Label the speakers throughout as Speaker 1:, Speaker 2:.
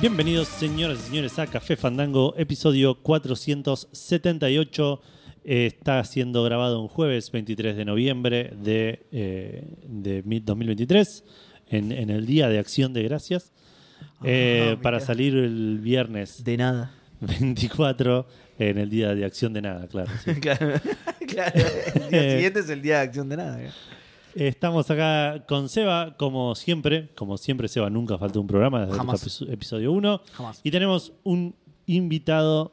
Speaker 1: Bienvenidos, señoras y señores, a Café Fandango, episodio 478. Eh, está siendo grabado un jueves 23 de noviembre de, eh, de mi- 2023, en, en el Día de Acción de Gracias, eh,
Speaker 2: Ah,
Speaker 1: para
Speaker 2: mirá.
Speaker 1: salir el viernes
Speaker 2: De nada.
Speaker 1: 24 en el Día de Acción de Nada, claro. sí.
Speaker 2: claro. claro. Eh. El día siguiente es el día de acción de nada. ¿eh?
Speaker 1: Estamos acá con Seba, como siempre. Como siempre, Seba nunca faltó un programa desde el
Speaker 2: Jamás.
Speaker 1: episo- episodio 1.
Speaker 2: Jamás.
Speaker 1: Y tenemos un invitado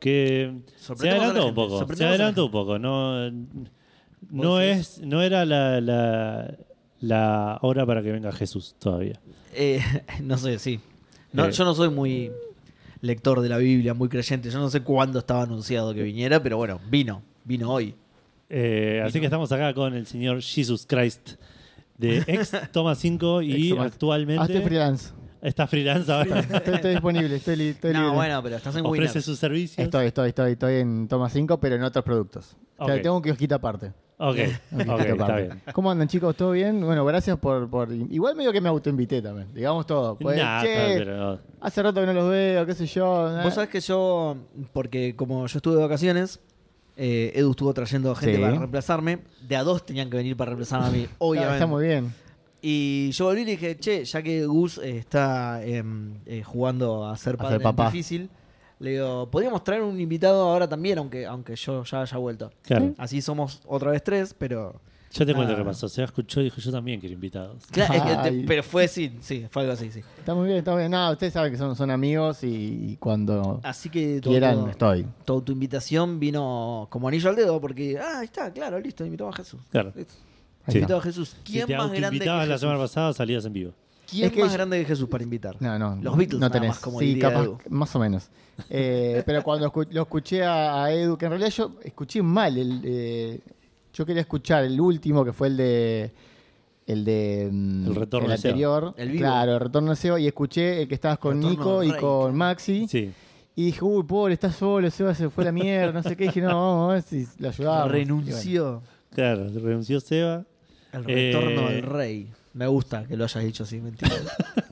Speaker 1: que se
Speaker 2: Sorprendemos a la
Speaker 1: adelantó un
Speaker 2: gente,
Speaker 1: poco. Se
Speaker 2: sorprendemos a la
Speaker 1: adelantó
Speaker 2: gente.
Speaker 1: un poco. No, no,
Speaker 2: decís?
Speaker 1: es, no era la, la, la hora para que venga Jesús todavía.
Speaker 2: Eh, no sé, sí. No,
Speaker 1: Eh.
Speaker 2: Yo no soy muy lector de la Biblia, muy creyente. Yo no sé cuándo estaba anunciado que viniera, pero bueno, vino. Vino hoy.
Speaker 1: Eh, así que estamos acá con el señor Jesus Christ de ex Toma 5 y
Speaker 3: Ex Toma- Hazte
Speaker 1: actualmente
Speaker 3: Ah, este freelance.
Speaker 1: está freelance ahora.
Speaker 3: Estoy, estoy disponible, estoy, li- estoy
Speaker 2: No,
Speaker 3: libre.
Speaker 2: bueno, pero estás en Winner.
Speaker 1: Ofrece sus servicios.
Speaker 3: Estoy, estoy, estoy, estoy en toma 5, pero en otros productos. O sea,
Speaker 1: Ok.
Speaker 3: tengo un kiosquito aparte.
Speaker 1: Ok,
Speaker 3: Un
Speaker 1: ok,
Speaker 3: kiosquito
Speaker 1: está
Speaker 3: aparte.
Speaker 1: bien.
Speaker 3: ¿Cómo andan, chicos? ¿Todo bien? Bueno, gracias por. por- Igual medio que me autoinvité también. Digamos todo. Pues,
Speaker 1: Nah,
Speaker 3: che,
Speaker 1: pero-
Speaker 3: Hace rato que no los veo, qué sé yo. eh.
Speaker 2: Vos sabés que yo, porque como yo estuve de vacaciones, eh, Edu estuvo trayendo gente
Speaker 3: Sí.
Speaker 2: para reemplazarme. De a dos tenían que venir para reemplazarme a mí,
Speaker 3: Está,
Speaker 2: obviamente.
Speaker 3: está muy bien.
Speaker 2: Y yo volví y le dije, che, ya que Gus eh, está em, eh, jugando a ser
Speaker 3: A
Speaker 2: padre
Speaker 3: ser papá.
Speaker 2: es difícil, le digo, podríamos traer un invitado ahora también, aunque, aunque yo ya haya vuelto.
Speaker 1: Claro.
Speaker 2: Así somos otra vez tres, pero...
Speaker 1: Yo te cuento
Speaker 2: Ah.
Speaker 1: qué pasó. Se escuchó y dijo, yo también quiero invitados.
Speaker 2: Claro, es que te-
Speaker 3: Ay.
Speaker 2: pero fue sí, sí, fue algo así, sí.
Speaker 3: Está muy bien, está muy bien. Nada, ustedes saben que son, son amigos y, y cuando
Speaker 2: Así que... todo-
Speaker 3: quieran,
Speaker 2: todo-
Speaker 3: estoy.
Speaker 2: Toda tu invitación vino como anillo al dedo, porque, ah, ahí está, claro, listo, invitó a Jesús.
Speaker 1: Claro.
Speaker 2: Listo.
Speaker 3: Sí.
Speaker 2: Invitó a Jesús.
Speaker 1: Si
Speaker 2: ¿Quién
Speaker 1: te
Speaker 2: más grande que
Speaker 1: invitabas la semana
Speaker 2: Jesús?
Speaker 1: pasada, salías en vivo.
Speaker 2: ¿Quién
Speaker 3: Es que
Speaker 2: más
Speaker 3: yo-
Speaker 2: grande que Jesús para invitar?
Speaker 3: No, no.
Speaker 2: Los Beatles
Speaker 3: no
Speaker 2: nada
Speaker 3: tenés.
Speaker 2: más, como
Speaker 3: sí,
Speaker 2: diría
Speaker 3: capaz,
Speaker 2: Edu.
Speaker 3: más o menos. Eh, pero cuando escu- lo escuché a, a Edu, que en realidad yo escuché mal. El, eh, yo quería escuchar el último, que fue el de. El de. mm,
Speaker 1: El retorno
Speaker 3: el
Speaker 1: al SEO.
Speaker 3: anterior.
Speaker 2: El vivo.
Speaker 3: Claro, el retorno al SEO. Y escuché el que estabas con
Speaker 2: Retorno
Speaker 3: Nico
Speaker 2: al
Speaker 3: y
Speaker 2: Rey.
Speaker 3: con Maxi.
Speaker 1: Sí.
Speaker 3: Y dije, uy, pobre, está solo, Seba se fue a la mierda, no sé qué. Y dije, no, vamos a ver si lo ayudaba.
Speaker 2: Renunció.
Speaker 1: Claro, renunció Seba.
Speaker 2: El retorno
Speaker 1: Eh,
Speaker 2: del rey. Me gusta que lo hayas dicho así, mentira.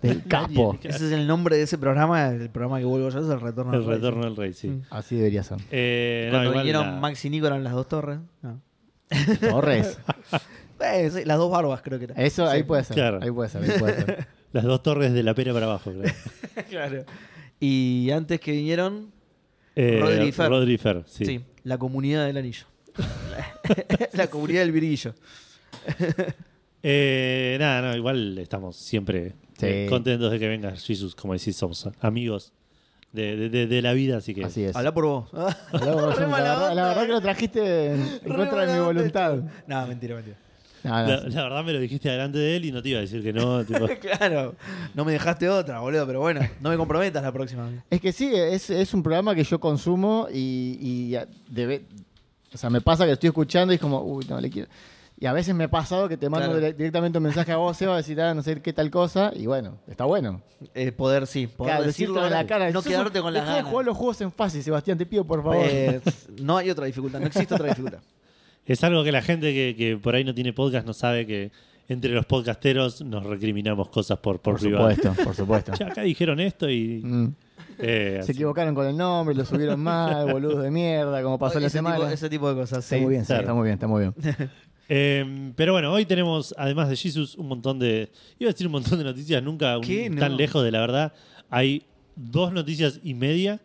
Speaker 3: del
Speaker 1: Ah,
Speaker 3: capo.
Speaker 2: ese es el nombre de ese programa, el programa que vuelvo yo es el retorno
Speaker 1: El
Speaker 2: del rey.
Speaker 1: retorno del rey, sí.
Speaker 2: Mm.
Speaker 3: Así debería ser.
Speaker 1: Eh, no,
Speaker 2: Cuando
Speaker 1: igual
Speaker 2: vinieron
Speaker 1: la-
Speaker 2: Max y Nico eran las dos torres. No.
Speaker 3: Torres.
Speaker 2: Eh, sí, las dos barbas creo que era.
Speaker 3: Eso ahí puede ser.
Speaker 1: claro.
Speaker 3: Ahí puede ser, ahí puede ser.
Speaker 1: Las dos torres de la pera para abajo, creo.
Speaker 2: claro. Y antes que vinieron,
Speaker 1: Eh,
Speaker 2: Rodri y Fer.
Speaker 1: Rodri y Fer, sí.
Speaker 2: sí. la comunidad del anillo. la comunidad del virillo.
Speaker 1: Eh, nada, no, igual estamos siempre
Speaker 3: Sí.
Speaker 1: eh, contentos de que venga Jesus, como decís, somos amigos de, de- de- de la vida, así que.
Speaker 3: Así es.
Speaker 2: Habla por vos.
Speaker 3: Habla vos,
Speaker 2: Re
Speaker 3: Johnny, La,
Speaker 2: mala
Speaker 3: verdad,
Speaker 2: onda,
Speaker 3: la verdad
Speaker 2: eh.
Speaker 3: que lo trajiste en, en
Speaker 2: Re
Speaker 3: contra de
Speaker 2: mala
Speaker 3: mi
Speaker 2: onda,
Speaker 3: voluntad.
Speaker 2: no, mentira, mentira.
Speaker 3: No, no,
Speaker 1: La, la verdad me lo dijiste delante de él y no te iba a decir que no. tipo,
Speaker 2: claro. No me dejaste otra, boludo, pero bueno, no me comprometas la próxima.
Speaker 3: Es que sí, es, es un programa que yo consumo y, y a- debe- o sea, me pasa que lo estoy escuchando y es como, uy, no le quiero. Y a veces me ha pasado que te mando
Speaker 2: Claro.
Speaker 3: dire- directamente un mensaje a vos, Seba, decir, ah, no sé qué tal cosa, y bueno, está bueno.
Speaker 2: Eh, poder sí, poder
Speaker 3: Claro,
Speaker 2: decirlo eh,
Speaker 3: decírtelo en la cara.
Speaker 2: no
Speaker 3: Sos un-
Speaker 2: quedarte con las
Speaker 3: dejá de
Speaker 2: ganas.
Speaker 3: jugar los juegos en fácil, Sebastián, te pido por favor.
Speaker 2: Eh, no hay otra dificultad, no existe otra dificultad.
Speaker 1: Es algo que la gente que, que por ahí no tiene podcast no sabe que entre los podcasteros nos recriminamos cosas por, por,
Speaker 3: por
Speaker 1: privado.
Speaker 3: supuesto, por supuesto.
Speaker 1: Che, acá dijeron esto y.
Speaker 3: Mm.
Speaker 1: eh,
Speaker 3: Se
Speaker 1: así.
Speaker 3: equivocaron con el nombre, lo subieron mal, boludo de mierda, como pasó la
Speaker 2: ese
Speaker 3: semana.
Speaker 2: Tipo, ese tipo de cosas, sí.
Speaker 3: está muy bien, sí,
Speaker 1: claro.
Speaker 3: está muy bien, está muy bien.
Speaker 1: Eh, pero bueno, hoy tenemos, además de Jesus, un montón de. Iba a decir un montón de noticias, nunca un-
Speaker 2: ¿Qué? No.
Speaker 1: tan lejos de la verdad. Hay dos noticias y media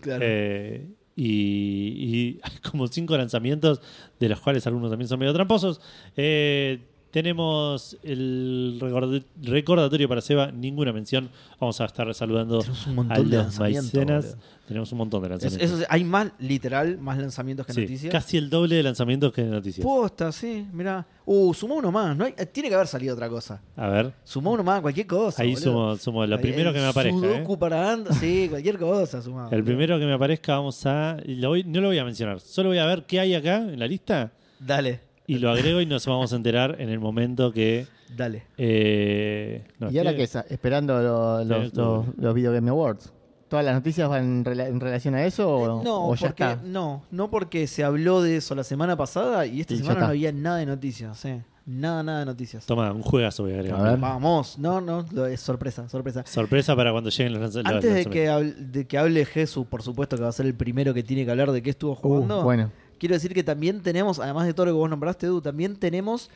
Speaker 2: Claro.
Speaker 1: eh, y, y hay como cinco lanzamientos, de los cuales algunos también son medio tramposos. Eh, tenemos el recorda- recordatorio para Seba, ninguna mención. Vamos a estar saludando
Speaker 2: Tenemos un
Speaker 1: a
Speaker 2: montón de
Speaker 1: los
Speaker 2: lanzamientos.
Speaker 1: maicenas.
Speaker 2: boludo.
Speaker 1: Tenemos un montón de
Speaker 2: Es-
Speaker 1: lanzamientos.
Speaker 2: eso sí, hay más, literal, más lanzamientos que
Speaker 1: Sí,
Speaker 2: noticias.
Speaker 1: casi el doble de lanzamientos que de noticias.
Speaker 2: Posta, sí, mirá. Uh, sumó uno más. No hay- eh, tiene que haber salido otra cosa.
Speaker 1: A ver,
Speaker 2: Sumó uno más, cualquier cosa.
Speaker 1: ahí
Speaker 2: boludo.
Speaker 1: sumo, sumo lo
Speaker 2: Ahí,
Speaker 1: primero
Speaker 2: el
Speaker 1: que me aparezca. ¿eh?
Speaker 2: Sudoku para and- sí, cualquier cosa sumado.
Speaker 1: El primero que me aparezca vamos a... y lo voy- no lo voy a mencionar, solo voy a ver qué hay acá en la lista
Speaker 2: Dale,
Speaker 1: y lo agrego y nos vamos a enterar en el momento que...
Speaker 2: dale.
Speaker 1: eh, no,
Speaker 3: ¿Y ahora
Speaker 1: estoy-
Speaker 3: qué es? Esperando lo-
Speaker 1: Estoy
Speaker 3: los, los, los Video Game Awards. ¿Todas las noticias van en, rela- en relación a eso o,
Speaker 2: Eh, No,
Speaker 3: Oh, o ya
Speaker 2: porque,
Speaker 3: está?
Speaker 2: no, no porque se habló de eso la semana pasada y esta
Speaker 3: Y ya
Speaker 2: semana no
Speaker 3: está.
Speaker 2: había nada de noticias. eh. Nada, nada de noticias.
Speaker 1: Toma, un juegazo voy a
Speaker 3: A
Speaker 1: agregar.
Speaker 3: ver.
Speaker 2: Vamos, no, no, lo- es sorpresa, sorpresa.
Speaker 1: Sorpresa para cuando lleguen los lanzamientos.
Speaker 2: Antes de que, habl- de que hable Jesús, por supuesto que va a ser el primero que tiene que hablar de qué estuvo
Speaker 3: Uh,
Speaker 2: jugando.
Speaker 3: bueno.
Speaker 2: Quiero decir que también tenemos, además de todo lo que vos nombraste, Edu, también tenemos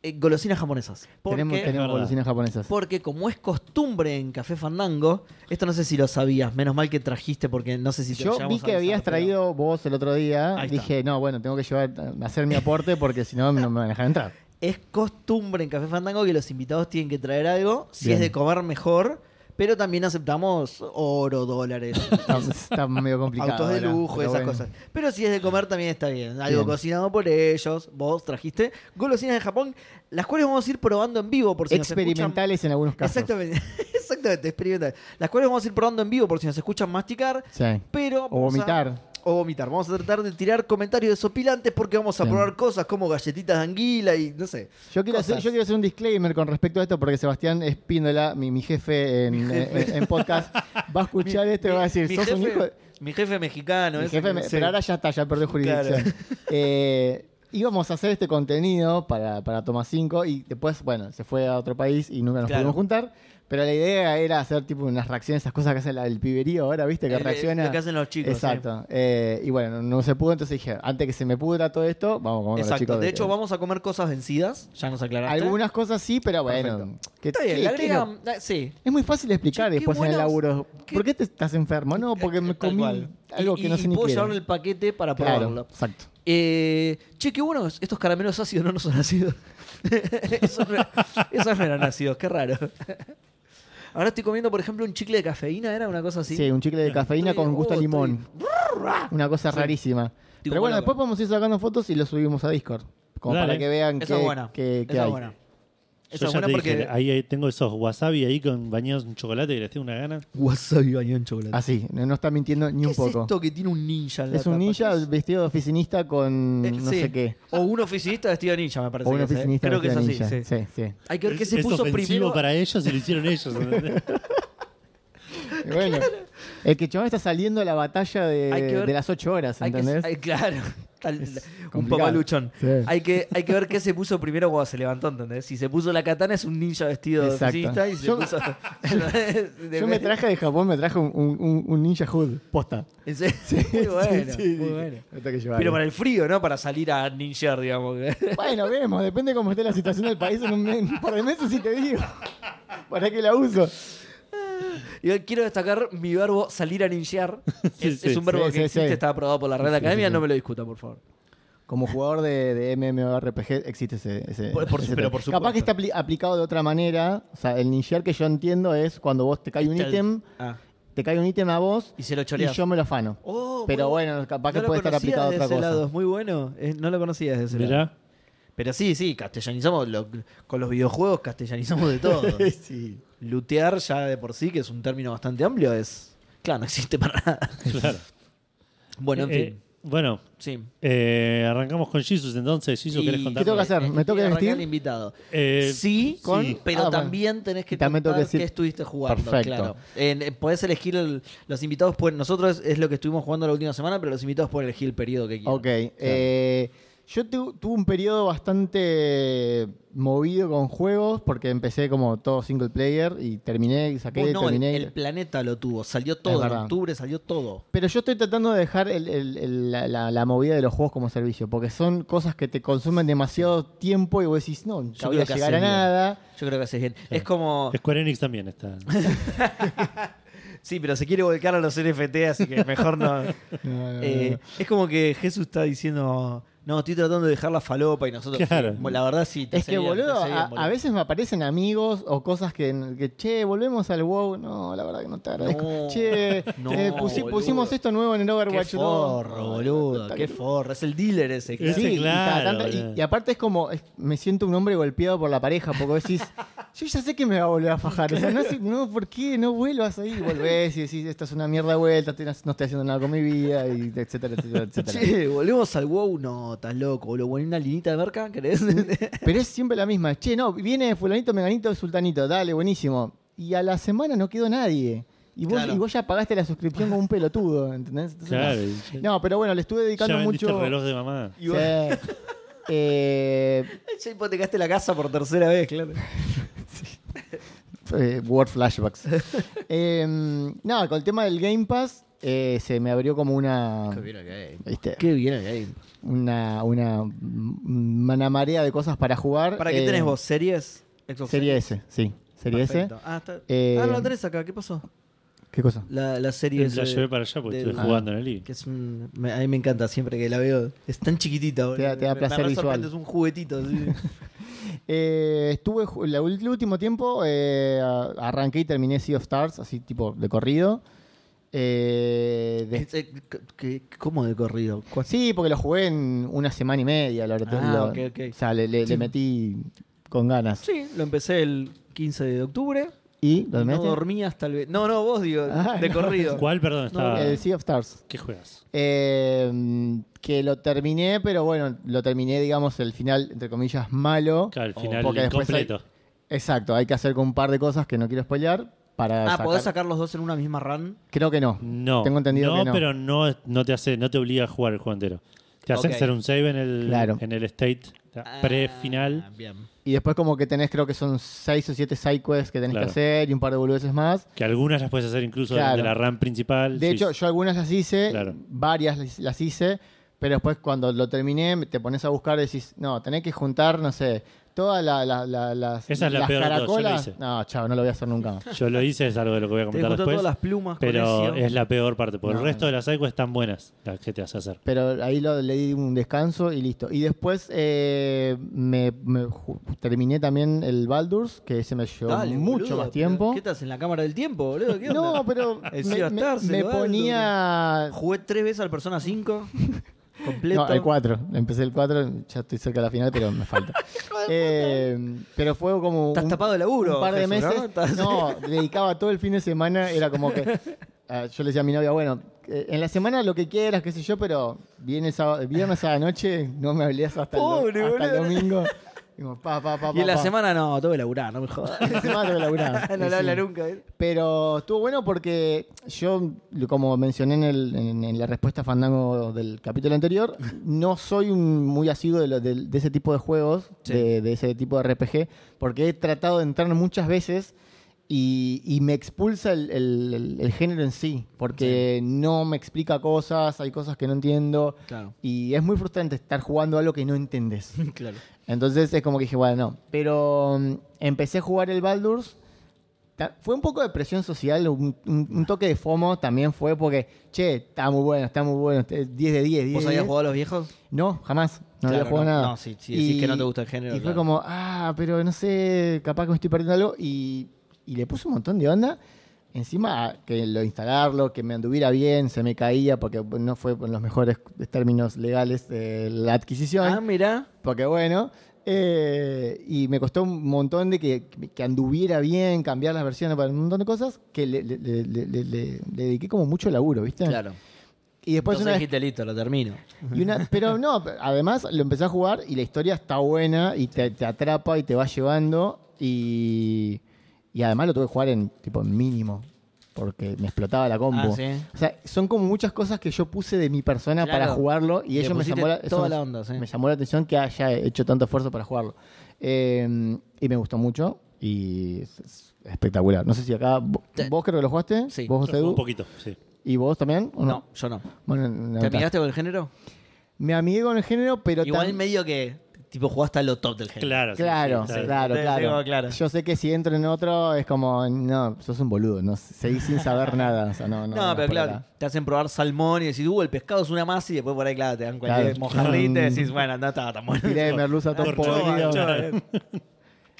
Speaker 2: eh, golosinas japonesas. Porque,
Speaker 3: Tenemos, tenemos
Speaker 1: verdad.
Speaker 3: golosinas japonesas.
Speaker 2: porque como es costumbre en Café Fandango, esto no sé si lo sabías, menos mal que trajiste porque no sé si te lo
Speaker 3: Yo vi
Speaker 2: llegamos a
Speaker 3: que habías
Speaker 2: avisar, pero-
Speaker 3: traído vos el otro día.
Speaker 2: Ahí
Speaker 3: Dije, no, bueno, tengo que llevar, hacer mi aporte porque si no, no me van a dejar entrar.
Speaker 2: Es costumbre en Café Fandango que los invitados tienen que traer algo, si
Speaker 3: Bien.
Speaker 2: es de comer mejor, pero también aceptamos oro, dólares,
Speaker 3: Está, está medio complicado.
Speaker 2: autos de
Speaker 3: ahora,
Speaker 2: lujo,
Speaker 3: pero
Speaker 2: esas
Speaker 3: bueno.
Speaker 2: cosas. Pero si es de comer también está bien. Algo
Speaker 3: Bien.
Speaker 2: cocinado por ellos, vos trajiste golosinas de Japón, las cuales vamos a ir probando en vivo por si nos escuchan-
Speaker 3: Experimentales en algunos casos.
Speaker 2: Exactamente, exactamente, experimental. Las cuales vamos a ir probando en vivo por si nos escuchan masticar,
Speaker 3: Sí.
Speaker 2: pero...
Speaker 3: O
Speaker 2: vamos a-
Speaker 3: vomitar.
Speaker 2: o vomitar. Vamos a tratar de tirar comentarios desopilantes porque vamos a
Speaker 3: Bien.
Speaker 2: probar cosas como galletitas de anguila y no sé.
Speaker 3: Yo quiero, hacer,
Speaker 2: cosas.
Speaker 3: yo quiero hacer un disclaimer con respecto a esto porque Sebastián Espíndola, mi, mi jefe en, en- en podcast, va a escuchar esto y va a decir,
Speaker 2: mi
Speaker 3: sos
Speaker 2: jefe,
Speaker 3: un hijo de...
Speaker 2: mi jefe mexicano.
Speaker 3: Mi
Speaker 2: ese
Speaker 3: jefe
Speaker 2: que-
Speaker 3: me-
Speaker 2: sí.
Speaker 3: Pero ahora ya está, ya perdió jurisdicción. Eh, íbamos a hacer este contenido para, para Toma 5 y después, bueno, se fue a otro país y nunca nos
Speaker 2: Claro.
Speaker 3: pudimos juntar. Pero la idea era hacer tipo unas reacciones, esas cosas que hace la, el piberío ahora, ¿viste? Que
Speaker 2: Eh,
Speaker 3: reacciona.
Speaker 2: lo que hacen los chicos,
Speaker 3: Exacto. Eh, y bueno, no se pudo, entonces dije, antes que se me pudra todo esto, vamos a comer con los
Speaker 2: Exacto.
Speaker 3: chicos
Speaker 2: De hecho, vamos a comer cosas vencidas. Ya nos aclaraste.
Speaker 3: Algunas cosas sí, pero bueno.
Speaker 2: Perfecto.
Speaker 3: que-
Speaker 2: Está bien,
Speaker 3: sí,
Speaker 2: le
Speaker 3: que no.
Speaker 2: agregan- eh, Sí.
Speaker 3: Es muy fácil de explicar
Speaker 2: Che, qué
Speaker 3: después en el
Speaker 2: buenos-
Speaker 3: laburo.
Speaker 2: qué-
Speaker 3: ¿Por qué te estás enfermo? No, porque me
Speaker 2: Tal
Speaker 3: comí
Speaker 2: cual.
Speaker 3: algo
Speaker 2: Y-
Speaker 3: que no
Speaker 2: y-
Speaker 3: sé
Speaker 2: y
Speaker 3: ni
Speaker 2: puedo
Speaker 3: qué era.
Speaker 2: llevar el paquete para
Speaker 3: Claro,
Speaker 2: probarlo.
Speaker 3: exacto.
Speaker 2: Eh, che, qué bueno, estos caramelos ácidos no nos han ácidos. esos, no, esos no eran ácidos, qué raro. Ahora estoy comiendo, por ejemplo, un chicle de cafeína, ¿era una cosa así?
Speaker 3: Sí, un chicle de cafeína
Speaker 2: Estoy-
Speaker 3: con gusto a
Speaker 2: oh,
Speaker 3: limón. Una cosa
Speaker 2: Sí.
Speaker 3: rarísima. Pero
Speaker 2: como
Speaker 3: bueno,
Speaker 2: loco.
Speaker 3: después podemos ir sacando fotos y lo subimos a Discord. Como
Speaker 1: Dale.
Speaker 3: para que vean
Speaker 2: Esa es buena.
Speaker 3: qué, qué-
Speaker 2: Esa
Speaker 3: qué
Speaker 2: es
Speaker 3: hay.
Speaker 2: buena. Esa
Speaker 1: Yo
Speaker 2: es
Speaker 1: ya
Speaker 2: buena
Speaker 1: te
Speaker 2: porque.
Speaker 1: dije, ahí, ahí tengo esos wasabi ahí con bañados en chocolate que les tengo una gana.
Speaker 2: Wasabi bañado en chocolate.
Speaker 3: Así, no, no está mintiendo ni
Speaker 2: ¿Qué
Speaker 3: un
Speaker 2: es
Speaker 3: poco.
Speaker 2: esto que tiene un ninja en la
Speaker 3: Es un
Speaker 2: tapa?
Speaker 3: ninja
Speaker 2: ¿Qué es?
Speaker 3: vestido de oficinista con
Speaker 2: Eh,
Speaker 3: no
Speaker 2: sí.
Speaker 3: sé qué.
Speaker 2: O un oficinista vestido de ninja, me parece.
Speaker 3: O un
Speaker 2: que es, ¿eh?
Speaker 3: oficinista
Speaker 2: Creo que es así.
Speaker 3: vestido de ninja.
Speaker 2: sí.
Speaker 3: Sí, sí.
Speaker 2: Hay que ver qué se
Speaker 1: es
Speaker 2: puso
Speaker 1: ofensivo
Speaker 2: primero.
Speaker 1: para ellos y lo hicieron ellos. ¿entendés?
Speaker 3: Y Bueno, el que chaval está saliendo a la batalla de,
Speaker 2: Hay que ver-
Speaker 3: de las 8 horas,
Speaker 2: Hay que-
Speaker 3: ¿entendés?
Speaker 2: hay- claro. Tal- un
Speaker 3: complicado.
Speaker 2: papaluchón.
Speaker 3: Sí.
Speaker 2: Hay, que, hay que ver qué se puso primero cuando se levantó, ¿entendés? Si se puso la katana es un ninja vestido
Speaker 3: Exacto.
Speaker 2: de oficinista y se
Speaker 3: Yo-
Speaker 2: puso...
Speaker 3: Yo me traje de Japón, me traje un, un- un- un ninja hood. Posta.
Speaker 2: En serio, muy bueno,
Speaker 3: Sí, sí,
Speaker 2: muy
Speaker 3: dije,
Speaker 2: bueno.
Speaker 3: "Me tengo que llevar
Speaker 2: Pero
Speaker 3: algo".
Speaker 2: para el frío, ¿no? Para salir a ninjar, digamos.
Speaker 3: Bueno, vemos, depende cómo esté la situación del país en un, mes- en un par de meses, si te digo. ¿Para qué la uso?
Speaker 2: Yo quiero destacar mi verbo salir a ninjear.
Speaker 1: Sí,
Speaker 2: es,
Speaker 1: sí,
Speaker 2: es un verbo
Speaker 3: sí,
Speaker 2: que
Speaker 3: sí,
Speaker 2: existe,
Speaker 3: sí.
Speaker 2: está aprobado por la Real Academia,
Speaker 3: sí, sí.
Speaker 2: no me lo discuta, por favor.
Speaker 3: Como jugador de, de MMORPG existe ese. ese-
Speaker 2: Por- por su-
Speaker 3: ese
Speaker 2: pero
Speaker 3: tema.
Speaker 2: por supuesto.
Speaker 3: Capaz que está apli- aplicado de otra manera. O sea, el ninjear que yo entiendo es cuando vos te cae un
Speaker 2: Stealth.
Speaker 3: ítem,
Speaker 2: Ah,
Speaker 3: te cae un ítem a vos
Speaker 2: y se lo
Speaker 3: y
Speaker 2: choreas.
Speaker 3: yo me lo afano.
Speaker 2: Oh,
Speaker 3: Pero
Speaker 2: muy-
Speaker 3: bueno, capaz que
Speaker 2: no lo
Speaker 3: puede estar
Speaker 2: conocía
Speaker 3: aplicado a
Speaker 2: de
Speaker 3: otra
Speaker 2: ese
Speaker 3: cosa.
Speaker 2: lado, es muy bueno. Eh, no lo conocía desde ese lado.
Speaker 1: Mirá.
Speaker 2: Pero sí, sí, castellanizamos lo- con los videojuegos, castellanizamos de todo.
Speaker 3: sí.
Speaker 2: Lutear ya de por sí, que es un término bastante amplio, es. Claro, no existe para nada.
Speaker 1: Claro.
Speaker 2: Bueno, en
Speaker 1: Eh,
Speaker 2: fin.
Speaker 1: bueno,
Speaker 2: Sí.
Speaker 1: eh, arrancamos con Jesus entonces. Jesus,
Speaker 2: Y-
Speaker 1: ¿querés
Speaker 3: ¿Qué tengo que
Speaker 1: contarnos?
Speaker 3: hacer?
Speaker 2: Eh,
Speaker 3: ¿Me tengo que
Speaker 2: arranca
Speaker 3: vestir?
Speaker 2: el invitado.
Speaker 1: Eh,
Speaker 2: sí, con-
Speaker 1: sí.
Speaker 2: pero
Speaker 3: Ah, bueno.
Speaker 2: también tenés que
Speaker 3: Y también tengo
Speaker 2: contar
Speaker 3: que decir-
Speaker 2: qué estuviste jugando,
Speaker 3: Perfecto.
Speaker 2: claro. En- eh, podés elegir el- los invitados, pueden, nosotros es lo que estuvimos jugando la última semana, pero los invitados pueden elegir el periodo que quieran.
Speaker 3: Ok. eh, yo tu- tuve un periodo bastante movido con juegos porque empecé como todo single player y terminé, y saqué,
Speaker 2: Vos no, el,
Speaker 3: terminé.
Speaker 2: el planeta lo tuvo, salió
Speaker 3: Es
Speaker 2: todo, en
Speaker 3: verdad.
Speaker 2: octubre salió todo.
Speaker 3: Pero yo estoy tratando de dejar el- el- el- la, la- la movida de los juegos como servicio porque son cosas que te consumen demasiado tiempo y vos decís, no, nunca
Speaker 2: Yo
Speaker 3: voy a
Speaker 2: creo que
Speaker 3: llegar a
Speaker 2: haces bien.
Speaker 3: nada.
Speaker 2: Yo creo que haces bien. Es como.
Speaker 1: Square Enix también está.
Speaker 2: Sí, pero se quiere volcar a los NFT, así que mejor no. Eh, es como que Jesús está diciendo. No, estoy tratando de dejar la falopa y nosotros.
Speaker 1: Claro.
Speaker 2: sí, la verdad sí. te
Speaker 3: Es
Speaker 2: hace
Speaker 3: que,
Speaker 2: bien, te
Speaker 3: boludo,
Speaker 2: hace bien,
Speaker 3: a,
Speaker 2: boludo.
Speaker 3: a veces me aparecen amigos o cosas que, que, che, volvemos al WoW. No, la verdad que no te agradezco.
Speaker 2: No.
Speaker 3: che,
Speaker 2: No,
Speaker 3: eh, pusi-
Speaker 2: boludo.
Speaker 3: pusimos esto nuevo en el
Speaker 2: Qué
Speaker 3: Overwatch 2.
Speaker 2: forro, boludo.
Speaker 3: Puta
Speaker 2: Qué
Speaker 3: que-
Speaker 2: forro. Es el dealer ese.
Speaker 1: Ese,
Speaker 2: claro.
Speaker 3: Sí, y cada
Speaker 1: claro,
Speaker 3: tanto- y,
Speaker 1: boludo.
Speaker 3: y aparte es como, es- me siento un hombre golpeado por la pareja, porque vos decís, yo ya sé que me va a volver a fajar. O sea, no, sé- no, ¿por qué? No vuelvas ahí. Volvés y decís, esta es una mierda de vuelta, estoy- no estoy haciendo nada con mi vida, y etcétera, etcétera, etcétera.
Speaker 2: Che, volvemos al WoW. No, estás loco, boludo. Bueno, una linita de merca, ¿querés?
Speaker 3: Pero es siempre la misma. Che, no, viene fulanito, menganito, sultanito. Dale, buenísimo. Y a la semana no quedó nadie. Y vos,
Speaker 2: Claro.
Speaker 3: y vos ya pagaste la suscripción como un pelotudo, ¿entendés? Entonces,
Speaker 1: Claro.
Speaker 3: No, pero bueno, le estuve
Speaker 1: Ya
Speaker 3: dedicando
Speaker 1: vendiste
Speaker 3: mucho...
Speaker 1: el reloj de mamá.
Speaker 3: Sí. Eh,
Speaker 2: Ya hipotecaste la casa por tercera vez, claro.
Speaker 3: eh, word flashbacks. Eh, nada, con el tema del Game Pass eh, se me abrió como una. ¿viste?
Speaker 2: Qué bien el game.
Speaker 3: Una, una, una marea de cosas para jugar.
Speaker 2: ¿Para qué
Speaker 3: Eh,
Speaker 2: tenés vos? ¿Series? ¿Xbox
Speaker 3: Serie
Speaker 2: Series?
Speaker 3: S, sí. Serie S.
Speaker 2: Perfecto. Ah, está-
Speaker 3: Eh,
Speaker 2: ah, no la tenés acá. ¿Qué pasó?
Speaker 3: ¿Qué cosa?
Speaker 2: La, la serie
Speaker 1: La
Speaker 2: S
Speaker 1: llevé para allá porque
Speaker 2: del-
Speaker 1: estuve jugando en el living.
Speaker 2: Que es un- me- a mí me encanta siempre que la veo. Es tan chiquitita, boludo.
Speaker 3: da- te da
Speaker 2: Me-
Speaker 3: placer
Speaker 2: me re
Speaker 3: visual.
Speaker 2: sorprende, Es un juguetito. así.
Speaker 3: Eh, estuve, ju- la- el último tiempo eh, a- arranqué y terminé Sea of Stars, así tipo de corrido. Eh, de-
Speaker 2: Es- eh, que- que- ¿Cómo de corrido? ¿Cuál-
Speaker 3: sí, porque lo jugué en una semana y media. Lo, lo-
Speaker 2: Ah,
Speaker 3: lo-
Speaker 2: ok, ok.
Speaker 3: O sea, le, le- le
Speaker 2: Sí.
Speaker 3: metí con ganas.
Speaker 2: Sí, lo empecé el 15 de octubre.
Speaker 3: ¿Y lo
Speaker 2: No
Speaker 3: metiste?
Speaker 2: dormías tal vez. No, no, vos digo,
Speaker 3: Ah,
Speaker 2: de
Speaker 3: no.
Speaker 2: corrido.
Speaker 1: ¿Cuál, perdón,
Speaker 2: Ah.
Speaker 1: estaba?
Speaker 3: El Eh, Sea of Stars.
Speaker 1: ¿Qué juegas?
Speaker 3: Eh, que lo terminé, pero bueno, lo terminé, digamos, el final, entre comillas, malo.
Speaker 1: Claro, al
Speaker 2: Oh,
Speaker 1: final
Speaker 3: porque después hay-
Speaker 1: incompleto.
Speaker 3: Exacto, hay que hacer con un par de cosas que no quiero spoilear. Para
Speaker 2: Ah,
Speaker 3: sacar-
Speaker 2: ¿podés sacar los dos en una misma run?
Speaker 3: Creo que no.
Speaker 1: No.
Speaker 3: Tengo entendido
Speaker 1: no,
Speaker 3: que no.
Speaker 1: pero no, no te hace, no te obliga a jugar el juego entero. Te hacen
Speaker 2: Ok.
Speaker 1: hacer un save en el,
Speaker 3: Claro.
Speaker 1: en el state
Speaker 2: Ah,
Speaker 1: pre-final.
Speaker 2: Bien.
Speaker 3: Y después como que tenés, creo que son 6 o 7 sidequests que tenés
Speaker 1: Claro.
Speaker 3: que hacer y un par de boludeces más.
Speaker 1: Que algunas las puedes hacer incluso
Speaker 3: Claro.
Speaker 1: de la RAM principal.
Speaker 3: De
Speaker 1: sí.
Speaker 3: hecho, yo algunas las hice,
Speaker 1: Claro.
Speaker 3: varias las, las hice, pero después cuando lo terminé te pones a buscar y decís, no, tenés que juntar, no sé, todas la- la- la- las,
Speaker 1: Esa es la
Speaker 3: las
Speaker 1: peor de todas, yo la
Speaker 3: caracolas.
Speaker 1: hice.
Speaker 3: No, chavo, no lo voy a hacer nunca más.
Speaker 1: yo lo hice, es algo de lo que voy a
Speaker 2: Te
Speaker 1: comentar
Speaker 2: juntó
Speaker 1: después.
Speaker 2: todas las plumas con
Speaker 1: pero
Speaker 2: Ezio.
Speaker 1: es la peor parte, porque
Speaker 3: No,
Speaker 1: el resto de las sidequests están buenas las que te hace hacer.
Speaker 3: Pero ahí lo, le di un descanso y listo. Y después eh, me, me ju- terminé también el Baldur's, que ese me llevó
Speaker 2: Dale,
Speaker 3: mucho
Speaker 2: boludo,
Speaker 3: más
Speaker 2: pero
Speaker 3: tiempo.
Speaker 2: ¿Qué estás en la cámara del tiempo, boludo? ¿Qué onda?
Speaker 3: No, pero
Speaker 2: El
Speaker 3: me,
Speaker 2: Sea
Speaker 3: me-
Speaker 2: Stars, el
Speaker 3: me
Speaker 2: Baldur's.
Speaker 3: ponía...
Speaker 2: Jugué tres veces al Persona 5. completo.
Speaker 3: No, el 4. Empecé el 4, ya estoy cerca de la final, pero me falta. Eh, pero fue como.
Speaker 2: Estás
Speaker 3: un-
Speaker 2: tapado de laburo,
Speaker 3: Un par de
Speaker 2: Jesús, ¿no?
Speaker 3: meses.
Speaker 2: Estás-
Speaker 3: No, dedicaba todo el fin de semana. Era como que. ah, yo le decía a mi novia, bueno, eh, en la semana lo que quieras, qué sé yo, pero viene sábado- viernes a la noche, no me hables hasta, el do-
Speaker 2: Pobre,
Speaker 3: hasta el
Speaker 2: boludo.
Speaker 3: domingo. Digo, pa, pa, pa,
Speaker 2: y en la
Speaker 3: pa, pa.
Speaker 2: semana no, tuve que laburar, no me jodas.
Speaker 3: En la semana tengo que laburar.
Speaker 2: no
Speaker 3: Sí,
Speaker 2: lo habla
Speaker 3: sí.
Speaker 2: nunca. ¿eh?
Speaker 3: Pero estuvo bueno porque yo, como mencioné en, el- en- en la respuesta a Fandango del capítulo anterior, no soy un muy asiduo de, lo- de- de ese tipo de juegos,
Speaker 2: Sí.
Speaker 3: de, de ese tipo de RPG, porque he tratado de entrar muchas veces y, y me expulsa el, el- el- el género en sí, porque no me explica cosas, hay cosas que no entiendo.
Speaker 2: Claro,
Speaker 3: Y es muy frustrante estar jugando algo que no entendés.
Speaker 2: claro.
Speaker 3: Entonces es como que dije, bueno, no. Pero mm, empecé a jugar el Baldur's. Ta- Fue un poco de presión social, un, un- un toque de FOMO también fue porque, che, está muy bueno, está muy bueno, eh, 10 de 10, 10
Speaker 2: ¿Vos
Speaker 3: de
Speaker 2: habías
Speaker 3: 10.
Speaker 2: jugado a los viejos?
Speaker 3: No, jamás, no
Speaker 2: Claro,
Speaker 3: había jugado
Speaker 2: no.
Speaker 3: nada.
Speaker 2: No, si- si decís que no te gusta el género,
Speaker 3: Y fue
Speaker 2: claro.
Speaker 3: como, ah, pero no sé, capaz que me estoy perdiendo algo. Y, y le puse un montón de onda. Encima, que lo instalarlo, que me anduviera bien, se me caía porque no fue en los mejores términos legales eh, la adquisición.
Speaker 2: Ah, mirá.
Speaker 3: Porque bueno, eh, y me costó un montón de que, que anduviera bien, cambiar las versiones para un montón de cosas, que le, le- le- le- le- le- le dediqué como mucho laburo, ¿viste?
Speaker 2: Claro.
Speaker 3: Y después
Speaker 2: Entonces
Speaker 3: una vez-
Speaker 2: dijiste, listo, lo termino.
Speaker 3: y una- pero no, además lo empecé a jugar y la historia está buena y te, te atrapa y te va llevando y, y además lo tuve que jugar en tipo en mínimo. Porque me explotaba la compu.
Speaker 2: Ah, sí.
Speaker 3: O sea, son como muchas cosas que yo puse de mi persona
Speaker 2: Claro.
Speaker 3: para jugarlo y
Speaker 2: Le
Speaker 3: ellos me
Speaker 2: pusiste
Speaker 3: llamó la, eso
Speaker 2: toda
Speaker 3: me-
Speaker 2: la onda, sí.
Speaker 3: me llamó la atención que haya hecho tanto esfuerzo para jugarlo. Eh, y me gustó mucho y es, es espectacular. No sé si acá. vo-
Speaker 2: Te-
Speaker 3: ¿Vos creo que lo jugaste?
Speaker 2: Sí.
Speaker 3: ¿Vos, José
Speaker 1: Un
Speaker 3: Du?
Speaker 1: poquito, sí.
Speaker 3: ¿Y vos también? ¿O no?
Speaker 2: No, yo no.
Speaker 3: Bueno, no,
Speaker 2: ¿Te amigaste con el género?
Speaker 3: me amigué con el género, pero
Speaker 2: Igual
Speaker 3: tam-
Speaker 2: medio que, tipo, jugaste a lo top del género.
Speaker 1: Claro, sí,
Speaker 3: Claro,
Speaker 1: sí, sí.
Speaker 3: claro,
Speaker 2: Te
Speaker 3: claro.
Speaker 2: digo, claro.
Speaker 3: Yo sé que si entro en otro es como, no, sos un boludo, no seguís sin saber nada. o sea, no, no,
Speaker 2: No,
Speaker 3: no,
Speaker 2: pero
Speaker 3: por
Speaker 2: claro,
Speaker 3: acá.
Speaker 2: te hacen probar salmón y decís, uh, el pescado es una masa y después por ahí, claro, te dan cualquier
Speaker 3: Claro.
Speaker 2: mojarrita y
Speaker 3: Mm.
Speaker 2: decís, bueno, no estaba tan bueno.
Speaker 3: Tiré de merluza todo
Speaker 1: Corchoa,
Speaker 3: podrido.
Speaker 1: corchoa.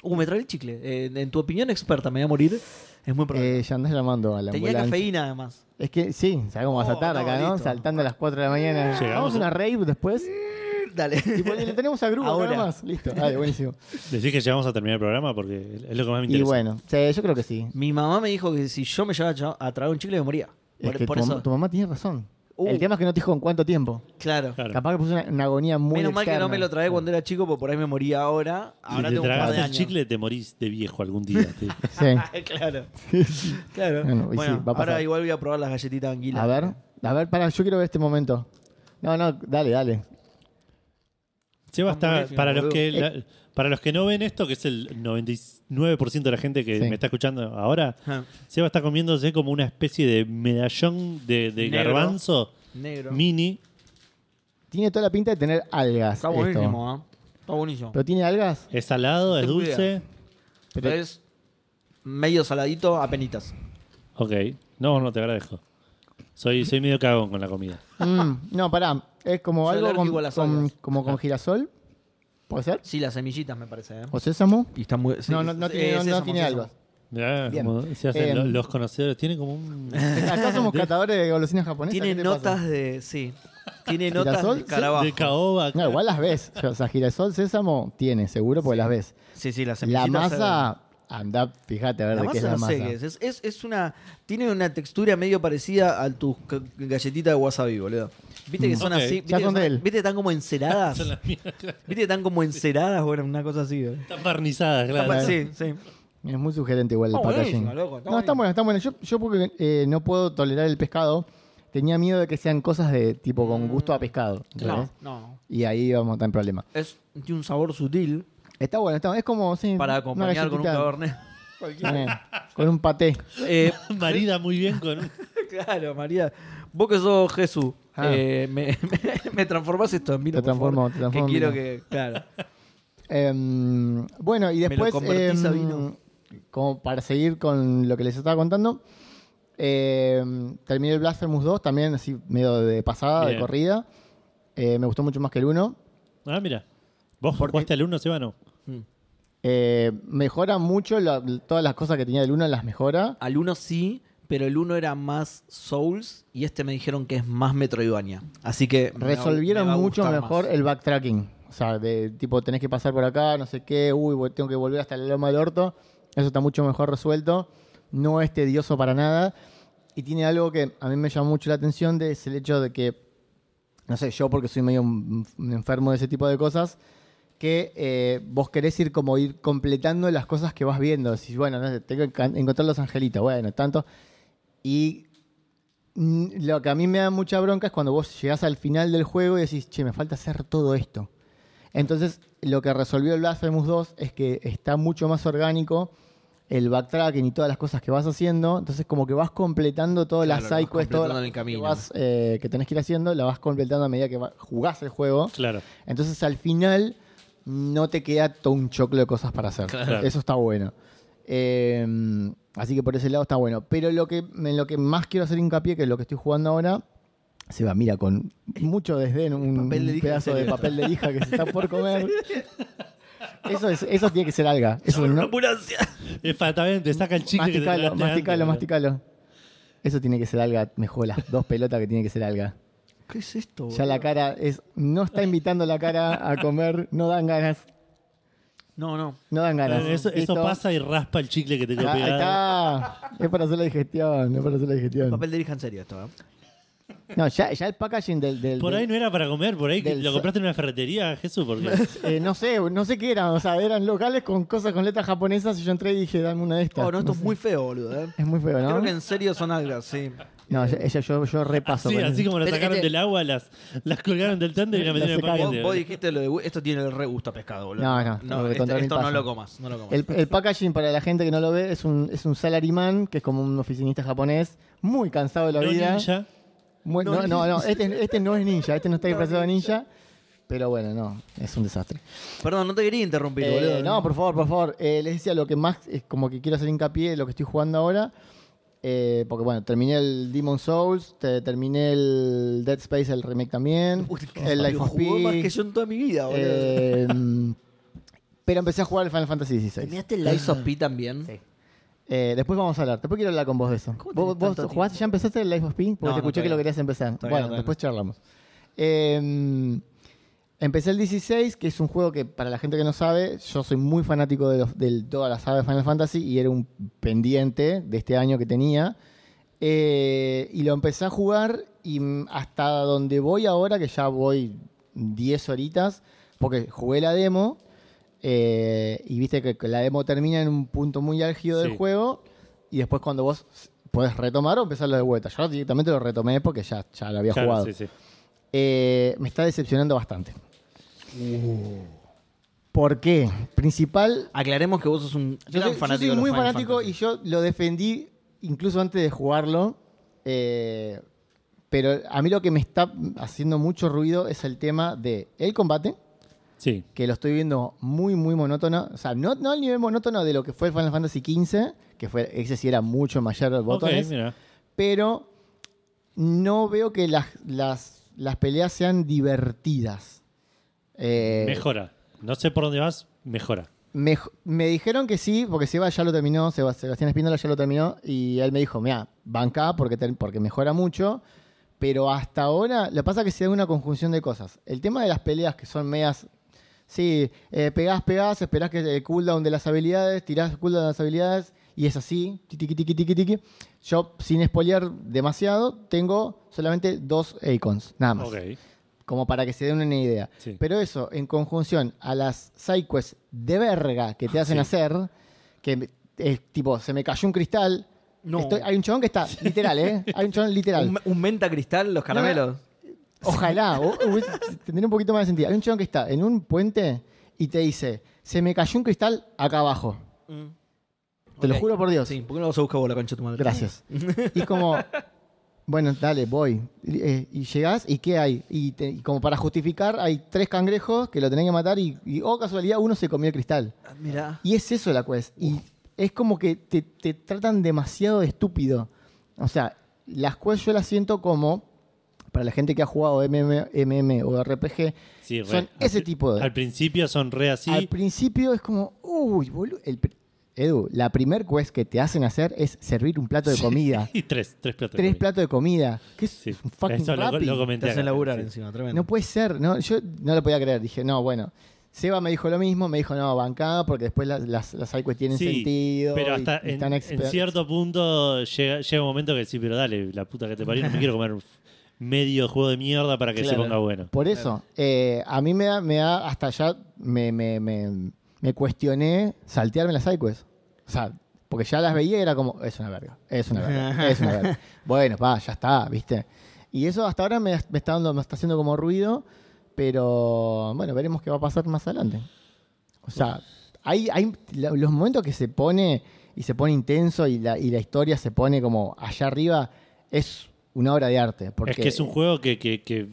Speaker 2: Uh, me trae el chicle. Eh, en- en tu opinión experta, me voy a morir. Es muy probable.
Speaker 3: Eh, ya andás llamando a la
Speaker 2: Tenía
Speaker 3: ambulancia.
Speaker 2: cafeína además.
Speaker 3: Es que sí, sabés cómo vas a
Speaker 2: Oh,
Speaker 3: estar
Speaker 2: no,
Speaker 3: acá, ¿no?
Speaker 2: listo.
Speaker 3: Saltando a las 4 de la mañana.
Speaker 1: Llegamos.
Speaker 3: Vamos a una rave después.
Speaker 2: Dale.
Speaker 3: Y pues, le tenemos a Gru acá
Speaker 2: Ahora.
Speaker 3: nomás. Listo, dale, buenísimo.
Speaker 1: Decís que llegamos a terminar el programa porque es lo que más me
Speaker 3: Y
Speaker 1: interesa.
Speaker 3: bueno, sí, yo creo que sí.
Speaker 2: Mi mamá me dijo que si yo me llevaba a cha- a tragar un chicle me moría.
Speaker 3: Es
Speaker 2: Por,
Speaker 3: que
Speaker 2: por
Speaker 3: tu,
Speaker 2: eso.
Speaker 3: mam- tu mamá tiene razón.
Speaker 2: Uh.
Speaker 3: El tema es que no te dijo en cuánto tiempo.
Speaker 2: Claro.
Speaker 1: Claro.
Speaker 3: Capaz que puso una, una agonía muy
Speaker 2: Menos mal que no
Speaker 3: externa.
Speaker 2: me lo tragué cuando era chico, porque por ahí me moría ahora.
Speaker 1: Si
Speaker 2: Ahora
Speaker 1: te
Speaker 2: tengo un par
Speaker 1: tragas
Speaker 2: de
Speaker 1: el
Speaker 2: años. Ah,
Speaker 1: chicle, te morís de viejo algún día. te digo.
Speaker 3: Sí.
Speaker 2: claro. claro.
Speaker 3: Bueno,
Speaker 2: Bueno,
Speaker 3: y sí, va a pasar.
Speaker 2: ahora igual voy a probar las galletitas de anguila.
Speaker 3: A ver, a ver, para, yo quiero ver este momento. No, no, dale, dale.
Speaker 1: Seba está,
Speaker 2: buenísimos,
Speaker 1: para los,
Speaker 3: boludo. Eh.
Speaker 1: que, la- para los que no ven esto, que es el 99% de la gente que
Speaker 3: Sí.
Speaker 1: me está escuchando ahora,
Speaker 2: Ah,
Speaker 1: Seba está comiéndose como una especie de medallón de, de
Speaker 2: Negro.
Speaker 1: garbanzo
Speaker 2: Negro.
Speaker 1: mini.
Speaker 3: Tiene toda la pinta de tener algas.
Speaker 2: Está
Speaker 3: esto.
Speaker 2: buenísimo, ¿eh? Está buenísimo.
Speaker 3: ¿Pero tiene algas?
Speaker 1: Es salado, es
Speaker 2: tengo idea.
Speaker 1: dulce.
Speaker 2: Pero
Speaker 3: pero-
Speaker 2: es medio saladito, apenitas.
Speaker 1: Ok, no, no te agradezco. Soy, soy medio cagón con la comida.
Speaker 3: Mm, no, pará. Es como
Speaker 2: Soy
Speaker 3: algo con,
Speaker 2: alérgico a las
Speaker 3: con-
Speaker 2: algas.
Speaker 3: como con girasol. ¿Puede ser?
Speaker 2: Sí, las semillitas me parece, ¿eh?
Speaker 3: ¿O sésamo?
Speaker 2: Y está muy, sí,
Speaker 3: no, no, no
Speaker 2: sí,
Speaker 3: tiene, no- no
Speaker 2: sésamo,
Speaker 3: tiene
Speaker 2: sésamo.
Speaker 3: algas.
Speaker 1: Ya,
Speaker 3: Bien.
Speaker 1: como se hacen
Speaker 3: Em.
Speaker 1: lo- los conocedores, tiene como un...
Speaker 3: Acá somos catadores de golosinas japonesas.
Speaker 2: Tiene
Speaker 3: ¿qué te pasa?
Speaker 2: notas de. Sí. Tiene notas
Speaker 3: Girasol,
Speaker 2: de
Speaker 3: sí,
Speaker 2: carabajo.
Speaker 1: De caoba.
Speaker 3: No, igual las ves. O sea, girasol, sésamo, tiene, seguro, porque las ves.
Speaker 2: Sí, sí, las
Speaker 3: La
Speaker 2: semillitas. eh,
Speaker 3: masa, anda, fíjate a ver
Speaker 2: La
Speaker 3: de qué
Speaker 2: masa
Speaker 3: es la
Speaker 2: no
Speaker 3: masa.
Speaker 2: sé qué es. Es, es- es una. Tiene una textura medio parecida a tus ca- galletitas de wasabi, boludo. Viste que son
Speaker 1: Ok.
Speaker 2: así.
Speaker 1: Ya
Speaker 2: Viste, que
Speaker 3: son de él.
Speaker 2: viste que están como enceradas.
Speaker 1: Son
Speaker 2: viste
Speaker 1: las mías.
Speaker 2: que están como enceradas, bueno, una cosa así. boludo.
Speaker 1: Están barnizadas, claro.
Speaker 2: Sí, sí.
Speaker 3: Es muy sugerente igual el
Speaker 2: Está
Speaker 3: packaging.
Speaker 2: buenísimo, loco, está
Speaker 3: no, está
Speaker 2: buenísimo.
Speaker 3: bueno, está bueno. Yo, yo porque eh, no puedo tolerar el pescado, tenía miedo de que sean cosas de tipo con
Speaker 2: Mm,
Speaker 3: gusto a pescado. ¿entendés?
Speaker 2: No, no.
Speaker 3: Y ahí vamos a estar en problema.
Speaker 2: Es, tiene un sabor sutil
Speaker 3: Está bueno, está, es como sí,
Speaker 2: para
Speaker 3: una
Speaker 2: acompañar con un
Speaker 3: galletita,
Speaker 2: cabernet.
Speaker 3: eh, con un paté.
Speaker 2: Eh,
Speaker 1: Marida muy bien con un...
Speaker 2: claro, María. Vos que sos Jesús,
Speaker 3: Ah.
Speaker 2: eh, me, me, me transformás esto en vino.
Speaker 3: Te
Speaker 2: por favor,
Speaker 3: transformo, te transformo
Speaker 2: Que
Speaker 3: en
Speaker 2: quiero
Speaker 3: vino.
Speaker 2: que. Claro.
Speaker 3: Em, bueno, y
Speaker 2: lo
Speaker 3: después,
Speaker 2: convertís a
Speaker 3: em,
Speaker 2: vino.
Speaker 3: como para seguir con lo que les estaba contando, em, terminé el Blasphemous 2 también, así medio de pasada,
Speaker 1: Bien.
Speaker 3: de corrida. Eh, me gustó mucho más que el 1.
Speaker 1: Ah, mira. ¿Vos
Speaker 3: Porque-
Speaker 1: jugaste al 1, Sebano?
Speaker 2: Mm.
Speaker 3: Eh, mejora mucho la- todas las cosas que tenía el 1 las mejora.
Speaker 2: Al 1 sí, pero el 1 era más Souls y este me dijeron que es más Metroidvania. Así que me va-
Speaker 3: Resolvieron
Speaker 2: me va a
Speaker 3: mucho
Speaker 2: gustar
Speaker 3: mejor
Speaker 2: más.
Speaker 3: el backtracking. O sea, de tipo, tenés que pasar por acá, no sé qué, uy, voy- tengo que volver hasta la loma del orto. Eso está mucho mejor resuelto. No es tedioso para nada. Y tiene algo que a mí me llamó mucho la atención, de, es el hecho de que, no sé, yo porque soy medio un- un enfermo de ese tipo de cosas, que eh, vos querés ir como ir completando las cosas que vas viendo. Si, bueno, no sé, tengo que can- encontrar los angelitos, bueno, tanto. Y mm, lo que a mí me da mucha bronca es cuando vos llegás al final del juego y decís, che, me falta hacer todo esto. Entonces, lo que resolvió el Blasphemous 2 es que está mucho más orgánico el backtracking y todas las cosas que vas haciendo. Entonces, como que vas completando todas
Speaker 2: Claro,
Speaker 3: las
Speaker 2: lo vas
Speaker 3: side quests, todas
Speaker 2: completando
Speaker 3: las
Speaker 2: en el
Speaker 3: cosas que,
Speaker 2: camino.
Speaker 3: vas, eh, que tenés que ir haciendo, la vas completando a medida que va- jugás el juego.
Speaker 1: Claro.
Speaker 3: Entonces al final no te queda todo un choclo de cosas para hacer.
Speaker 1: Claro.
Speaker 3: Eso está bueno. Eh, así que por ese lado está bueno. Pero lo que, en lo que más quiero hacer hincapié, que es lo que estoy jugando ahora, se va, mira, con mucho desdén, un
Speaker 2: papel de lija,
Speaker 3: pedazo
Speaker 2: en
Speaker 3: de
Speaker 2: serio.
Speaker 3: papel de lija que se está por comer. Eso, es, eso tiene que ser alga. Eso
Speaker 2: Una
Speaker 3: no.
Speaker 2: ambulancia.
Speaker 1: Es para también te saca el chicle que te
Speaker 3: Masticalo,
Speaker 1: tragaste
Speaker 3: masticalo,
Speaker 1: antes, boludo.
Speaker 3: masticalo. Eso tiene que ser alga. Me juego las dos pelotas que tiene que ser alga.
Speaker 2: ¿Qué es esto?
Speaker 3: Ya la
Speaker 2: boludo?
Speaker 3: cara es. No está invitando la cara a comer, no dan ganas.
Speaker 2: No, no.
Speaker 3: No dan ganas.
Speaker 1: Eso, eso
Speaker 3: Listo.
Speaker 1: pasa ah. y raspa el chicle que te quedó
Speaker 3: Ah, ahí
Speaker 1: pegado.
Speaker 3: está. Es para hacer la digestión, es para hacer la digestión.
Speaker 2: Papel de lija en serio esto, ¿eh?
Speaker 3: No, ya, ya el packaging del... del-
Speaker 1: Por ahí
Speaker 3: del-
Speaker 1: no era para comer, por ahí que
Speaker 3: del
Speaker 1: lo
Speaker 3: sa-
Speaker 1: compraste en una ferretería, Jesús, porque
Speaker 3: eh, no sé, no sé qué eran. O sea, eran locales con cosas con letras japonesas y yo entré y dije, dame una de estas.
Speaker 2: Oh, no, esto
Speaker 3: No
Speaker 2: es
Speaker 3: sé.
Speaker 2: muy feo, boludo. ¿eh?
Speaker 3: Es muy feo, ¿no?
Speaker 2: Creo que en serio son algas, sí.
Speaker 3: No, ya- ya- yo, yo repaso.
Speaker 1: así,
Speaker 3: con
Speaker 1: así
Speaker 3: eso.
Speaker 1: como las
Speaker 2: Pero
Speaker 1: sacaron
Speaker 2: este-
Speaker 1: del agua, las, las colgaron del tándem y las
Speaker 3: Las
Speaker 1: metieron en el
Speaker 3: secaron.
Speaker 2: Vos,
Speaker 1: paquete.
Speaker 2: vos
Speaker 1: boludo.
Speaker 2: dijiste lo de "Uy, esto tiene el re gusto a pescado, boludo.
Speaker 3: No, no, lo que
Speaker 2: este-
Speaker 3: contra mí
Speaker 2: esto no
Speaker 3: pasa.
Speaker 2: lo comas, no lo comas.
Speaker 3: El, el packaging, para la gente que no lo ve, es un, es un salaryman, que es como un oficinista japonés, muy cansado de la
Speaker 1: No,
Speaker 3: vida.
Speaker 1: ninja.
Speaker 3: Muy-
Speaker 2: No
Speaker 3: no, no, no, este, este no es ninja, este no está disfrazado de ninja. Pero bueno, no, es un desastre.
Speaker 2: Perdón, no te quería interrumpir,
Speaker 3: Eh,
Speaker 2: boludo.
Speaker 3: no, por favor, por favor. Eh, les decía lo que más, es como que quiero hacer hincapié, lo que estoy jugando ahora. Eh, porque bueno, terminé el Demon Souls, te- terminé el Dead Space, el remake también.
Speaker 2: Uy, qué
Speaker 3: el Life
Speaker 2: lo
Speaker 3: of
Speaker 2: jugó más
Speaker 3: Pi,
Speaker 2: que yo en toda mi vida, boludo.
Speaker 3: eh, pero empecé a jugar el Final Fantasy
Speaker 2: ¿Te
Speaker 3: XVI.
Speaker 2: miraste el Lies of P también?
Speaker 3: Sí. Eh, después vamos a hablar, después quiero hablar con vos de eso.
Speaker 2: ¿Cómo
Speaker 3: ¿Vos,
Speaker 2: tenés
Speaker 3: vos
Speaker 2: tanto
Speaker 3: jugaste, ya empezaste el Life of Pi? Porque
Speaker 2: No,
Speaker 3: te
Speaker 2: no,
Speaker 3: escuché que
Speaker 2: todavía
Speaker 3: lo
Speaker 2: no.
Speaker 3: querías empezar.
Speaker 2: Todavía
Speaker 3: bueno,
Speaker 2: no, todavía
Speaker 3: después charlamos. Eh, empecé el 16, que es un juego que para la gente que no sabe, yo soy muy fanático de, los- de toda la saga de Final Fantasy y era un pendiente de este año que tenía. Eh, y lo empecé a jugar y mm, hasta donde voy ahora, que ya voy 10 horitas, porque jugué la demo eh, y viste que que la demo termina en un punto muy álgido
Speaker 1: Sí.
Speaker 3: del juego y después cuando vos s- podés retomar o empezarlo de vuelta. Yo directamente lo retomé porque ya, ya lo había
Speaker 1: Claro,
Speaker 3: jugado.
Speaker 1: sí, sí.
Speaker 3: Eh, me está decepcionando bastante. ¿Por qué? Principal.
Speaker 2: Aclaremos que vos sos un
Speaker 3: Yo
Speaker 2: gran
Speaker 3: soy, yo
Speaker 2: fanático.
Speaker 3: soy
Speaker 2: de los
Speaker 3: muy
Speaker 2: Final
Speaker 3: fanático
Speaker 2: Fantasy.
Speaker 3: y yo lo defendí incluso antes de jugarlo. eh, pero a mí lo que me está haciendo mucho ruido es el tema de el combate,
Speaker 1: Sí,
Speaker 3: que lo estoy viendo muy, muy monótono. O sea, no, no al nivel monótono de lo que fue el Final Fantasy XV, que fue, ese sí era mucho mayor de
Speaker 1: ok,
Speaker 3: botones.
Speaker 1: mira.
Speaker 3: pero no veo que las, las, las peleas sean divertidas. Eh,
Speaker 1: Mejora. No sé por dónde vas, mejora.
Speaker 3: Me, me dijeron que sí, porque Seba ya lo terminó, Seba- Sebastián Espíndola ya lo terminó, y él me dijo, mira, banca porque, ter- porque mejora mucho, pero hasta ahora, lo que pasa es que se da una conjunción de cosas. El tema de las peleas que son medias, sí, eh, pegás, pegás, esperás que el cooldown de las habilidades, tirás el cooldown de las habilidades, y es así, tiqui, tiqui, tiqui, tiqui, tiqui. Yo, sin spoilear demasiado, tengo solamente dos icons, nada más
Speaker 1: Ok.
Speaker 3: como para que se den una idea.
Speaker 1: Sí.
Speaker 3: Pero eso, en conjunción a las sidequests de verga que te hacen
Speaker 1: Sí.
Speaker 3: hacer, que me- es tipo, se me cayó un cristal.
Speaker 2: No.
Speaker 3: Estoy- hay un chabón que está, literal, ¿eh? Hay un chabón literal.
Speaker 2: Un, un menta cristal, los caramelos.
Speaker 3: Ojalá, o- hubiese- tendría un poquito más de sentido. Hay un chabón que está en un puente y te dice, se me cayó un cristal acá abajo.
Speaker 2: Mm.
Speaker 3: Te lo
Speaker 2: Ok.
Speaker 3: juro por Dios.
Speaker 2: Sí, ¿por qué no vas a buscar vos la concha de tu madre?
Speaker 3: Gracias. Y es como, bueno, dale, voy. Y, eh, y llegás, ¿y qué hay? Y, te- y como para justificar, hay tres cangrejos que lo tenés que matar y, y, oh, casualidad, uno se comió el cristal.
Speaker 2: Ah, Mirá.
Speaker 3: Y es eso la quest. Y es como que te, te tratan demasiado de estúpido. O sea, las quests yo las siento como, para la gente que ha jugado MM, o RPG
Speaker 1: Sí, re.
Speaker 3: son ese tipo de...
Speaker 1: Al principio son re así.
Speaker 3: Al principio es como, uy, boludo. el pr- Edu, la primer quest que te hacen hacer es servir un plato de comida
Speaker 1: y tres, tres platos. de
Speaker 3: tres
Speaker 1: comida.
Speaker 3: platos de comida. ¿Qué es
Speaker 1: Sí.
Speaker 3: un fucking
Speaker 1: Eso lo,
Speaker 3: Rappi?
Speaker 1: lo comenté.
Speaker 2: Te hacen
Speaker 1: acá.
Speaker 2: laburar
Speaker 1: Sí.
Speaker 2: encima, tremendo.
Speaker 3: No puede ser, no, yo no lo podía creer. Dije, no, bueno. Seba me dijo lo mismo, me dijo, no, bancada, porque después las, las, las sidequests tienen
Speaker 1: Sí,
Speaker 3: sentido.
Speaker 1: Pero
Speaker 3: y-
Speaker 1: hasta
Speaker 3: y
Speaker 1: en,
Speaker 3: están
Speaker 1: en
Speaker 3: exper-
Speaker 1: cierto punto llega, llega un momento que sí, pero dale, la puta que te parió, no me quiero comer un medio juego de mierda para que
Speaker 2: Claro.
Speaker 1: se ponga bueno.
Speaker 3: Por eso, eh, a mí me da, me da hasta allá, me, me, me, me cuestioné saltearme las sidequests. O sea, porque ya las veía y era como, es una verga, es una verga, es una verga. Bueno, pa, ya está, ¿viste? Y eso hasta ahora me, me está dando, me está haciendo como ruido, pero bueno, veremos qué va a pasar más adelante. O sea, hay, hay la- los momentos que se pone y se pone intenso y la, y la historia se pone como allá arriba, es una obra de arte. Porque
Speaker 1: es que es un juego que, que- que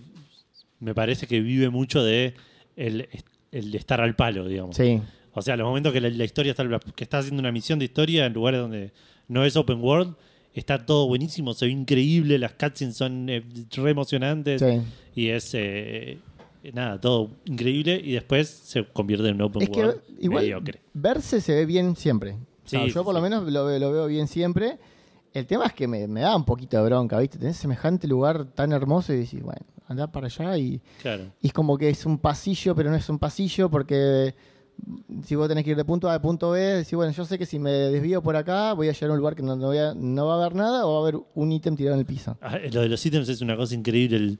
Speaker 1: me parece que vive mucho de el, el estar al palo, digamos.
Speaker 3: Sí.
Speaker 1: O sea, los momentos que la, la historia está, que está haciendo una misión de historia en lugares donde no es open world, está todo buenísimo, se ve increíble, las cutscenes son eh, re emocionantes
Speaker 3: sí.
Speaker 1: y es eh, nada, todo increíble y después se convierte en un open
Speaker 3: Es que
Speaker 1: world
Speaker 3: igual
Speaker 1: mediocre.
Speaker 3: verse se ve bien siempre. O sea,
Speaker 1: Sí,
Speaker 3: yo
Speaker 1: sí,
Speaker 3: por lo
Speaker 1: sí.
Speaker 3: menos lo, ve- lo veo bien siempre. El tema es que me, me da un poquito de bronca, ¿viste? Tenés semejante lugar tan hermoso y decís, bueno, andá para allá y,
Speaker 1: Claro.
Speaker 3: y es como que es un pasillo, pero no es un pasillo porque si vos tenés que ir de punto A a punto B, decís, bueno, yo sé que si me desvío por acá voy a llegar a un lugar que no, no voy a- no va a haber nada o va a haber un ítem tirado en el piso.
Speaker 1: Ah, Lo de los ítems es una cosa increíble. El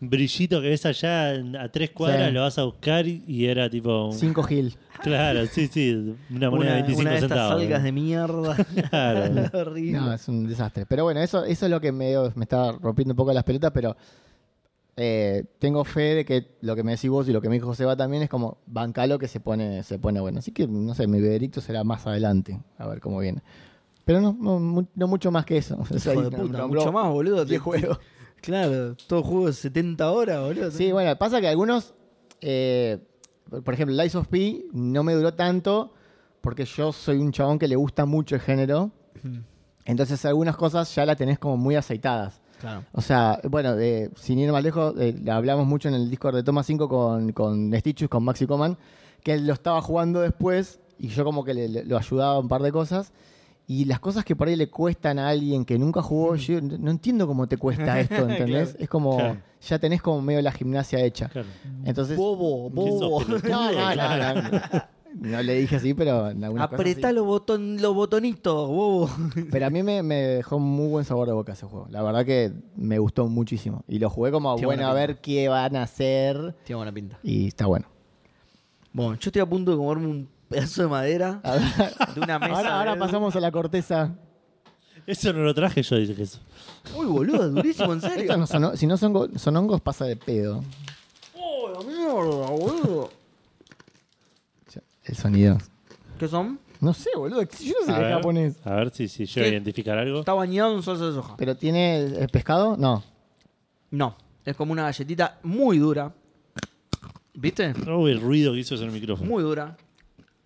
Speaker 1: brillito que ves allá en- a tres cuadras
Speaker 3: Sí.
Speaker 1: lo vas a buscar y- y era tipo. un-
Speaker 3: 5 Gil.
Speaker 1: Claro, sí, sí. Una moneda de 25
Speaker 2: una de estas
Speaker 1: centavos.
Speaker 2: algas de mierda.
Speaker 1: Claro.
Speaker 2: Horrible.
Speaker 3: No, es un desastre. Pero bueno, eso, eso es lo que medio me está rompiendo un poco las pelotas, pero eh, tengo fe de que lo que me decís vos y lo que me dijo Joseba también es como bancalo que se pone, se pone bueno. Así que, no sé, mi veredicto será más adelante, a ver cómo viene. Pero no, no, mu- no mucho más que eso. O sea,
Speaker 2: Hijo de
Speaker 3: hay una-
Speaker 2: puta,
Speaker 3: una-
Speaker 2: mucho más, boludo.
Speaker 3: de
Speaker 2: Te-
Speaker 3: juego.
Speaker 2: Claro, todo juego de 70 horas, boludo.
Speaker 3: Sí, bueno, pasa que algunos, eh, por ejemplo, Lies of P no me duró tanto porque yo soy un chabón que le gusta mucho el género. Entonces algunas cosas ya la tenés como muy aceitadas.
Speaker 2: Claro.
Speaker 3: O sea, bueno, eh, sin ir más lejos, eh, la hablamos mucho en el Discord de Toma 5 con, con Stitches, con Maxi Coman, que él lo estaba jugando después y yo como que le- le- lo ayudaba a un par de cosas. Y las cosas que por ahí le cuestan a alguien que nunca jugó, yo no no entiendo cómo te cuesta esto, ¿entendés? Es como,
Speaker 1: Claro.
Speaker 3: ya tenés como medio la gimnasia hecha.
Speaker 1: claro.
Speaker 3: Entonces,
Speaker 2: Bobo, bobo.
Speaker 1: sos pelotudo?
Speaker 3: no, no, no, no, No le dije así, pero en algunas cosas sí.
Speaker 2: Apretá los, botón, los botonitos, bobo.
Speaker 3: Pero a mí me, me dejó muy buen sabor de boca ese juego. La verdad que me gustó muchísimo. Y lo jugué como,
Speaker 2: Tiene
Speaker 3: bueno,
Speaker 2: buena
Speaker 3: a
Speaker 2: pinta.
Speaker 3: ver qué van a hacer.
Speaker 2: Tiene buena pinta.
Speaker 3: Y está bueno.
Speaker 2: Bueno, yo estoy a punto de comerme un pedazo de madera de una mesa. eh.
Speaker 3: Ahora, ahora
Speaker 2: de-
Speaker 3: pasamos a la corteza.
Speaker 1: Eso no lo traje yo, dije eso.
Speaker 2: Uy, boludo, durísimo, en serio.
Speaker 3: Estos no son, si no son, go- son hongos, pasa de pedo.
Speaker 2: Oh, Dios mío. mierda, boludo.
Speaker 3: El sonido.
Speaker 2: ¿Qué son?
Speaker 3: No sé, boludo. Yo no sé
Speaker 1: A
Speaker 3: qué es
Speaker 1: ver,
Speaker 3: japonés.
Speaker 1: a ver si, si llega a
Speaker 2: Sí.
Speaker 1: identificar algo.
Speaker 2: Está bañado en salsa de soja.
Speaker 3: ¿Pero tiene el, el pescado? No.
Speaker 2: No, es como una galletita muy dura. ¿Viste?
Speaker 1: Uy, el ruido que hizo es el micrófono.
Speaker 2: Muy dura.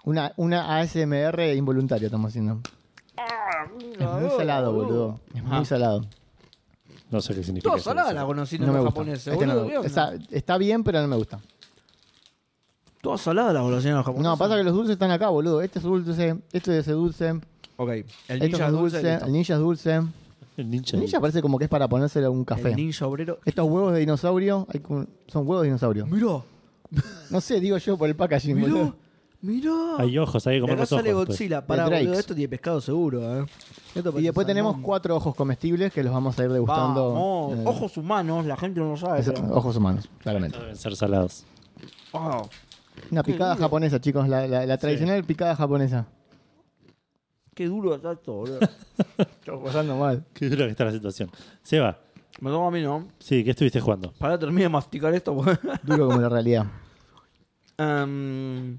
Speaker 3: Una, una ASMR involuntaria estamos haciendo. Es muy salado, boludo. Es
Speaker 2: Ah.
Speaker 3: muy salado.
Speaker 1: No sé qué significa.
Speaker 2: Todo
Speaker 1: eso.
Speaker 2: salada la golosina
Speaker 3: No
Speaker 2: de los
Speaker 3: me gusta.
Speaker 2: japoneses,
Speaker 3: Este no
Speaker 2: boludo.
Speaker 3: me
Speaker 2: ¿qué
Speaker 3: gusta.
Speaker 2: onda?
Speaker 3: Está- está bien, pero no me gusta.
Speaker 2: Toda salada la golosina de los japoneses.
Speaker 3: No, pasa que los dulces están acá, boludo. Este es dulce, este es dulce,
Speaker 2: Ok, el
Speaker 3: este
Speaker 2: ninja
Speaker 3: es
Speaker 2: dulce.
Speaker 3: dulce,
Speaker 2: listo.
Speaker 3: el ninja es dulce.
Speaker 1: El ninja.
Speaker 3: El ninja parece como que es para ponérselo a un café.
Speaker 2: El ninja obrero.
Speaker 3: Estos huevos de dinosaurio hay como- son huevos de dinosaurio.
Speaker 2: Mirá,
Speaker 3: No sé, digo yo por el packaging,
Speaker 2: mirá,
Speaker 3: boludo.
Speaker 2: mirá.
Speaker 1: Hay ojos, hay que
Speaker 2: Y
Speaker 1: comer
Speaker 2: acá
Speaker 1: los ojos. pues.
Speaker 2: sale
Speaker 1: después.
Speaker 2: Godzilla. Pará,
Speaker 3: Drakes.
Speaker 2: boludo, esto tiene pescado seguro, eh. Esto
Speaker 3: Y
Speaker 2: parece
Speaker 3: después tenemos
Speaker 2: salmón.
Speaker 3: cuatro ojos comestibles que los vamos a ir degustando.
Speaker 2: Vamos,
Speaker 3: eh,
Speaker 2: Ojos humanos, la gente no lo sabe.
Speaker 3: eso-
Speaker 2: pero-
Speaker 3: ojos humanos, claramente.
Speaker 1: Estos Deben ser salados.
Speaker 2: Ah,
Speaker 3: Una
Speaker 2: Qué
Speaker 3: picada
Speaker 2: lindo.
Speaker 3: japonesa, chicos, la, la- la tradicional picada japonesa.
Speaker 2: qué duro está esto, boludo.
Speaker 3: Estoy pasando mal.
Speaker 1: Qué dura que está la situación. Seba,
Speaker 2: Me tomo a mí, ¿no?
Speaker 1: sí, ¿qué estuviste jugando?
Speaker 2: Para terminar de masticar esto, porque-
Speaker 3: Duro como la realidad.
Speaker 2: Em,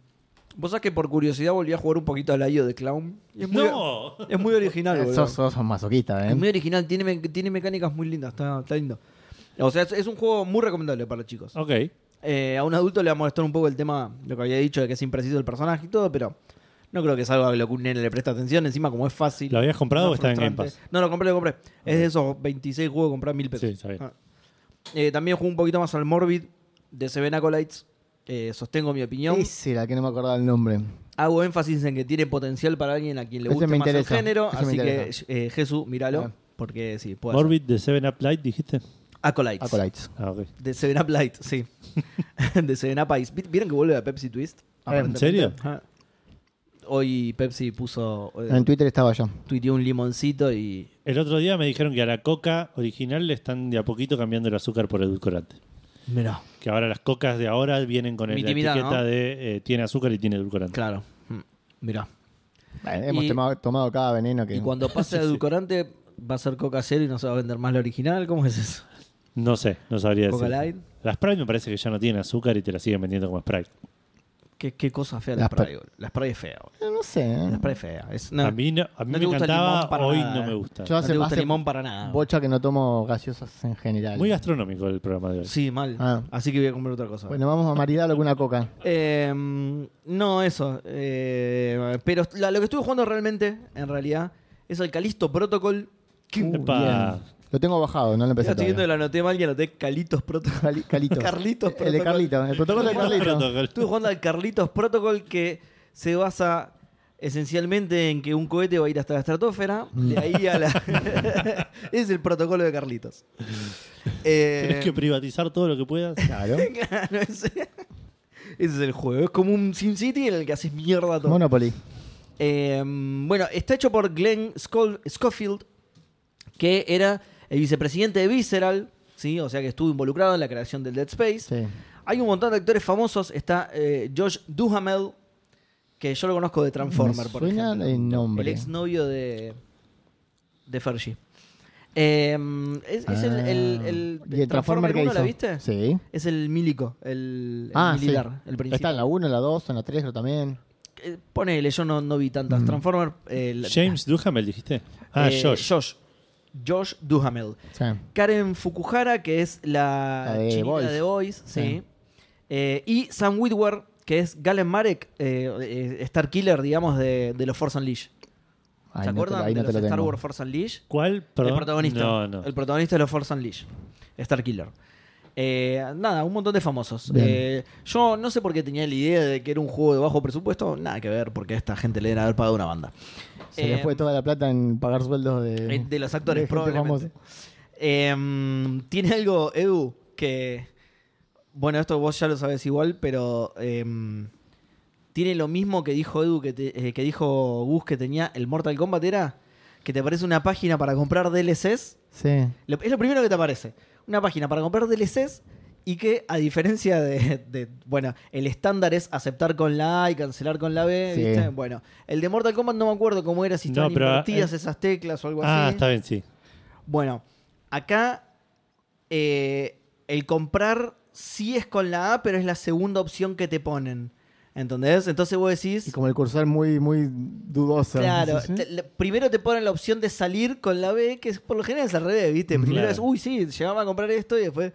Speaker 2: Vos sabés que por curiosidad volví a jugar un poquito al IO de Clown. Y es muy,
Speaker 1: ¡No!
Speaker 2: es muy original, boludo.
Speaker 3: Sos, sos masoquista,
Speaker 2: Es muy
Speaker 3: ¿eh?
Speaker 2: original, tiene, me- tiene mecánicas muy lindas, está, está lindo. O sea, es, es un juego muy recomendable para chicos.
Speaker 1: Ok.
Speaker 2: Eh, a un adulto le va a molestar un poco el tema, lo que había dicho, de que es impreciso el personaje y todo, pero no creo que es algo a lo que un nene le presta atención. Encima, como es fácil.
Speaker 1: ¿Lo habías comprado
Speaker 2: no
Speaker 1: o está en Game
Speaker 2: frustrante. No, lo compré, lo compré. Es de esos 26 juegos que compré a mil pesos.
Speaker 1: Sí, está bien.
Speaker 2: Ah. Eh, también jugué un poquito más al Morbid de Seven Acolytes. Eh, sostengo mi opinión.
Speaker 3: Ese era que no me acordaba el nombre.
Speaker 2: Hago énfasis en que tiene potencial para alguien a quien le
Speaker 3: Ese
Speaker 2: guste
Speaker 3: me
Speaker 2: más el
Speaker 3: interesa,
Speaker 2: género.
Speaker 3: ese me
Speaker 2: Así que,
Speaker 3: interesa.
Speaker 2: eh, Jesús, míralo.
Speaker 3: Ah.
Speaker 2: Porque sí, puede ser.
Speaker 1: Morbid de Seven Up Light, dijiste.
Speaker 2: Acolytes.
Speaker 3: Acolytes.
Speaker 1: Ah, ok.
Speaker 2: De Seven Up Light, sí. de Seven Up Ice. ¿Vi- ¿Vieron que vuelve a Pepsi Twist?
Speaker 1: ¿En serio?
Speaker 2: Ajá. Hoy Pepsi puso. eh,
Speaker 3: En Twitter estaba yo.
Speaker 2: tuiteó un limoncito y.
Speaker 1: El otro día me dijeron que a la coca original le están de a poquito cambiando el azúcar por edulcorante.
Speaker 2: Mirá.
Speaker 1: Que ahora las cocas de ahora vienen con el- la
Speaker 2: Mitimidad,
Speaker 1: etiqueta
Speaker 2: ¿no?
Speaker 1: de eh, tiene azúcar y tiene edulcorante.
Speaker 2: Claro. Mm, Mirá.
Speaker 3: Bueno, hemos
Speaker 2: Y-
Speaker 3: tomado, tomado cada veneno que.
Speaker 2: Y cuando pase a edulcorante, va a ser Coca Cero y no se va a vender más la original. ¿Cómo es eso?
Speaker 1: No sé, no sabría decir.
Speaker 2: Coca Light.
Speaker 1: La Sprite me parece que ya no tiene azúcar y te la siguen vendiendo como Sprite.
Speaker 2: ¿Qué, qué cosa fea la,
Speaker 3: La
Speaker 2: spray. boludo. La spray es fea. boludo.
Speaker 3: Eh, No sé. ¿eh?
Speaker 2: La spray es fea. Es- no.
Speaker 1: A mí, no- a mí
Speaker 2: No te
Speaker 1: me
Speaker 2: gusta el
Speaker 1: encantaba,
Speaker 2: limón para
Speaker 1: hoy
Speaker 2: nada. eh.
Speaker 1: no me gusta.
Speaker 3: Yo
Speaker 2: No
Speaker 3: hace,
Speaker 2: te gusta
Speaker 3: hace
Speaker 2: limón para nada.
Speaker 3: bocha que no tomo gaseosas en general.
Speaker 1: Muy gastronómico el programa de hoy.
Speaker 2: Sí, mal.
Speaker 3: Ah.
Speaker 2: Así que voy a comprar otra cosa.
Speaker 3: Bueno, vamos a maridarlo con una coca.
Speaker 2: Eh, no, eso. Eh, pero la- lo que estuve jugando realmente, en realidad, es el Calisto Protocol. Que
Speaker 3: Uh,
Speaker 1: Epa.
Speaker 3: bien. Lo tengo bajado, no lo
Speaker 2: Ya
Speaker 3: empecé
Speaker 2: estoy viendo que
Speaker 3: todavía.
Speaker 2: lo anoté mal y anoté Calitos Protocol.
Speaker 3: Cali- Calito.
Speaker 2: Carlitos
Speaker 3: El de
Speaker 2: Protocol.
Speaker 3: Carlito. El protocolo de
Speaker 1: Protocolo.
Speaker 3: Carlito.
Speaker 2: Estuve jugando al Carlitos Protocol que se basa esencialmente en que un cohete va a ir hasta la estratosfera. De
Speaker 1: Mm.
Speaker 2: ahí a la. es el protocolo de Carlitos. Eh,
Speaker 1: Tenés que privatizar todo lo que puedas.
Speaker 3: Claro.
Speaker 2: Claro, ese, ese es el juego. Es como un SimCity en el que haces mierda todo.
Speaker 3: Monopoly.
Speaker 2: Eh, bueno, está hecho por Glenn Scol- Schofield, que era el vicepresidente de Visceral, ¿sí? o sea que estuvo involucrado en la creación del Dead Space.
Speaker 3: Sí.
Speaker 2: Hay un montón de actores famosos. Está eh, Josh Duhamel, que yo lo conozco de Transformer,
Speaker 3: Me
Speaker 2: por
Speaker 3: suena
Speaker 2: ejemplo.
Speaker 3: el nombre.
Speaker 2: exnovio de, de Fergie. Eh, es es el, el, el-
Speaker 3: Ah. ¿Y el Transformer que
Speaker 2: 1,
Speaker 3: hizo?
Speaker 2: ¿la viste?
Speaker 3: Sí.
Speaker 2: Es el milico, el, el
Speaker 3: Ah, sí.
Speaker 2: militar, el principal.
Speaker 3: Está en la 1, en la 2, en la 3 también.
Speaker 2: Eh, ponele, yo no, no vi
Speaker 3: Mm.
Speaker 2: tantas. Transformer. eh, la-
Speaker 1: James Duhamel, dijiste. Ah,
Speaker 2: eh,
Speaker 1: Josh.
Speaker 2: Josh. Josh Duhamel.
Speaker 3: Sí.
Speaker 2: Karen Fukuhara, que es la,
Speaker 3: La de
Speaker 2: chinita
Speaker 3: Boys.
Speaker 2: de Boys, sí.
Speaker 3: Sí.
Speaker 2: Eh, y Sam Witwer, que es Galen Marek, eh, eh, Star Killer, digamos, de, de los Force Unleashed.
Speaker 3: Ay,
Speaker 2: ¿Se
Speaker 3: no te-
Speaker 2: acuerdan
Speaker 3: ahí no
Speaker 2: de
Speaker 3: te
Speaker 2: los
Speaker 3: lo
Speaker 2: Star
Speaker 3: tengo.
Speaker 2: Wars Force Unleashed?
Speaker 1: ¿Cuál? Perdón.
Speaker 2: El protagonista.
Speaker 1: No, no.
Speaker 2: El protagonista de los Force Unleashed. Star Killer. Eh, nada, un montón de famosos.
Speaker 3: Bien.
Speaker 2: Eh, yo no sé por qué tenía la idea de que era un juego de bajo presupuesto. Nada que ver, porque a esta gente le deben haber pagado una banda.
Speaker 3: Se le
Speaker 2: Eh,
Speaker 3: fue toda la plata en pagar sueldos de,
Speaker 2: eh, de los actores,
Speaker 3: de gente
Speaker 2: probablemente. Em, Tiene algo, Edu, que. Bueno, esto vos ya lo sabes igual, pero. em, tiene lo mismo que dijo Edu, que, te- eh, que dijo Gus que tenía el Mortal Kombat, era que te aparece una página para comprar DLCs.
Speaker 3: Sí.
Speaker 2: Lo- es lo primero que te aparece. Una página para comprar DLCs y que, a diferencia de, de- Bueno, el estándar es aceptar con la A y cancelar con la B,
Speaker 3: Sí.
Speaker 2: ¿viste? Bueno, el de Mortal Kombat no me acuerdo cómo era, si
Speaker 1: No,
Speaker 2: estaban
Speaker 1: pero,
Speaker 2: invertidas
Speaker 1: eh,
Speaker 2: esas teclas o algo así.
Speaker 1: Ah, está bien, sí.
Speaker 2: Bueno, acá eh, el comprar sí es con la A, pero es la segunda opción que te ponen. ¿Entendés? Entonces vos
Speaker 3: Y
Speaker 2: decís.
Speaker 3: como el cursor muy, muy dudoso.
Speaker 2: Claro,
Speaker 3: Sí, sí.
Speaker 2: te- le- primero te ponen la opción de salir con la B, que es- por lo general es al revés, ¿viste?
Speaker 1: Mm,
Speaker 2: Primero
Speaker 1: claro.
Speaker 2: es, uy, sí, llegaba a comprar esto y después.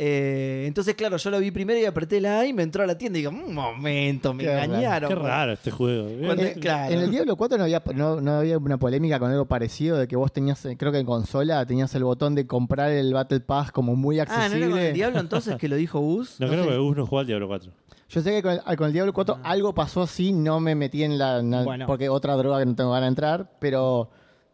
Speaker 2: eh, entonces, claro, yo lo vi primero y apreté la A y me entró a la tienda y digo, un momento, me
Speaker 3: Qué raro,
Speaker 2: engañaron.
Speaker 1: Qué raro este juego.
Speaker 2: Cuando-
Speaker 1: Eh,
Speaker 2: claro.
Speaker 3: En el Diablo 4 no había, no, no había una polémica con algo parecido de que vos tenías, eh, creo que en consola tenías el botón de comprar el Battle Pass como muy
Speaker 2: Ah, ¿no
Speaker 3: accesible.
Speaker 2: era con el diablo entonces que lo dijo Gus?
Speaker 1: No,
Speaker 3: no
Speaker 1: creo
Speaker 3: sé.
Speaker 1: que Gus no jugó al Diablo 4.
Speaker 3: Yo sé que con el, ah, con el Diablo 4 algo pasó así, no me metí en la. na-
Speaker 2: Ah. Bueno.
Speaker 3: Porque otra droga que no tengo ganas de entrar, pero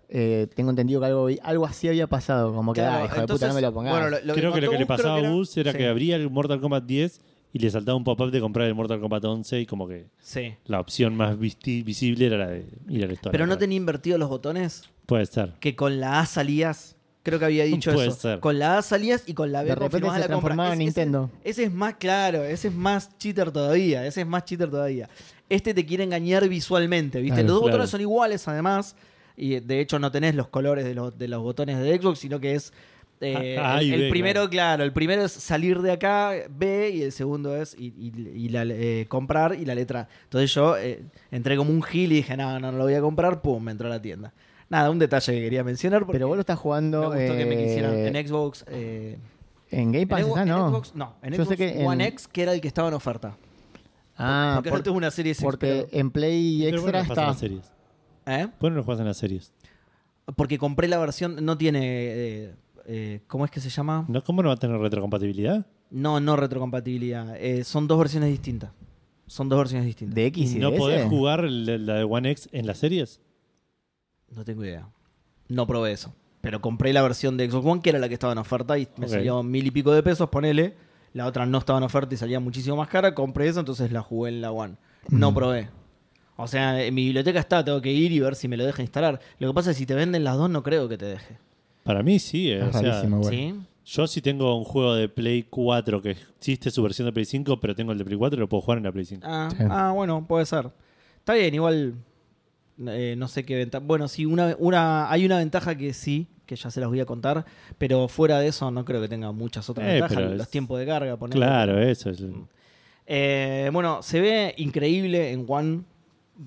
Speaker 3: eh, tengo entendido que algo, algo así había pasado. Como que,
Speaker 2: Claro,
Speaker 3: ah, hijo de puta,
Speaker 2: entonces,
Speaker 3: no me lo pongas.
Speaker 2: bueno, lo-
Speaker 1: creo que lo
Speaker 2: contó
Speaker 1: que le
Speaker 2: Gus, creo
Speaker 1: pasaba a Gus era
Speaker 2: sí,
Speaker 1: que abría el Mortal Kombat 10 y le saltaba un pop-up de comprar el Mortal Kombat 11 y como que
Speaker 2: Sí.
Speaker 1: la opción más visti- visible era la de ir al store.
Speaker 2: Pero no tenía invertido los botones,
Speaker 1: Puede ser.
Speaker 2: que con la A salías. Creo que había dicho
Speaker 1: Puede
Speaker 2: eso.
Speaker 1: ser.
Speaker 2: Con la A salías y con la B
Speaker 3: de repente
Speaker 2: confirmabas
Speaker 3: se
Speaker 2: la compra.
Speaker 3: transformaba en
Speaker 2: Ese- ese-
Speaker 3: Nintendo.
Speaker 2: Ese es más claro, ese es más cheater todavía, ese es más cheater todavía. Este te quiere engañar visualmente, ¿viste?
Speaker 3: Claro,
Speaker 2: los dos
Speaker 1: claro.
Speaker 2: botones son iguales además, y eh, de hecho no tenés los colores de los, de los botones de Xbox, sino que es... eh,
Speaker 1: A- A y
Speaker 2: el, el
Speaker 1: B,
Speaker 2: primero,
Speaker 1: claro.
Speaker 2: claro. el primero es salir de acá, B, y el segundo es y, y- y la, eh, comprar y la letra. Entonces yo eh, entré como un gil y dije, no, no, no lo voy a comprar, pum, me entró a la tienda. Nada, un detalle que quería mencionar, porque
Speaker 3: Pero vos lo estás
Speaker 2: me
Speaker 3: jugando.
Speaker 2: gustó que me
Speaker 3: eh,
Speaker 2: quisieran en Xbox... eh,
Speaker 3: en Game Pass,
Speaker 2: en Xbox,
Speaker 3: está,
Speaker 2: en
Speaker 3: no.
Speaker 2: Xbox no. En
Speaker 3: Yo sé
Speaker 2: Xbox
Speaker 3: que en-
Speaker 2: One X, que era el que estaba en oferta.
Speaker 3: Ah,
Speaker 2: porque
Speaker 3: por-
Speaker 2: no tengo una serie S,
Speaker 3: porque
Speaker 2: pero-
Speaker 3: en Play
Speaker 1: Pero
Speaker 3: Extra
Speaker 1: bueno, pasa en
Speaker 3: está.
Speaker 1: las series.
Speaker 2: ¿eh?
Speaker 1: ¿Por qué no lo juegas en las series?
Speaker 2: Porque compré la versión, no tiene... eh, eh, ¿Cómo es que se llama?
Speaker 1: ¿No, ¿Cómo no va a tener retrocompatibilidad?
Speaker 2: No, no retrocompatibilidad. Eh, son dos versiones distintas. Son dos versiones distintas.
Speaker 3: De X y
Speaker 1: ¿No
Speaker 3: de
Speaker 1: podés
Speaker 2: eh?
Speaker 3: S.
Speaker 1: jugar la la de One X en las series?
Speaker 2: No tengo idea. No probé eso. Pero compré la versión de Xbox One, que era la que estaba en oferta, y me
Speaker 1: Ok.
Speaker 2: salió mil y pico de pesos, ponele. La otra no estaba en oferta y salía muchísimo más cara. Compré esa, entonces la jugué en la One. No probé. O sea, en mi biblioteca está, tengo que ir y ver si me lo deja instalar. Lo que pasa es que si te venden las dos, no creo que te deje.
Speaker 1: Para mí sí. eh,
Speaker 3: Es
Speaker 1: o sea,
Speaker 3: rarísimo, güey.
Speaker 2: ¿Sí?
Speaker 1: yo sí tengo un juego de Play 4 que existe su versión de Play 5, pero tengo el de Play 4 y lo puedo jugar en la Play 5.
Speaker 2: Ah,
Speaker 3: Sí.
Speaker 2: ah, bueno, puede ser. Está bien, igual eh, no sé qué ventaja. Bueno, sí, una, una, hay una ventaja que sí, que ya se las voy a contar, pero fuera de eso no creo que tenga muchas otras
Speaker 1: Eh,
Speaker 2: ventajas.
Speaker 1: pero
Speaker 2: Los
Speaker 1: es-
Speaker 2: tiempos de carga, poner.
Speaker 1: claro, eso es.
Speaker 2: Mm.
Speaker 1: el-
Speaker 2: bueno, se ve increíble en One,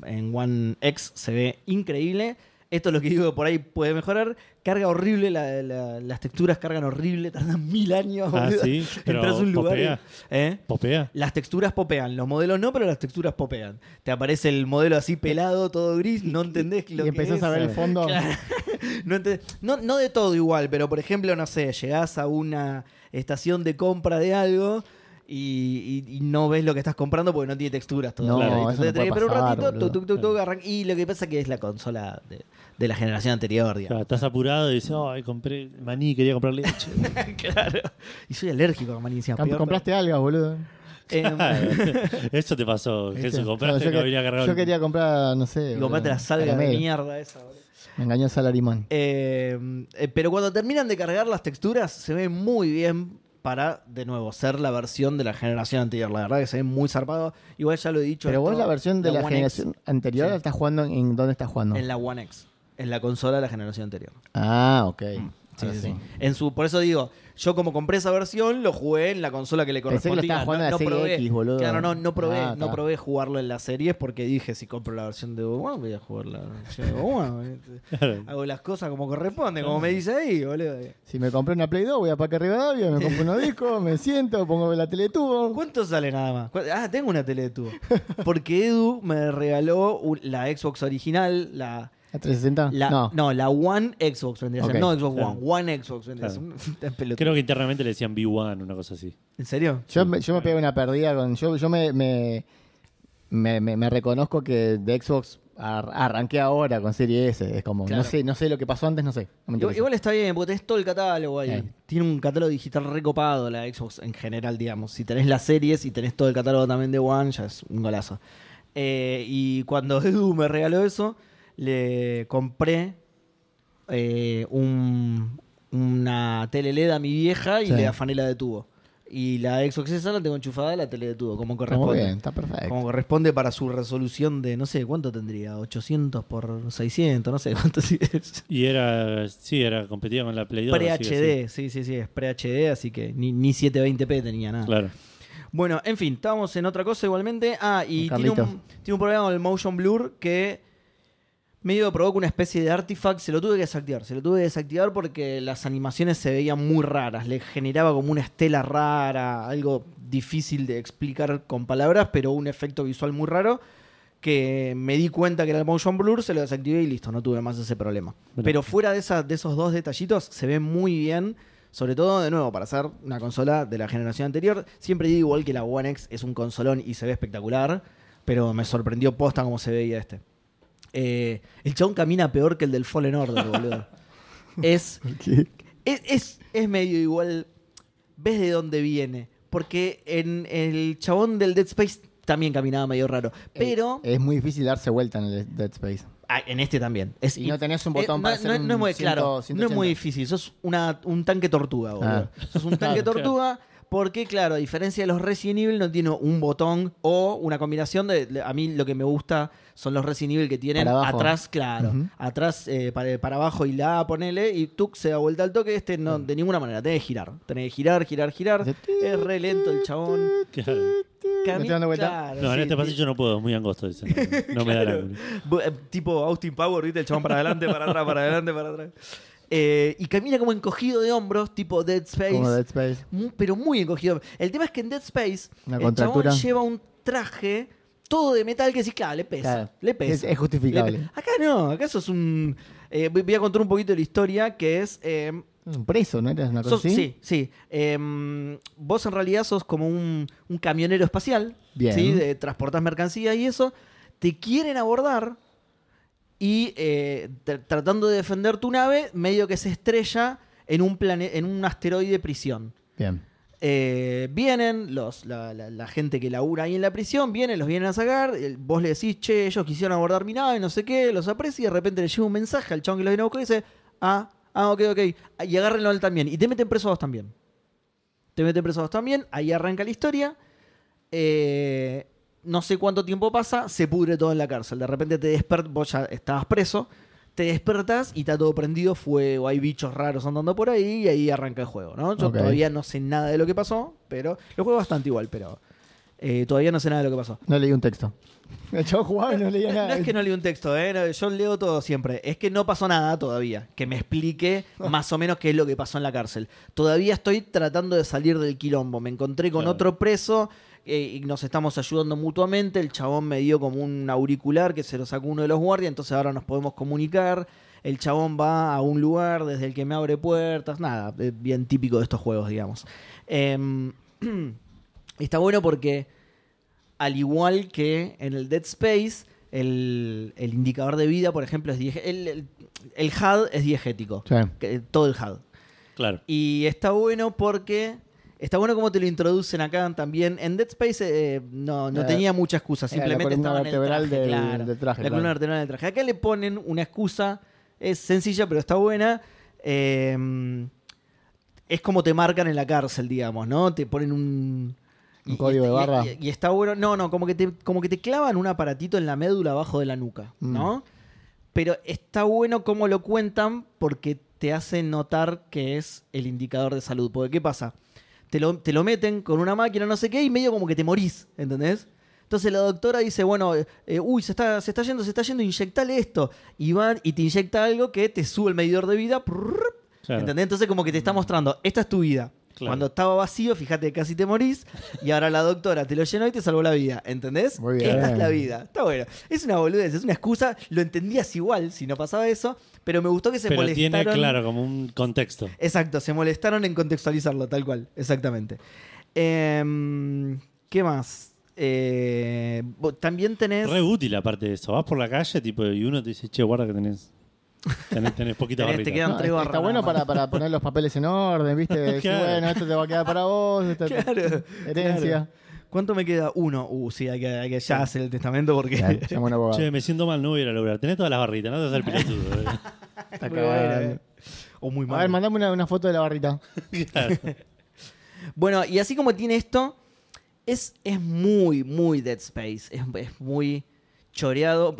Speaker 2: en One X, se ve increíble. Esto es lo que digo, por ahí puede mejorar. Carga horrible, la- la- las texturas cargan horrible, tardan mil años.
Speaker 1: Ah,
Speaker 2: boludo.
Speaker 1: sí, pero
Speaker 2: Entras a un lugar. y-
Speaker 1: popea.
Speaker 2: ¿Eh?
Speaker 1: ¿Popea?
Speaker 2: Las texturas popean, los modelos no, pero las texturas popean. Te aparece el modelo así pelado, todo gris, no entendés lo
Speaker 3: Y
Speaker 2: que
Speaker 3: empezás
Speaker 2: es.
Speaker 3: a ver el fondo.
Speaker 2: Claro. No, ente- no, no de todo igual, pero por ejemplo, no sé, llegás a una estación de compra de algo y, y- y no ves lo que estás comprando porque no tiene texturas
Speaker 3: No,
Speaker 2: todavía.
Speaker 3: eso
Speaker 2: Entonces
Speaker 3: no
Speaker 2: tenés que
Speaker 3: puede
Speaker 2: esperar
Speaker 3: pasar,
Speaker 2: un ratito,
Speaker 3: boludo.
Speaker 2: tuc, tuc, tuc, arranca- y lo que pasa que es la consola de, de la generación anterior,
Speaker 1: Claro,
Speaker 2: digamos.
Speaker 1: estás apurado y dices, ay, compré maní, quería comprar leche.
Speaker 2: Claro. Y soy alérgico a Marín, encima,
Speaker 3: Camp-
Speaker 2: peor
Speaker 3: Compraste algas, boludo.
Speaker 2: todavía. Em,
Speaker 1: eso te pasó,
Speaker 3: ¿Viste?
Speaker 1: Jesús. Compraste
Speaker 3: Claro,
Speaker 1: que
Speaker 3: yo, que-
Speaker 1: venía cargado.
Speaker 3: yo
Speaker 1: el-
Speaker 3: quería comprar, no sé.
Speaker 2: y compraste
Speaker 3: boludo,
Speaker 2: la salga de
Speaker 3: caramelo.
Speaker 2: mierda esa, boludo.
Speaker 3: Me engañó el Salarimán.
Speaker 2: Eh, eh, pero cuando terminan de cargar las texturas, se ve muy bien para, de nuevo, ser la versión de la generación anterior. La verdad que se ve muy zarpado. Igual ya lo he dicho.
Speaker 3: Pero
Speaker 2: esto,
Speaker 3: vos la versión de la,
Speaker 2: One X,
Speaker 3: generación anterior
Speaker 2: Sí.
Speaker 3: la estás jugando en dónde estás jugando.
Speaker 2: En la One X. En la consola de la generación anterior.
Speaker 3: Ah, ok.
Speaker 2: Mm, Sí,
Speaker 3: Ahora
Speaker 2: sí,
Speaker 3: sí.
Speaker 2: sí. En su, por eso digo, yo como compré esa versión, lo jugué en la consola que le
Speaker 3: Pensé que
Speaker 2: correspondía.
Speaker 3: lo estabas jugando
Speaker 2: no,
Speaker 3: en la
Speaker 2: no
Speaker 3: serie
Speaker 2: probé,
Speaker 3: X, boludo.
Speaker 2: Claro, no, no probé,
Speaker 3: Ah,
Speaker 2: no
Speaker 3: está.
Speaker 2: probé jugarlo en las series porque dije, si compro la versión de One, voy a jugar la versión de One.
Speaker 1: Claro.
Speaker 2: Hago las cosas como corresponde, como me dice ahí, boludo.
Speaker 3: Si me compré una Play 2, voy a Parque Rivadavia, me compro unos discos, me siento, pongo la teletubo.
Speaker 2: ¿Cuánto sale nada más? ¿Cu- Ah, tengo una tele de tubo. Porque Edu me regaló un- la Xbox original, la,
Speaker 3: ¿La 360?
Speaker 2: la-
Speaker 3: Ah, no.
Speaker 2: no. la One Xbox vendría a ser,
Speaker 3: Ok,
Speaker 2: no Xbox
Speaker 1: claro.
Speaker 2: One, One Xbox vendría a ser. Está pelotudo.
Speaker 1: Creo que internamente le decían B1, una cosa así.
Speaker 2: ¿En serio?
Speaker 3: Yo, me, yo me pegué una perdida con. Yo, yo me, me, me, me- me reconozco que de Xbox ar- arranqué ahora con Serie S. Es como,
Speaker 2: Claro.
Speaker 3: no sé, no sé lo que pasó antes, no sé. No me
Speaker 2: Igual,
Speaker 3: interesa.
Speaker 2: igual está bien, porque tenés todo el catálogo ahí.
Speaker 3: Eh.
Speaker 2: Tiene un catálogo digital recopado la Xbox en general, digamos. Si tenés las series y tenés todo el catálogo también de One, ya es un golazo. Eh, y cuando Edu me regaló eso, le compré eh, un- una tele LED a mi vieja y
Speaker 3: Sí.
Speaker 2: le afané la de tubo. Y la Xbox esa la tengo enchufada a la tele de tubo, como
Speaker 3: Está muy
Speaker 2: corresponde.
Speaker 3: bien, está perfecto.
Speaker 2: Como corresponde para su resolución de, no sé, ¿cuánto tendría? 800 por 600, no sé cuánto sí es.
Speaker 1: Y era, sí, era competida con la Play 2. así que sí.
Speaker 2: Pre-HD, sí, sí, sí, es pre-HD, así que ni, ni 720p tenía nada.
Speaker 1: Claro.
Speaker 2: Bueno, en fin, estábamos en otra cosa igualmente. Ah, y tiene
Speaker 3: Carlitos.
Speaker 2: un, tiene un problema con el motion blur que medio provoca una especie de artifact. Se lo tuve que desactivar. Se lo tuve que desactivar porque las animaciones se veían muy raras. Le generaba como una estela rara, algo difícil de explicar con palabras, pero un efecto visual muy raro. Que me di cuenta que era el motion blur, se lo desactivé y listo, no tuve más ese problema.
Speaker 1: Mirá.
Speaker 2: Pero fuera de, esa, de esos dos detallitos, se ve muy bien. Sobre todo, de nuevo, para ser una consola de la generación anterior, siempre digo igual que la One X es un consolón y se ve espectacular, pero me sorprendió posta como se veía este. Eh, el chabón camina peor que el del Fallen Order, boludo. es, es, es, es medio igual. ¿Ves de dónde viene? Porque en el chabón del Dead Space también caminaba medio raro. Pero
Speaker 3: Eh, Es muy difícil darse vuelta en el Dead Space.
Speaker 2: ah, en este también. Es,
Speaker 3: Y no tenés un botón
Speaker 2: Eh, no-
Speaker 3: para
Speaker 2: no,
Speaker 3: hacer
Speaker 2: no es
Speaker 3: un
Speaker 2: muy
Speaker 3: 100,
Speaker 2: claro. No es
Speaker 3: 180.
Speaker 2: muy difícil. Sos una, un tanque tortuga, boludo.
Speaker 3: Ah.
Speaker 2: Sos un tanque
Speaker 1: Claro, claro.
Speaker 2: tortuga. Porque, claro, a diferencia de los Resident Evil, no tiene un botón o una combinación de. de- A mí lo que me gusta son los Resident Evil que tienen
Speaker 3: Para abajo.
Speaker 2: atrás, claro.
Speaker 3: Ujú.
Speaker 2: Atrás, eh, para, para abajo y la A, ponele, y tú se da vuelta al toque. Este no, de ninguna manera. Tenés que girar. Tenés que girar, girar, girar.
Speaker 3: Hace ti,
Speaker 2: Es re lento el chabón.
Speaker 1: Claro.
Speaker 3: ¿Me estoy dando vuelta?
Speaker 1: No, en
Speaker 2: Claro, Mm, sí,
Speaker 1: este
Speaker 2: ti-
Speaker 1: pasillo no puedo, es muy angosto. Dicen. No, no me da el
Speaker 2: Claro.
Speaker 1: ángulo.
Speaker 2: Bu- eh, Tipo Austin Power, ¿viste? El chabón para adelante, para atrás, para adelante, para atrás. Eh, y camina como encogido de hombros, tipo Dead Space.
Speaker 3: Como Dead Space.
Speaker 2: mu- Pero muy encogido. El tema es que en Dead Space,
Speaker 3: Una
Speaker 2: el chabón
Speaker 3: contractura.
Speaker 2: lleva un traje todo de metal que sí, claro, le pesa.
Speaker 3: Claro.
Speaker 2: Le pesa.
Speaker 3: Es- es justificable.
Speaker 2: Le pe- Acá no, acá sos un. eh, voy voy a contar un poquito de la historia que es. eh,
Speaker 3: Un preso, ¿no? Eras una cosa
Speaker 2: sos-
Speaker 3: así.
Speaker 2: sí, sí. Em, vos en realidad sos como un, un camionero espacial.
Speaker 3: Bien.
Speaker 2: ¿sí? De- transportás mercancía y eso. Te quieren abordar y eh, tr- tratando de defender tu nave, medio que se estrella en un, plane- en un asteroide prisión.
Speaker 3: Bien.
Speaker 2: Eh, vienen los, la, la- la gente que labura ahí en la prisión, vienen, los vienen a sacar, el- vos le decís, che, ellos quisieron abordar mi nave, no sé qué, los aprecia y de repente le llega un mensaje al chabón que los viene a buscar y dice, ah, ah, ok, ok, y agárrenlo a él también, y te meten preso a vos también. Te meten preso a vos también, ahí arranca la historia, eh, no sé cuánto tiempo pasa, se pudre todo en la cárcel, de repente te despertas, vos ya estabas preso, te despertás y está todo prendido fuego, hay bichos raros andando por ahí y ahí arranca el juego, ¿no? Yo
Speaker 3: Ok.
Speaker 2: todavía no sé nada de lo que pasó, pero lo juego bastante igual, pero eh, todavía no sé nada de lo que pasó.
Speaker 3: No leí un texto. El chavo jugaba y no leía
Speaker 2: No
Speaker 3: nada.
Speaker 2: es que no leí un texto, ¿eh? No, yo leo todo siempre. Es que no pasó nada todavía. Que me explique más o menos qué es lo que pasó en la cárcel. Todavía estoy tratando de salir del quilombo. Me encontré con
Speaker 1: Claro.
Speaker 2: otro preso eh, y nos estamos ayudando mutuamente. El chabón me dio como un auricular que se lo sacó uno de los guardias, entonces ahora nos podemos comunicar. El chabón va a un lugar desde el que me abre puertas. Nada, eh, bien típico de estos juegos, digamos. Em, está bueno porque al igual que en el Dead Space, el, el indicador de vida, por ejemplo, es diege- el, el- el HUD es diegético.
Speaker 3: Sí.
Speaker 2: Que- Todo el HUD.
Speaker 1: Claro.
Speaker 2: Y está bueno porque. Está bueno como te lo introducen acá también. En Dead Space eh, no, no
Speaker 3: Era-
Speaker 2: tenía mucha excusa,
Speaker 3: era
Speaker 2: simplemente
Speaker 3: eh, la
Speaker 2: estaba
Speaker 3: columna
Speaker 2: en el
Speaker 3: vertebral
Speaker 2: traje,
Speaker 3: del-
Speaker 2: claro.
Speaker 3: del traje,
Speaker 2: La
Speaker 3: claro.
Speaker 2: columna vertebral del traje. Acá le ponen una excusa, es sencilla pero está buena. Eh, es como te marcan en la cárcel, digamos, ¿no? Te ponen un...
Speaker 3: Un código de barra.
Speaker 2: Y, y está bueno, no, no, como que, te, como que te clavan un aparatito en la médula abajo de la nuca,
Speaker 3: Mm.
Speaker 2: ¿no? Pero está bueno cómo lo cuentan porque te hacen notar que es el indicador de salud. Porque, ¿qué pasa? Te lo, te lo meten con una máquina, no sé qué, y medio como que te morís, ¿entendés? Entonces la doctora dice, bueno, eh, eh, uy, se está, se está yendo, se está yendo, inyectale esto. Y van y te inyecta algo que te sube el medidor de vida, prrrr,
Speaker 1: Claro. Mm.
Speaker 2: ¿Entendés? Entonces como que te está mostrando, esta es tu vida.
Speaker 1: Claro.
Speaker 2: Cuando estaba vacío, fíjate, casi te morís. Y ahora la doctora te lo llenó y te salvó la vida. ¿Entendés?
Speaker 3: Muy bien.
Speaker 2: Esta es la vida. Está bueno. Es una boludez, es una excusa. Lo entendías igual si no pasaba eso, pero me gustó que se
Speaker 1: Pero
Speaker 2: molestaron.
Speaker 1: tiene, claro, como un contexto.
Speaker 2: Exacto, se molestaron en contextualizarlo, tal cual. Exactamente. Em, ¿Qué más? Eh, vos también tenés...
Speaker 1: Re útil aparte de eso. Vas por la calle tipo y uno te dice, che, guarda que tenés, tenés, tenés poquita
Speaker 2: Tenés- te
Speaker 1: barrita.
Speaker 2: quedan-
Speaker 3: No,
Speaker 2: tres
Speaker 3: está,
Speaker 2: barras
Speaker 3: está bueno
Speaker 2: nada más.
Speaker 3: para, para poner los papeles en orden, ¿viste? Decir,
Speaker 1: Claro.
Speaker 3: bueno, esto te va a quedar para vos, esta es tu
Speaker 2: Claro,
Speaker 3: herencia.
Speaker 2: claro. ¿Cuánto me queda? Uno. Uh, sí, hay que, hay que ya hacer el testamento porque...
Speaker 3: Claro, llama a un abogado.
Speaker 1: Che, me siento mal, no voy a ir a lograr. Tenés todas las barritas, no te vas al pilotudo. eh.
Speaker 3: Está
Speaker 2: Muy bueno,
Speaker 3: cagando.
Speaker 2: eh. O muy
Speaker 3: A
Speaker 2: mal.
Speaker 3: ver, mandame una, una foto de la barrita.
Speaker 1: Claro.
Speaker 2: Bueno, y así como tiene esto, es, es muy, muy Dead Space. Es, es muy choreado.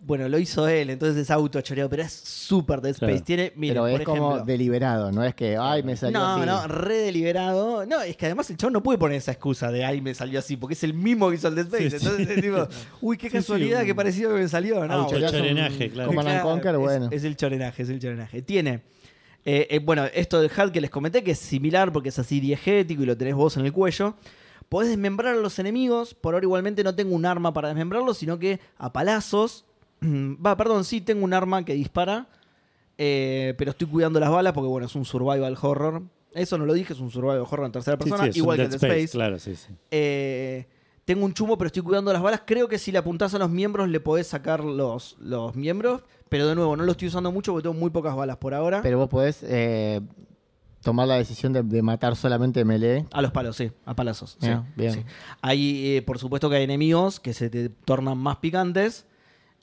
Speaker 2: Bueno, lo hizo él, entonces es auto choreado, pero es súper Dead Space.
Speaker 1: Claro.
Speaker 2: Tiene, miren,
Speaker 3: pero es
Speaker 2: por
Speaker 3: como
Speaker 2: ejemplo-
Speaker 3: deliberado, no es que, ay, me salió
Speaker 2: no,
Speaker 3: así.
Speaker 2: no, re deliberado. No, es que además el chavo no puede poner esa excusa de ay, me salió así, porque es el mismo que hizo el Dead Space.
Speaker 1: Sí, sí.
Speaker 2: Entonces es tipo, uy, qué
Speaker 1: Sí, sí,
Speaker 2: casualidad
Speaker 1: un-
Speaker 2: que parecido que me salió. No,
Speaker 1: Auto-
Speaker 2: boludo.
Speaker 3: Choreas un
Speaker 1: chorenaje, claro.
Speaker 3: Command and
Speaker 2: Claro,
Speaker 3: Conquer,
Speaker 2: es-
Speaker 3: bueno.
Speaker 2: Es, el chorenaje, es el chorenaje. Tiene. eh, eh, bueno, esto del HUD que les comenté, que es similar porque es así diegético y lo tenés vos en el cuello. Podés desmembrar a los enemigos. Por ahora, igualmente, no tengo un arma para desmembrarlos, sino que a palazos. Va, perdón, sí, tengo un arma que dispara. eh, pero estoy cuidando las balas porque, bueno, es un survival horror. Eso no lo dije, es un survival horror en tercera
Speaker 1: Sí,
Speaker 2: persona,
Speaker 1: sí, es un
Speaker 2: igual que
Speaker 1: Dead
Speaker 2: Dead Space.
Speaker 1: Claro, sí, sí.
Speaker 2: Eh, tengo un chumbo, pero estoy cuidando las balas. Creo que si le apuntás a los miembros, le podés sacar los, los miembros. Pero de nuevo, no lo estoy usando mucho porque tengo muy pocas balas por ahora.
Speaker 3: Pero vos podés eh, tomar la decisión de, de matar solamente melee.
Speaker 2: a los palos, sí, a palazos. sí,
Speaker 3: Ah, bien.
Speaker 2: sí. Hay, eh, por supuesto que hay enemigos que se te tornan más picantes.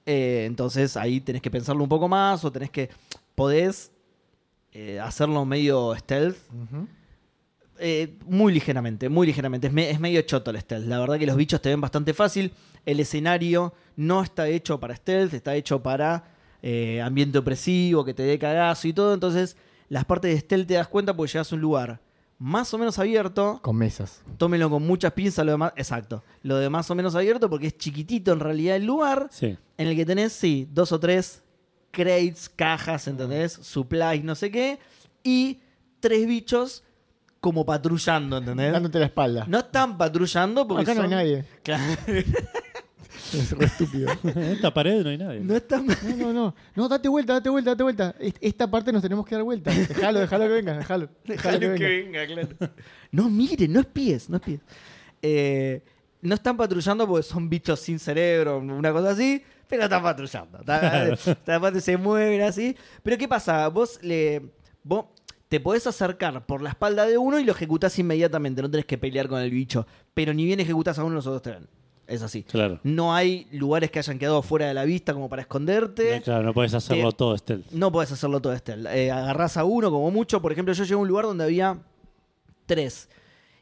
Speaker 2: eh, entonces ahí tenés que pensarlo un poco más o tenés que. Podés eh, hacerlo medio stealth. Eh, muy ligeramente, muy ligeramente. Es, me- es medio choto el stealth. La verdad que los bichos te ven bastante fácil. El escenario no está hecho para stealth, está hecho para eh, ambiente opresivo, que te dé cagazo y todo. Entonces, las partes de stealth te das cuenta porque llegas a un lugar más o menos abierto.
Speaker 3: Con mesas.
Speaker 2: Tómenlo con muchas pinzas, lo demás. Exacto. Lo de más o menos abierto porque es chiquitito en realidad el lugar
Speaker 1: Sí.
Speaker 2: en el que tenés, sí, dos o tres crates, cajas, ¿entendés? Supplies, no sé qué. Y tres bichos como patrullando, ¿entendés?
Speaker 3: Dándote la espalda.
Speaker 2: ¿Eh? No están patrullando porque
Speaker 3: Acá no hay
Speaker 2: son-
Speaker 3: nadie.
Speaker 2: Claro,
Speaker 3: Es re estúpido.
Speaker 1: En esta pared no hay nadie.
Speaker 2: no están...
Speaker 3: No, no, no. No, date vuelta, date vuelta, date vuelta. Est- Esta parte nos tenemos que dar vuelta. Dejalo, dejalo que venga, dejalo. Dejalo que venga.
Speaker 2: claro. No miren, no espíes, no espíes. Eh, no están patrullando porque son bichos sin cerebro, una cosa así, pero están patrullando. Están- están- se mueven así. Pero ¿qué pasa? Vos le. Vos te podés acercar por la espalda de uno y lo ejecutás inmediatamente. No tenés que pelear con el bicho. Pero ni bien ejecutás a uno, los otros te ven. Es así.
Speaker 1: Claro.
Speaker 2: No hay lugares que hayan quedado fuera de la vista como para esconderte.
Speaker 1: No, claro, no puedes hacerlo
Speaker 2: Te-
Speaker 1: todo, Estel.
Speaker 2: No podés hacerlo todo, Estel. Eh, agarrás a uno como mucho. Por ejemplo, yo llegué a un lugar donde había tres.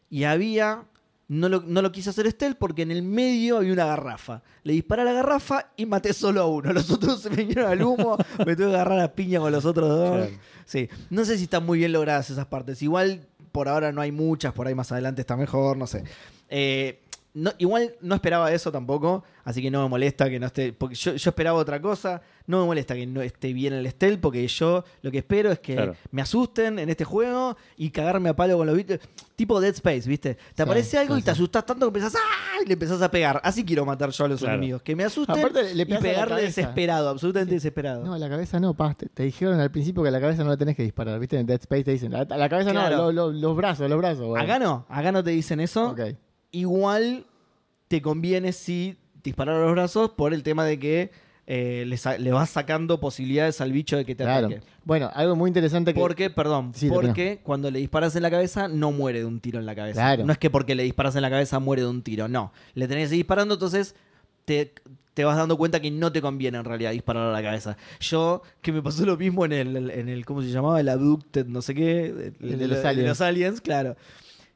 Speaker 2: Y había. No lo, no lo quise hacer Estel porque en el medio había una garrafa. Le disparé a la garrafa y maté solo a uno. Los otros se me vinieron al humo. me tuve que agarrar a piña con los otros dos.
Speaker 1: Claro.
Speaker 2: Sí. No sé si están muy bien logradas esas partes. Igual por ahora no hay muchas. Por ahí más adelante está mejor. No sé. Eh, no- igual no esperaba eso tampoco, así que no me molesta que no esté. Porque yo, yo esperaba otra cosa, no me molesta que no esté bien el Estel, porque yo lo que espero es que
Speaker 1: Claro.
Speaker 2: me asusten en este juego y cagarme a palo con los bichos. Tipo Dead Space, ¿viste? Te aparece algo
Speaker 3: sí,
Speaker 2: y te
Speaker 3: sí.
Speaker 2: asustas tanto que empezás ¡ah! y le empezás a pegar. Así quiero matar yo a los
Speaker 1: Claro.
Speaker 2: enemigos, que me asusten
Speaker 3: Aparte, le
Speaker 2: y
Speaker 3: pegas a la
Speaker 2: pegarle
Speaker 3: cabeza.
Speaker 2: desesperado, absolutamente desesperado.
Speaker 3: No, a la cabeza no, pa, te, te dijeron al principio que a la cabeza no la tenés que disparar, ¿viste? En Dead Space te dicen, a a la cabeza
Speaker 2: Claro.
Speaker 3: no, lo- lo- los brazos, los brazos. bueno.
Speaker 2: Acá no, acá no te dicen eso.
Speaker 3: Ok.
Speaker 2: Igual te conviene si disparar a los brazos por el tema de que eh, le, sa- le vas sacando posibilidades al bicho de que te
Speaker 3: Claro.
Speaker 2: ataque.
Speaker 3: Bueno, algo muy interesante que...
Speaker 2: Porque, perdón,
Speaker 3: Sí, termina.
Speaker 2: porque cuando le disparas en la cabeza no muere de un tiro en la cabeza.
Speaker 3: Claro.
Speaker 2: No es que porque le disparas en la cabeza muere de un tiro, no. Le tenés que seguir disparando, entonces te, te vas dando cuenta que no te conviene en realidad disparar a la cabeza. Yo, que me pasó lo mismo en el, en el ¿cómo se llamaba? El Abducted, no sé qué. El,
Speaker 3: de los aliens.
Speaker 2: aliens, claro.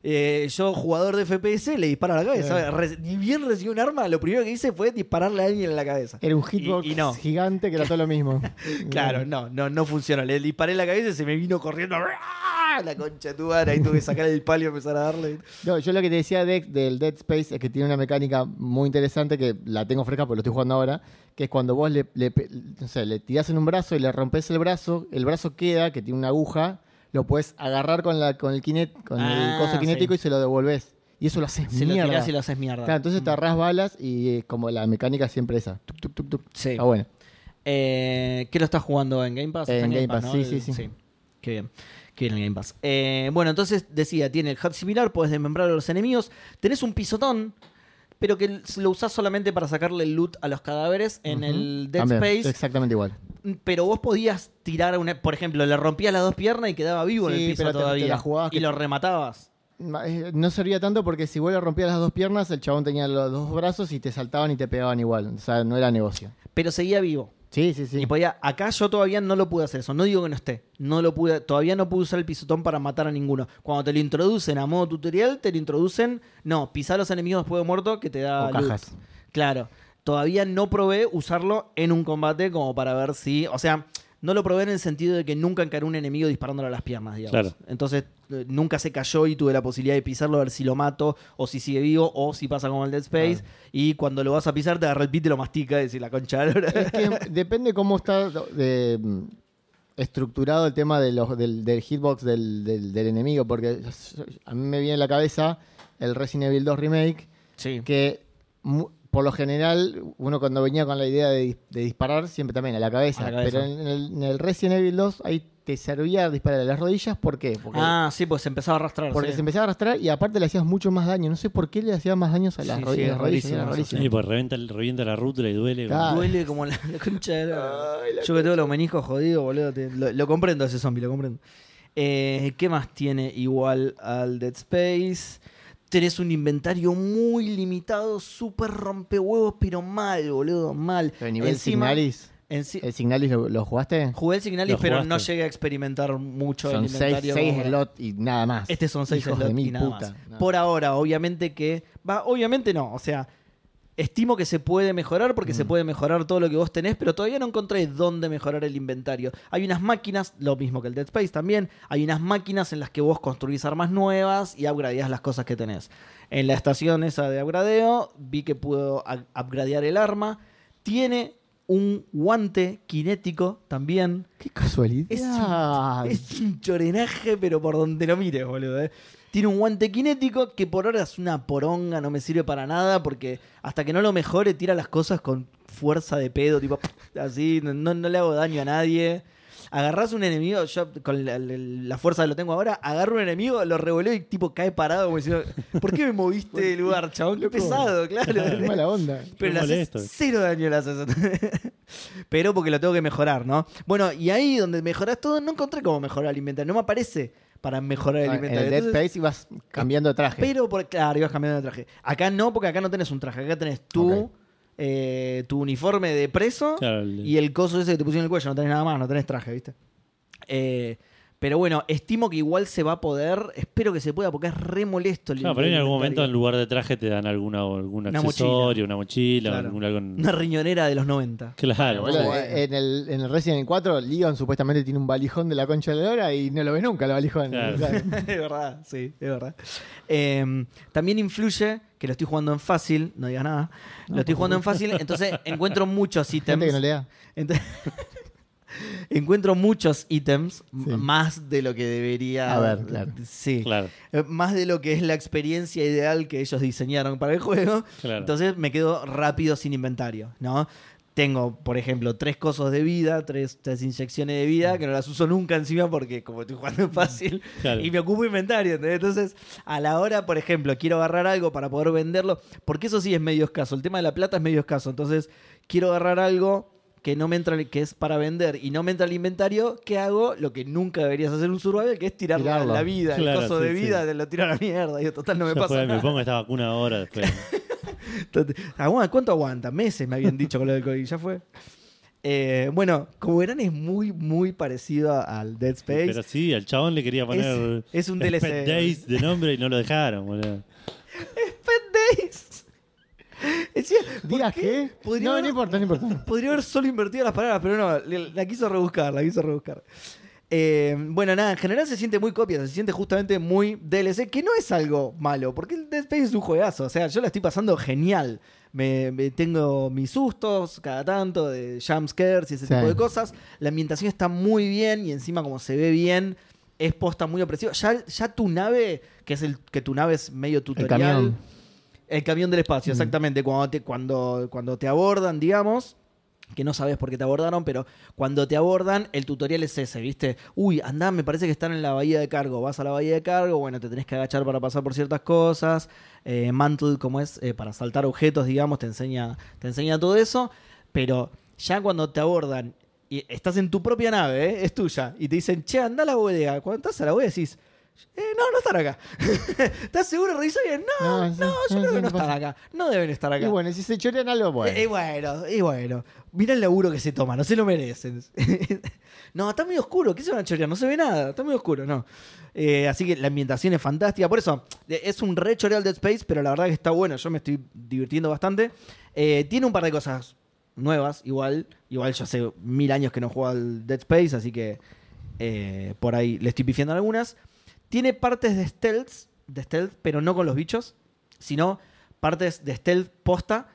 Speaker 2: Eh, yo, jugador de FPS, le disparo a la cabeza.
Speaker 3: Claro.
Speaker 2: Re- Ni bien recibí un arma, lo primero que hice fue dispararle a alguien en la cabeza.
Speaker 3: Era un hitbox
Speaker 2: Y- y no.
Speaker 3: gigante que era todo lo mismo.
Speaker 2: Claro, no, no, no funcionó. Le disparé en la cabeza y se me vino corriendo ¡ah! la concha de tu vara y tuve que sacar el palio y empezar a darle.
Speaker 3: No, yo lo que te decía de- del Dead Space es que tiene una mecánica muy interesante que la tengo fresca porque lo estoy jugando ahora, que es cuando vos le, le, pe- no sé, le tirás en un brazo y le rompes el brazo, el brazo queda, que tiene una aguja, lo puedes agarrar con, la, con el kinet, con
Speaker 2: Ah,
Speaker 3: el coso kinético
Speaker 2: sí.
Speaker 3: y se lo devolvés. Y eso lo haces
Speaker 2: Se
Speaker 3: mierda.
Speaker 2: lo tirás y lo Mm. haces mierda.
Speaker 3: Claro, entonces te arrás balas y eh, como la mecánica siempre esa. Tuc, tuc, tuc, tuc.
Speaker 2: Sí.
Speaker 3: Está Ah, bueno.
Speaker 2: Eh, ¿Qué lo estás jugando en Game Pass?
Speaker 3: En
Speaker 2: Está
Speaker 3: Game Pass, sí,
Speaker 2: El-
Speaker 3: sí, sí.
Speaker 2: Qué bien. Qué bien el Game Pass. Eh, bueno, entonces decía, tiene el HUD similar, puedes desmembrar a los enemigos. Tenés un pisotón, pero que lo usás solamente para sacarle el loot a los cadáveres en
Speaker 3: Ujú.
Speaker 2: el Dead
Speaker 3: También,
Speaker 2: Space.
Speaker 3: Exactamente igual.
Speaker 2: pero vos podías tirar una. Por ejemplo, le rompías las dos piernas y quedaba vivo en
Speaker 3: Sí,
Speaker 2: el piso
Speaker 3: pero te- te
Speaker 2: todavía.
Speaker 3: la jugabas
Speaker 2: y
Speaker 3: que-
Speaker 2: lo rematabas.
Speaker 3: Ma- eh, No servía tanto porque si vos le rompías las dos piernas, el chabón tenía los dos brazos y te saltaban y te pegaban igual. O sea, no era negocio.
Speaker 2: Pero seguía vivo.
Speaker 3: Sí, sí, sí.
Speaker 2: Y podía, acá yo todavía no lo pude hacer eso. No digo que no esté. No lo pude, todavía no pude usar el pisotón para matar a ninguno. Cuando te lo introducen a modo tutorial, te lo introducen. No, pisar a los enemigos después de muerto que te da.
Speaker 3: O
Speaker 2: loot.
Speaker 3: cajas.
Speaker 2: Claro. Todavía no probé usarlo en un combate como para ver si. O sea, no lo probé en el sentido de que nunca encaré un enemigo disparándole a las piernas, digamos.
Speaker 1: Claro.
Speaker 2: Entonces, eh, nunca se cayó y tuve la posibilidad de pisarlo a ver si lo mato o si sigue vivo o si pasa como el Dead Space. Y cuando lo vas a pisar, te agarra el pit y lo mastica, es decir, la concha de la lora.
Speaker 3: Es que depende cómo está de, mm, estructurado el tema de los, del, del hitbox del, del- del enemigo, porque a mí me viene a la cabeza el Resident Evil 2 Remake,
Speaker 2: Sí.
Speaker 3: que mu- por lo general uno cuando venía con la idea de, dis- de disparar siempre también a la cabeza,
Speaker 2: A la cabeza.
Speaker 3: pero en el, en el Resident Evil 2 ahí te servía disparar a las rodillas, ¿por qué? Porque,
Speaker 2: Ah, sí, pues se empezaba a arrastrar.
Speaker 3: porque
Speaker 2: sí.
Speaker 3: se empezaba a arrastrar y aparte le hacías mucho más daño, no sé por qué le hacías más daños a las
Speaker 2: Sí,
Speaker 3: ro-
Speaker 2: sí,
Speaker 3: las
Speaker 2: es
Speaker 3: rodillas.
Speaker 2: rarísimo
Speaker 3: era
Speaker 2: eso,
Speaker 3: rarísimo.
Speaker 1: Y pues revienta, el- revienta la ruta y duele.
Speaker 3: Claro.
Speaker 2: Duele como la, la concha de la- Yo que tengo los meniscos jodidos, boludo. te- lo, lo comprendo a ese zombie, lo comprendo. Eh, ¿Qué más tiene igual al Dead Space? Tenés un inventario muy limitado, súper rompehuevos, pero mal, boludo, mal.
Speaker 3: Pero nivel
Speaker 2: Encima-
Speaker 3: Signalis,
Speaker 2: enci-
Speaker 3: ¿el Signalis lo, lo jugaste?
Speaker 2: jugué el Signalis,
Speaker 1: Lo
Speaker 2: pero no
Speaker 1: jugaste.
Speaker 2: llegué a experimentar mucho el
Speaker 3: Son seis,
Speaker 2: inventario.
Speaker 3: seis
Speaker 2: como-
Speaker 3: slot y nada más.
Speaker 2: Este son seis
Speaker 3: Hijos de
Speaker 2: slots
Speaker 3: mil
Speaker 2: y nada
Speaker 3: puta.
Speaker 2: más.
Speaker 3: No.
Speaker 2: Por ahora, obviamente que. Va, obviamente no. O sea, estimo que se puede mejorar porque
Speaker 3: Mm.
Speaker 2: se puede mejorar todo lo que vos tenés, pero todavía no encontré dónde mejorar el inventario. Hay unas máquinas, lo mismo que el Dead Space también. Hay unas máquinas en las que vos construís armas nuevas y upgradeás las cosas que tenés. En la estación esa de upgradeo, vi que puedo a- upgradear el arma. Tiene un guante kinético también.
Speaker 3: Qué casualidad.
Speaker 2: Es un, es un chorenaje, pero por donde lo mires, boludo. eh. Tiene un guante kinético que por ahora es una poronga, no me sirve para nada, porque hasta que no lo mejore, tira las cosas con fuerza de pedo, tipo así, no, no- no le hago daño a nadie. Agarrás un enemigo, yo con la, la- la fuerza que lo tengo ahora, agarro un enemigo, lo revoleo y tipo cae parado como diciendo, ¿por qué me moviste de lugar, chabón? Qué pesado,
Speaker 3: Qué
Speaker 2: claro.
Speaker 3: mala onda. Ah,
Speaker 2: Pero
Speaker 1: Qué
Speaker 2: le haces
Speaker 1: molesto.
Speaker 2: cero daño le haces. Pero porque lo tengo que mejorar, ¿no? Bueno, y ahí donde mejoras todo, no encontré cómo mejorar el inventario. No me aparece para mejorar el
Speaker 3: Ah, En
Speaker 2: inventario.
Speaker 3: el Dead
Speaker 2: Entonces,
Speaker 3: Space ibas cambiando de traje.
Speaker 2: pero, por, claro, ibas cambiando de traje. Acá no, porque acá no tenés un traje. Acá tenés tu,
Speaker 3: Ok.
Speaker 2: eh, tu uniforme de preso
Speaker 1: Claro, el-
Speaker 2: y el coso ese que te pusieron en el cuello. No tenés nada más, no tenés traje, ¿viste? Eh, pero bueno, estimo que igual se va a poder. Espero que se pueda, porque es re molesto el
Speaker 1: No, pero en
Speaker 2: el
Speaker 1: algún momento en
Speaker 2: inventario.
Speaker 1: lugar de traje te dan alguna, algún
Speaker 2: Una
Speaker 1: accesorio,
Speaker 2: mochila.
Speaker 1: una mochila,
Speaker 2: Claro.
Speaker 1: algún, algún-
Speaker 2: Una riñonera de los 90.
Speaker 1: Claro,
Speaker 3: Boludo,
Speaker 1: sí.
Speaker 3: eh, en, el, en el Resident Evil 4, Leon supuestamente tiene un valijón de la concha de la lora y no lo ve nunca el valijón.
Speaker 1: Claro.
Speaker 3: O sea,
Speaker 2: es verdad, sí, es verdad. Eh, también influye que lo estoy jugando en fácil, no digas nada. lo estoy jugando en fácil, entonces encuentro muchos ítems.
Speaker 3: gente que no le da.
Speaker 2: Ent- encuentro muchos ítems, m-
Speaker 3: Sí.
Speaker 2: más de lo que debería.
Speaker 3: A ver, claro.
Speaker 2: Sí.
Speaker 1: claro.
Speaker 2: Eh, Más de lo que es la experiencia ideal que ellos diseñaron para el juego.
Speaker 1: Claro.
Speaker 2: Entonces me quedo rápido sin inventario, ¿no? Tengo, por ejemplo, tres cosos de vida, tres, tres inyecciones de vida, que no las uso nunca encima porque como estoy jugando en fácil
Speaker 1: Claro.
Speaker 2: y me ocupo inventario. ¿entendés? Entonces, a la hora, por ejemplo, quiero agarrar algo para poder venderlo, porque eso sí es medio escaso, el tema de la plata es medio escaso. Entonces, quiero agarrar algo que no me entra, en- que es para vender y no me entra al inventario, ¿qué hago? Lo que nunca deberías hacer en un survival, que es tirar la,
Speaker 3: Tirarlo.
Speaker 2: la vida,
Speaker 1: Claro,
Speaker 2: el coso
Speaker 1: sí,
Speaker 2: de
Speaker 1: sí.
Speaker 2: vida, te lo tiro a la mierda. Digo, total, no me
Speaker 1: Ya
Speaker 2: pasa
Speaker 1: fue, me
Speaker 2: nada.
Speaker 1: pongo esta vacuna ahora después.
Speaker 2: Entonces, aguanta, ¿Cuánto aguanta? Meses me habían dicho con lo del COVID, ya fue. Eh, bueno, como verán, es muy, muy parecido a- al Dead Space.
Speaker 1: Pero sí, al chabón le quería poner
Speaker 2: es un
Speaker 1: Sped
Speaker 2: DLC.
Speaker 1: Days de nombre y no lo dejaron, boludo.
Speaker 2: Spend Days. Decía, ¿por
Speaker 3: ¿Digas qué?
Speaker 2: Podría
Speaker 3: No,
Speaker 2: haber-
Speaker 3: no importa, no importa.
Speaker 2: Podría haber solo invertido las palabras, pero no, le- la quiso rebuscar, la quiso rebuscar. Eh, bueno, nada, en general se siente muy copia, se siente justamente muy DLC, que no es algo malo, porque el Dead Space es un juegazo, o sea, yo la estoy pasando genial. Me, me- tengo mis sustos cada tanto de jumpscares y ese
Speaker 3: Sí.
Speaker 2: tipo de cosas. La ambientación está muy bien y encima como se ve bien, es posta muy opresiva. Ya, ya tu nave, que es el que tu nave es medio tutorial.
Speaker 3: camión.
Speaker 2: El camión del espacio,
Speaker 3: Mm.
Speaker 2: exactamente. Cuando te, cuando, cuando te abordan, digamos, que no sabes por qué te abordaron, pero cuando te abordan, el tutorial es ese, ¿viste? Uy, andá, me parece que están en la bahía de cargo. Vas a la bahía de cargo, bueno, te tenés que agachar para pasar por ciertas cosas. eh, mantle, como es, eh, para saltar objetos, digamos, te enseña, te enseña todo eso. Pero ya cuando te abordan, y estás en tu propia nave, ¿eh? es tuya, y te dicen, che, anda a la bodega. Cuando estás a la bodega decís, Eh, no, no están acá. ¿Estás seguro? Revisa bien. No,
Speaker 3: No,
Speaker 2: no,
Speaker 3: sí, sí,
Speaker 2: yo creo
Speaker 3: sí,
Speaker 2: que no
Speaker 3: pasa.
Speaker 2: están acá. No deben estar acá.
Speaker 3: Y bueno, si se chorean algo, bueno.
Speaker 2: Y bueno, y bueno. Mirá el laburo que se toma, no se lo merecen. no, está muy oscuro, ¿qué se van a chorear? No se ve nada, está muy oscuro, no. Eh, así que la ambientación es fantástica. Por eso, eh, es un re choreal Dead Space, pero la verdad que está bueno. Yo me estoy divirtiendo bastante. Eh, tiene un par de cosas nuevas, igual. Igual yo hace mil años que no juego al Dead Space, así que eh, por ahí le estoy pifiando algunas. Tiene partes de stealth, de stealth, pero no con los bichos, sino partes de stealth posta,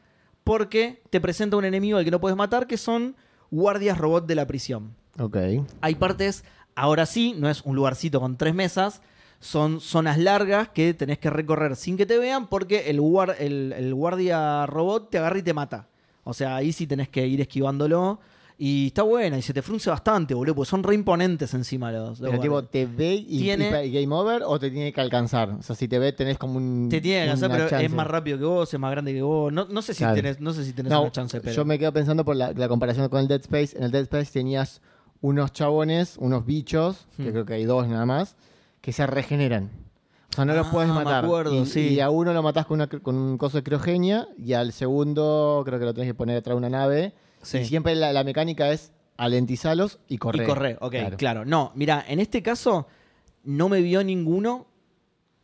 Speaker 2: porque te presenta un enemigo al que no puedes matar, que son guardias robot de la prisión.
Speaker 3: Ok.
Speaker 2: Hay partes, ahora sí, no es un lugarcito con tres mesas, son zonas largas que tenés que recorrer sin que te vean porque el, guar- el- el guardia robot te agarra y te mata. O sea, ahí sí tenés que ir esquivándolo. Y está buena, y se te frunce bastante, boludo, porque son re imponentes encima los. los
Speaker 3: Pero tipo,
Speaker 2: guardias.
Speaker 3: ¿te ve y,
Speaker 2: Tiene-
Speaker 3: y pa- y game over o te tiene que alcanzar? O sea, si te ve tenés como un...
Speaker 2: te tiene que hacer,
Speaker 3: una
Speaker 2: pero es
Speaker 3: chance.
Speaker 2: más rápido que vos, es más grande que vos. No, no sé si
Speaker 3: Claro.
Speaker 2: tenés, no sé si tenés
Speaker 3: No,
Speaker 2: una chance, pero.
Speaker 3: Yo me quedo pensando por la, la comparación con el Dead Space. En el Dead Space tenías unos chabones, unos bichos,
Speaker 2: Hmm.
Speaker 3: que creo que hay dos nada más, que se regeneran. O sea, no los
Speaker 2: Ah,
Speaker 3: puedes
Speaker 2: me
Speaker 3: matar.
Speaker 2: acuerdo,
Speaker 3: y,
Speaker 2: sí.
Speaker 3: y a uno lo matás con, una cr- con un coso de criogenia y al segundo creo que lo tenés que poner atrás de una nave.
Speaker 2: Sí.
Speaker 3: Y siempre la, la mecánica es alentizarlos y correr.
Speaker 2: Y correr, ok,
Speaker 3: Claro.
Speaker 2: claro. No, mira, en este caso no me vio ninguno.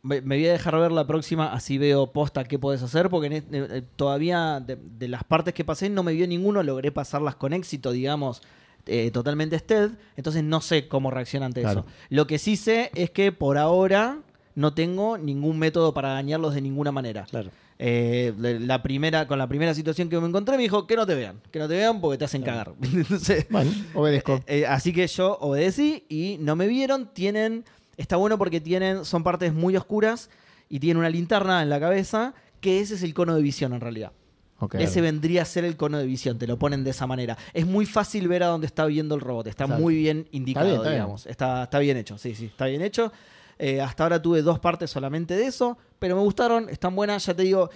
Speaker 2: Me, me voy a dejar ver la próxima, así veo posta qué podés hacer, porque en este- eh, eh, todavía de, de las partes que pasé no me vio ninguno, logré pasarlas con éxito, digamos, eh, totalmente stealth, entonces no sé cómo reacciona ante
Speaker 3: Claro.
Speaker 2: eso. Lo que sí sé es que por ahora no tengo ningún método para dañarlos de ninguna manera.
Speaker 1: Claro.
Speaker 2: Eh, de- la primera, con la primera situación que me encontré me dijo que no te vean, que no te vean porque te hacen cagar. Entonces,
Speaker 3: Bueno, obedezco.
Speaker 2: eh, así que yo obedecí y no me vieron. Tienen. Está bueno porque tienen. Son partes muy oscuras y tienen una linterna en la cabeza. Que ese es el cono de visión en realidad.
Speaker 3: Ok.
Speaker 2: Ese vendría a ser el cono de visión, te lo ponen de esa manera. Es muy fácil ver a dónde está viendo el robot, está
Speaker 3: Exacto.
Speaker 2: muy bien indicado,
Speaker 3: bien, está bien.
Speaker 2: digamos. Está, está bien hecho, sí, sí, está bien hecho. Eh, hasta ahora tuve dos partes solamente de eso, pero me gustaron, están buenas, ya te digo,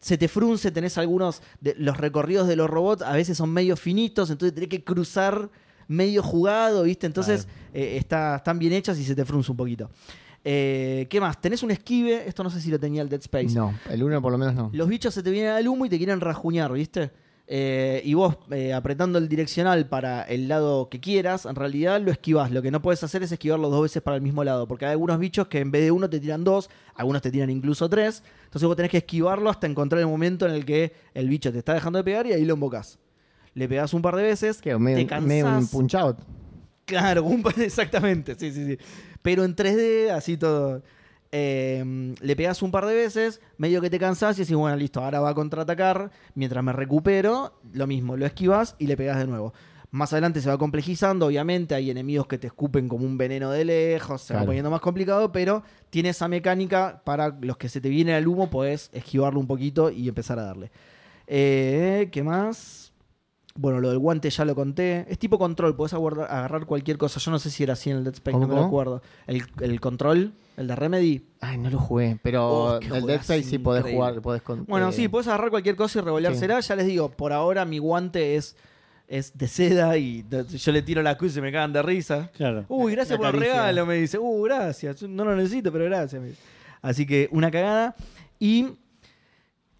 Speaker 2: se te frunce, tenés algunos, de, los recorridos de los robots a veces son medio finitos, entonces tenés que cruzar medio jugado, ¿viste? Entonces eh, está, están bien hechas y se te frunce un poquito. Eh, ¿Qué más? Tenés un esquive, esto no sé si lo tenía el Dead Space.
Speaker 3: No, el uno por lo menos no.
Speaker 2: Los bichos se te vienen al humo y te quieren rajuñar, ¿viste? Eh, y vos eh, apretando el direccional para el lado que quieras, en realidad lo esquivas. Lo que no puedes hacer es esquivarlos dos veces para el mismo lado, porque hay algunos bichos que en vez de uno te tiran dos, algunos te tiran incluso tres. Entonces vos tenés que esquivarlo hasta encontrar el momento en el que el bicho te está dejando de pegar y ahí lo embocás. Le pegás un par de veces,
Speaker 3: Que
Speaker 2: te
Speaker 3: medio,
Speaker 2: cansás.
Speaker 3: medio un punch out.
Speaker 2: Claro, un par- exactamente, sí, sí, sí. Pero en 3D, así todo. Eh, le pegas un par de veces, medio que te cansás y decís, bueno, listo, ahora va a contraatacar. Mientras me recupero, lo mismo, lo esquivas y le pegas de nuevo. Más adelante se va complejizando, obviamente, hay enemigos que te escupen como un veneno de lejos, se va
Speaker 3: Claro.
Speaker 2: poniendo más complicado, pero tiene esa mecánica para los que se te viene al humo, podés esquivarlo un poquito y empezar a darle. Eh, ¿Qué más? Bueno, lo del guante ya lo conté. Es tipo control, podés aguardar- agarrar cualquier cosa. Yo no sé si era así en el Dead Space,
Speaker 3: ¿Cómo,
Speaker 2: no me lo
Speaker 3: cómo?
Speaker 2: acuerdo. El, el control, el de Remedy.
Speaker 3: Ay, no lo jugué, pero
Speaker 2: Oh, qué
Speaker 3: el Dead
Speaker 2: juegazo
Speaker 3: Space sí podés
Speaker 2: increíble.
Speaker 3: jugar, podés con-
Speaker 2: Bueno,
Speaker 3: eh,
Speaker 2: sí, podés agarrar cualquier cosa y revoleársela. Ya les digo, por ahora mi guante es, es de seda y de- yo le tiro la cruz y me cagan de risa.
Speaker 1: Claro.
Speaker 2: Uy, gracias
Speaker 3: La
Speaker 2: por el
Speaker 3: caricia.
Speaker 2: regalo, me dice. Uh, gracias. Yo No lo necesito, pero gracias. me dice. Así que una cagada. Y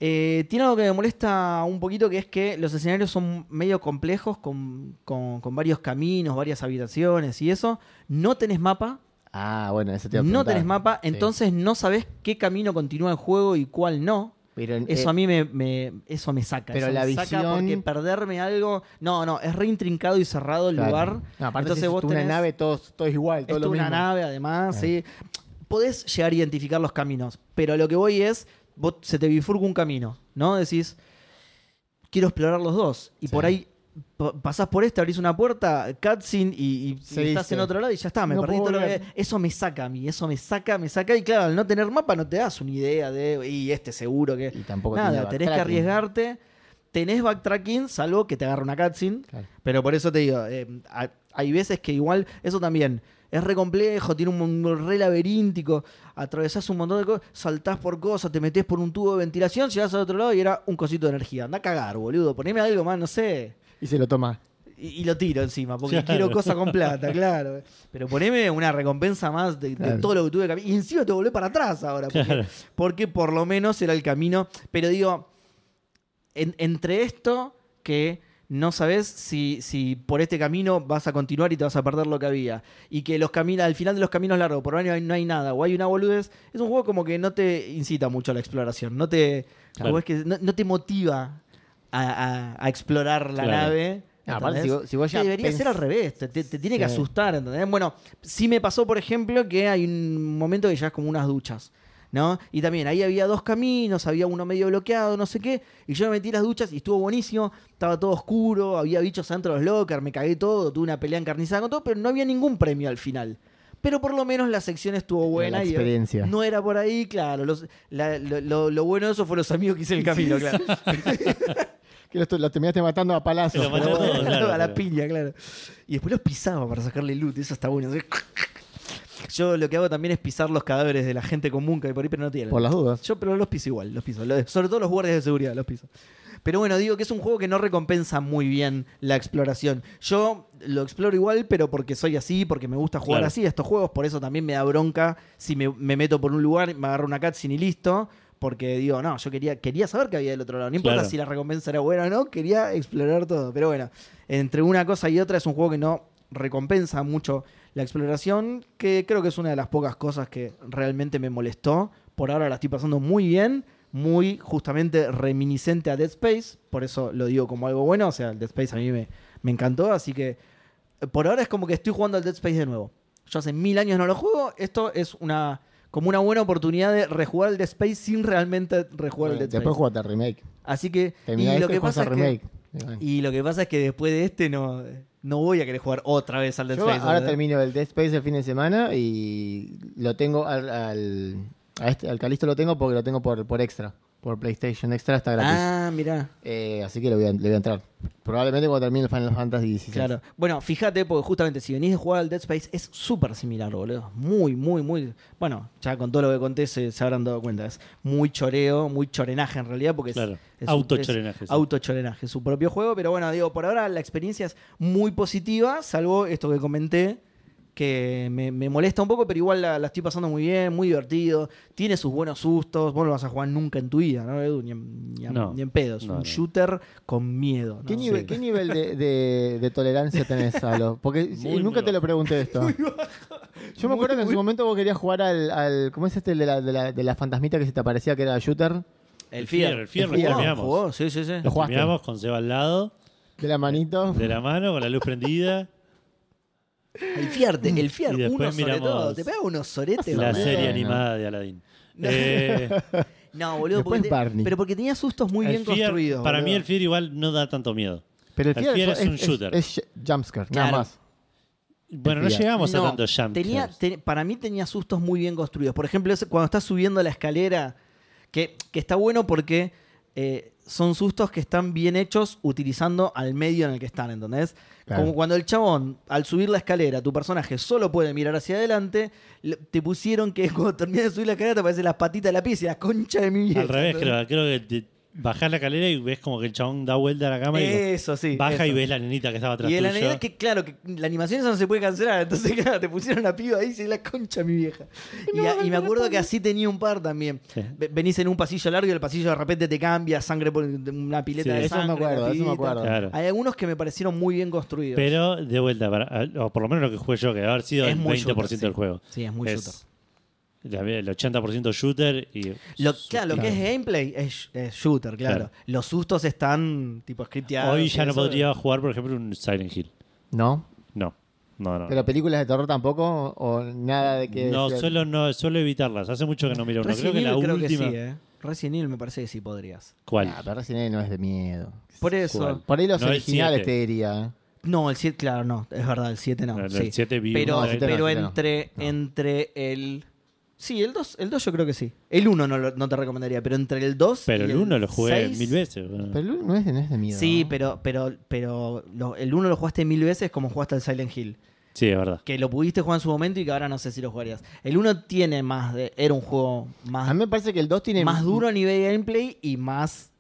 Speaker 2: eh, tiene algo que me molesta un poquito, que es que los escenarios son medio complejos, con, con- con varios caminos, varias habitaciones y eso. No tenés mapa,
Speaker 3: Ah, bueno, ese te iba a
Speaker 2: no
Speaker 3: preguntar.
Speaker 2: tenés mapa,
Speaker 3: Sí.
Speaker 2: entonces no sabés qué camino continúa el juego y cuál no.
Speaker 3: Pero, eh,
Speaker 2: Eso a mí me, me- eso me saca.
Speaker 3: pero
Speaker 2: eso
Speaker 3: la
Speaker 2: me saca
Speaker 3: visión-
Speaker 2: porque perderme algo. No, no, es re intrincado y cerrado el
Speaker 3: claro.
Speaker 2: lugar.
Speaker 3: No, aparte
Speaker 2: Entonces
Speaker 3: si es
Speaker 2: vos
Speaker 3: una
Speaker 2: tenés-
Speaker 3: nave, todo, todo es igual, todo
Speaker 2: es
Speaker 3: lo
Speaker 2: una
Speaker 3: mismo.
Speaker 2: nave, además,
Speaker 3: Ah.
Speaker 2: sí. Podés llegar a identificar los caminos, pero lo que voy es, vos se te bifurca un camino, ¿no? Decís, quiero explorar los dos. Y
Speaker 3: Sí.
Speaker 2: por ahí po- pasás por este, abrís una puerta, cutscene, y, y- y
Speaker 3: Sí,
Speaker 2: estás
Speaker 3: sí.
Speaker 2: en otro lado y ya está, me
Speaker 3: No
Speaker 2: perdí
Speaker 3: puedo
Speaker 2: todo lo que...
Speaker 3: volver.
Speaker 2: Eso me saca a mí, eso me saca, me saca. Y claro, al no tener mapa no te das una idea de, y este seguro que...
Speaker 3: Y tampoco
Speaker 2: Nada,
Speaker 3: tiene
Speaker 2: tenés que
Speaker 3: backtracking.
Speaker 2: arriesgarte. Tenés backtracking, salvo que te agarre una cutscene.
Speaker 3: Claro.
Speaker 2: Pero por eso te digo, eh, ha- hay veces que igual, eso también, es re complejo, tiene un mundo re laberíntico, atravesás un montón de cosas, saltás por cosas, te metés por un tubo de ventilación, llegás al otro lado y era un cosito de energía. Anda a cagar, boludo, poneme algo más, no sé.
Speaker 3: Y se lo toma.
Speaker 2: Y, Y, y lo tiro encima, porque
Speaker 1: Claro.
Speaker 2: quiero cosa con plata, claro. Pero poneme una recompensa más de, de
Speaker 3: Claro.
Speaker 2: todo lo que tuve que caminar. Y encima te volvé para atrás ahora. Porque,
Speaker 1: Claro.
Speaker 2: porque por lo menos era el camino. Pero digo, en- entre esto que no sabes si, si por este camino vas a continuar y te vas a perder lo que había. Y que los caminos, al final de los caminos largos, por año no hay nada, o hay una boludez. Es un juego como que no te incita mucho a la exploración. No te,
Speaker 1: Claro.
Speaker 2: como es que no, no te motiva a, a- a explorar la
Speaker 1: Claro.
Speaker 2: nave.
Speaker 3: Ah, aparte,
Speaker 2: ¿entendés?
Speaker 3: si vos- si vos ya
Speaker 2: Que debería
Speaker 3: pens-
Speaker 2: ser al revés, te, te- te tiene que
Speaker 3: Sí.
Speaker 2: asustar, ¿entendés? Bueno, sí me pasó, por ejemplo, que hay un momento que ya es como unas duchas, ¿no? Y también ahí había dos caminos, había uno medio bloqueado, no sé qué, y yo me metí en las duchas y estuvo buenísimo, estaba todo oscuro, había bichos adentro de los lockers, me cagué todo, tuve una pelea encarnizada con todo, pero no había ningún premio al final. Pero por lo menos la sección estuvo buena
Speaker 3: la
Speaker 2: y
Speaker 3: experiencia.
Speaker 2: no era por ahí, claro. los- la- lo, lo- lo bueno de eso fue los amigos que hice en el camino, claro.
Speaker 3: Que lo, lo terminaste matando a palazo.
Speaker 1: Te lo maté
Speaker 2: Pero
Speaker 1: a
Speaker 2: bueno,
Speaker 1: todos, claro,
Speaker 2: a la
Speaker 1: claro.
Speaker 2: piña, claro. Y después los pisaba para sacarle loot, eso está bueno. Así- Yo lo que hago también es pisar los cadáveres de la gente común que hay por ahí, pero no tienen.
Speaker 3: Por las dudas.
Speaker 2: Yo, pero los piso igual, los piso. Los- sobre todo los guardias de seguridad, los piso. Pero bueno, digo que es un juego que no recompensa muy bien la exploración. Yo lo exploro igual, pero porque soy así, porque me gusta jugar
Speaker 1: Claro.
Speaker 2: así a estos juegos. Por eso también me da bronca si me, me meto por un lugar, me agarro una cutscene y listo. Porque digo, no, yo quería, quería saber qué había del otro lado. No importa
Speaker 1: Claro.
Speaker 2: si la recompensa era buena o no, quería explorar todo. Pero bueno, entre una cosa y otra es un juego que no recompensa mucho la exploración, que creo que es una de las pocas cosas que realmente me molestó. Por ahora la estoy pasando muy bien, muy justamente reminiscente a Dead Space, por eso lo digo como algo bueno, o sea, el Dead Space a mí me, me encantó, así que eh, por ahora es como que estoy jugando al Dead Space de nuevo. Yo hace mil años no lo juego, esto es una como una buena oportunidad de rejugar al Dead Space sin realmente rejugar al
Speaker 3: Bueno,
Speaker 2: Dead Space.
Speaker 3: después jugaste al remake.
Speaker 2: Así que
Speaker 3: Terminás
Speaker 2: y
Speaker 3: esto
Speaker 2: lo
Speaker 3: y
Speaker 2: que
Speaker 3: jugás
Speaker 2: pasa
Speaker 3: al
Speaker 2: es que-
Speaker 3: este remake. Y bueno.
Speaker 2: y lo que pasa es que después de este no, no voy a querer jugar otra vez al Dead
Speaker 3: Yo
Speaker 2: Space. ¿eh?
Speaker 3: ahora
Speaker 2: ¿verdad?
Speaker 3: termino el Dead Space el fin de semana y lo tengo al, al, a este- al Calisto lo tengo porque lo tengo por, por extra. Por PlayStation Extra está gratis.
Speaker 2: Ah, mirá.
Speaker 3: Eh, así que le voy, a, le voy a entrar. Probablemente cuando termine el Final Fantasy XVI.
Speaker 2: Claro. Bueno, fíjate, porque justamente si venís de jugar al Dead Space es súper similar, boludo. Muy, muy, muy. Bueno, ya con todo lo que conté se, se habrán dado cuenta. Es muy choreo, muy chorenaje en realidad, porque es.
Speaker 1: Claro.
Speaker 2: es-
Speaker 1: Autochorenaje,
Speaker 2: es
Speaker 1: sí.
Speaker 2: Autochorenaje, su propio juego. Pero bueno, digo, por ahora la experiencia es muy positiva, salvo esto que comenté. Que me, me molesta un poco, pero igual la, la estoy pasando muy bien, muy divertido. Tiene sus buenos sustos. Vos no lo vas a jugar nunca en tu vida, ¿no, Edu? Ni en, ni en-
Speaker 1: No.
Speaker 2: ni en pedo. Es
Speaker 1: No,
Speaker 2: un
Speaker 1: no.
Speaker 2: shooter con miedo. ¿no?
Speaker 3: ¿Qué, nivel,
Speaker 1: sí.
Speaker 3: ¿Qué nivel de, de- de tolerancia tenés a los? Porque si-
Speaker 1: Muy
Speaker 3: nunca te
Speaker 1: bajo.
Speaker 3: lo pregunté esto. Yo me
Speaker 2: Muy,
Speaker 3: acuerdo que en
Speaker 2: muy-
Speaker 3: su momento vos querías jugar al, al ¿cómo es este el de la, de la, de la fantasmita que se te aparecía que era shooter?
Speaker 1: Fear,
Speaker 2: El Fier.
Speaker 1: el Fear
Speaker 3: lo
Speaker 1: terminamos.
Speaker 2: Jugó, sí, sí, sí.
Speaker 3: Lo jugaste.
Speaker 1: Terminamos con Seba al lado,
Speaker 3: De la manito.
Speaker 1: de la mano, con la luz prendida.
Speaker 2: El Fier, te- el Fier,
Speaker 1: Y después
Speaker 2: uno sobre
Speaker 1: miramos
Speaker 2: todo. Te pega unos soretes,
Speaker 1: la
Speaker 2: boludo.
Speaker 1: serie
Speaker 3: bueno.
Speaker 1: animada de Aladdin.
Speaker 2: No.
Speaker 1: Eh,
Speaker 2: No, boludo,
Speaker 3: Después
Speaker 2: porque te-
Speaker 3: Barney.
Speaker 2: pero porque tenía sustos muy
Speaker 1: el
Speaker 2: bien
Speaker 1: Fear,
Speaker 2: construidos.
Speaker 1: Para
Speaker 2: boludo.
Speaker 1: mí el Fear igual no da tanto miedo.
Speaker 3: Pero el
Speaker 1: El
Speaker 3: Fear
Speaker 1: Fear es un shooter.
Speaker 3: Es, es jumpscare,
Speaker 2: Claro.
Speaker 3: nada más.
Speaker 1: Bueno, no
Speaker 3: Fear.
Speaker 1: llegamos
Speaker 2: No,
Speaker 1: a tanto jump.
Speaker 2: tenía,
Speaker 1: scares.
Speaker 2: te- para mí tenía sustos muy bien construidos. Por ejemplo, ese- cuando estás subiendo la escalera, que, que está bueno porque eh, son sustos que están bien hechos utilizando al medio en el que están, ¿entendés?
Speaker 3: Claro.
Speaker 2: Como cuando el chabón, al subir la escalera, tu personaje solo puede mirar hacia adelante, le- te pusieron que cuando terminas de subir la escalera te aparecen las patitas de la pieza y la concha de mi vieja.
Speaker 1: Al revés,
Speaker 2: ¿entendés?
Speaker 1: creo, creo que te- bajás la calera y ves como que el chabón da vuelta a la cama y
Speaker 2: Eso sí.
Speaker 1: baja y
Speaker 2: Eh, eso.
Speaker 1: ves la nenita que estaba atrás
Speaker 2: Y de la
Speaker 1: tuyo.
Speaker 2: Navidad que, claro, que la animación esa no se puede cancelar. Entonces, claro, te pusieron la piba ahí y se la concha mi vieja. Y a- y, me acuerdo que así tenía un par también.
Speaker 1: Sí.
Speaker 2: Ve- Venís en un pasillo largo y el pasillo de repente te cambia sangre por una pileta
Speaker 1: Sí.
Speaker 2: de
Speaker 3: Eso me
Speaker 2: sangre,
Speaker 3: acuerdo, eso me
Speaker 2: rapidito.
Speaker 3: acuerdo.
Speaker 1: Claro.
Speaker 2: Hay algunos que me parecieron muy bien construidos.
Speaker 1: Pero de vuelta, para- o por lo menos lo que jugué yo, que debe haber sido
Speaker 2: Es
Speaker 1: el
Speaker 2: muy
Speaker 1: 20%
Speaker 2: shooter, sí.
Speaker 1: del juego.
Speaker 2: sí, es muy
Speaker 1: Es
Speaker 2: shooter.
Speaker 1: la- El 80% shooter y.
Speaker 2: Lo, claro, lo que es gameplay es, es shooter, claro.
Speaker 1: Claro.
Speaker 2: Los sustos están tipo scripteados.
Speaker 1: Hoy
Speaker 2: y
Speaker 1: ya no
Speaker 2: eso.
Speaker 1: podría jugar, por ejemplo, un Silent Hill.
Speaker 3: ¿No?
Speaker 1: No, no, no.
Speaker 3: ¿Pero películas de terror tampoco? ¿O nada de que.?
Speaker 1: no,
Speaker 3: sea-
Speaker 1: suelo, no, suelo evitarlas. Hace mucho que no miro uno. Creo
Speaker 2: Resident
Speaker 1: que la
Speaker 2: Evil creo
Speaker 1: última.
Speaker 2: que sí, ¿eh? Resident Evil me parece que sí podrías.
Speaker 1: ¿Cuál?
Speaker 3: Ah, pero Resident Evil no es de miedo.
Speaker 2: Por eso.
Speaker 1: ¿Cuál?
Speaker 3: Por ahí los
Speaker 1: No, el
Speaker 3: originales
Speaker 1: siete.
Speaker 3: te diría. ¿eh?
Speaker 2: No, el 7, claro, no. Es verdad, el 7 no.
Speaker 1: No, no,
Speaker 2: sí.
Speaker 1: el 7 vi
Speaker 2: Pero,
Speaker 1: uno, el
Speaker 2: pero
Speaker 3: siete no, el siete no.
Speaker 2: entre,
Speaker 3: No.
Speaker 2: entre el. Sí, el 2 el dos yo creo que sí. El 1 no, lo- no te recomendaría, pero entre el 2.
Speaker 1: Pero el 1 lo jugué mil veces. bueno.
Speaker 3: Pero el uno no es de, no es de miedo.
Speaker 2: Sí,
Speaker 3: ¿no?
Speaker 2: pero, pero, pero lo- el 1 lo jugaste mil veces como jugaste al Silent Hill.
Speaker 1: Sí, es verdad.
Speaker 2: Que lo pudiste jugar en su momento y que ahora no sé si lo jugarías. El 1 tiene más de. Era un juego
Speaker 3: A
Speaker 2: más,
Speaker 3: mí me parece que el 2 tiene.
Speaker 2: más duro a nivel de gameplay y más.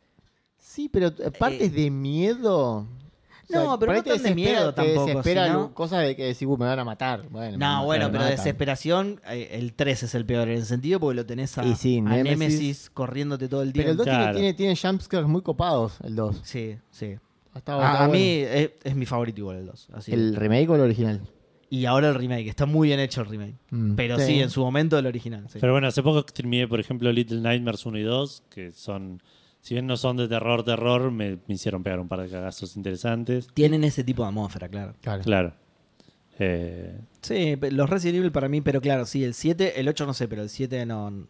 Speaker 3: Sí, pero eh, partes de miedo. sea,
Speaker 2: Eh, No, pero
Speaker 3: por ahí
Speaker 2: no tan de
Speaker 3: desespera-
Speaker 2: miedo tampoco,
Speaker 3: Te desespera
Speaker 2: sino-
Speaker 3: lu- cosas de que decís, "Uh, me van a matar. Bueno, me
Speaker 2: No,
Speaker 3: matan,
Speaker 2: bueno,
Speaker 3: me
Speaker 2: pero
Speaker 3: matan.
Speaker 2: desesperación, eh, el 3 es el peor en el sentido porque lo tenés a,
Speaker 3: Y sí,
Speaker 2: a
Speaker 3: Némesis.
Speaker 2: Némesis. corriéndote todo el
Speaker 3: Pero el
Speaker 2: tiempo.
Speaker 3: 2
Speaker 1: Claro.
Speaker 3: tiene, tiene, tiene jumpscares muy copados, el 2.
Speaker 2: Sí, sí. A,
Speaker 3: Está- está
Speaker 2: Ah, a
Speaker 3: bueno.
Speaker 2: mí es, es mi favorito igual el 2. así.
Speaker 3: ¿El remake o el original?
Speaker 2: Y ahora el remake, está muy bien hecho el remake.
Speaker 3: Mm.
Speaker 2: Pero
Speaker 3: Sí.
Speaker 2: sí, en su momento el original. sí.
Speaker 1: Pero bueno, hace poco streameé, por ejemplo, Little Nightmares 1 y 2, que son, si bien no son de terror, terror, me, me hicieron pegar un par de cagazos interesantes.
Speaker 2: Tienen ese tipo de atmósfera, claro.
Speaker 3: Claro.
Speaker 1: Claro. Eh,
Speaker 2: Sí, pe- los Resident Evil para mí, pero claro, sí, el 7, el 8 no sé, pero el 7 no.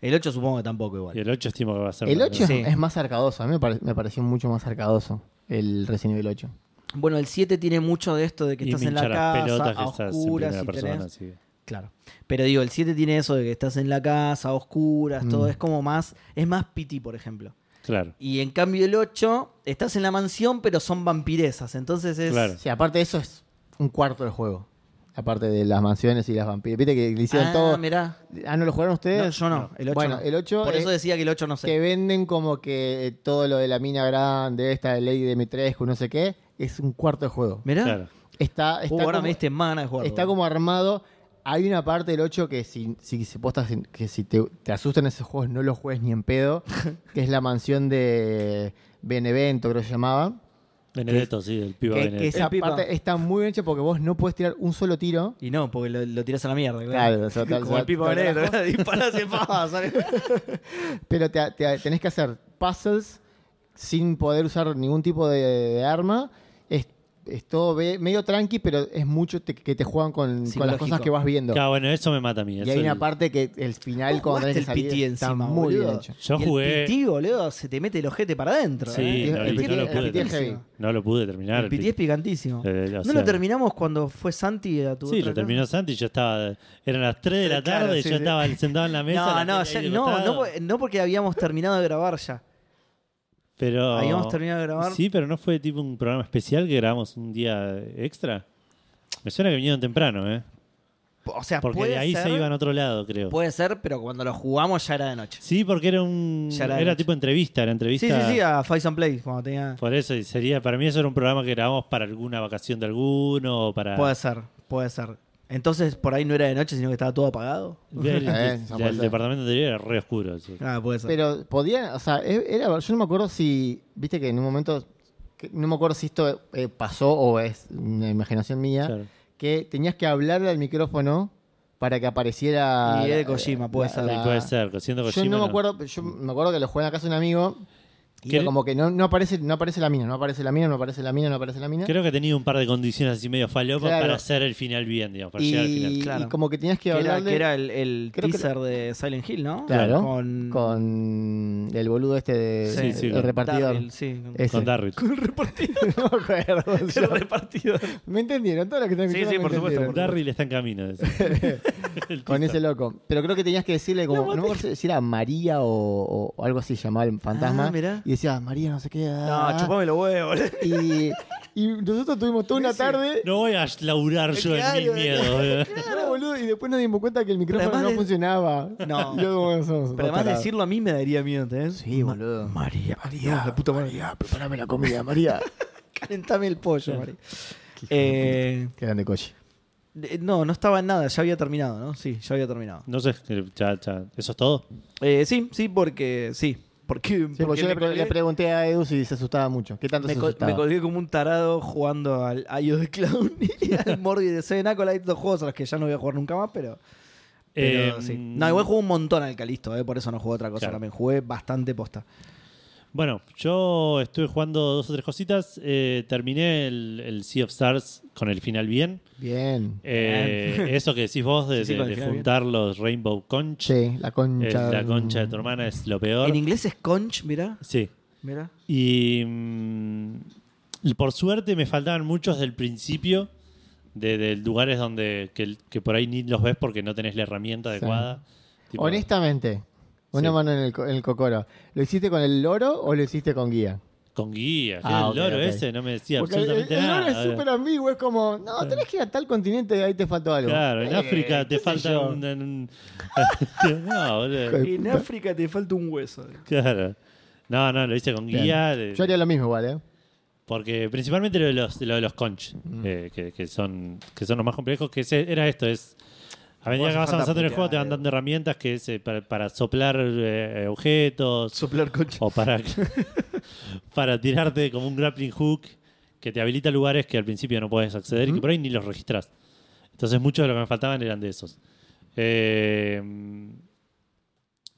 Speaker 2: El 8 supongo que tampoco igual.
Speaker 1: y el 8 estimo que va a ser...
Speaker 3: El
Speaker 1: una
Speaker 3: 8
Speaker 1: cosa.
Speaker 2: Sí.
Speaker 3: es más arcadoso, a mí me, pare- me pareció mucho más arcadoso el Resident Evil 8.
Speaker 2: Bueno, el 7 tiene mucho de esto de que
Speaker 1: Y
Speaker 2: estás en la
Speaker 1: minchar las
Speaker 2: casa,
Speaker 1: pelotas que
Speaker 2: a
Speaker 1: estás en
Speaker 2: oscuras,
Speaker 1: primera
Speaker 2: y
Speaker 1: persona,
Speaker 2: tenés-
Speaker 1: así que-
Speaker 2: Claro. Pero digo, el 7 tiene eso de que estás en la casa, a oscuras, todo.
Speaker 3: Mm.
Speaker 2: Es como más. Es más piti, por ejemplo.
Speaker 1: Claro.
Speaker 2: Y en cambio, el 8, estás en la mansión, pero son vampiresas. Entonces es.
Speaker 1: Claro.
Speaker 3: Sí, aparte de eso es un cuarto del juego. Aparte de las mansiones y las vampiras. Viste que le hicieron
Speaker 2: ah,
Speaker 3: todo.
Speaker 2: mirá.
Speaker 3: Ah, ¿no lo jugaron ustedes?
Speaker 2: No, yo no. El 8.
Speaker 3: Bueno, el 8
Speaker 2: Por
Speaker 3: es-
Speaker 2: eso decía que el 8 no sé.
Speaker 3: Que venden como que eh, todo lo de la mina grande, esta de Lady de Mitrescu, no sé qué, es un cuarto de juego.
Speaker 2: Mirá.
Speaker 1: Claro.
Speaker 3: Está,
Speaker 2: Uh,
Speaker 3: está,
Speaker 2: ahora
Speaker 3: como,
Speaker 2: me diste en mana de jugar.
Speaker 3: está como armado. Hay una parte del 8 que si, si, si postas en- que si te, te asustan esos juegos, no los juegues ni en pedo, que es la mansión de Benevento, creo que se llamaba.
Speaker 1: Benedetto, sí, el piba
Speaker 3: Que- que
Speaker 1: Benedetto.
Speaker 3: esa
Speaker 2: El pipa.
Speaker 3: parte está muy bien hecha porque vos no puedes tirar un solo tiro.
Speaker 2: Y no, porque lo, lo tirás a la mierda. claro.
Speaker 3: Claro, o sea, tal-
Speaker 2: como el pipo
Speaker 3: tal-
Speaker 2: negro. Disparás y ¿eh? pa, sale.
Speaker 3: Pero te, te- tenés que hacer puzzles sin poder usar ningún tipo de, de arma. Es, es todo ve- medio tranqui, pero es mucho te- que te juegan con, con las
Speaker 2: Psicológico.
Speaker 3: cosas que vas viendo.
Speaker 1: Claro, bueno, eso me mata a mí.
Speaker 3: Y
Speaker 1: eso
Speaker 3: hay una
Speaker 1: el-
Speaker 3: parte que el final,
Speaker 2: Vos
Speaker 3: cuando
Speaker 2: jugaste
Speaker 3: tenés que
Speaker 2: el
Speaker 3: salir,
Speaker 2: PT
Speaker 3: está
Speaker 2: encima,
Speaker 3: muy bien
Speaker 2: boludo.
Speaker 3: hecho.
Speaker 1: Yo
Speaker 2: Y
Speaker 1: jugué-
Speaker 2: El piti, boludo, se te mete el ojete para adentro.
Speaker 1: Sí,
Speaker 2: ¿eh?
Speaker 1: no,
Speaker 3: El
Speaker 1: y no
Speaker 3: PT
Speaker 1: lo
Speaker 3: el
Speaker 1: pude
Speaker 3: PT es
Speaker 1: terminar.
Speaker 3: heavy.
Speaker 1: No lo pude terminar.
Speaker 2: El
Speaker 1: el
Speaker 2: piti es picantísimo.
Speaker 1: Eh, o
Speaker 2: no
Speaker 1: sea-
Speaker 2: lo terminamos cuando fue Santi a tu
Speaker 1: Sí,
Speaker 2: otra
Speaker 1: lo
Speaker 2: casa?
Speaker 1: terminó Santi, yo estaba. Eran las 3 de la
Speaker 2: Claro,
Speaker 1: tarde,
Speaker 2: sí,
Speaker 1: yo
Speaker 2: sí.
Speaker 1: estaba sentado en la mesa.
Speaker 2: No,
Speaker 1: la
Speaker 2: no,
Speaker 1: tele
Speaker 2: ya-
Speaker 1: ahí de
Speaker 2: no,
Speaker 1: costado,
Speaker 2: no, por- no porque habíamos terminado de grabar ya.
Speaker 1: pero,
Speaker 2: habíamos terminado de grabar.
Speaker 1: Sí, pero no fue tipo un programa especial que grabamos un día extra. Me suena que vinieron temprano, ¿eh?
Speaker 2: O sea,
Speaker 1: Porque
Speaker 2: puede
Speaker 1: de ahí
Speaker 2: ser,
Speaker 1: se iban a otro lado, creo.
Speaker 2: Puede ser, pero cuando lo jugamos ya era de noche.
Speaker 1: Sí, porque era un.
Speaker 2: Ya era
Speaker 1: Era,
Speaker 2: de noche.
Speaker 1: tipo entrevista, era entrevista.
Speaker 2: Sí, sí, ah. sí, a Fight and Play, cuando tenía...
Speaker 1: Por eso, y sería, para mí eso era un programa que grabamos para alguna vacación de alguno o para.
Speaker 2: Puede ser, puede ser. Entonces, por ahí no era de noche, sino que estaba todo apagado.
Speaker 1: El, el-
Speaker 3: Eh, esa
Speaker 1: el
Speaker 3: puede ser.
Speaker 1: departamento anterior era re oscuro. sí.
Speaker 2: Ah, puede ser.
Speaker 3: Pero podían, o sea, e- era, yo no me acuerdo si, viste que en un momento, que no me acuerdo si esto eh, pasó o es una imaginación mía,
Speaker 1: Claro.
Speaker 3: que tenías que hablarle al micrófono para que apareciera.
Speaker 2: Y era de
Speaker 3: la-
Speaker 2: Kojima, puede ser.
Speaker 3: Ah.
Speaker 1: Y puede ser, siendo
Speaker 3: Yo
Speaker 1: Kojima,
Speaker 3: no me acuerdo, pero yo me acuerdo que lo jugué en la casa de un amigo. y
Speaker 1: ¿Qué?
Speaker 3: era como que no, no aparece, no aparece la mina, no aparece la mina, no aparece la mina, no aparece la mina.
Speaker 1: Creo que tenía un par de condiciones así medio falopas
Speaker 3: Claro.
Speaker 1: para hacer el final bien, digamos, para
Speaker 3: y,
Speaker 1: llegar al final.
Speaker 3: y
Speaker 2: Claro.
Speaker 3: como que tenías que
Speaker 2: que, era,
Speaker 3: hablarle
Speaker 2: que era el, el
Speaker 3: Creo que-
Speaker 2: teaser de Silent Hill, ¿no?
Speaker 3: Claro.
Speaker 2: Con...
Speaker 3: con el boludo este de
Speaker 2: Sí,
Speaker 3: el-
Speaker 1: sí,
Speaker 3: el
Speaker 1: con
Speaker 3: repartidor.
Speaker 2: Darryl, sí, con-
Speaker 3: Ese.
Speaker 1: Con Darryl.
Speaker 2: el repartidor.
Speaker 3: No me acuerdo, o sea,
Speaker 2: el repartidor.
Speaker 3: Me entendieron, todo lo que tengo que
Speaker 2: Sí,
Speaker 3: decir,
Speaker 2: sí,
Speaker 3: me
Speaker 2: por supuesto,
Speaker 3: entendieron.
Speaker 1: Darryl está en camino. decía. El
Speaker 3: Con
Speaker 1: teaser.
Speaker 3: ese loco. Pero creo que tenías que decirle como,
Speaker 2: No,
Speaker 3: no,
Speaker 2: mate.
Speaker 3: me acuerdo si era María o, o- o algo así, llamaba el fantasma.
Speaker 2: Ah, mirá.
Speaker 3: y decía, María no sé qué. ah".
Speaker 2: No, chupame los huevos.
Speaker 3: y, y nosotros tuvimos toda una tarde
Speaker 1: No voy a laurar yo
Speaker 2: Claro,
Speaker 1: en mis miedos.
Speaker 3: No, boludo, y después nos dimos cuenta que el micrófono
Speaker 2: Pero además
Speaker 3: no
Speaker 2: de-
Speaker 3: funcionaba.
Speaker 2: No.
Speaker 3: Y yo, bueno, somos dos
Speaker 2: Pero además
Speaker 3: tarados.
Speaker 2: decirlo a mí me daría miedo, ¿entendés?
Speaker 3: Sí, boludo.
Speaker 2: María, María, la puta María.
Speaker 3: Prepárame la comida, María.
Speaker 2: Calentame el pollo, María. Eh,
Speaker 3: Qué grande coche.
Speaker 2: de- Eh, no, no estaba en nada, ya había terminado, ¿no? Sí, ya había terminado.
Speaker 1: No sé, ya, ya. ¿Eso es todo?
Speaker 2: Eh, sí, sí, porque. Sí, porque.
Speaker 3: Sí, porque
Speaker 2: porque
Speaker 3: yo
Speaker 2: me
Speaker 3: le, pre- le
Speaker 2: colgué-
Speaker 3: pregunté a Edu si se asustaba mucho. ¿Qué tanto
Speaker 2: me,
Speaker 3: se
Speaker 2: col-
Speaker 3: asustaba?
Speaker 2: me colgué como un tarado jugando al Ayo de Clown y al Morbi de Seven Acolyte, dos juegos a los que ya no voy a jugar nunca más, pero. pero
Speaker 1: Eh,
Speaker 2: sí. No, igual jugué un montón al Calisto, eh, por eso no jugué otra cosa
Speaker 1: Claro.
Speaker 2: también. Jugué bastante posta.
Speaker 1: Bueno, yo estuve jugando dos o tres cositas. Eh, terminé el, el Sea of Stars con el final bien.
Speaker 3: Bien.
Speaker 1: Eh, eso que decís vos de,
Speaker 2: Sí, sí,
Speaker 1: de-
Speaker 2: con el
Speaker 1: de
Speaker 2: final bien.
Speaker 1: juntar los Rainbow Conch.
Speaker 3: Che, la
Speaker 1: eh,
Speaker 3: concha.
Speaker 1: la concha de tu hermana es lo peor.
Speaker 2: En inglés es conch, mirá.
Speaker 1: Sí.
Speaker 2: Mirá.
Speaker 1: Y mm, y por suerte me faltaban muchos del principio, de, de lugares donde que, que por ahí ni los ves porque no tenés la herramienta
Speaker 3: Sí.
Speaker 1: adecuada. Tipo,
Speaker 3: Honestamente, una
Speaker 1: Sí.
Speaker 3: mano en el, co- en el cocoro. ¿Lo hiciste con el loro o lo hiciste con guía?
Speaker 1: Con guía.
Speaker 3: Ah,
Speaker 1: el
Speaker 3: ok,
Speaker 1: loro
Speaker 3: ok.
Speaker 1: ese no me decía
Speaker 3: Porque el,
Speaker 1: absolutamente
Speaker 3: el loro
Speaker 1: nada.
Speaker 3: es súper ambiguo, es como, no, tenés que ir a tal continente y ahí te faltó algo.
Speaker 1: Claro, en
Speaker 3: Eh,
Speaker 1: África te
Speaker 3: qué sé
Speaker 1: falta
Speaker 3: yo.
Speaker 1: un. un- no, boludo.
Speaker 3: En
Speaker 2: África te falta un hueso. eh.
Speaker 1: Claro. No, no, lo hice con
Speaker 3: Bien.
Speaker 1: guía. de-
Speaker 3: Yo haría lo mismo igual, ¿eh?
Speaker 1: Porque principalmente lo de los, lo de los conch,
Speaker 2: Mm.
Speaker 1: eh, que, que son, que son los más complejos, que ese- era esto, es... A medida
Speaker 2: Vos
Speaker 1: que vas
Speaker 2: hace falta
Speaker 1: avanzando en el
Speaker 2: putear,
Speaker 1: juego te van
Speaker 2: eh.
Speaker 1: dando herramientas que es eh, para, para soplar eh, objetos,
Speaker 2: Soplar concha.
Speaker 3: Oh.
Speaker 1: o para, para tirarte como un grappling hook que te habilita lugares que al principio no puedes acceder y que por ahí ni los registras. Entonces, muchos de lo que me faltaban eran de esos. Eh,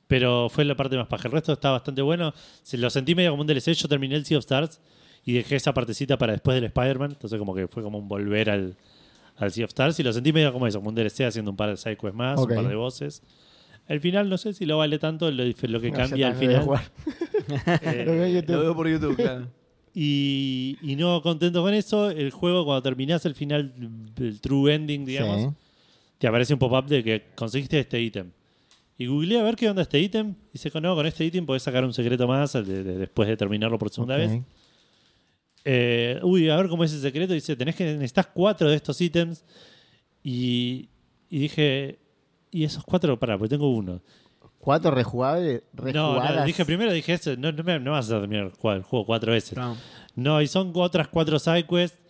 Speaker 1: pero fue la parte más paja. El resto está bastante bueno. Se- Lo sentí medio como un DLC. Yo terminé el Sea of Stars y dejé esa partecita para después del Spider-Man. Entonces, como que fue como un volver al, al Sea of Stars. Y lo sentí medio como eso, como un DLC haciendo un par de sidequests más,
Speaker 3: Ok.
Speaker 1: un par de voces. El final, no sé si lo vale tanto, lo, lo que
Speaker 3: No,
Speaker 1: cambia
Speaker 3: ya
Speaker 1: al
Speaker 3: está, no
Speaker 1: final.
Speaker 3: voy a jugar.
Speaker 1: Eh,
Speaker 3: Lo veo en YouTube.
Speaker 2: Lo veo por YouTube, claro.
Speaker 1: y, y no contento con eso, el juego cuando terminás el final, el true ending, digamos,
Speaker 3: Sí.
Speaker 1: te aparece un pop-up de que conseguiste este ítem. Y googleé a ver qué onda este ítem. Y se no, con este ítem podés sacar un secreto más al de- de- después de terminarlo por segunda
Speaker 3: Ok.
Speaker 1: vez. Eh, uy, a ver cómo es el secreto. Dice, tenés que necesitas cuatro de estos ítems. Y, y dije, ¿y esos cuatro? Pará, porque tengo uno.
Speaker 3: Cuatro rejugables,
Speaker 1: No,
Speaker 3: rejugadas.
Speaker 1: no, dije primero, dije, "Ese- no, no, me, no vas a terminar el juego el juego cuatro veces.
Speaker 2: No.
Speaker 1: No, y son otras cuatro sidequests.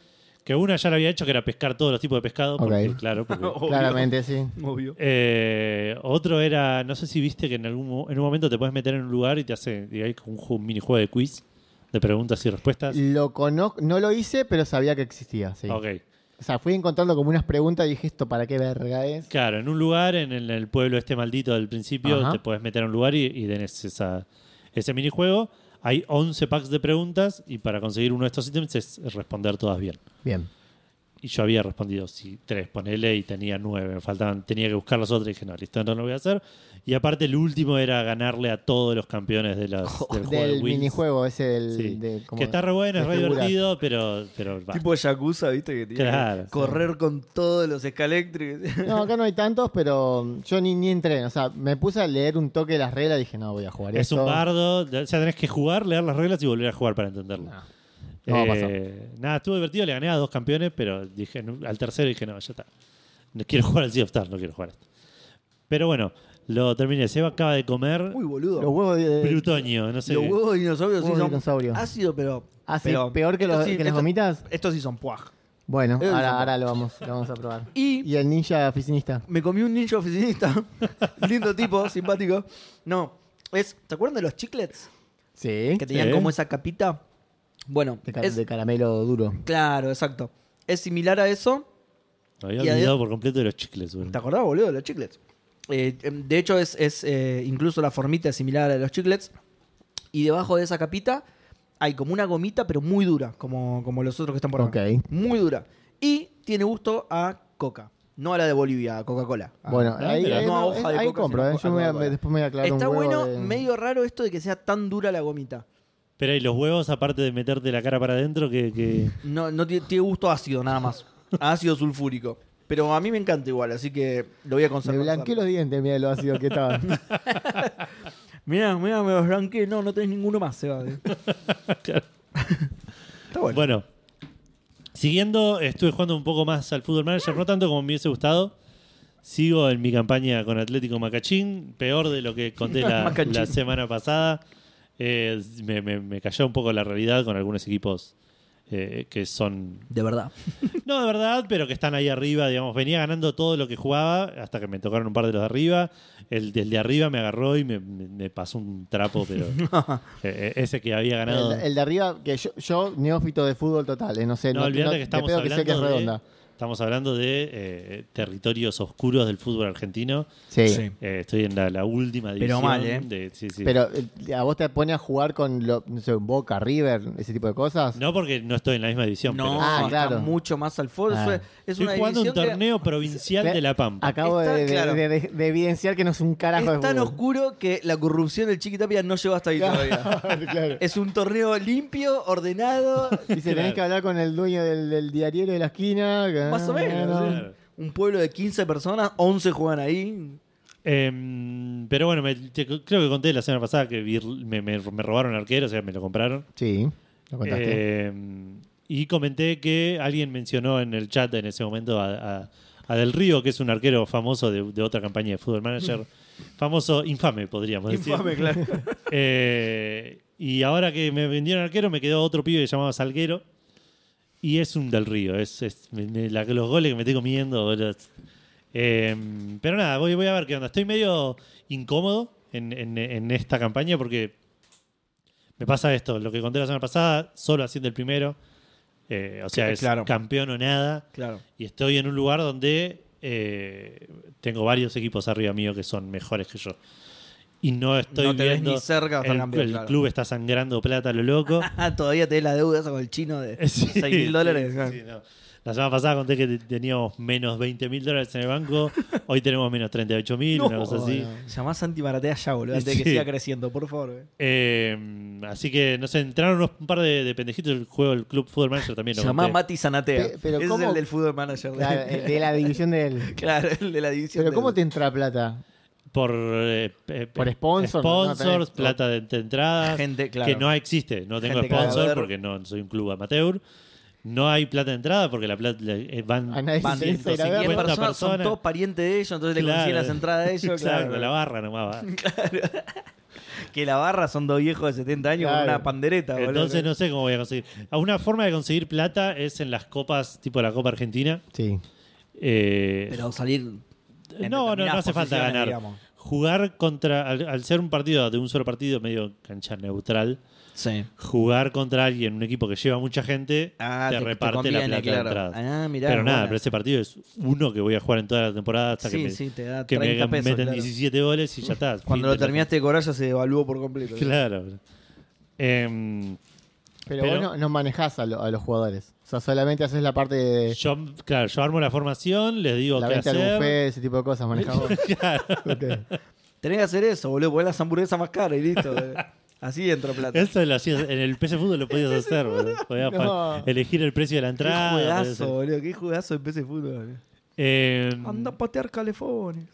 Speaker 1: Que una ya la había hecho, que era pescar todos los tipos de pescado. Porque,
Speaker 3: Ok.
Speaker 1: claro, porque-
Speaker 2: Obvio.
Speaker 3: Claramente, sí.
Speaker 2: Obvio.
Speaker 1: Eh, otro era, no sé si viste que en algún mo- en un momento te puedes meter en un lugar y te hace, y hay como un, ju- un minijuego de quiz de preguntas y respuestas.
Speaker 3: Lo conozco, no lo hice, pero sabía que existía, sí.
Speaker 1: Ok.
Speaker 3: O sea, fui encontrando como unas preguntas y dije, ¿esto para qué verga es?
Speaker 1: Claro, en un lugar, en el, en el pueblo este maldito del principio,
Speaker 3: Ajá.
Speaker 1: te puedes meter a un lugar y, y tenés esa, ese minijuego. Hay 11 packs de preguntas y para conseguir uno de estos ítems es responder todas bien.
Speaker 3: Bien.
Speaker 1: Y yo había respondido sí, tres, ponele, y tenía nueve. Me faltaban, tenía que buscar las otras y dije, no, listo, no lo voy a hacer. Y aparte, el último era ganarle a todos los campeones de las, del juego de
Speaker 3: Del
Speaker 1: Wings.
Speaker 3: minijuego ese del...
Speaker 1: Sí.
Speaker 3: de- como
Speaker 1: que está re bueno,
Speaker 3: de
Speaker 1: es re
Speaker 3: figuras.
Speaker 1: divertido, pero, pero va.
Speaker 2: Tipo de Yakuza, ¿viste? Que tiene que
Speaker 1: Claro, sí.
Speaker 2: correr con todos los escaléctricos.
Speaker 3: No, acá no hay tantos, pero yo ni, ni entré. O sea, me puse a leer un toque de las reglas y dije, no, voy a jugar
Speaker 1: es
Speaker 3: esto.
Speaker 1: un bardo, o sea, tenés que jugar, leer las reglas y volver a jugar para entenderlo. Eh,
Speaker 3: No. No va a pasar.
Speaker 1: Nada, estuvo divertido, le gané a dos campeones, pero dije no, al tercero dije, no, ya está. No quiero jugar al Sea of Stars, no quiero jugar a esto. Pero bueno, lo terminé. Seba acaba de comer
Speaker 2: Uy,
Speaker 3: Los
Speaker 2: boludo.
Speaker 3: huevos de...
Speaker 1: plutonio, no sé.
Speaker 2: Los huevos de dinosaurios sí
Speaker 3: Huevos de
Speaker 2: son
Speaker 3: dinosaurio.
Speaker 2: ácidos, pero...
Speaker 3: Ah, sí,
Speaker 2: pero-
Speaker 3: peor que, los,
Speaker 2: estos sí-
Speaker 3: que las
Speaker 2: estos-
Speaker 3: gomitas.
Speaker 2: Estos sí son puaj.
Speaker 3: Bueno,
Speaker 2: Eh,
Speaker 3: ahora,
Speaker 2: son-
Speaker 3: ahora lo, vamos, lo vamos a probar.
Speaker 2: Y
Speaker 3: Y el ninja oficinista.
Speaker 2: me comí un ninja oficinista. Lindo tipo, simpático. No, es... ¿Se acuerdan de los chiclets?
Speaker 3: Sí.
Speaker 2: Que tenían
Speaker 1: Sí.
Speaker 2: como esa capita. Bueno,
Speaker 3: De, ca-
Speaker 2: es-
Speaker 3: de caramelo duro.
Speaker 2: claro, exacto. Es similar a eso.
Speaker 1: Me había
Speaker 2: Y adem-
Speaker 1: olvidado por completo de los chicles, güey.
Speaker 2: ¿Te acordás, boludo, de los chiclets? Eh, em, de hecho, es, es, eh, incluso la formita es similar a los chiclets. Y debajo de esa capita hay como una gomita, pero muy dura, como, como los otros que están por acá.
Speaker 3: Ok.
Speaker 2: Muy dura. Y tiene gusto a coca. No a la de Bolivia, a Coca-Cola. A-
Speaker 3: bueno,
Speaker 1: ah,
Speaker 3: ahí,
Speaker 1: mira.
Speaker 3: ahí,
Speaker 2: No a
Speaker 3: no-
Speaker 2: hoja
Speaker 3: es-
Speaker 2: de
Speaker 3: ahí
Speaker 2: coca,
Speaker 3: compro,
Speaker 2: sino
Speaker 3: ¿eh?
Speaker 2: a
Speaker 3: Yo me voy a-
Speaker 2: Coca-Cola.
Speaker 3: después me voy a aclarar
Speaker 2: Está
Speaker 3: un huevo
Speaker 2: bueno,
Speaker 3: de-
Speaker 2: medio raro esto de que sea tan dura la gomita.
Speaker 1: Pero y los huevos, aparte de meterte la cara para adentro, que, que-
Speaker 2: No, no tiene, tiene gusto a ácido, nada más. A ácido sulfúrico. Pero a mí me encanta igual, así que lo voy a
Speaker 3: Me
Speaker 2: conservar.
Speaker 3: blanqueé los dientes, mira lo ácido que estaba.
Speaker 2: Mirá, mirá, me los blanqueé. No, no tenés ninguno más, Seba. Está bueno.
Speaker 1: Bueno. siguiendo, estuve jugando un poco más al Fútbol Manager, no tanto como me hubiese gustado. Sigo en mi campaña con Atlético Macachín, peor de lo que conté la,
Speaker 2: Macachín.
Speaker 1: la semana pasada. Eh, me, me- me cayó un poco la realidad con algunos equipos eh, que son
Speaker 2: De verdad.
Speaker 1: No, de verdad, pero que están ahí arriba, digamos. Venía ganando todo lo que jugaba hasta que me tocaron un par de los de arriba. El del de arriba me agarró y me, me- me pasó un trapo, pero eh, eh, ese que había ganado.
Speaker 3: El, el de arriba, que yo, yo neófito de fútbol total, eh, no sé.
Speaker 1: no, olvidate que
Speaker 3: de
Speaker 1: estamos
Speaker 3: pedo
Speaker 1: hablando
Speaker 3: que sé que es
Speaker 1: de-
Speaker 3: redonda.
Speaker 1: Estamos hablando de eh, territorios oscuros del fútbol argentino.
Speaker 3: Sí.
Speaker 2: Sí.
Speaker 1: Eh, estoy en la, la última división.
Speaker 2: mal, ¿eh?
Speaker 1: de- sí, sí.
Speaker 3: Pero eh, a vos te pone a jugar con lo- no sé, Boca, River, ese tipo de cosas.
Speaker 1: no porque no estoy en la misma división.
Speaker 2: No,
Speaker 1: pero
Speaker 3: Ah,
Speaker 2: está
Speaker 3: claro.
Speaker 2: mucho más al foro.
Speaker 3: Ah.
Speaker 2: Es- Es
Speaker 1: estoy
Speaker 2: una
Speaker 1: jugando un
Speaker 2: división que
Speaker 1: torneo provincial
Speaker 3: Cla-
Speaker 1: de La Pampa.
Speaker 3: Acabo
Speaker 2: Está
Speaker 3: de, de-
Speaker 2: claro.
Speaker 3: de- de- de evidenciar que no es un carajo
Speaker 2: Es tan
Speaker 3: de fútbol.
Speaker 2: oscuro que la corrupción del Chiquitapia no llegó hasta ahí todavía.
Speaker 3: claro.
Speaker 2: Es un torneo limpio, ordenado,
Speaker 3: Dice, tenés
Speaker 1: Claro.
Speaker 3: que hablar con el dueño del, del diariero de la esquina. que-
Speaker 2: más o menos.
Speaker 3: no.
Speaker 2: ¿eh?
Speaker 1: Claro.
Speaker 2: Un pueblo de 15 personas, 11 juegan ahí.
Speaker 1: Em, pero bueno, me- te- creo que conté la semana pasada que vi- me, me- me robaron el arquero, o sea, me lo compraron.
Speaker 3: Sí, lo contaste.
Speaker 1: Em, y comenté que alguien mencionó en el chat en ese momento a, a- a Del Río, que es un arquero famoso de, de otra campaña de Fútbol Manager. famoso, infame, podríamos decir.
Speaker 2: Infame, claro.
Speaker 1: Eh, Y ahora que me vendieron arquero, me quedó otro pibe llamado Salguero. Y es un del río. Es, es- me- me- la- los goles que me estoy comiendo. boludo. Eh, pero nada, voy, voy a ver qué onda. Estoy medio incómodo en, en- en esta campaña porque me pasa esto. Lo que conté la semana pasada, solo haciendo el primero. Eh, o sea,
Speaker 2: Sí,
Speaker 1: es
Speaker 2: claro.
Speaker 1: campeón o nada.
Speaker 2: Claro.
Speaker 1: Y estoy en un lugar donde eh, tengo varios equipos arriba mío que son mejores que yo. Y no estoy
Speaker 2: No te ves
Speaker 1: viendo-
Speaker 2: ni cerca de estar
Speaker 1: el,
Speaker 2: campeón,
Speaker 1: el
Speaker 2: claro.
Speaker 1: club está sangrando plata a lo loco.
Speaker 2: Ah, todavía tenés la deuda esa con el chino de
Speaker 1: Sí,
Speaker 2: 6 mil dólares.
Speaker 1: sí,
Speaker 2: claro.
Speaker 1: sí, no. La semana pasada conté que te- teníamos menos 20 mil dólares en el banco. Hoy tenemos menos 38 mil, una cosa así.
Speaker 3: no.
Speaker 2: Llamá a Santi Maratea ya, boludo, antes de
Speaker 1: Sí.
Speaker 2: que siga creciendo, por favor. eh.
Speaker 1: Eh, así que, no sé, entraron unos, un par de, de pendejitos. El juego del Club Fútbol Manager también. lo
Speaker 2: Llamá a
Speaker 1: conté.
Speaker 2: Mati Zanatea.
Speaker 3: Pe- pero
Speaker 2: Ese
Speaker 3: ¿cómo?
Speaker 2: es el del fútbol manager. de-
Speaker 3: Claro, el de la división del.
Speaker 2: Claro, el de la división.
Speaker 3: Pero
Speaker 2: del-
Speaker 3: ¿cómo te entra plata?
Speaker 1: por, eh, eh,
Speaker 3: Por
Speaker 1: eh,
Speaker 3: sponsor, ¿no? No
Speaker 1: sponsors,
Speaker 3: tenés-
Speaker 1: plata de, de entradas,
Speaker 2: Gente, claro.
Speaker 1: que no existe. No tengo
Speaker 2: Gente que va a
Speaker 1: sponsor
Speaker 2: ver.
Speaker 1: porque no soy un club amateur. No hay plata de entrada porque la plata la- eh, van,
Speaker 3: A nadie le
Speaker 1: van
Speaker 3: interesa ir
Speaker 1: 150
Speaker 3: a verlo.
Speaker 2: 100 personas, son
Speaker 1: personas.
Speaker 2: todos parientes de ellos, entonces le
Speaker 1: Claro.
Speaker 2: consiguen las entradas de ellos.
Speaker 1: Exacto,
Speaker 2: claro.
Speaker 1: la barra nomás va.
Speaker 2: Que la barra son dos viejos de 70 años
Speaker 3: Claro.
Speaker 2: con una pandereta, boludo.
Speaker 1: Entonces no sé cómo voy a conseguir. Una forma de conseguir plata es en las copas, tipo la Copa Argentina.
Speaker 3: Sí.
Speaker 1: Eh,
Speaker 2: Pero salir. en
Speaker 1: no, no, no
Speaker 2: determinadas
Speaker 1: hace falta
Speaker 2: posiciones,
Speaker 1: ganar.
Speaker 2: digamos.
Speaker 1: Jugar contra, al- al ser un partido de un solo partido, medio cancha neutral,
Speaker 2: Sí.
Speaker 1: jugar contra alguien, un equipo que lleva mucha gente,
Speaker 2: Ah,
Speaker 1: te,
Speaker 2: te- te
Speaker 1: reparte la
Speaker 2: conviene,
Speaker 1: plata de
Speaker 2: claro.
Speaker 1: entrada.
Speaker 2: Ah, mirá,
Speaker 1: pero nada,
Speaker 2: buena.
Speaker 1: pero ese partido es uno que voy a jugar en toda la temporada hasta que
Speaker 2: Sí,
Speaker 1: me,
Speaker 2: sí, te da
Speaker 1: que me
Speaker 2: 30 pesos,
Speaker 1: meten
Speaker 2: claro.
Speaker 1: 17 goles y ya está. fin
Speaker 2: Cuando
Speaker 1: de
Speaker 2: lo
Speaker 1: la-
Speaker 2: terminaste de cobrar ya se devaluó por completo.
Speaker 1: Claro. Em,
Speaker 3: Pero,
Speaker 1: Pero-
Speaker 3: vos no, no manejás a, lo- a los jugadores. O sea, solamente haces la parte
Speaker 2: Eh.
Speaker 3: de
Speaker 1: yo, claro, yo armo la formación, les digo
Speaker 3: la
Speaker 1: qué
Speaker 3: venta al
Speaker 1: hacer.
Speaker 3: buffet, ese tipo de cosas manejás vos. Ok.
Speaker 2: Tenés que hacer eso, boludo, poner las hamburguesas más caras y listo. eh. Así entra plata.
Speaker 1: Eso lo hacías, en el PC Fútbol lo podías hacer, boludo. Podías
Speaker 3: No.
Speaker 1: pa- elegir el precio de la
Speaker 2: Qué
Speaker 1: entrada. podías
Speaker 2: juegazo,
Speaker 1: hacer-
Speaker 2: boludo, qué juegazo de PC Fútbol. boludo.
Speaker 1: Em,
Speaker 2: Anda a patear calefones.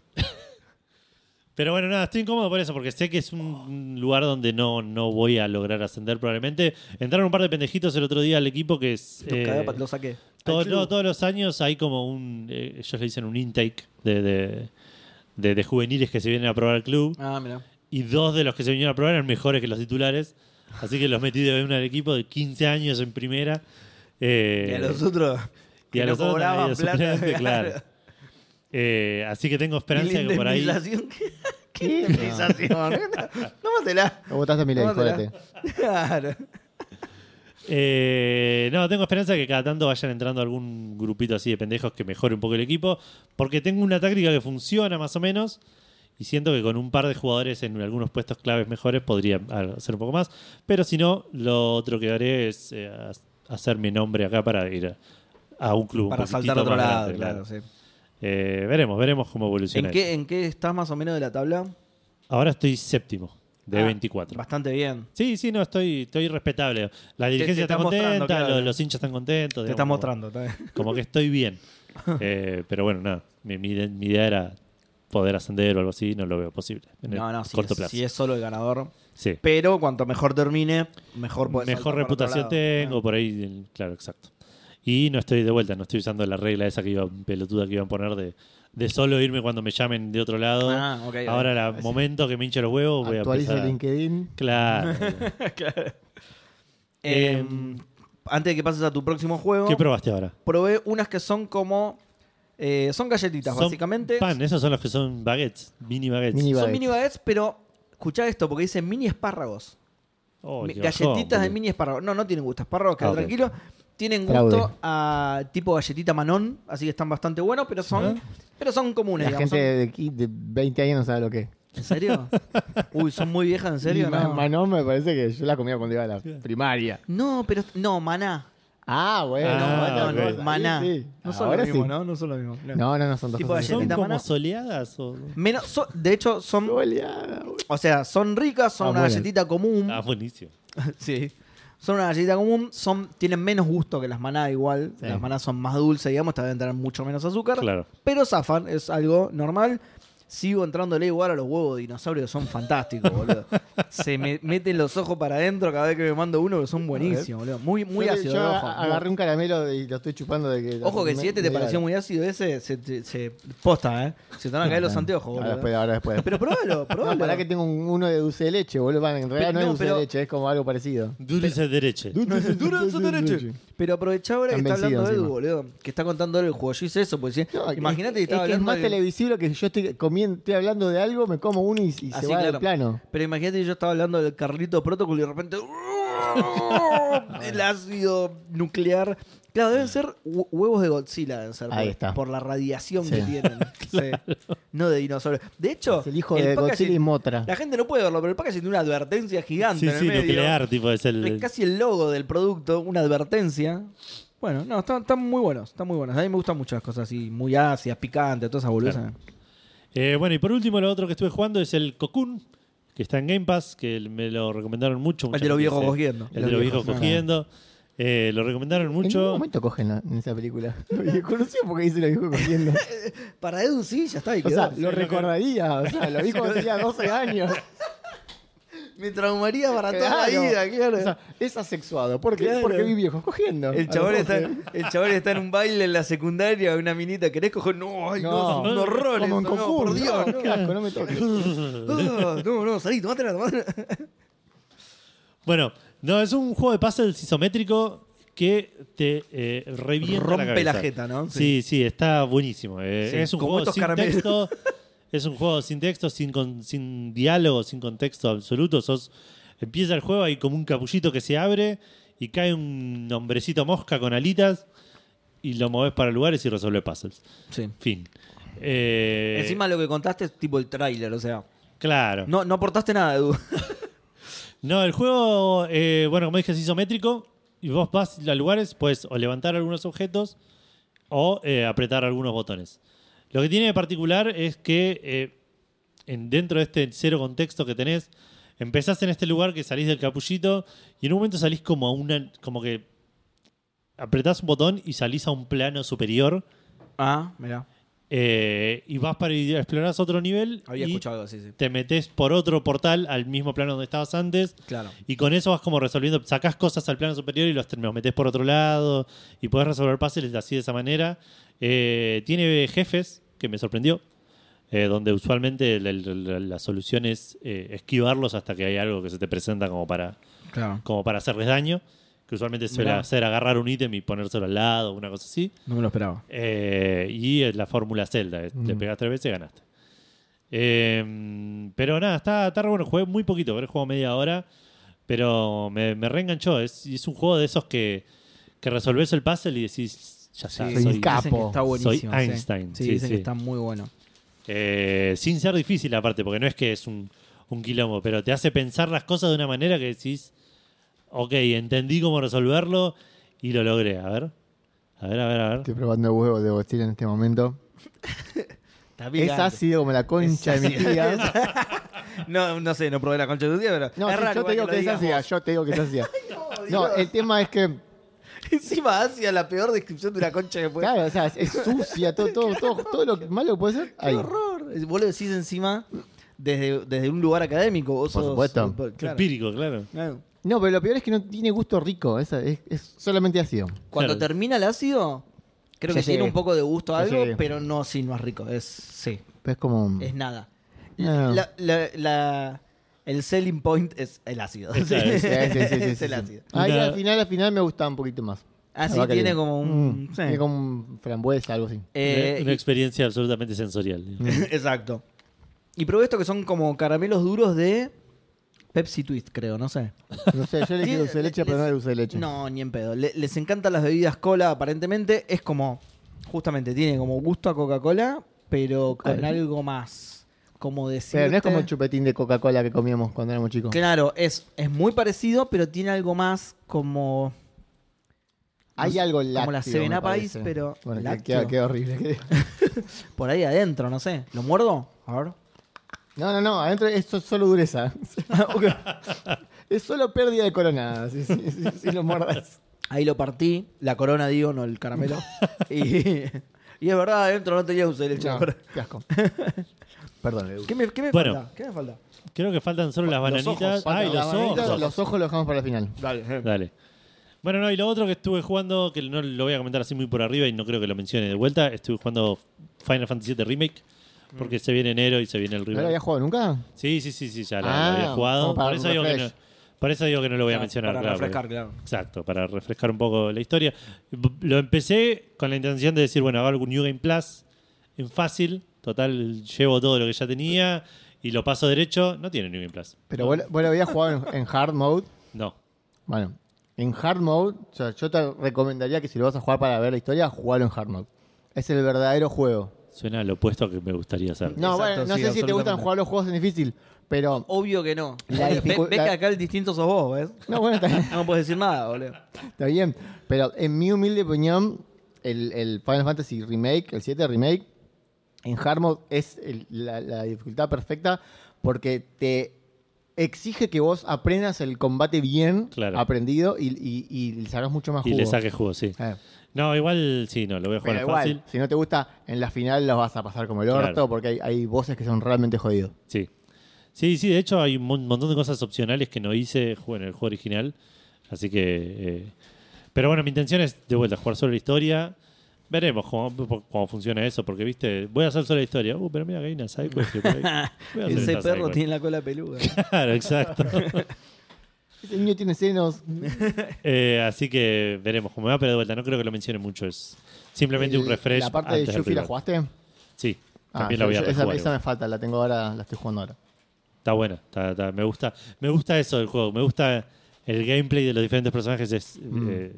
Speaker 1: Pero bueno, nada, estoy incómodo por eso, porque sé que es un- un lugar donde no, no voy a lograr ascender probablemente. Entraron un par de pendejitos el otro día al equipo que es...
Speaker 2: Lo
Speaker 1: eh,
Speaker 2: cagué, pa- lo saqué.
Speaker 1: todo-
Speaker 2: Al club.
Speaker 1: no, todos los años hay como un... eh, ellos le dicen un intake de, de, de- de juveniles que se vienen a probar al club.
Speaker 2: Ah, mira.
Speaker 1: Y dos de los que se vinieron a probar eran mejores que los titulares. Así que los metí de una al equipo de 15 años en primera. Eh,
Speaker 2: y a los otros.
Speaker 1: y a
Speaker 2: que
Speaker 1: los
Speaker 2: no
Speaker 1: otros
Speaker 2: cobraban
Speaker 1: nadie,
Speaker 2: plata.
Speaker 1: suplente, claro. Eh, así que tengo
Speaker 2: Y
Speaker 1: esperanza
Speaker 2: la
Speaker 1: de que por ahí...
Speaker 2: indemnización, ¿Qué, qué indemnización? Tómatela.
Speaker 3: Lo votaste a mi ley,
Speaker 2: Tómatela.
Speaker 3: jodete.
Speaker 2: Claro.
Speaker 1: Eh, no, tengo esperanza de que cada tanto vayan entrando algún grupito así de pendejos que mejore un poco el equipo. Porque tengo una táctica que funciona más o menos. Y siento que con un par de jugadores en algunos puestos claves mejores podría ah, hacer un poco más. Pero si no, lo otro que haré es eh, hacer mi nombre acá para ir a, a un club. un
Speaker 2: Para
Speaker 1: poquitito
Speaker 2: saltar a otro
Speaker 1: más
Speaker 2: lado,
Speaker 1: grande,
Speaker 2: claro.
Speaker 1: claro.
Speaker 2: sí.
Speaker 1: Eh, veremos, veremos cómo evoluciona.
Speaker 2: ¿En, qué, ¿En qué estás más o menos de la tabla?
Speaker 1: eso. Ahora estoy séptimo de
Speaker 2: Ah,
Speaker 1: 24.
Speaker 2: Bastante bien.
Speaker 1: Sí, sí, no, estoy, estoy respetable. La dirigencia
Speaker 2: está
Speaker 1: está
Speaker 2: mostrando,
Speaker 1: contenta,
Speaker 2: claro.
Speaker 1: los, los hinchas están contentos. digamos,
Speaker 2: Te está
Speaker 1: como-
Speaker 2: mostrando. está bien.
Speaker 1: como que estoy bien. Eh, pero bueno, nada. Mi, mi ide- mi idea era poder ascender o algo así, no lo veo posible. En el
Speaker 2: No, no, si
Speaker 1: corto
Speaker 2: es,
Speaker 1: plazo.
Speaker 2: si es solo el ganador.
Speaker 1: Sí.
Speaker 2: Pero cuanto mejor termine, mejor podés
Speaker 1: Mejor
Speaker 2: saltar para otro
Speaker 1: reputación
Speaker 2: lado.
Speaker 1: tengo,
Speaker 2: Ah.
Speaker 1: por ahí, el- claro, exacto. Y no estoy de vuelta, no estoy usando la regla esa que iba, pelotuda que iban a poner de, de solo irme cuando me llamen de otro lado.
Speaker 2: Ah, ok, ok.
Speaker 1: Ahora, el momento que me hinche los huevos, voy
Speaker 3: Actualiza
Speaker 1: a empezar. a-
Speaker 3: LinkedIn.
Speaker 1: Claro.
Speaker 2: Eh,
Speaker 1: Em,
Speaker 2: antes de que pases a tu próximo juego,
Speaker 1: ¿Qué probaste ahora?
Speaker 2: probé unas que son como. eh, son galletitas,
Speaker 1: Son
Speaker 2: básicamente.
Speaker 1: Pan, esos son los que son baguettes, mini baguettes.
Speaker 3: Mini
Speaker 2: Son
Speaker 3: baguettes.
Speaker 2: mini baguettes, pero. Escuchá esto, porque dicen mini espárragos.
Speaker 1: Oh,
Speaker 2: Mi-
Speaker 1: qué
Speaker 2: galletitas
Speaker 1: bajón,
Speaker 2: de
Speaker 1: boludo.
Speaker 2: mini espárragos. No, no tienen gusto. Espárragos, queda
Speaker 1: Ah, ok.
Speaker 2: tranquilo. Tienen
Speaker 3: Fraude.
Speaker 2: gusto a tipo galletita manón, así que están bastante buenos, pero son, pero son comunes.
Speaker 3: La
Speaker 2: digamos, son-
Speaker 3: gente de, qui- de 20 años no sabe lo que es.
Speaker 2: ¿En serio? Uy, son muy viejas, ¿en serio?
Speaker 3: Y
Speaker 2: No.
Speaker 3: Ma- Manon me parece que yo la comía cuando iba a la primaria.
Speaker 2: No, pero. No, maná.
Speaker 3: Ah, bueno.
Speaker 1: Ah,
Speaker 3: bueno,
Speaker 1: ok.
Speaker 3: ahí
Speaker 2: Maná.
Speaker 3: sí.
Speaker 2: No son
Speaker 3: Ahora
Speaker 2: lo mismo,
Speaker 3: sí.
Speaker 2: ¿no? No son lo mismo. claro.
Speaker 3: No, no, no son dos
Speaker 2: Tipo
Speaker 3: cosas
Speaker 2: de
Speaker 1: ¿Son
Speaker 2: galletita
Speaker 1: como
Speaker 2: maná.
Speaker 1: soleadas? O...
Speaker 2: Menos, so- de hecho, son.
Speaker 3: Oleada, boludo.
Speaker 2: O sea, son ricas, son
Speaker 3: Ah,
Speaker 2: una
Speaker 3: bueno.
Speaker 2: galletita común.
Speaker 1: Ah, buenísimo.
Speaker 2: sí. Son una galletita común, son, tienen menos gusto que las maná igual.
Speaker 3: Sí.
Speaker 2: Las maná son más dulces, digamos, esta deben tener mucho menos azúcar.
Speaker 1: Claro.
Speaker 2: Pero zafan, es algo normal. sigo entrándole igual a los huevos de dinosaurios, son fantásticos, boludo. Se me meten los ojos para adentro cada vez que me mando uno, que son buenísimos, boludo. Muy, muy
Speaker 3: Yo-
Speaker 2: ácido
Speaker 3: Yo
Speaker 2: el
Speaker 3: a-
Speaker 2: ojo.
Speaker 3: agarré un caramelo y lo estoy chupando de que.
Speaker 2: Ojo que si
Speaker 3: me-
Speaker 2: este te
Speaker 3: me
Speaker 2: pareció
Speaker 3: da.
Speaker 2: muy ácido ese, se, te- se- posta, ¿eh? Se te van a caer los anteojos,
Speaker 3: Ahora
Speaker 2: boludo.
Speaker 3: después, ahora después.
Speaker 2: Pero probalo, probalo.
Speaker 3: No, pará que tengo un- uno de dulce de leche, boludo. En realidad
Speaker 2: Pero-
Speaker 3: no, es
Speaker 2: no,
Speaker 3: dulce
Speaker 2: pero-
Speaker 3: de leche, es como algo parecido.
Speaker 1: Dulce derecha.
Speaker 3: Dulce,
Speaker 2: Duro, son derecho. Pero aprovechá ahora que
Speaker 3: Están
Speaker 2: está hablando
Speaker 3: vencidos
Speaker 2: Edu,
Speaker 3: encima.
Speaker 2: boludo. Que está contando él el juego. Yo hice eso, pues sí.
Speaker 3: No,
Speaker 2: Imagínate que
Speaker 3: es,
Speaker 2: estaba
Speaker 3: es Ah, que es
Speaker 2: hablando
Speaker 3: más
Speaker 2: de-
Speaker 3: televisivo que yo estoy comiendo, estoy hablando de algo, me como uno y, y
Speaker 2: Así,
Speaker 3: se va
Speaker 2: Ah, claro.
Speaker 3: del plano.
Speaker 2: Pero imagínate que yo estaba hablando del Carlito Protocol y de repente. el ácido nuclear. Claro, deben ser hu- huevos de Godzilla, deben ser.
Speaker 3: Ahí
Speaker 2: por,
Speaker 3: está.
Speaker 2: por la radiación
Speaker 3: Sí.
Speaker 2: que tienen. Sí. No de dinosaurios. De hecho,
Speaker 3: Es el hijo
Speaker 2: el
Speaker 3: de
Speaker 2: packaging-
Speaker 3: Godzilla y Motra.
Speaker 2: La gente no puede verlo, pero el packaging tiene una advertencia gigante.
Speaker 1: Sí,
Speaker 2: en el
Speaker 1: sí,
Speaker 2: medio.
Speaker 1: nuclear, tipo, es el.
Speaker 2: Es casi el logo del producto, una advertencia. Bueno, no, están, están muy buenos, están muy buenos. A mí me gustan muchas cosas así, muy ácidas, picantes, todas esas boludezas.
Speaker 1: Eh, bueno, y por último, lo otro que estuve jugando es el Cocoon, que está en Game Pass, que me lo recomendaron mucho.
Speaker 2: El
Speaker 1: mucha
Speaker 2: de los
Speaker 1: gente
Speaker 2: viejos
Speaker 1: dice-
Speaker 2: cogiendo.
Speaker 1: El de los viejos
Speaker 2: Claro.
Speaker 1: cogiendo. Eh, lo recomendaron
Speaker 3: En ningún
Speaker 1: mucho.
Speaker 3: momento cogen la- en esa película. Lo viejo- conocido porque dice lo viejo cogiendo.
Speaker 2: Para Edu sí, ya está, y
Speaker 3: O
Speaker 2: quedó.
Speaker 3: sea, lo recordaría. O sea, lo vi cuando tenía 12 años.
Speaker 2: me traumaría para toda
Speaker 3: Claro.
Speaker 2: la vida, claro.
Speaker 3: O sea, es asexuado. ¿Por qué?
Speaker 2: Claro.
Speaker 3: Porque vi viejos cogiendo.
Speaker 2: el,
Speaker 3: A
Speaker 2: chabón
Speaker 3: los
Speaker 2: está,
Speaker 3: 12.
Speaker 2: el chabón está en un baile en la secundaria, una minita, ¿querés coger? No, ay, no,
Speaker 3: No.
Speaker 2: no, horrores.
Speaker 3: Como en
Speaker 2: no,
Speaker 3: Cocoon.
Speaker 2: por Dios,
Speaker 3: no,
Speaker 2: no.
Speaker 3: qué asco, no me toques.
Speaker 2: Ah, no, no, salí, tomátela, tomátela.
Speaker 1: Bueno, no, es un juego de puzzles isométrico que te eh, revienta la
Speaker 2: Rompe la
Speaker 1: cabeza.
Speaker 2: jeta, ¿no? Sí.
Speaker 1: Sí, sí, está buenísimo. Eh,
Speaker 2: Sí,
Speaker 1: es un
Speaker 2: como
Speaker 1: juego
Speaker 2: estos
Speaker 1: sin
Speaker 2: caramelos.
Speaker 1: texto. Es un juego sin texto, sin, con- sin diálogo, sin contexto absoluto. Sos, empieza el juego, hay como un capullito que se abre y cae un hombrecito mosca con alitas y lo moves para lugares y resuelve puzzles.
Speaker 2: Sí.
Speaker 1: Fin. Eh,
Speaker 2: Encima lo que contaste es tipo el tráiler, o sea.
Speaker 1: claro.
Speaker 2: No, no aportaste nada, Edu.
Speaker 1: No, el juego, eh, bueno, como dije, es isométrico. Y vos vas a lugares, puedes o levantar algunos objetos o eh, apretar algunos botones. Lo que tiene de particular es que eh, en- dentro de este cero contexto que tenés, empezás en este lugar que salís del capullito y en un momento salís como a una. como que apretás un botón y salís a un plano superior.
Speaker 2: Ah, mirá.
Speaker 1: eh, y vas para y explorás otro nivel.
Speaker 2: Había
Speaker 1: y
Speaker 2: escuchado algo así, sí.
Speaker 1: Te metes por otro portal al mismo plano donde estabas antes.
Speaker 2: Claro.
Speaker 1: Y con eso vas como resolviendo, sacás cosas al plano superior y los, ter- los metés por otro lado y podés resolver puzzles así de esa manera. Eh, tiene jefes, que me sorprendió, eh, donde usualmente el- el- la, la solución es eh, esquivarlos hasta que hay algo que se te presenta como para,
Speaker 2: Claro.
Speaker 1: como para hacerles daño, que usualmente suele
Speaker 2: Mirá.
Speaker 1: hacer agarrar un ítem y ponérselo al lado, una cosa así.
Speaker 2: No me lo esperaba.
Speaker 1: Eh, y es la fórmula Zelda. es Te pegas tres veces y ganaste. Eh, pero nada, está, está re bueno. Jugué muy poquito, habré jugado media hora. Pero me, me reenganchó. Es, es un juego de esos que, que resolvés el puzzle y decís, ya está.
Speaker 3: Sí,
Speaker 1: soy-
Speaker 3: un capo.
Speaker 2: Dicen que está buenísimo.
Speaker 1: Soy
Speaker 2: sí.
Speaker 1: Einstein,
Speaker 2: Sí,
Speaker 1: sí,
Speaker 2: dicen
Speaker 1: sí.
Speaker 2: que está muy bueno.
Speaker 1: Eh, sin ser difícil, aparte, porque no es que es un, un quilombo, pero te hace pensar las cosas de una manera que decís, ok, entendí cómo resolverlo y lo logré. A ver, a ver, a ver, a ver.
Speaker 3: Estoy probando huevos de Godzilla en este momento.
Speaker 2: Está
Speaker 3: Es ácido como la concha de mi tía.
Speaker 2: No, no sé, no probé la concha de tu tía, pero.
Speaker 3: No,
Speaker 2: es
Speaker 3: si
Speaker 2: raro
Speaker 3: yo te digo
Speaker 2: igual
Speaker 3: que es
Speaker 2: lo digas
Speaker 3: ácida. Yo te digo que es ácida. No, el tema es que,
Speaker 2: vos. Encima, Asia, la peor descripción de una concha que puede.
Speaker 3: claro, o sea, es sucia, todo, todo, todo, todo lo malo que puede ser.
Speaker 2: ¡Qué
Speaker 3: Ahí.
Speaker 2: horror! Vos lo decís encima desde, desde un lugar académico. Vos
Speaker 3: Por
Speaker 2: sos-
Speaker 3: supuesto.
Speaker 2: por- claro.
Speaker 1: Empírico, claro.
Speaker 2: Claro.
Speaker 3: No, pero lo peor es que no tiene gusto rico. Es, es, es solamente ácido.
Speaker 2: Cuando
Speaker 1: Claro.
Speaker 2: termina el ácido, creo
Speaker 3: Ya
Speaker 2: que tiene
Speaker 3: llegué.
Speaker 2: un poco de gusto a
Speaker 3: Ya
Speaker 2: algo,
Speaker 3: llegué. Mm.
Speaker 2: pero no, sí, no es rico. Es, sí,
Speaker 3: Es como.
Speaker 2: es nada.
Speaker 3: No.
Speaker 2: La- la- la- el selling point es el ácido.
Speaker 1: Esa es.
Speaker 3: Sí, sí, sí, sí, sí,
Speaker 2: es
Speaker 3: sí.
Speaker 2: el ácido.
Speaker 3: Ahí
Speaker 1: Una-
Speaker 3: al final, al final me gusta un poquito más.
Speaker 2: Ah, sí,
Speaker 3: La vaca
Speaker 2: tiene
Speaker 3: libre. Mm.
Speaker 2: como un- sí.
Speaker 3: Tiene como un frambuesa, algo así.
Speaker 2: Eh,
Speaker 1: una, una experiencia absolutamente sensorial. digamos.
Speaker 2: Exacto. Y probé esto que son como caramelos duros de Pepsi Twist, creo, no sé.
Speaker 3: No sé, yo le
Speaker 2: Tiene-
Speaker 3: quiero dulce de leche, pero no le
Speaker 2: les-
Speaker 3: dulce de leche.
Speaker 2: No, ni en pedo. Le- les encantan las bebidas cola, aparentemente. Es como, justamente, tiene como gusto a Coca-Cola, pero con
Speaker 3: Ok.
Speaker 2: algo más. Como decir.
Speaker 3: Pero no es como el chupetín de Coca-Cola que comíamos cuando éramos chicos.
Speaker 2: Claro, es, es muy parecido, pero tiene algo más como.
Speaker 3: Hay
Speaker 2: No sé,
Speaker 3: algo
Speaker 2: como
Speaker 3: lácteo.
Speaker 2: la
Speaker 3: me
Speaker 2: 7 Up
Speaker 3: parece.
Speaker 2: Ice, pero
Speaker 3: Bueno, que-
Speaker 2: lácteo.
Speaker 3: queda, queda horrible. queda-
Speaker 2: Por ahí adentro, no sé. ¿Lo muerdo? A ver.
Speaker 3: No, no, no. Adentro es so- solo dureza. es solo pérdida de corona. Si, si- si- si lo mordas.
Speaker 2: Ahí lo partí, la corona digo, no el caramelo. y, y es verdad, adentro no tenía dulce de leche.
Speaker 3: No,
Speaker 2: ahora.
Speaker 3: qué asco. Perdón, Edu.
Speaker 2: ¿Qué me, qué me
Speaker 1: Bueno.
Speaker 2: falta? ¿Qué me falta?
Speaker 1: Creo que faltan solo las
Speaker 2: Los
Speaker 1: bananitas.
Speaker 2: ojos,
Speaker 1: Ay,
Speaker 3: Falta
Speaker 1: los
Speaker 3: la manita,
Speaker 1: ojos.
Speaker 3: Los ojos los dejamos para la final.
Speaker 2: Dale, eh.
Speaker 1: Dale. Bueno, no, y lo otro que estuve jugando, que no lo voy a comentar así muy por arriba y no creo que lo mencione de vuelta, estuve jugando Final Fantasy VII Remake, porque se viene enero y se viene el
Speaker 3: ¿No lo había
Speaker 1: remake.
Speaker 3: jugado nunca?
Speaker 1: Sí, sí, sí, sí, ya lo, lo
Speaker 3: Ah,
Speaker 1: había jugado.
Speaker 3: como para
Speaker 1: Por eso, digo que no,
Speaker 3: refresh.
Speaker 1: por eso digo que no lo voy a
Speaker 2: Para-
Speaker 1: mencionar.
Speaker 2: Para
Speaker 1: claro,
Speaker 2: refrescar,
Speaker 1: porque-
Speaker 2: claro.
Speaker 1: Exacto, para refrescar un poco la historia. B- Lo empecé con la intención de decir, bueno, hago algún New Game Plus en fácil, total, llevo todo lo que ya tenía y lo paso derecho. No tiene New Game Plus.
Speaker 3: Pero vos, vos lo habías jugado en, en hard mode.
Speaker 1: No.
Speaker 3: Bueno, en hard mode, o sea, yo te recomendaría que si lo vas a jugar para ver la historia, jugalo en hard mode. Es el verdadero juego.
Speaker 1: Suena lo opuesto que me gustaría hacer.
Speaker 3: No,
Speaker 2: Exacto,
Speaker 3: bueno, no
Speaker 2: sí,
Speaker 3: sé si te gustan
Speaker 2: absolutamente.
Speaker 3: jugar los juegos en difícil, pero.
Speaker 2: Obvio que no.
Speaker 3: La
Speaker 2: Ve-
Speaker 3: dificu-
Speaker 2: ve
Speaker 3: la-
Speaker 2: que acá el distinto sos vos, ¿ves?
Speaker 3: No, bueno, está,
Speaker 2: No puedes decir nada, boludo.
Speaker 3: está bien. Pero en mi humilde opinión, el, el Final Fantasy Remake, el 7 Remake, en hard mode es el- la, la dificultad perfecta porque te exige que vos aprendas el combate bien
Speaker 1: Claro.
Speaker 3: aprendido y, y, y le sacás mucho más
Speaker 1: Y
Speaker 3: jugo.
Speaker 1: le saque jugo, sí.
Speaker 3: Eh.
Speaker 1: No, igual sí, no, lo voy a jugar
Speaker 3: Pero
Speaker 1: en
Speaker 3: igual,
Speaker 1: fácil.
Speaker 3: si no te gusta, en la final los vas a pasar como el orto
Speaker 1: Claro.
Speaker 3: porque hay, hay voces que son realmente jodidos.
Speaker 1: Sí. Sí, sí, de hecho hay un mon- montón de cosas opcionales que no hice ju- en el juego original. Así que. eh, Pero bueno, mi intención es de vuelta jugar solo la historia. Veremos cómo, po- cómo funciona eso, porque viste, voy a hacer solo la historia. Uh, pero mira que hay una side quest que por ahí- voy a hacer
Speaker 2: Ese
Speaker 1: esta
Speaker 2: perro
Speaker 1: side quest.
Speaker 2: tiene la cola peluda.
Speaker 1: Claro, exacto.
Speaker 3: Ese niño tiene senos.
Speaker 1: Eh, así que veremos cómo va, pero de vuelta, no creo que lo mencione mucho. Es simplemente un
Speaker 3: El-
Speaker 1: refresh.
Speaker 3: Eh, ¿La parte
Speaker 1: antes
Speaker 3: de
Speaker 1: del
Speaker 3: Yuffie la
Speaker 1: rival.
Speaker 3: jugaste?
Speaker 1: Sí,
Speaker 3: Ah,
Speaker 1: también
Speaker 3: yo-
Speaker 1: la voy a
Speaker 3: yo- esa,
Speaker 1: rejugar
Speaker 3: esa
Speaker 1: igual.
Speaker 3: me falta, la tengo ahora, la estoy jugando ahora.
Speaker 1: Está buena, está- está- me, gusta, me gusta eso del juego, me gusta el gameplay de los diferentes personajes, es
Speaker 3: Mm.
Speaker 1: eh,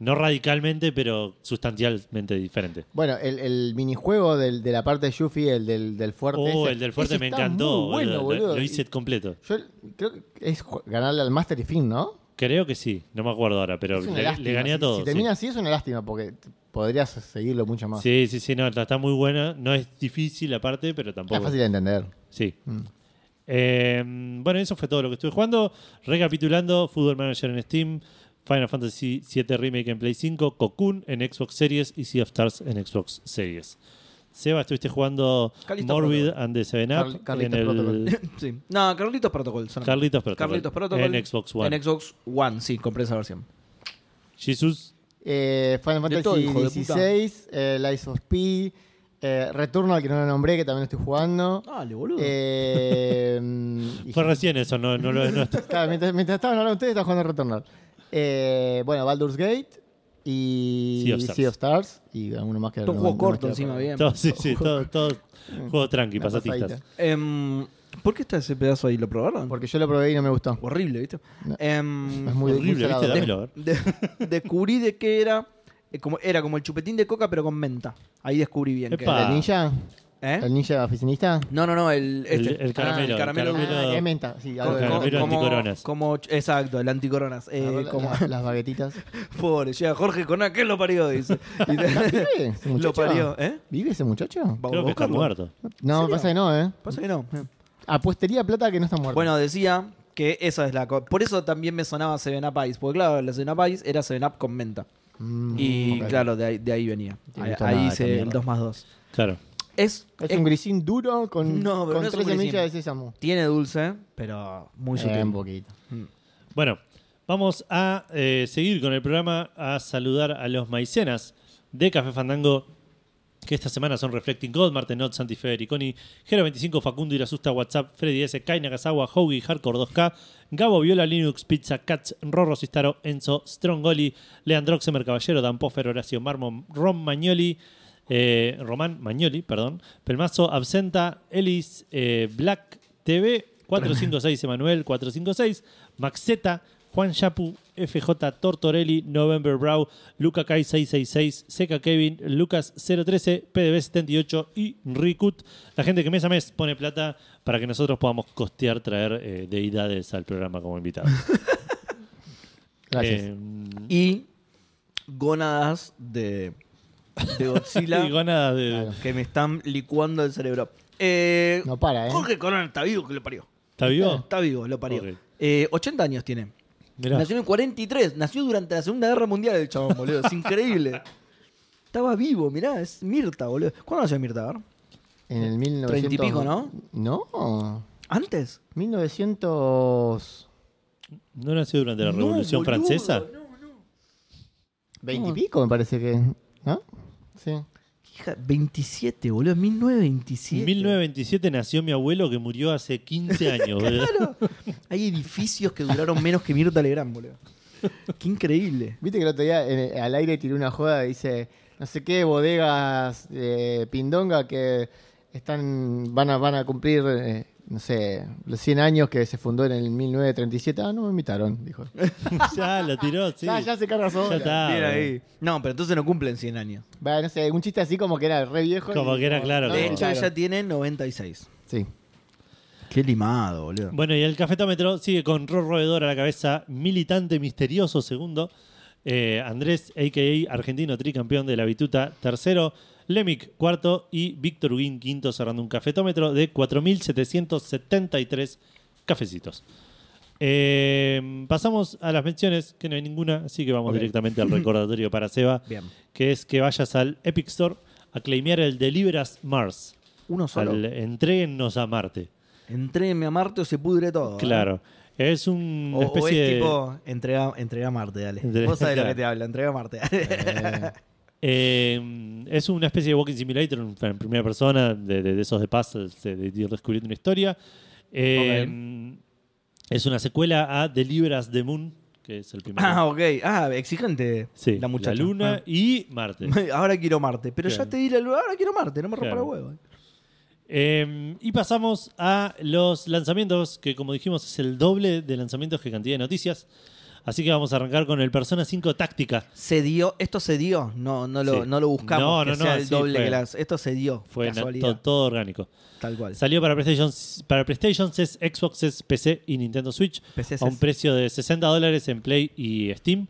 Speaker 1: no radicalmente, pero sustancialmente diferente.
Speaker 3: Bueno, el, el minijuego del- de la parte de Yuffie, el del, del fuerte.
Speaker 1: Oh,
Speaker 3: ese-
Speaker 1: el del fuerte
Speaker 3: ese
Speaker 1: me
Speaker 3: está
Speaker 1: encantó,
Speaker 3: muy bueno,
Speaker 1: boludo, lo-
Speaker 3: boludo.
Speaker 1: Lo, hice completo.
Speaker 3: Yo creo que es ju- ganarle al Master y Fin, ¿no?
Speaker 1: Creo que sí, no me acuerdo ahora, pero
Speaker 3: Es una
Speaker 1: le, le
Speaker 3: lástima.
Speaker 1: gané
Speaker 3: Si-
Speaker 1: a todos.
Speaker 3: Si,
Speaker 1: sí.
Speaker 3: termina así es una lástima porque t- podrías seguirlo mucho más.
Speaker 1: sí. sí, sí, no, está, está muy buena, no es difícil aparte, pero
Speaker 3: es
Speaker 1: tampoco.
Speaker 3: fácil de entender.
Speaker 1: Sí.
Speaker 3: Mm.
Speaker 1: Eh, bueno, eso fue todo lo que estuve jugando. Recapitulando, Football Manager en Steam, Final Fantasy VII Remake en Play 5, Cocoon en Xbox Series y Sea of Stars en Xbox Series. Seba, estuviste jugando
Speaker 2: Callisto
Speaker 1: Morbid
Speaker 2: Protocol.
Speaker 1: and the Seven
Speaker 3: Carl-
Speaker 1: Up en
Speaker 3: Carlitos
Speaker 1: el
Speaker 3: Protocol.
Speaker 2: sí. No, Carlitos Protocol. solamente.
Speaker 1: Carlitos Protocol.
Speaker 2: Carlitos Protocol.
Speaker 1: En Xbox One.
Speaker 2: En Xbox One, sí, compré esa versión.
Speaker 1: Jesus,
Speaker 3: Eh, Final
Speaker 2: De todo,
Speaker 3: Fantasy
Speaker 2: hijo de puta.
Speaker 3: XVI, eh, Lies of P, eh, Returnal, que no lo nombré, que también lo estoy jugando.
Speaker 2: Dale, boludo.
Speaker 3: Eh, y-
Speaker 1: fue recién eso, no, no lo no está-
Speaker 3: Claro, mientras, mientras estaban hablando ustedes, estaba jugando a Returnal. Eh, bueno, Baldur's Gate y
Speaker 1: Sea of Stars.
Speaker 3: Sea of Stars. Y alguno más que
Speaker 2: Todo
Speaker 3: no-
Speaker 2: juego
Speaker 3: no me
Speaker 2: corto
Speaker 3: estoy
Speaker 2: encima,
Speaker 3: acordando.
Speaker 2: bien.
Speaker 1: todo, sí, sí, todo, todo juego tranqui,
Speaker 3: Una
Speaker 1: pasatistas.
Speaker 3: pasadita.
Speaker 2: Em, ¿Por qué está ese pedazo ahí? ¿Lo probaron?
Speaker 3: Porque yo lo probé y no me gustó.
Speaker 2: Horrible, ¿viste?
Speaker 3: No.
Speaker 2: Em,
Speaker 3: Es muy, muy
Speaker 1: Horrible,
Speaker 3: salado.
Speaker 1: ¿viste? Dámelo, a ver.
Speaker 2: de- descubrí de qué era. eh, Como, era como el chupetín de coca, pero con menta. Ahí descubrí bien qué
Speaker 1: Epa. Ah,
Speaker 2: era.
Speaker 3: ¿El ninja?
Speaker 2: ¿Eh?
Speaker 3: ¿El ninja oficinista?
Speaker 2: No, no, no, el,
Speaker 1: El,
Speaker 2: este.
Speaker 1: el caramelo.
Speaker 2: Ah, el caramelo.
Speaker 1: caramelo.
Speaker 3: Ah, es menta. Sí,
Speaker 1: Con-
Speaker 3: algo de-
Speaker 1: con- caramelo anticoronas.
Speaker 2: como- exacto, el anticoronas. Eh,
Speaker 3: algo de-
Speaker 2: como,
Speaker 3: las- las baguetitas.
Speaker 2: pobre, llega Jorge Coná, ¿qué lo parió? Dice. Y te-
Speaker 3: ¿Vive ese
Speaker 2: lo
Speaker 3: muchacho?
Speaker 2: parió, ¿eh?
Speaker 3: ¿Vive ese muchacho?
Speaker 2: Vamos
Speaker 1: Creo
Speaker 2: a
Speaker 1: que está
Speaker 2: buscarlo.
Speaker 1: muerto.
Speaker 3: No,
Speaker 2: serio?
Speaker 3: pasa que no, ¿eh?
Speaker 2: Pasa que no. eh.
Speaker 3: Apostería plata que no está muerto.
Speaker 2: Bueno, decía que esa es la co- Por eso también me sonaba Seven Up Ice. Porque claro, la Seven Up Ice era Seven Up con menta.
Speaker 3: Mm,
Speaker 2: Y
Speaker 3: ok.
Speaker 2: claro, de ahí, de ahí venía.
Speaker 3: No
Speaker 2: Ahí,
Speaker 3: gusta
Speaker 2: ahí
Speaker 3: nada esa
Speaker 2: hice el
Speaker 3: mierda.
Speaker 2: 2 más 2.
Speaker 1: Claro.
Speaker 2: Es,
Speaker 3: Es
Speaker 2: es-
Speaker 3: un grisín duro con,
Speaker 2: No, pero
Speaker 3: con
Speaker 2: no es un
Speaker 3: tres semillas de
Speaker 2: grisín.
Speaker 3: sésamo.
Speaker 2: tiene dulce, pero muy
Speaker 3: Eh, un
Speaker 2: sutil.
Speaker 3: poquito.
Speaker 1: Bueno, vamos a eh, seguir con el programa a saludar a los maicenas de Café Fandango que esta semana son Reflecting God, Marten Not, Santi Federiconi, Gero25, Facundo Irasusta, WhatsApp, Freddy S, Kai Nakazawa, Hoagie, Hardcore 2K, Gabo Viola, Linux, Pizza, Cats, Rorro Cistaro, Enzo, Strongoli, Leandroxemer Caballero, Dan Poffer, Horacio Marmo, Ron Magnoli, eh, Román Magnoli, perdón, Pelmazo, Absenta, Elis, eh, Black TV, 456 Emanuel, 456, Maxeta, Juan Chapu, FJ Tortorelli, November Brow, Luca Kai 666, Seca Kevin, Lucas 013, PDB 78 y Rikut. La gente que mes a mes pone plata para que nosotros podamos costear traer eh, deidades al programa como invitados.
Speaker 3: Gracias.
Speaker 1: Eh,
Speaker 2: Y gónadas de, de Godzilla
Speaker 1: y gónadas de-
Speaker 3: Claro.
Speaker 2: que me están licuando el cerebro. Eh,
Speaker 3: No para, ¿eh?
Speaker 2: Jorge Corona está vivo que lo parió.
Speaker 1: ¿Está vivo?
Speaker 2: Está vivo, lo parió.
Speaker 1: Ok.
Speaker 2: Eh, 80 años tiene.
Speaker 1: Mirá.
Speaker 2: Nació en el 43. Nació durante la Segunda Guerra Mundial el chabón, boludo. Es increíble. Estaba vivo, mirá. Es Mirta, boludo. ¿Cuándo nació Mirta? A ver.
Speaker 3: En el
Speaker 2: Treinta
Speaker 3: 1900...
Speaker 2: y pico, ¿no?
Speaker 3: No.
Speaker 2: ¿Antes?
Speaker 3: 1900...
Speaker 1: ¿No nació durante la
Speaker 2: No,
Speaker 1: Revolución
Speaker 2: boludo,
Speaker 1: Francesa?
Speaker 2: no, no.
Speaker 3: 20 y pico me parece que... ¿No? Sí.
Speaker 2: Hija, 27, boludo. 1927.
Speaker 1: En 1927 nació mi abuelo que murió hace 15 años. boludo.
Speaker 2: Hay edificios que duraron menos que Mirta Legrand, boludo. Qué increíble.
Speaker 3: Viste que el otro día en- al aire tiró una joda, dice, no sé qué, bodegas eh, pindonga que están van a, van a cumplir, eh, no sé, los 100 años que se fundó en el 1937. Ah, no me invitaron, dijo.
Speaker 1: ya lo tiró, sí.
Speaker 3: Ya, ya se carga
Speaker 1: Ya
Speaker 3: sola.
Speaker 1: está.
Speaker 2: Bien
Speaker 1: boludo.
Speaker 2: ahí. No, pero entonces no cumplen 100 años.
Speaker 3: Bueno, no sé, un chiste así como que era re viejo. y-
Speaker 1: Como que era claro,
Speaker 3: no,
Speaker 2: De
Speaker 1: como-
Speaker 2: hecho,
Speaker 3: claro.
Speaker 2: ella tiene 96.
Speaker 3: Sí.
Speaker 2: Qué limado, boludo.
Speaker 1: Bueno, y el cafetómetro sigue con Rol Roedor a la cabeza, militante misterioso segundo, eh, Andrés, a.k.a. argentino tricampeón de la bituta, tercero, Lemic cuarto y Víctor Huguín quinto cerrando un cafetómetro de 4.773 cafecitos. Eh, pasamos a las menciones, que no hay ninguna, así que vamos
Speaker 3: Ok.
Speaker 1: directamente al recordatorio para Seba,
Speaker 2: Bien.
Speaker 1: que es que vayas al Epic Store a claimear el Deliveras Mars,
Speaker 2: Uno solo.
Speaker 1: al Entréguennos a Marte.
Speaker 2: Entrégueme a Marte o se pudre todo. ¿eh?
Speaker 1: Claro. Es una
Speaker 2: O, o
Speaker 1: especie
Speaker 2: es
Speaker 1: de-
Speaker 2: tipo, entrega, entrega a Marte, dale.
Speaker 1: Entrega-
Speaker 2: Vos sabés de lo
Speaker 1: claro.
Speaker 2: que te habla, entrega a Marte.
Speaker 3: Eh,
Speaker 1: eh, es una especie de walking simulator en en primera persona, de, de- de esos de puzzles, de, de ir descubriendo una historia. Eh, Es una secuela a Deliveras de Moon, que es el primer.
Speaker 2: ah, ok. Ah, exigente
Speaker 1: Sí,
Speaker 2: la muchacha.
Speaker 1: Luna
Speaker 2: Ah.
Speaker 1: y Marte.
Speaker 2: Ahora quiero Marte. Pero
Speaker 1: Claro.
Speaker 2: ya te di la luna, ahora quiero Marte, no me rompa
Speaker 1: Claro.
Speaker 2: la huevo.
Speaker 1: Eh, y pasamos a los lanzamientos, que como dijimos es el doble de lanzamientos que cantidad de noticias. Así que vamos a arrancar con el Persona 5 Táctica.
Speaker 2: Se dio, esto se dio, no, no, lo,
Speaker 1: Sí.
Speaker 2: no lo buscamos
Speaker 1: No,
Speaker 2: que
Speaker 1: no, no,
Speaker 2: sea el
Speaker 1: sí,
Speaker 2: doble
Speaker 1: fue-
Speaker 2: que las. Esto se dio,
Speaker 1: Fue na-
Speaker 2: casualidad,
Speaker 1: to- todo orgánico.
Speaker 2: tal cual.
Speaker 1: Salió para PlayStation, para PlayStation Xbox, PC y Nintendo Switch
Speaker 2: PCs.
Speaker 1: a un precio de 60 dólares en Play y Steam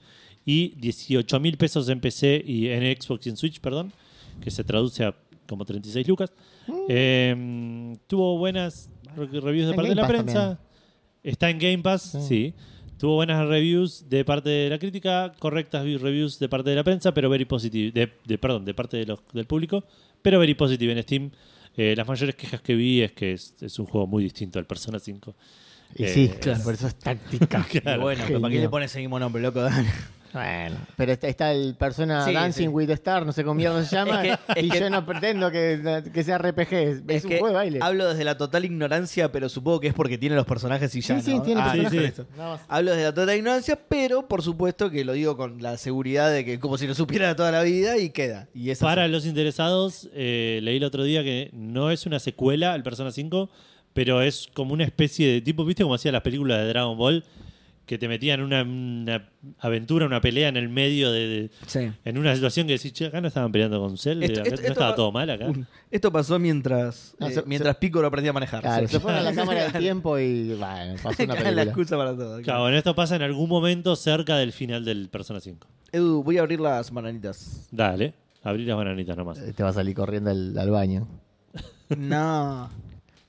Speaker 1: y 18 mil pesos en PC y en Xbox y en Switch, perdón, que se traduce a como 36 lucas. Eh, tuvo buenas re- reviews de
Speaker 3: En
Speaker 1: parte
Speaker 3: Game
Speaker 1: de la
Speaker 3: Pass
Speaker 1: prensa.
Speaker 3: también.
Speaker 1: Está en Game Pass, sí. Tuvo buenas reviews de parte de la crítica, correctas vi- reviews de parte de la prensa, pero very positive, de, de- perdón, de parte de los- del público, pero very positive en Steam. Eh, las mayores quejas que vi es que es, es un juego muy distinto al Persona 5.
Speaker 3: y
Speaker 1: Eh,
Speaker 3: sí,
Speaker 2: claro.
Speaker 3: por eso es táctica.
Speaker 1: Claro.
Speaker 2: Y bueno, pero ¿para qué
Speaker 3: Genio.
Speaker 2: le pones ese mismo nombre, loco?
Speaker 3: Bueno, pero está, está el persona
Speaker 2: Sí,
Speaker 3: Dancing
Speaker 2: sí.
Speaker 3: with the Star, no sé cómo mierda se llama,
Speaker 2: Es que- es
Speaker 3: y
Speaker 2: que-
Speaker 3: yo no pretendo que, que sea RPG, es,
Speaker 2: es
Speaker 3: un
Speaker 2: que
Speaker 3: juego de baile.
Speaker 2: hablo desde la total ignorancia, pero supongo que es porque tiene los personajes y ya.
Speaker 3: Sí, sí,
Speaker 2: ¿no?
Speaker 3: tiene
Speaker 2: Ah,
Speaker 1: personajes.
Speaker 2: listo, listo.
Speaker 3: Nada más.
Speaker 2: Hablo desde la total ignorancia, pero por supuesto que lo digo con la seguridad de que como si lo supiera toda la vida y queda. Y es así.
Speaker 1: Para los interesados, eh, leí el otro día que no es una secuela al Persona 5, pero es como una especie de tipo, ¿viste como hacían las películas de Dragon Ball? Que te metían una, una aventura, una pelea en el medio de, de-
Speaker 2: Sí.
Speaker 1: en una situación que decís, che, acá no estaban peleando con Cell,
Speaker 2: Esto-
Speaker 1: acá
Speaker 2: esto-
Speaker 1: no
Speaker 2: esto
Speaker 1: estaba
Speaker 2: pa-
Speaker 1: todo mal acá.
Speaker 2: Uy, Esto pasó mientras,
Speaker 3: No,
Speaker 2: eh,
Speaker 3: se-
Speaker 2: mientras Pico lo aprendía a manejar.
Speaker 3: Claro,
Speaker 2: Sí.
Speaker 3: se fueron a la cámara del tiempo y bueno, pasó
Speaker 2: Acá
Speaker 3: una
Speaker 2: es la
Speaker 3: película.
Speaker 2: excusa para todo.
Speaker 1: Claro, bueno, esto pasa en algún momento cerca del final del Persona 5.
Speaker 2: Edu, voy a abrir las bananitas.
Speaker 1: Dale, abrí las bananitas nomás.
Speaker 3: Eh, Te va a salir corriendo al, al baño.
Speaker 2: No,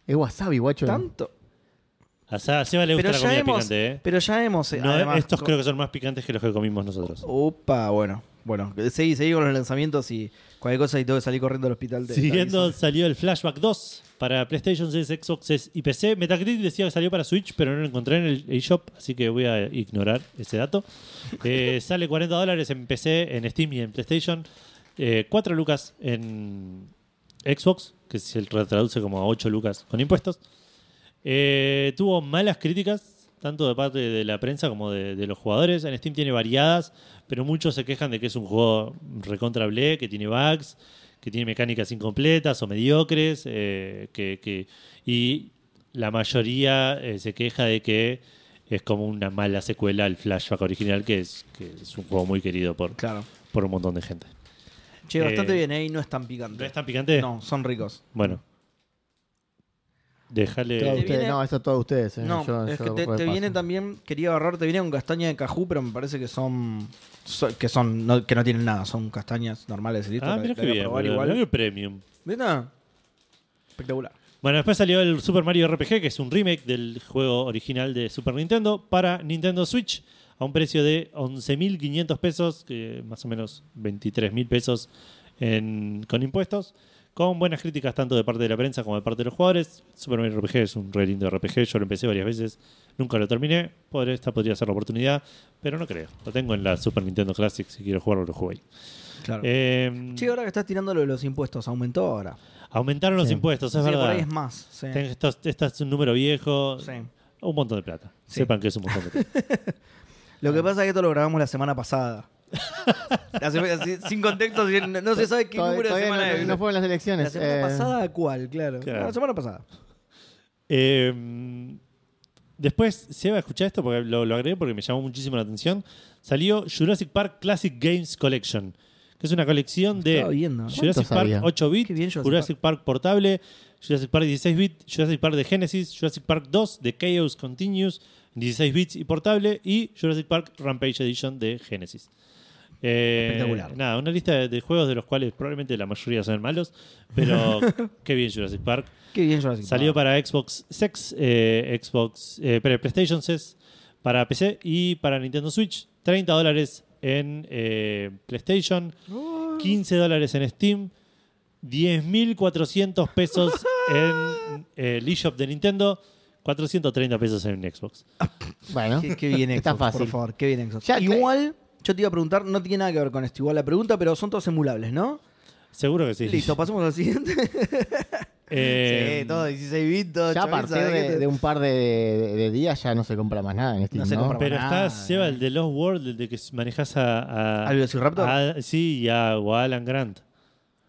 Speaker 3: Es wasabi, guacho.
Speaker 2: tanto.
Speaker 1: O sea, a Seba le gusta
Speaker 2: Pero
Speaker 1: la
Speaker 2: ya,
Speaker 1: comida
Speaker 2: hemos,
Speaker 1: picante, ¿eh?
Speaker 2: pero ya hemos. eh,
Speaker 1: No,
Speaker 2: además,
Speaker 1: estos
Speaker 2: co-
Speaker 1: creo que son más picantes que los que comimos nosotros.
Speaker 2: Opa, bueno. Bueno, seguí, seguí con los lanzamientos y cualquier cosa y tengo que salir corriendo al hospital. te- te
Speaker 1: Siguiendo
Speaker 2: aviso.
Speaker 1: salió el Flashback 2 para PlayStation 6, Xbox 6 y PC. Metacritic decía que salió para Switch, pero no lo encontré en el eShop, así que voy a ignorar ese dato. Eh, sale 40 dólares en PC, en Steam y en PlayStation. 4 lucas en Xbox, que se traduce como a 8 lucas con impuestos. Eh, tuvo malas críticas, tanto de parte de la prensa como de, de los jugadores. En Steam tiene variadas, pero muchos se quejan de que es un juego recontra ble, que tiene bugs, que tiene mecánicas incompletas o mediocres, eh, que, que- y la mayoría eh, se queja de que es como una mala secuela al flashback original, que es, que es un juego muy querido por,
Speaker 2: Claro.
Speaker 1: por un montón de gente.
Speaker 2: Che, bastante
Speaker 1: Eh,
Speaker 2: bien, ¿eh? Y no es tan picante.
Speaker 1: ¿No es tan picante?
Speaker 2: No, son ricos.
Speaker 1: Bueno. Déjale.
Speaker 3: Todo
Speaker 2: Te
Speaker 3: ustedes-
Speaker 2: viene-
Speaker 3: No, eso todo ustedes. eh,
Speaker 2: No,
Speaker 3: yo-
Speaker 2: es
Speaker 3: yo
Speaker 2: que te, te
Speaker 3: repaso.
Speaker 2: viene también, quería agarrar, te viene con castaña de cajú, pero me parece que son, so- que son, no, que no tienen nada, son castañas normales y listo.
Speaker 1: Ah,
Speaker 2: la-
Speaker 1: mira
Speaker 2: la
Speaker 1: qué
Speaker 2: voy a
Speaker 1: bien.
Speaker 2: probar
Speaker 1: boludo.
Speaker 2: igual.
Speaker 1: Mirá qué premium.
Speaker 2: ¿Viste? Espectacular.
Speaker 1: Bueno, después salió el Super Mario RPG, que es un remake del juego original de Super Nintendo, para Nintendo Switch, a un precio de 11.500 pesos, que más o menos 23.000 pesos en- con impuestos, con buenas críticas tanto de parte de la prensa como de parte de los jugadores. Super Mario RPG es un re lindo RPG, yo lo empecé varias veces, nunca lo terminé, por esta podría ser la oportunidad, pero no creo. Lo tengo en la Super Nintendo Classic, si quiero jugarlo lo juego ahí.
Speaker 2: Claro.
Speaker 1: Eh,
Speaker 2: Sí, ahora que estás tirando lo de los impuestos, aumentó ahora.
Speaker 1: aumentaron los
Speaker 3: Sí.
Speaker 1: impuestos, es
Speaker 2: Sí,
Speaker 1: verdad.
Speaker 2: por ahí es más. eh. sí.
Speaker 1: Ten- esto, esto es un número viejo,
Speaker 2: Sí.
Speaker 1: un montón de plata.
Speaker 2: Sí.
Speaker 1: Sepan que es un montón de plata.
Speaker 2: Lo que pasa es que esto lo grabamos la semana pasada. La semana- sin- sin contexto, sin- no se sabe qué
Speaker 3: Todavía-
Speaker 2: número de
Speaker 3: todavía
Speaker 2: semana
Speaker 3: no,
Speaker 2: es.
Speaker 3: no fueron las
Speaker 2: la
Speaker 3: elecciones.
Speaker 2: semana
Speaker 3: eh,
Speaker 2: pasada, ¿cuál? Claro.
Speaker 1: Claro.
Speaker 2: No, La semana pasada.
Speaker 1: Eh, después, Seba, escuchá esto porque lo, lo agregué porque me llamó muchísimo la atención. Salió Jurassic Park Classic Games Collection, que es una colección
Speaker 2: Ah, Estaba
Speaker 1: de
Speaker 2: viendo.
Speaker 1: Jurassic
Speaker 3: ¿Cuánto
Speaker 1: Park
Speaker 3: sabía?
Speaker 1: 8 bit,
Speaker 2: Qué bien Jurassic
Speaker 1: Jurassic Park portable, Jurassic Park 16 bit, Jurassic Park de Genesis, Jurassic Park 2 de Chaos Continues, 16 bits y portable, y Jurassic Park Rampage Edition de Genesis. Eh,
Speaker 2: Espectacular.
Speaker 1: Nada, una lista de, de juegos de los cuales probablemente la mayoría sean malos, pero qué bien Jurassic Park.
Speaker 2: Qué bien Jurassic
Speaker 1: Salió
Speaker 2: Park.
Speaker 1: para Xbox 6, eh, Xbox, eh, pero PlayStation 6, para PC y para Nintendo Switch. 30 dólares en eh, PlayStation, 15 dólares en Steam, 10.400 pesos en eh, el eShop de Nintendo, 430 pesos en Xbox.
Speaker 3: Bueno,
Speaker 2: Qué, qué bien
Speaker 3: está
Speaker 2: Xbox,
Speaker 3: fácil.
Speaker 2: por favor. Qué bien Xbox.
Speaker 3: Ya,
Speaker 2: Igual, yo te iba a preguntar, no tiene nada que ver con esto. Igual la pregunta, pero son todos emulables, ¿no?
Speaker 1: Seguro que sí.
Speaker 2: Listo, pasemos al siguiente.
Speaker 1: Eh,
Speaker 2: sí, todo 16 bits, todo
Speaker 3: Ya a
Speaker 2: chorizo,
Speaker 3: partir
Speaker 2: ¿eh?
Speaker 3: de, de un par de, de- de días ya no se compra más nada en Steam,
Speaker 2: No se compra
Speaker 1: Pero
Speaker 2: nada, eh.
Speaker 1: está, Seba, el de Lost World, el de que manejas a... a-
Speaker 2: ¿Al Velociraptor?
Speaker 1: a- sí, y a, o a Alan Grant.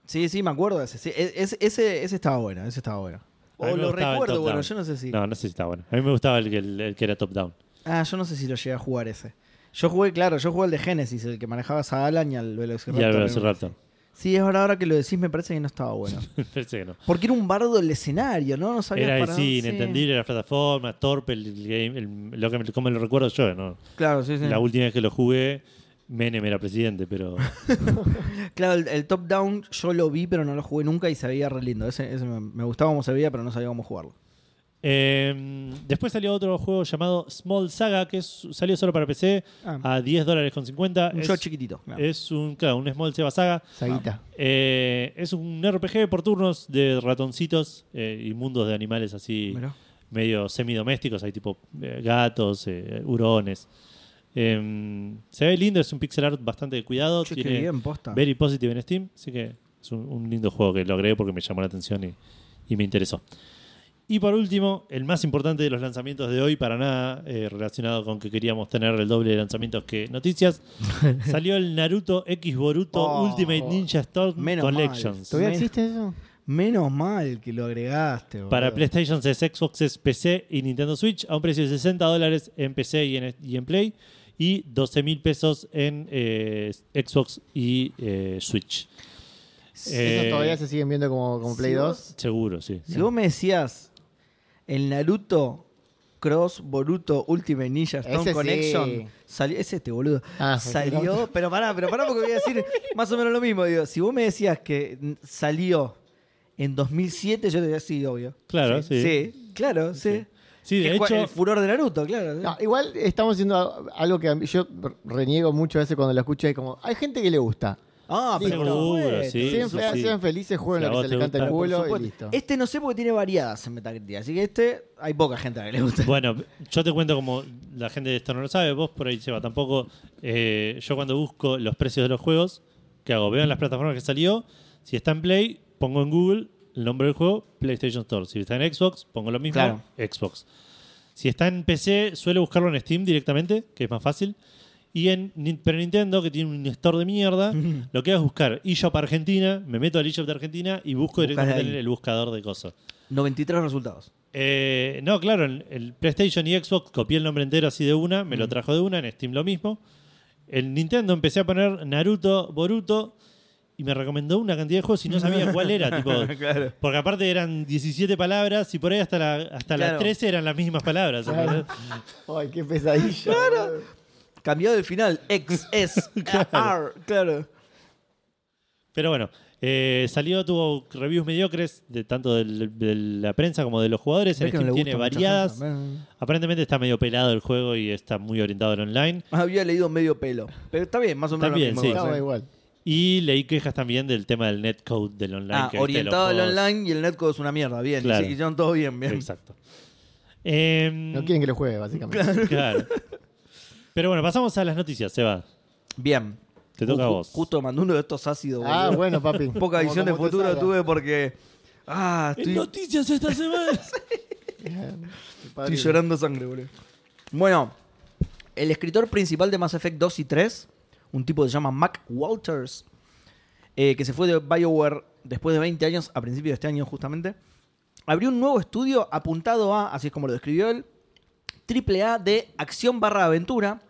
Speaker 2: Sí, sí, me acuerdo de ese. Sí, e- ese, ese, ese estaba bueno, ese estaba bueno.
Speaker 1: A mí
Speaker 2: O
Speaker 1: me gustaba
Speaker 2: lo
Speaker 1: el
Speaker 2: recuerdo,
Speaker 1: top
Speaker 2: bueno,
Speaker 1: down.
Speaker 2: yo no sé si.
Speaker 1: No, no sé si está bueno. A mí me gustaba el, que- el- el que era top-down.
Speaker 2: Ah, yo no sé si lo llegué a jugar ese. Yo jugué, claro, yo jugué el de Genesis, el que manejabas a Alan y al Velociraptor.
Speaker 1: Y al Velociraptor.
Speaker 2: Sí, es verdad, ahora que lo decís me parece que no estaba bueno.
Speaker 1: Parece que no.
Speaker 2: Porque era un bardo el escenario, ¿no? No sabías
Speaker 1: Era
Speaker 2: para
Speaker 1: así,
Speaker 2: dónde-
Speaker 1: inentendible, era plataforma, torpe, el game, el- lo que me- como lo recuerdo yo, ¿no?
Speaker 2: Claro, sí, sí.
Speaker 1: La última vez que lo jugué, Menem era presidente, pero
Speaker 2: Claro, el, top-down yo lo vi, pero no lo jugué nunca y se veía re lindo. Ese, ese me, me gustaba cómo se veía, pero no sabía cómo jugarlo.
Speaker 1: Eh, después salió otro juego llamado Small Saga, que es- salió solo para PC
Speaker 2: Ah.
Speaker 1: a 10 dólares con 50.
Speaker 2: Un
Speaker 1: es,
Speaker 2: yo chiquitito. claro.
Speaker 1: es un, claro, un Small Sega Saga.
Speaker 3: Saguita.
Speaker 1: Eh, es un RPG por turnos de ratoncitos eh, y mundos de animales así
Speaker 2: Mirá.
Speaker 1: medio semidomésticos. Hay tipo eh, gatos, eh, hurones. Em, se ve lindo, es un pixel art bastante cuidado.
Speaker 2: Che, qué
Speaker 1: tiene
Speaker 2: bien, posta.
Speaker 1: Very positive en Steam. Así que es un, un lindo juego que lo agregué porque me llamó la atención y, y me interesó. Y por último, el más importante de los lanzamientos de hoy, para nada eh, relacionado con que queríamos tener el doble de lanzamientos que noticias, salió el Naruto X Boruto
Speaker 2: Oh,
Speaker 1: Ultimate Ninja Storm
Speaker 2: menos
Speaker 1: Collections.
Speaker 2: mal.
Speaker 3: ¿Todavía
Speaker 2: Me-
Speaker 3: existe eso?
Speaker 2: Menos mal que lo agregaste. boludo.
Speaker 1: Para PlayStation 6, Xbox 6, PC y Nintendo Switch a un precio de 60 dólares en PC y en, y en Play y 12 mil pesos en eh, Xbox y eh, Switch. Eh,
Speaker 3: Esos todavía se siguen viendo como, como Play
Speaker 2: si
Speaker 3: 2.
Speaker 1: Seguro, sí.
Speaker 2: Si vos me decías el Naruto Cross Boruto Ultimate Ninja Stone
Speaker 3: Ese sí.
Speaker 2: Connection, salió, es este boludo.
Speaker 3: Ah,
Speaker 2: salió, pero pará, pero pará porque voy a decir más o menos lo mismo, digo, si vos me decías que mm, salió en 2007, yo te decía sí, obvio.
Speaker 1: Claro, sí.
Speaker 2: Sí, claro, sí.
Speaker 1: Sí, de
Speaker 2: Que fue
Speaker 1: hecho-
Speaker 2: el furor de Naruto, claro. sí.
Speaker 3: No, igual estamos haciendo a- algo que a mí- yo reniego mucho a veces cuando lo escucho. Hay como, hay gente que le gusta.
Speaker 2: Ah, pero por
Speaker 1: Seguro,
Speaker 2: supuesto.
Speaker 1: sí.
Speaker 3: sean, fe-
Speaker 1: sí.
Speaker 3: sean felices, jueguen
Speaker 1: Si a
Speaker 3: lo que
Speaker 1: vos
Speaker 3: se les
Speaker 1: te
Speaker 3: canta
Speaker 1: gusta.
Speaker 3: el
Speaker 2: Por
Speaker 3: culo y
Speaker 2: supuesto.
Speaker 3: listo.
Speaker 2: Este no sé porque tiene variadas en Metacritic, así que este hay poca gente a la que le gusta.
Speaker 1: Bueno, yo te cuento como la gente de esto no lo sabe, vos por ahí lleva tampoco. eh, yo cuando busco los precios de los juegos, ¿qué hago? Veo en las plataformas que salió. Si está en Play, pongo en Google el nombre del juego, PlayStation Store. Si está en Xbox, pongo lo mismo,
Speaker 2: Claro.
Speaker 1: Xbox. Si está en PC, suelo buscarlo en Steam directamente, que es más fácil. Y en Nin- pero Nintendo, que tiene un store de mierda, lo que hago es buscar eShop Argentina, me meto al eShop de Argentina y busco
Speaker 2: Buscás
Speaker 1: directamente
Speaker 2: ahí.
Speaker 1: en el buscador de cosas.
Speaker 2: 93 resultados.
Speaker 1: Eh, no, claro, en el PlayStation y Xbox copié el nombre entero así de una, me lo trajo de una, en Steam lo mismo. El Nintendo empecé a poner Naruto, Boruto y me recomendó una cantidad de juegos y no sabía cuál era, tipo,
Speaker 2: Claro.
Speaker 1: porque aparte eran 17 palabras y por ahí hasta la hasta
Speaker 2: Claro.
Speaker 1: las 13 eran las mismas palabras.
Speaker 3: Claro. Ay, qué pesadilla. boludo.
Speaker 2: Cambiado el final. X, S, R. Claro.
Speaker 1: Pero bueno, eh, salió, tuvo reviews mediocres de tanto del- de la prensa como de los jugadores, en
Speaker 2: Ve que no
Speaker 1: Steam
Speaker 2: le
Speaker 1: tiene
Speaker 2: gusta ¿eh? mucha
Speaker 1: variadas.
Speaker 2: gente.
Speaker 1: Aparentemente está medio pelado el juego y está muy orientado al online.
Speaker 2: Había leído Ah, medio pelo. Pero está bien, más o menos.
Speaker 1: Está bien,
Speaker 2: lo mismo
Speaker 1: sí.
Speaker 2: que vos,
Speaker 3: Estaba
Speaker 2: ¿eh?
Speaker 3: igual.
Speaker 1: Y leí quejas también del tema del netcode del online.
Speaker 2: Ah,
Speaker 1: que te lo
Speaker 2: orientado al
Speaker 1: jodas.
Speaker 2: online y el netcode es una mierda. Bien,
Speaker 1: Claro.
Speaker 2: sí, hicieron todo bien, bien.
Speaker 1: Exacto. Em,
Speaker 3: No quieren que lo juegue, básicamente.
Speaker 1: claro. Pero bueno, pasamos a las noticias, Seba.
Speaker 2: Bien.
Speaker 1: Te toca a
Speaker 2: Ju-
Speaker 1: vos.
Speaker 2: Justo mandó uno de estos ácidos,
Speaker 3: Ah,
Speaker 2: boludo.
Speaker 3: bueno, papi.
Speaker 2: Poca
Speaker 3: Como-
Speaker 2: visión de
Speaker 3: como te
Speaker 2: futuro
Speaker 3: salga.
Speaker 2: tuve porque. Ah, estoy,
Speaker 1: Noticias esta semana.
Speaker 3: Padre.
Speaker 2: estoy llorando sangre, boludo. Bueno, el escritor principal de Mass Effect 2 y 3, un tipo que se llama Mac Walters, eh, que se fue de BioWare después de 20 años, a principios de este año justamente, abrió un nuevo estudio apuntado a, así es como lo describió él, triple A de acción barra aventura,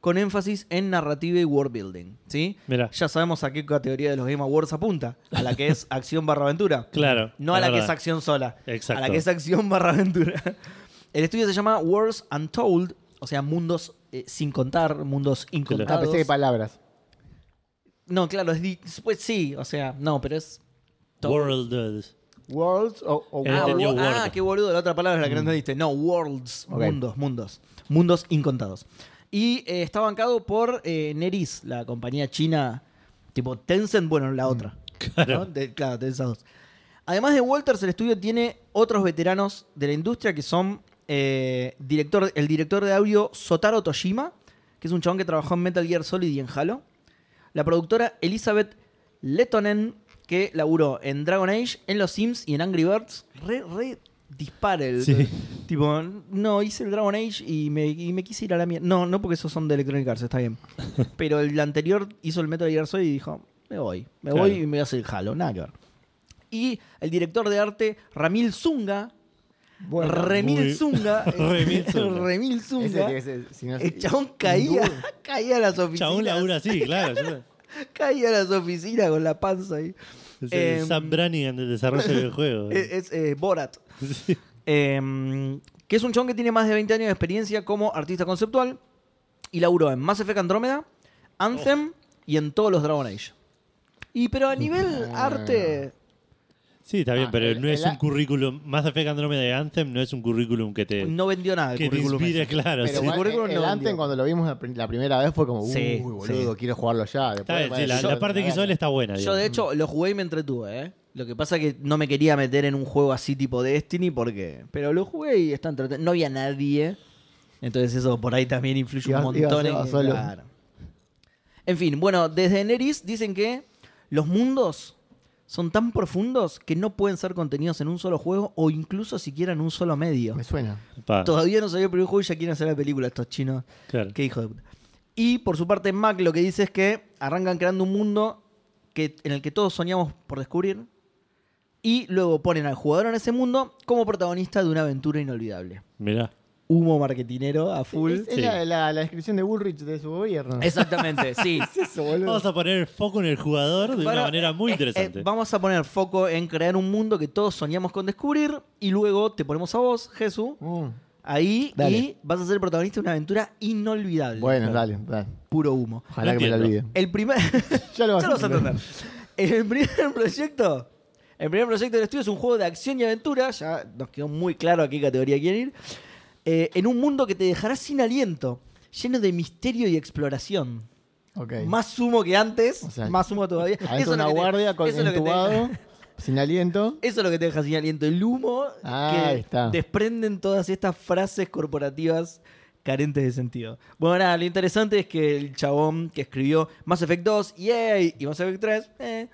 Speaker 2: con énfasis en narrativa y worldbuilding. ¿sí?
Speaker 1: Mirá.
Speaker 2: Ya sabemos a qué categoría de los Game Awards apunta, a la que es acción barra aventura.
Speaker 1: Claro.
Speaker 2: No a la que
Speaker 1: verdad.
Speaker 2: es acción sola.
Speaker 1: Exacto.
Speaker 2: A la que es acción barra aventura. El estudio se llama Worlds Untold, o sea, mundos eh, sin contar, mundos
Speaker 3: Ah,
Speaker 2: incontados.
Speaker 3: pensé que palabras.
Speaker 2: No, claro, es di- pues sí, o sea, no, pero es. todo.
Speaker 1: World.
Speaker 3: Worlds o, o
Speaker 1: Eh,
Speaker 2: Ah,
Speaker 1: entendió
Speaker 2: wo- ah,
Speaker 1: Word.
Speaker 2: qué boludo, la otra palabra es la que no entendiste. No, worlds,
Speaker 3: Ok.
Speaker 2: mundos, mundos. Mundos incontados. Y eh, está bancado por eh, Neris, la compañía china, tipo Tencent, bueno, la otra. ¿no? De- claro, de esas dos. Además de Walters, el estudio tiene otros veteranos de la industria que son eh, director, el director de audio Sotaro Toshima, que es un chabón que trabajó en Metal Gear Solid y en Halo. La productora Elizabeth Letonen, que laburó en Dragon Age, en Los Sims y en Angry Birds. Re, re dispara el.
Speaker 1: Sí.
Speaker 2: Tipo, no, hice el Dragon Age y me, y me quise ir a la mierda. No, no porque esos son de Electronic Arts, está bien. Pero el anterior hizo el Metal Gear Solid y dijo, me voy, me
Speaker 1: Claro.
Speaker 2: voy y me voy a hacer Halo, nada que ver. Y el director de arte, Ramil Zunga.
Speaker 3: Bueno,
Speaker 2: Remil
Speaker 1: muy-
Speaker 2: Zunga. eh,
Speaker 1: Remil Zunga.
Speaker 2: Remil
Speaker 3: ese
Speaker 2: Zunga.
Speaker 3: tiene que ser, si no-
Speaker 2: El chabón caía, caía a las oficinas.
Speaker 1: Chabón labura así, claro. yo-
Speaker 2: Caía a las oficinas con la panza ahí.
Speaker 1: Es el
Speaker 2: Em,
Speaker 1: Sam Brannigan del desarrollo del juego.
Speaker 2: Es, es, eh, Borat.
Speaker 1: Sí.
Speaker 2: Em, que es un chabón que tiene más de 20 años de experiencia como artista conceptual y laburó en Mass Effect Andrómeda,
Speaker 1: Oh.
Speaker 2: Anthem y en todos los Dragon Age. Y pero a nivel
Speaker 3: Ah.
Speaker 2: arte...
Speaker 1: Sí, está bien,
Speaker 3: Ah,
Speaker 1: pero
Speaker 2: eh,
Speaker 3: el-
Speaker 1: no es
Speaker 3: el-
Speaker 1: un currículum. Más Effect Andromeda de Anthem no es un currículum que te,
Speaker 2: No vendió nada el
Speaker 1: que te
Speaker 2: currículum.
Speaker 1: inspire,
Speaker 2: ese.
Speaker 1: claro.
Speaker 3: Pero
Speaker 1: sí.
Speaker 3: igual,
Speaker 2: Seguro que
Speaker 3: el
Speaker 2: no
Speaker 3: Anthem,
Speaker 2: vendió.
Speaker 3: cuando lo vimos la, prim- la primera vez fue como, uy,
Speaker 2: Sí,
Speaker 3: boludo,
Speaker 2: sí.
Speaker 3: quiero jugarlo ya.
Speaker 1: Está bien,
Speaker 3: Después-
Speaker 1: sí, la,
Speaker 2: yo-
Speaker 1: la parte que hizo él está buena.
Speaker 2: Yo de
Speaker 1: digamos.
Speaker 2: hecho lo jugué y me entretuve, ¿eh? Lo que pasa que no me quería meter en un juego así tipo Destiny porque... Pero lo jugué y está entretenido. No había nadie. Entonces eso por ahí también influye un
Speaker 3: Ibas- ibas
Speaker 2: montón en
Speaker 3: solo-
Speaker 2: que-
Speaker 3: solo.
Speaker 2: claro. En fin, bueno, desde Neris dicen que los mundos son tan profundos que no pueden ser contenidos en un solo juego o incluso siquiera en un solo medio.
Speaker 3: Me suena.
Speaker 1: Pa,
Speaker 2: Todavía no salió el primer juego y ya quieren hacer la película estos chinos.
Speaker 1: claro.
Speaker 2: Qué hijo de puta. Y por su parte, Mac lo que dice es que arrancan creando un mundo que, en el que todos soñamos por descubrir. Y luego ponen al jugador en ese mundo como protagonista de una aventura inolvidable.
Speaker 1: Mirá.
Speaker 2: Humo marketinero a full.
Speaker 3: Es, es
Speaker 1: Sí.
Speaker 3: la, la- la descripción de Bullrich de su gobierno.
Speaker 2: Exactamente, sí.
Speaker 3: ¿Qué es eso, boludo?
Speaker 1: Vamos a poner el foco en el jugador de
Speaker 2: Bueno,
Speaker 1: una manera muy
Speaker 2: eh, eh,
Speaker 1: interesante.
Speaker 2: vamos a poner foco en crear un mundo que todos soñamos con descubrir. Y luego te ponemos a vos, Jesús,
Speaker 3: Mm.
Speaker 2: ahí.
Speaker 3: Dale.
Speaker 2: Y vas a ser protagonista de una aventura inolvidable.
Speaker 3: Bueno, dale, dale.
Speaker 2: Puro humo.
Speaker 3: Ojalá
Speaker 1: No
Speaker 3: que me lo
Speaker 1: entiendo.
Speaker 3: olvide.
Speaker 2: El primer.
Speaker 3: Ya lo vas
Speaker 2: Ya
Speaker 3: a
Speaker 2: lo vas a
Speaker 3: entender.
Speaker 2: entender. El primer proyecto. El primer proyecto del estudio es un juego de acción y aventura. Ya nos quedó muy claro a qué categoría quieren ir. eh, en un mundo que te dejará sin aliento, lleno de misterio y exploración.
Speaker 3: Ok.
Speaker 2: Más humo que antes,
Speaker 3: O sea,
Speaker 2: más humo todavía.
Speaker 3: Adentro
Speaker 2: Eso es
Speaker 3: una
Speaker 2: lo que te-
Speaker 3: guardia con
Speaker 2: eso es lo que te deja-
Speaker 3: entubado, sin aliento.
Speaker 2: eso es lo que te deja sin aliento, el humo
Speaker 3: Ah,
Speaker 2: que
Speaker 3: ahí está.
Speaker 2: desprenden todas estas frases corporativas carentes de sentido. Bueno, nada, lo interesante es que el chabón que escribió Mass Effect 2, yay, y Mass Effect 3, eh,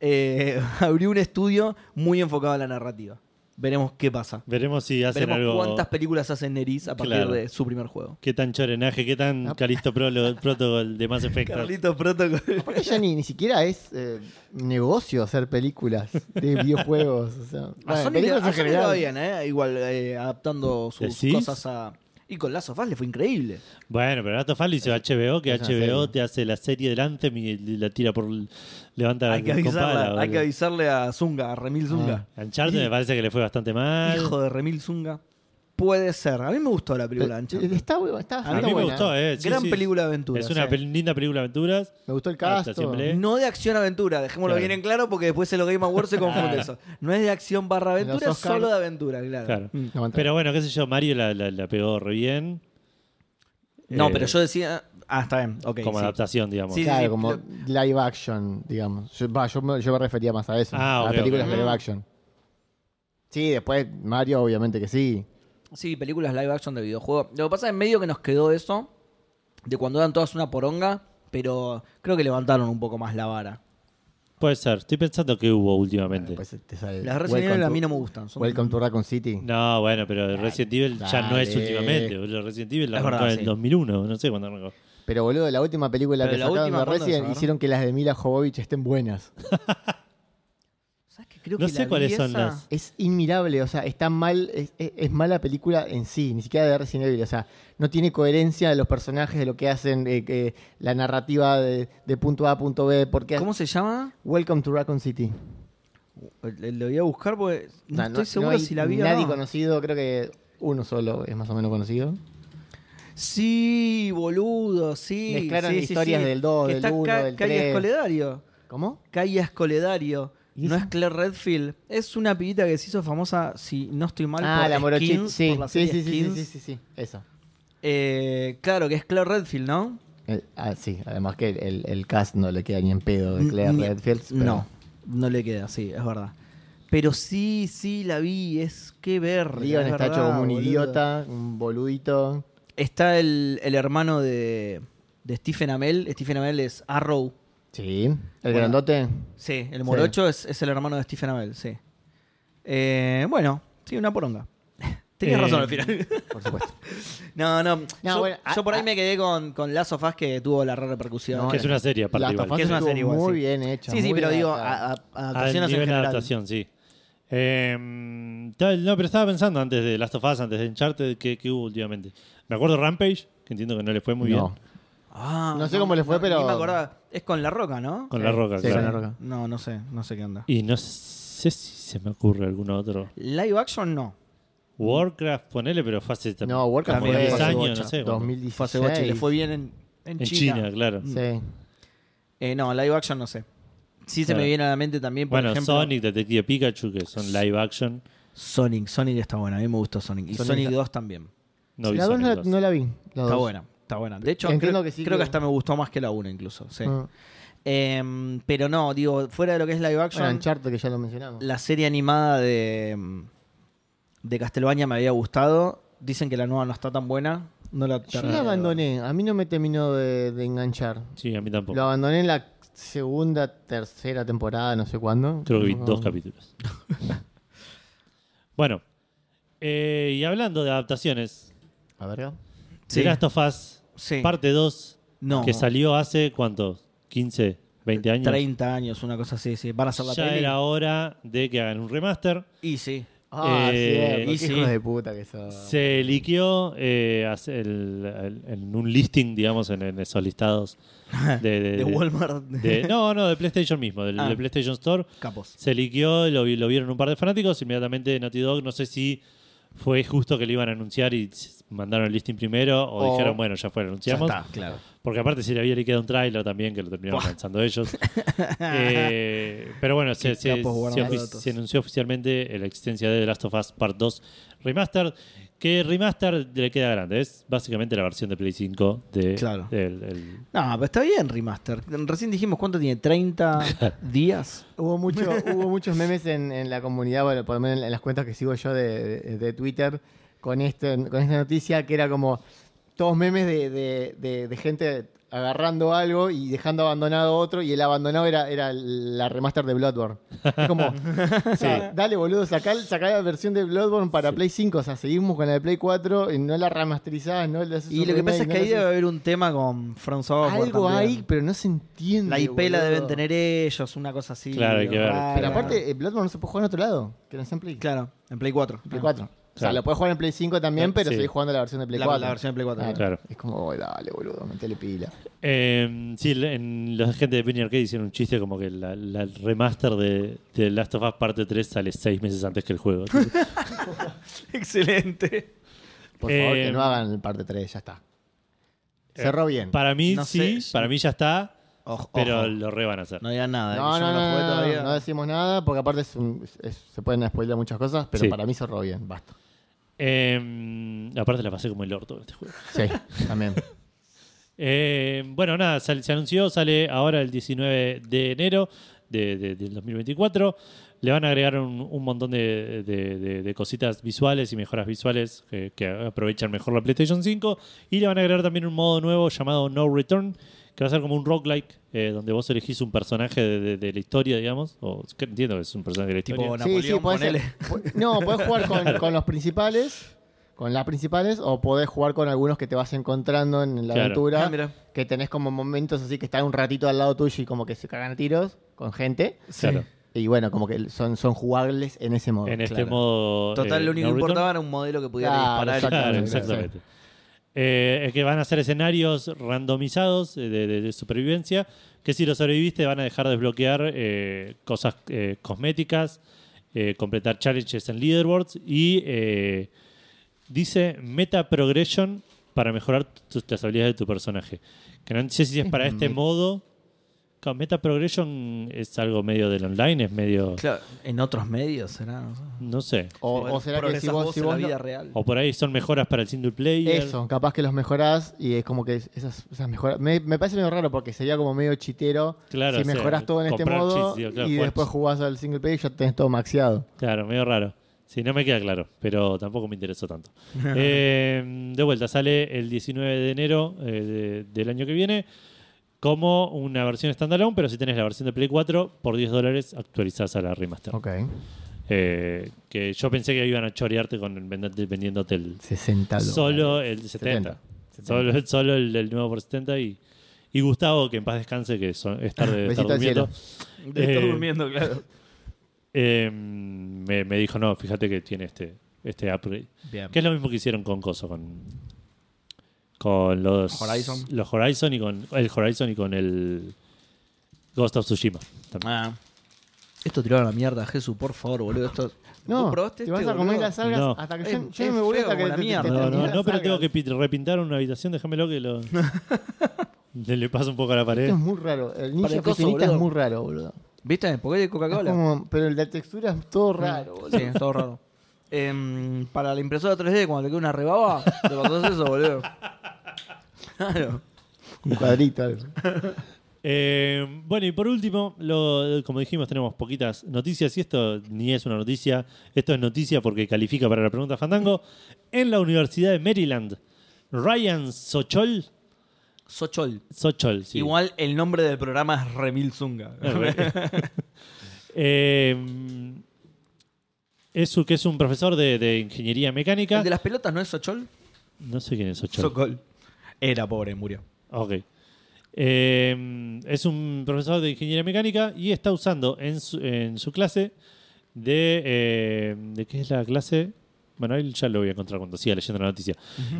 Speaker 2: eh, abrió un estudio muy enfocado a la narrativa. Veremos qué pasa.
Speaker 1: Veremos si hacen
Speaker 2: Veremos
Speaker 1: algo.
Speaker 2: cuántas películas hacen Neris a partir
Speaker 1: Claro.
Speaker 2: de su primer juego.
Speaker 1: Qué tan chorenaje, qué tan
Speaker 3: Ah.
Speaker 1: Calisto Prolo- Protocol de Mass Effect.
Speaker 2: Carlitos Protocol.
Speaker 3: Aparte ya ni, ni siquiera es eh, negocio hacer películas de videojuegos. O sea,
Speaker 2: A
Speaker 3: bueno,
Speaker 2: Sony le-
Speaker 3: películas
Speaker 2: a
Speaker 3: en
Speaker 2: Sony le va
Speaker 3: general.
Speaker 2: bien, eh, igual eh, adaptando sus
Speaker 1: ¿Decís?
Speaker 2: cosas a... Y con Lazo Faz le fue increíble.
Speaker 1: Bueno, pero Rato Fall hizo HBO, que
Speaker 3: es una
Speaker 1: HBO
Speaker 3: serie.
Speaker 1: te hace la serie del Anthem y la tira por. Levanta
Speaker 2: Hay que,
Speaker 1: con
Speaker 2: avisarla-
Speaker 1: pala,
Speaker 2: hay que
Speaker 1: boludo.
Speaker 2: avisarle a Zunga, a Remil Zunga.
Speaker 1: Uncharted me parece que le fue bastante mal.
Speaker 2: Hijo de Remil Zunga. Puede ser. A mí me gustó la película de
Speaker 3: Pero-
Speaker 2: Uncharted.
Speaker 3: Está, bu- está
Speaker 1: a mí
Speaker 3: bastante
Speaker 1: me
Speaker 3: buena.
Speaker 1: gustó, ¿eh? sí,
Speaker 2: Gran
Speaker 1: sí.
Speaker 2: película de eh. aventura.
Speaker 1: Es una
Speaker 2: sí.
Speaker 1: pel- linda película de aventuras.
Speaker 3: Me gustó el
Speaker 1: Ah,
Speaker 3: cast.
Speaker 1: está siempre.
Speaker 2: No de acción-aventura, dejémoslo
Speaker 1: Claro.
Speaker 2: bien en claro porque después en los Game Awards se confunde eso. No es de acción barra
Speaker 3: En los Eh,
Speaker 2: aventura, es
Speaker 3: Oscars-
Speaker 2: solo de aventura, claro.
Speaker 1: Claro.
Speaker 2: Mm.
Speaker 3: No, mentira.
Speaker 1: Pero bueno, qué sé yo, Mario la, la- la pegó re bien.
Speaker 2: No,
Speaker 1: eh,
Speaker 2: pero yo decía. Ah, está bien. Ok.
Speaker 1: como
Speaker 2: sí.
Speaker 1: adaptación, digamos.
Speaker 2: Sí,
Speaker 3: claro,
Speaker 2: sí,
Speaker 3: como
Speaker 2: lo-
Speaker 3: live action, digamos. Yo, va, yo, me, yo me refería más a eso,
Speaker 1: Ah,
Speaker 3: a
Speaker 1: ok,
Speaker 3: películas
Speaker 1: ok.
Speaker 3: live action. Sí, después Mario, obviamente que sí.
Speaker 2: Sí, películas live action de videojuego. Lo que pasa es en medio que nos quedó eso, de cuando eran todas una poronga, pero creo que levantaron un poco más la vara.
Speaker 1: Puede ser. Estoy pensando que hubo últimamente.
Speaker 3: Después te sale
Speaker 2: Las
Speaker 3: Welcome
Speaker 2: Resident Evil a
Speaker 3: to-
Speaker 2: mí no me gustan. son-
Speaker 3: Welcome to Raccoon City.
Speaker 1: No, bueno, pero Resident Evil ya no es
Speaker 3: Dale.
Speaker 1: últimamente. boludo. Resident Evil la
Speaker 2: Es
Speaker 1: arrancó
Speaker 2: verdad,
Speaker 1: en
Speaker 2: sí.
Speaker 1: 2001, no sé cuándo arrancó.
Speaker 3: Pero boludo, la última película
Speaker 2: Pero
Speaker 3: que
Speaker 2: la
Speaker 3: sacaron
Speaker 2: última,
Speaker 3: de
Speaker 2: ¿cuándo
Speaker 3: Resident
Speaker 2: sacaron?
Speaker 3: hicieron que las de Mila Jovovich estén buenas.
Speaker 2: ¿Sabes qué? Creo
Speaker 1: No
Speaker 2: que
Speaker 1: sé
Speaker 2: la
Speaker 1: cuáles
Speaker 2: vi
Speaker 1: son
Speaker 2: esa-
Speaker 1: las-
Speaker 3: Es inmirable, o sea, está mal, es, es- es mala película en sí, ni siquiera de Resident Evil, o sea, no tiene coherencia de los personajes, de lo que hacen, eh, que la narrativa de, de punto A a punto B, porque...
Speaker 2: ¿Cómo se llama?
Speaker 3: Welcome to Raccoon City.
Speaker 2: Eh, Le- Lo voy a buscar porque no,
Speaker 3: O sea,
Speaker 2: estoy seguro
Speaker 3: hay
Speaker 2: si la vi o
Speaker 3: Nadie
Speaker 2: no.
Speaker 3: conocido, creo que uno solo es más o menos conocido.
Speaker 2: Sí, boludo, sí.
Speaker 3: Mezclaron
Speaker 2: sí, sí,
Speaker 3: historias
Speaker 2: sí.
Speaker 3: del dos,
Speaker 2: Que
Speaker 3: del
Speaker 2: está
Speaker 3: uno,
Speaker 2: Ca-
Speaker 3: del
Speaker 2: Calle
Speaker 3: tres.
Speaker 2: Escoledario.
Speaker 3: ¿Cómo?
Speaker 2: Calle Escoledario.
Speaker 3: ¿Y
Speaker 2: No
Speaker 3: esa?
Speaker 2: es Claire Redfield. Es una pibita que se hizo famosa, si no estoy mal,
Speaker 3: ah,
Speaker 2: por
Speaker 3: la morochita.
Speaker 2: Skins,
Speaker 3: Sí,
Speaker 2: por la
Speaker 3: sí,
Speaker 2: serie
Speaker 3: sí, sí, sí,
Speaker 2: Skins.
Speaker 3: sí, sí, sí, eso.
Speaker 2: Eh, claro, que es Claire Redfield, ¿no?
Speaker 3: El- ah, sí, además que el, el cast no le queda ni en pedo de Pues Claire
Speaker 2: Ni-
Speaker 3: Redfield. pero-
Speaker 2: No, no le queda, sí, es verdad. Pero sí, sí, la vi, es que ver.
Speaker 3: Leon está hecho como un idiota, un boludito.
Speaker 2: Está el, el hermano de, de Stephen Amell. Stephen Amell es Arrow.
Speaker 3: Sí. El
Speaker 2: Bueno.
Speaker 3: grandote.
Speaker 2: Sí, el morocho es, es el hermano de Stephen Amell, sí. Eh, bueno, sí, una poronga. Tenías
Speaker 1: Eh,
Speaker 2: razón al final.
Speaker 3: Por supuesto.
Speaker 2: no, no. yo,
Speaker 3: bueno, a-
Speaker 2: yo por ahí
Speaker 3: a-
Speaker 2: me quedé con, con Last of Us que tuvo la re repercusión.
Speaker 3: No,
Speaker 1: que es una serie aparte
Speaker 3: Last
Speaker 1: igual.
Speaker 3: of Us
Speaker 2: Que es una
Speaker 3: estuvo
Speaker 2: serie igual,
Speaker 3: muy
Speaker 2: sí.
Speaker 3: bien hecha.
Speaker 2: sí, sí,
Speaker 3: muy
Speaker 2: pero
Speaker 3: bien
Speaker 2: digo,
Speaker 3: adaptada.
Speaker 2: a- a-
Speaker 1: Ah,
Speaker 2: adaptaciones
Speaker 1: nivel
Speaker 2: en
Speaker 1: de
Speaker 2: general.
Speaker 1: adaptación, sí. Eh, tal, no, pero estaba pensando antes de Last of Us, antes de Uncharted, que, hubo últimamente. Me acuerdo Rampage, que entiendo que no le fue muy
Speaker 3: No.
Speaker 1: bien.
Speaker 2: Ah,
Speaker 3: No sé cómo le fue, pero-
Speaker 2: ni me acordaba. Es con La Roca, ¿no?
Speaker 1: Con La Roca,
Speaker 3: sí,
Speaker 1: claro.
Speaker 3: con La Roca.
Speaker 2: No, no sé, no sé qué onda.
Speaker 1: Y no sé si se me ocurre algún otro.
Speaker 2: Live action no.
Speaker 1: Warcraft, ponele, pero fue hace
Speaker 3: No, Warcraft
Speaker 1: como
Speaker 3: fue
Speaker 1: 10
Speaker 3: hace
Speaker 1: años,
Speaker 3: ocho,
Speaker 1: no sé.
Speaker 3: 2016.
Speaker 2: Fue hace boche, le fue bien en, en
Speaker 1: En
Speaker 2: China.
Speaker 1: China, claro.
Speaker 3: Sí.
Speaker 2: Eh, no, live action no sé. Sí se
Speaker 1: Claro.
Speaker 2: me viene a la mente también, por
Speaker 1: Bueno,
Speaker 2: ejemplo.
Speaker 1: Sonic, Detective Pikachu, que son live action.
Speaker 2: Sonic, Sonic está buena, a mí me gustó Sonic. Y
Speaker 3: Sonic
Speaker 2: Sonic
Speaker 3: está-
Speaker 2: 2 también.
Speaker 1: No vi
Speaker 3: la dos
Speaker 1: Sonic
Speaker 3: no,
Speaker 1: dos.
Speaker 3: no la vi. la
Speaker 2: Está
Speaker 3: dos.
Speaker 2: buena, está buena. De hecho,
Speaker 3: Entiendo
Speaker 2: creo,
Speaker 3: que sí
Speaker 2: creo
Speaker 3: que-
Speaker 2: que hasta me gustó más que la 1 incluso. sí.
Speaker 1: Ah.
Speaker 3: Mm.
Speaker 2: Em, pero no, digo, fuera de lo que es live action,
Speaker 3: Bueno, Uncharted, que ya lo mencionamos.
Speaker 2: la serie animada de, em, de Castlevania me había gustado. Dicen que la nueva no está tan buena. No la
Speaker 3: Yo
Speaker 2: terminé
Speaker 3: la
Speaker 2: de ver.
Speaker 3: abandoné. A mí no me terminó de, de enganchar.
Speaker 1: Sí, a mí tampoco.
Speaker 3: Lo abandoné en la segunda, tercera temporada, no sé cuándo.
Speaker 1: Creo que vi
Speaker 3: No.
Speaker 1: dos capítulos. bueno, eh, y hablando de adaptaciones,
Speaker 3: A ver.
Speaker 1: The
Speaker 2: Sí.
Speaker 1: Last of Us,
Speaker 2: Sí.
Speaker 1: parte 2,
Speaker 2: No.
Speaker 1: que salió hace, ¿cuánto? ¿15? ¿20 años?
Speaker 2: 30 años, una cosa así, sí. Van a hacer la
Speaker 1: Ya
Speaker 2: peli.
Speaker 1: era hora de que hagan un remaster.
Speaker 2: Y sí.
Speaker 3: Ah,
Speaker 1: Eh,
Speaker 3: sí, qué
Speaker 2: y sí.
Speaker 3: hijos de puta que son.
Speaker 1: Se liqueó eh, hace el- el- en un listing, digamos, en, en esos listados de, de-
Speaker 2: De Walmart.
Speaker 1: de- no, no, de PlayStation mismo, del
Speaker 2: Ah.
Speaker 1: del PlayStation Store.
Speaker 2: Capos.
Speaker 1: Se liqueó, lo, vi- lo vieron un par de fanáticos. Inmediatamente Naughty Dog, no sé si fue justo que lo iban a anunciar y s- mandaron el listing primero o,
Speaker 3: O-
Speaker 1: dijeron, bueno, ya fue, lo anunciamos.
Speaker 2: claro.
Speaker 1: Porque aparte se le había liqueado un tráiler también que lo terminaron
Speaker 2: Buah.
Speaker 1: lanzando ellos. Eh, pero bueno, se,
Speaker 2: Qué
Speaker 1: se-
Speaker 2: capos guardan
Speaker 1: se ofi-
Speaker 2: datos.
Speaker 1: se anunció oficialmente la existencia de The Last of Us Part 2 Remastered. Que Remaster le queda grande, es básicamente la versión de Play 5 de,
Speaker 2: Claro.
Speaker 1: del- el-
Speaker 2: No, pero está bien remaster. Recién dijimos cuánto tiene, 30 días.
Speaker 3: Hubo, mucho, hubo muchos memes en, en la comunidad, bueno, por lo menos en las cuentas que sigo yo de, de- de Twitter, con, este, con esta noticia que era como todos memes de, de- de- de gente agarrando algo y dejando abandonado otro, y el abandonado era, era la remaster de Bloodborne. Es como, o sea, dale boludo, sacá, sacá la versión de Bloodborne para Play 5, o sea, seguimos con la de Play 4 y no la remasterizás, no le haces
Speaker 2: Y
Speaker 3: un
Speaker 2: lo que pasa es
Speaker 3: remake, no
Speaker 2: que ahí
Speaker 3: le haces-
Speaker 2: debe haber un tema con Front Software.
Speaker 3: Algo
Speaker 2: también.
Speaker 3: hay, pero no se entiende.
Speaker 2: La IP la
Speaker 3: boludo.
Speaker 2: deben tener ellos, una cosa así.
Speaker 1: Claro, hay que ver.
Speaker 2: rara.
Speaker 3: Pero aparte, eh, Bloodborne no se puede jugar en otro lado, que no sea en Play.
Speaker 2: Claro, en Play 4.
Speaker 3: Play
Speaker 2: Ah.
Speaker 3: 4. O sea,
Speaker 1: Claro.
Speaker 3: lo puedes jugar en Play 5 también, pero
Speaker 1: Sí.
Speaker 3: seguís jugando la versión de Play
Speaker 2: La-
Speaker 3: 4.
Speaker 2: la versión de Play 4,
Speaker 1: claro.
Speaker 3: Es como, "Oh, dale, boludo, metele pila.
Speaker 1: Eh, sí, le- en los gente de Penny Arcade hicieron un chiste como que la, la remaster de, de Last of Us parte 3 sale seis meses antes que el juego. Entonces,
Speaker 2: Excelente.
Speaker 3: Por favor,
Speaker 1: Eh,
Speaker 3: que no hagan el parte 3, ya está. Cerró bien.
Speaker 1: para mí
Speaker 2: No
Speaker 1: sí,
Speaker 2: sé.
Speaker 1: para mí ya está,
Speaker 2: Ojo,
Speaker 1: pero
Speaker 2: ojo.
Speaker 1: lo re van a hacer.
Speaker 2: No digan nada. eh,
Speaker 3: no,
Speaker 2: que
Speaker 3: no,
Speaker 2: yo
Speaker 3: no,
Speaker 2: lo
Speaker 3: no,
Speaker 2: jugué
Speaker 3: no,
Speaker 2: todavía.
Speaker 3: no decimos nada, porque aparte es un- es- se pueden spoiler muchas cosas, pero
Speaker 1: Sí.
Speaker 3: para mí cerró bien, basta.
Speaker 1: Em, Eh, aparte la pasé como el orto en este juego.
Speaker 3: Sí, también.
Speaker 1: Eh, bueno, nada, sal- se anunció, sale ahora el 19 de enero de- de- del 2024. Le van a agregar un, un montón de, de- de- de cositas visuales y mejoras visuales eh, que, que aprovechan mejor la PlayStation 5. Y le van a agregar también un modo nuevo llamado No Return, que va a ser como un roguelike, eh, donde vos elegís un personaje de, de- de la historia, digamos. O, que entiendo que es un personaje de la
Speaker 2: Tipo,
Speaker 1: historia.
Speaker 2: Napoleón,
Speaker 3: podés ser- pu- No, podés jugar con, con los principales, con las principales, o podés jugar con algunos que te vas encontrando en la
Speaker 1: Claro.
Speaker 3: aventura.
Speaker 2: Ah, mira.
Speaker 3: que tenés como momentos así que están un ratito al lado tuyo y como que se cagan a tiros con gente.
Speaker 1: Claro.
Speaker 3: Y bueno, como que son, son jugables en ese modo.
Speaker 1: en este
Speaker 2: claro.
Speaker 1: modo.
Speaker 2: Total,
Speaker 1: eh,
Speaker 2: lo único
Speaker 1: No
Speaker 2: que
Speaker 1: Return.
Speaker 2: importaba era un modelo que pudiera
Speaker 3: Claro,
Speaker 2: disparar. y
Speaker 1: Claro,
Speaker 3: Exactamente.
Speaker 1: exactamente. Eh, es que van a ser escenarios randomizados eh, de, de- de supervivencia, que si lo sobreviviste van a dejar de desbloquear eh, cosas eh, cosméticas, eh, completar challenges en leaderboards y eh, dice meta progression para mejorar tus- las habilidades de tu personaje. Que no sé si es para este modo. Claro, Meta progression es algo medio del online, es medio...
Speaker 2: Claro, en otros medios será. no sé.
Speaker 1: No sé.
Speaker 3: O,
Speaker 2: Igual
Speaker 3: o será que si
Speaker 2: progresás
Speaker 3: vos, si
Speaker 2: en
Speaker 3: vos
Speaker 2: la
Speaker 3: no- Oh,
Speaker 2: vida real.
Speaker 1: O por ahí son mejoras para el single player.
Speaker 3: Eso, capaz que los mejorás y es como que esas, esas mejoras. Me, me parece medio raro porque sería como medio chitero.
Speaker 1: Claro,
Speaker 3: si
Speaker 1: o sea,
Speaker 3: mejoras todo en este
Speaker 1: comprar
Speaker 3: modo
Speaker 1: cheats, digo, claro,
Speaker 3: y
Speaker 1: jugar
Speaker 3: después
Speaker 1: cheats.
Speaker 3: jugás al single player y ya tenés todo maxeado.
Speaker 1: Claro, medio raro. Sí, no me queda claro, pero tampoco me interesó tanto. Eh, de vuelta, sale el 19 de enero eh, de- del año que viene como una versión standalone, pero si tenés la versión de Play 4, por 10 dólares actualizás a la remaster.
Speaker 3: Ok.
Speaker 1: Eh, que yo pensé que iban a chorearte con el venderte- vendiéndote el,
Speaker 3: 60 dólares.
Speaker 1: solo el 70.
Speaker 3: 70.
Speaker 1: Solo, solo el, el nuevo por 70 y, y Gustavo, que en paz descanse, que son- es tarde de estar
Speaker 3: Besito al
Speaker 1: durmiendo.
Speaker 2: De estar
Speaker 1: Eh,
Speaker 2: durmiendo, claro.
Speaker 1: Eh, me, me dijo, no, fíjate que tiene este, este upgrade.
Speaker 2: Bien.
Speaker 1: Que es lo mismo que hicieron con Coso, con, con los
Speaker 2: Horizon.
Speaker 1: los Horizon y con el Horizon y con el Ghost of Tsushima. también.
Speaker 2: Ah. Esto tiró a la mierda, Jesús, por favor, boludo. Esto...
Speaker 3: No,
Speaker 2: ¿Vos probaste
Speaker 3: te vas
Speaker 2: este,
Speaker 3: a comer
Speaker 2: boludo?
Speaker 3: las algas
Speaker 1: No.
Speaker 3: hasta que
Speaker 2: Es-
Speaker 3: yo, yo
Speaker 2: es
Speaker 3: no me voy
Speaker 2: feo
Speaker 3: hasta que
Speaker 2: como la
Speaker 3: te- te-
Speaker 2: mierda.
Speaker 3: te-
Speaker 1: No,
Speaker 3: termines
Speaker 1: no,
Speaker 3: las
Speaker 1: no, pero tengo
Speaker 3: algas.
Speaker 1: que pi- repintar una habitación, déjamelo que lo le, le paso un poco a la pared.
Speaker 3: Esto es muy raro. El
Speaker 2: Para
Speaker 3: ninja
Speaker 2: el coso,
Speaker 3: fusionista es
Speaker 2: boludo.
Speaker 3: muy raro, boludo.
Speaker 2: ¿Viste? ¿Por qué de
Speaker 3: Es
Speaker 2: Coca-Cola? Mm.
Speaker 3: como- pero el de textura es todo raro, boludo.
Speaker 2: Sí, todo raro. Em, para la impresora 3D, cuando te queda una rebaba, te pasas eso, boludo. Claro.
Speaker 3: Un cuadrito. algo.
Speaker 1: Eh, bueno, y por último, lo- como dijimos, tenemos poquitas noticias. Y esto ni es una noticia, esto es noticia porque califica para la pregunta Fandango. En la Universidad de Maryland, Ryan Sochol.
Speaker 2: Sochol.
Speaker 1: Sochol, sí.
Speaker 2: Igual el nombre del programa es Remil Zunga.
Speaker 1: Eh, es, un- que es un profesor de, de ingeniería mecánica.
Speaker 2: ¿El de las pelotas no es Sochol?
Speaker 1: No sé quién es Sochol.
Speaker 2: Sokol. Era pobre, murió.
Speaker 1: Ok. Eh, es un profesor de ingeniería mecánica y está usando en su, en su clase de... eh, ¿De qué es la clase? Bueno, ahí ya lo voy a encontrar cuando siga leyendo la noticia.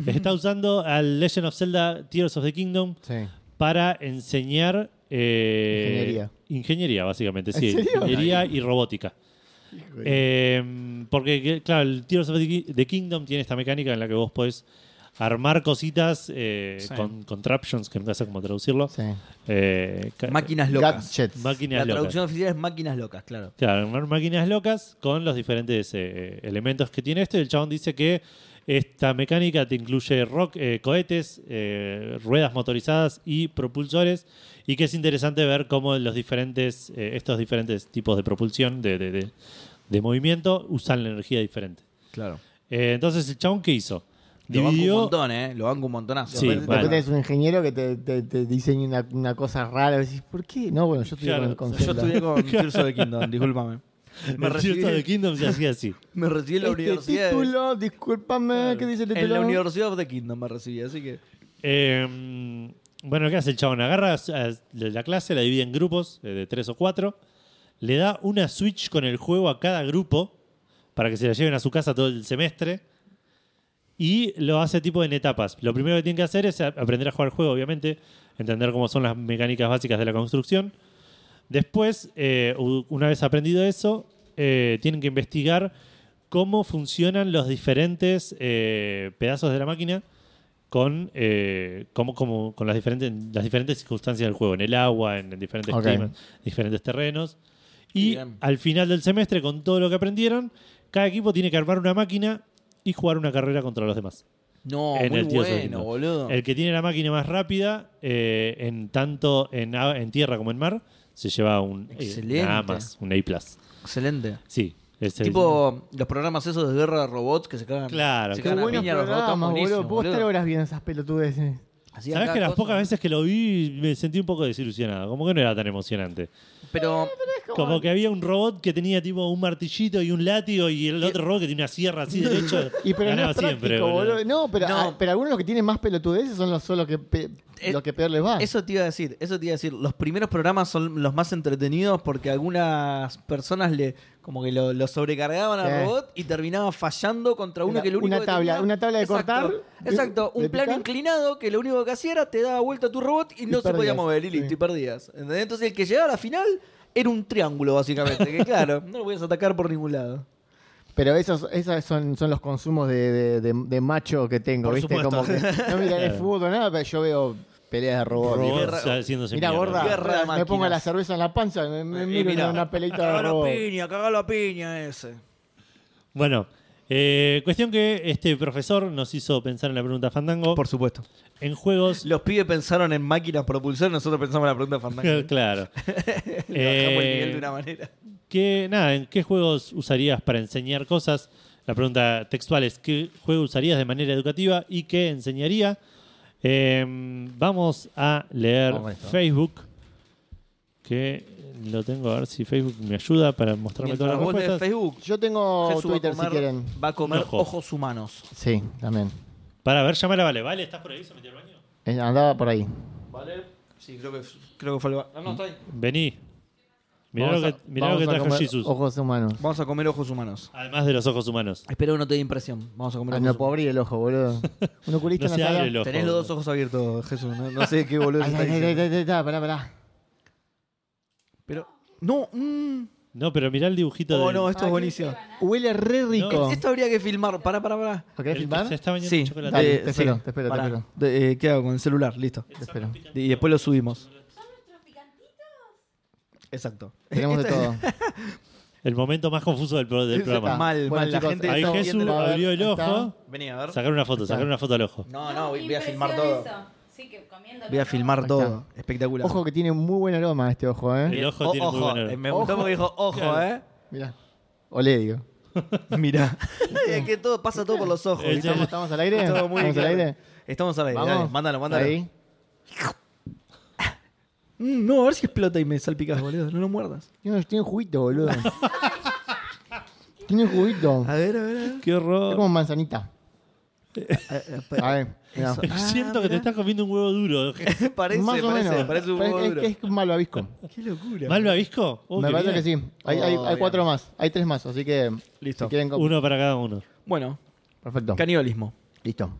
Speaker 1: Está usando al Legend of Zelda Tears of the Kingdom
Speaker 3: Sí.
Speaker 1: para enseñar... eh,
Speaker 3: Ingeniería.
Speaker 1: Ingeniería, básicamente,
Speaker 3: ¿En
Speaker 1: sí.
Speaker 3: serio?
Speaker 1: Ingeniería y robótica. Eh, porque, que- claro, el Tears of the Ki- the Kingdom tiene esta mecánica en la que vos podés armar cositas eh,
Speaker 2: Sí.
Speaker 1: con contraptions, que nunca sé cómo traducirlo.
Speaker 3: Sí.
Speaker 1: Eh, ca-
Speaker 2: Máquinas locas.
Speaker 3: Gadgets.
Speaker 1: máquinas
Speaker 2: La
Speaker 1: locas.
Speaker 2: traducción oficial es máquinas locas, claro.
Speaker 1: Claro, armar máquinas locas con los diferentes eh, elementos que tiene esto. Y el chabón dice que esta mecánica te incluye rock, eh, cohetes, eh, ruedas motorizadas y propulsores. Y que es interesante ver cómo los diferentes, eh, estos diferentes tipos de propulsión, de, de- de- de movimiento, usan la energía diferente.
Speaker 2: Claro.
Speaker 1: Eh, entonces, ¿el chabón qué hizo?
Speaker 2: Lo banco un
Speaker 1: Dividió.
Speaker 2: montón, ¿eh? Lo banco un montonazo.
Speaker 1: Sí,
Speaker 3: Después,
Speaker 1: bueno.
Speaker 3: después tenés un ingeniero que te, te, te diseña una, una cosa rara. Y decís, ¿por qué? No, bueno, yo estoy
Speaker 1: Claro,
Speaker 3: con el
Speaker 2: Yo
Speaker 3: concepto.
Speaker 2: estudié con Tears of the Kingdom, discúlpame. Me
Speaker 1: el Tears of the
Speaker 2: recibí,
Speaker 1: Kingdom se hacía así.
Speaker 2: me recibí en la
Speaker 3: este
Speaker 2: universidad. de-
Speaker 3: título, discúlpame, ¿qué dice el título?
Speaker 2: En la Universidad of the Kingdom me recibí, así que.
Speaker 1: Eh, bueno, ¿qué hace el chabón? Agarra eh, la clase, la divide en grupos eh, de tres o cuatro, le da una Switch con el juego a cada grupo para que se la lleven a su casa todo el semestre y lo hace tipo en etapas. Lo primero que tienen que hacer es a- aprender a jugar el juego, obviamente, entender cómo son las mecánicas básicas de la construcción. Después, eh, u- una vez aprendido eso, eh, tienen que investigar cómo funcionan los diferentes eh, pedazos de la máquina con, eh, cómo- cómo- con las, diferentes, las diferentes circunstancias del juego, en el agua, en, en diferentes
Speaker 3: Ok.
Speaker 1: climas, diferentes terrenos. Y
Speaker 2: Bien.
Speaker 1: al final del semestre, con todo lo que aprendieron, cada equipo tiene que armar una máquina y jugar una carrera contra los demás.
Speaker 2: No,
Speaker 1: en
Speaker 2: Oh, muy
Speaker 1: el tío
Speaker 2: bueno,
Speaker 1: Soquendo.
Speaker 2: boludo.
Speaker 1: El que tiene la máquina más rápida, eh, en tanto en, a- en tierra como en mar, se lleva un eh,
Speaker 2: Excelente.
Speaker 1: nada más, un A.
Speaker 2: Excelente.
Speaker 1: Sí, es el-
Speaker 2: Tipo los programas esos de guerra de robots que se cagan.
Speaker 1: Claro,
Speaker 2: se
Speaker 1: qué
Speaker 3: Qué
Speaker 2: cagan a
Speaker 3: buenos
Speaker 2: piña los robots,
Speaker 3: programas,
Speaker 2: buenísimo,
Speaker 3: boludo. Puedo estar
Speaker 2: boludo.
Speaker 3: horas viendo esas pelotudeces.
Speaker 2: Hacían
Speaker 1: Sabes
Speaker 2: cada
Speaker 1: que las
Speaker 2: cosa.
Speaker 1: pocas veces que lo vi me sentí un poco desilusionado, como que no era tan emocionante.
Speaker 2: Pero
Speaker 1: Como que había un robot que tenía tipo un martillito y un látigo y el otro robot que tenía una sierra así derecho.
Speaker 3: Y pero no
Speaker 1: ganaba
Speaker 3: es práctico,
Speaker 1: siempre, boludo.
Speaker 3: boludo. No, pero,
Speaker 2: No.
Speaker 3: ah, pero algunos de los que tienen más pelotudeces son los, son los que, pe-
Speaker 2: Eh,
Speaker 3: los que peor les va.
Speaker 2: Eso te iba a decir, eso te iba a decir. Los primeros programas son los más entretenidos porque algunas personas le como que lo, lo sobrecargaban al
Speaker 3: Sí.
Speaker 2: robot y terminaba fallando contra uno
Speaker 3: Una-
Speaker 2: que lo único
Speaker 3: una
Speaker 2: que
Speaker 3: tabla-
Speaker 2: tenía-
Speaker 3: una tabla de
Speaker 2: Exacto,
Speaker 3: cortar, de-
Speaker 2: Exacto, un
Speaker 3: de
Speaker 2: plano
Speaker 3: picar.
Speaker 2: inclinado que lo único que hacía era te daba vuelta a tu robot y,
Speaker 3: Y
Speaker 2: no se podía
Speaker 3: perdías,
Speaker 2: mover y
Speaker 3: sí.
Speaker 2: listo, y perdías. ¿entendés? Entonces el que llegaba a la final era un triángulo básicamente, que claro, no lo podías atacar por ningún lado.
Speaker 3: Pero esos, esos son, son los consumos de, de- de- de macho que tengo,
Speaker 2: Por
Speaker 3: ¿viste?
Speaker 2: supuesto.
Speaker 3: Como que no miraré
Speaker 1: Claro.
Speaker 3: fútbol nada, pero yo veo peleas de robots.
Speaker 1: Robots
Speaker 3: digo.
Speaker 2: Guerra-
Speaker 1: haciéndose
Speaker 3: Mirá,
Speaker 1: mierda.
Speaker 3: gorda,
Speaker 2: Guerra de
Speaker 3: me
Speaker 2: máquinas.
Speaker 3: pongo la cerveza en la panza, me, me
Speaker 2: Eh,
Speaker 3: miro
Speaker 2: mirá,
Speaker 3: una peleita
Speaker 2: cagá
Speaker 3: de
Speaker 2: la
Speaker 3: robots.
Speaker 2: piña, cagá la piña ese.
Speaker 1: Bueno, eh, cuestión que este profesor nos hizo pensar en la pregunta Fandango.
Speaker 2: Por supuesto.
Speaker 1: En juegos.
Speaker 2: Los pibes pensaron en máquinas propulsor, nosotros pensamos en la pregunta de Fandango.
Speaker 1: claro.
Speaker 2: Lo bajamos el
Speaker 1: Eh,
Speaker 2: nivel de una manera.
Speaker 1: ¿Qué, nada, ¿En qué juegos usarías para enseñar cosas? La pregunta textual es: ¿qué juego usarías de manera educativa y qué enseñaría? Eh, vamos a leer
Speaker 3: Vamos a esto.
Speaker 1: Facebook. Que lo tengo a ver si Facebook me ayuda para mostrarme todas
Speaker 2: Mientras
Speaker 1: las
Speaker 2: vos lees
Speaker 1: respuestas.
Speaker 2: Facebook,
Speaker 3: Yo tengo
Speaker 2: Jesús va a
Speaker 3: Twitter si
Speaker 2: comer-
Speaker 3: quieren.
Speaker 2: Va a comer
Speaker 1: Ojo.
Speaker 2: ojos humanos.
Speaker 3: Sí, también.
Speaker 1: Para ver, llamar a Vale. Vale, ¿estás por ahí? ¿Se metió al baño?
Speaker 3: Eh, Andaba por ahí.
Speaker 2: ¿Vale? Sí, creo que, creo que fue el ba- No, no, está ahí.
Speaker 1: Vení. Mirá
Speaker 3: Vamos
Speaker 1: lo que,
Speaker 3: a-
Speaker 1: mirá lo
Speaker 3: vamos
Speaker 1: que
Speaker 3: a
Speaker 1: trajo
Speaker 3: comer
Speaker 1: Jesus.
Speaker 3: Ojos humanos.
Speaker 2: Vamos a comer ojos humanos.
Speaker 1: Además de los ojos humanos.
Speaker 2: Espero que no te dé impresión. Vamos a comer
Speaker 3: Ah,
Speaker 2: ojos
Speaker 3: no puedo
Speaker 2: humanos.
Speaker 3: abrir el ojo, boludo. Un oculista
Speaker 1: No
Speaker 3: en
Speaker 1: se
Speaker 3: la sala.
Speaker 1: abre el ojo.
Speaker 2: Tenés los dos ojos abiertos, Jesús. No, no sé qué boludo
Speaker 3: Ay,
Speaker 2: está
Speaker 3: ay, ay,
Speaker 2: diciendo.
Speaker 3: ay, ay, ay, ay, pará, pará.
Speaker 2: Pero. No, mm.
Speaker 1: No, pero mirá el dibujito
Speaker 2: Oh,
Speaker 1: del-
Speaker 2: no, esto
Speaker 3: Ah,
Speaker 2: es
Speaker 3: qué
Speaker 2: buenísimo.
Speaker 3: Huele re rico.
Speaker 1: No.
Speaker 2: Esto habría que filmar. Pará, pará, pará.
Speaker 1: el
Speaker 3: ¿Lo querés
Speaker 1: que
Speaker 3: filmar?
Speaker 1: se está bañando
Speaker 2: Sí,
Speaker 1: en chocolate.
Speaker 3: Dale,
Speaker 2: de-
Speaker 3: te espero, te espero, te
Speaker 2: Pará.
Speaker 3: espero.
Speaker 2: De- eh, ¿Qué hago con el celular? Listo.
Speaker 3: Te espero.
Speaker 2: Y después lo subimos. Exacto. Este
Speaker 3: Tenemos de todo.
Speaker 1: El momento más confuso del, pro- del
Speaker 3: Sí,
Speaker 1: programa.
Speaker 3: está.
Speaker 2: Mal,
Speaker 3: Bueno,
Speaker 2: mal. La
Speaker 3: chicos,
Speaker 2: gente
Speaker 1: Ahí
Speaker 2: no
Speaker 3: esto-
Speaker 1: Jesús
Speaker 2: entiende lo-
Speaker 3: A ver,
Speaker 1: abrió el
Speaker 3: ahí
Speaker 1: ojo.
Speaker 2: Vení a ver.
Speaker 1: Sacar una foto, sacar una foto al ojo.
Speaker 2: No, no, voy, voy a
Speaker 4: Impresión
Speaker 2: filmar todo.
Speaker 4: eso. Sí, que comiéndolo
Speaker 2: Voy a
Speaker 4: todo.
Speaker 2: filmar
Speaker 3: Ahí
Speaker 2: todo. Espectacular.
Speaker 3: Ojo que tiene muy buen aroma este ojo, ¿eh?
Speaker 1: El ojo
Speaker 2: O-
Speaker 1: tiene muy
Speaker 2: ojo.
Speaker 1: buen olor.
Speaker 2: Eh, Me gustó
Speaker 3: Ojo.
Speaker 2: porque dijo, ojo,
Speaker 1: Claro.
Speaker 3: Mirá. Olé, digo.
Speaker 2: ¿eh? Mirá. es que todo pasa todo por los ojos.
Speaker 1: El-
Speaker 2: ¿viste?
Speaker 1: el-
Speaker 3: ¿Estamos, estamos al aire?
Speaker 2: Todo
Speaker 3: ¿Estamos
Speaker 2: muy
Speaker 3: al
Speaker 2: claro.
Speaker 3: aire?
Speaker 2: Estamos al aire.
Speaker 3: ¿Vamos?
Speaker 2: Dale, mándalo, mándalo.
Speaker 3: Ahí.
Speaker 2: Mm, no, a ver si explota y me salpicas, boludo. No lo muerdas.
Speaker 3: Tiene, tiene juguito, boludo. tiene juguito.
Speaker 2: A ver, a ver. a ver.
Speaker 1: Qué
Speaker 3: Es
Speaker 1: horror.
Speaker 3: como manzanita. A ver, mirá.
Speaker 2: Eso. Ah,
Speaker 1: Siento que te
Speaker 2: mirá.
Speaker 1: estás comiendo un huevo duro.
Speaker 2: parece,
Speaker 3: Más o
Speaker 2: parece,
Speaker 3: menos.
Speaker 2: parece un
Speaker 3: Pero
Speaker 2: huevo
Speaker 3: es,
Speaker 2: duro.
Speaker 3: es que es un malo abisco.
Speaker 2: Qué locura.
Speaker 1: ¿Mal babisco? Oh,
Speaker 3: Me
Speaker 1: qué
Speaker 3: parece
Speaker 1: bien.
Speaker 3: que sí. Hay, hay-
Speaker 2: Oh,
Speaker 3: hay
Speaker 2: bien.
Speaker 3: cuatro más. Hay tres más, así que.
Speaker 2: Listo.
Speaker 3: si quieren co-
Speaker 1: Uno para cada uno.
Speaker 2: Bueno,
Speaker 3: Perfecto.
Speaker 2: canibalismo.
Speaker 3: Listo.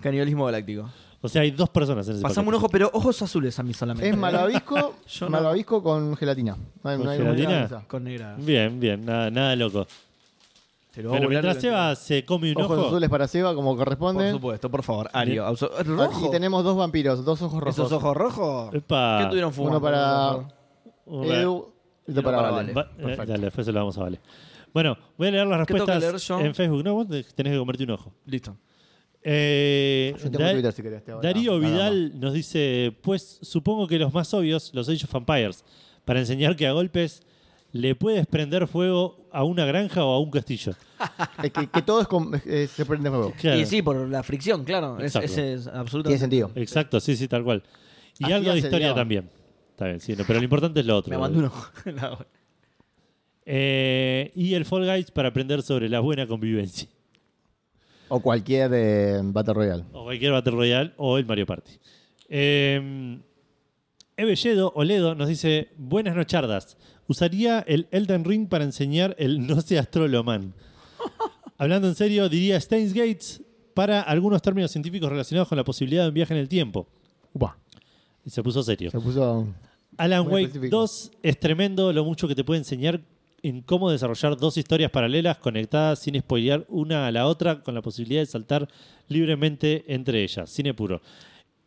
Speaker 2: Canibalismo galáctico.
Speaker 1: O sea, hay dos personas en ese
Speaker 2: Pasamos un
Speaker 1: paquete.
Speaker 2: ojo, pero ojos azules a mí solamente.
Speaker 3: Es malabisco,
Speaker 2: Yo no.
Speaker 3: malabisco con gelatina. No hay,
Speaker 1: ¿Con
Speaker 3: no hay
Speaker 1: gelatina?
Speaker 3: mucha diferencia.
Speaker 2: Con negra.
Speaker 1: Bien, bien, nada, nada loco.
Speaker 2: Te lo voy a
Speaker 1: Pero
Speaker 2: volar
Speaker 1: mientras
Speaker 2: de la
Speaker 1: Seba se come un
Speaker 3: Ojos
Speaker 1: ojo.
Speaker 3: azules para Seba, como
Speaker 2: Por
Speaker 3: corresponde.
Speaker 2: supuesto, por favor, Ario. abso-
Speaker 3: Aquí
Speaker 2: ¿Rojo?
Speaker 3: tenemos dos vampiros, dos ojos rojos.
Speaker 2: ¿Esos ojos rojos?
Speaker 1: Epa.
Speaker 2: ¿Qué tuvieron fumando?
Speaker 3: Uno para-
Speaker 2: esos ojos?
Speaker 1: Uno para-
Speaker 3: Edu, y otro
Speaker 2: Uno
Speaker 3: para
Speaker 2: para
Speaker 3: Vale.
Speaker 1: Va- eh,
Speaker 3: Perfecto.
Speaker 1: dale, después se lo vamos a Vale. Bueno, voy a leer las
Speaker 2: ¿Qué tengo que
Speaker 1: respuestas
Speaker 2: leer yo?
Speaker 1: en Facebook. No, vos te- tenés que comerte un ojo.
Speaker 2: Listo.
Speaker 1: Eh,
Speaker 3: Yo tengo
Speaker 1: Da-
Speaker 3: Twitter si querés. te hago
Speaker 1: Darío
Speaker 3: la- la dama.
Speaker 1: Vidal nos dice, pues supongo que los más obvios, los Age of Vampires, para enseñar que a golpes le puedes prender fuego a una granja o a un castillo.
Speaker 3: Es que, que todo es con- es- es- se prende fuego.
Speaker 1: Claro.
Speaker 2: Y sí, por la fricción, claro. Es,
Speaker 1: Exacto.
Speaker 2: ese es
Speaker 3: Tiene
Speaker 2: absolutamente.
Speaker 3: sentido.
Speaker 1: Exacto, sí, sí, tal cual. Y
Speaker 3: Así
Speaker 1: algo de
Speaker 3: hace
Speaker 1: historia
Speaker 3: Diego.
Speaker 1: también. Está bien, sí, no, pero lo importante es lo otro.
Speaker 2: Me mandó uno. La hora.
Speaker 1: Eh, y el Fall Guys para aprender sobre la buena convivencia.
Speaker 3: O cualquier eh, Battle Royale.
Speaker 1: O cualquier Battle Royale o el Mario Party. Eh, Ebelledo Oledo nos dice: Buenas nochardas. Usaría el Elden Ring para enseñar el no se astroloman. Hablando en serio, diría Steins Gates para algunos términos científicos relacionados con la posibilidad de un viaje en el tiempo.
Speaker 3: Upa,
Speaker 1: Y se puso serio.
Speaker 3: se puso.
Speaker 1: Alan
Speaker 3: Muy
Speaker 1: Wake
Speaker 3: específico.
Speaker 1: 2 es tremendo lo mucho que te puede enseñar en cómo desarrollar dos historias paralelas conectadas sin spoilear una a la otra con la posibilidad de saltar libremente entre ellas, cine puro.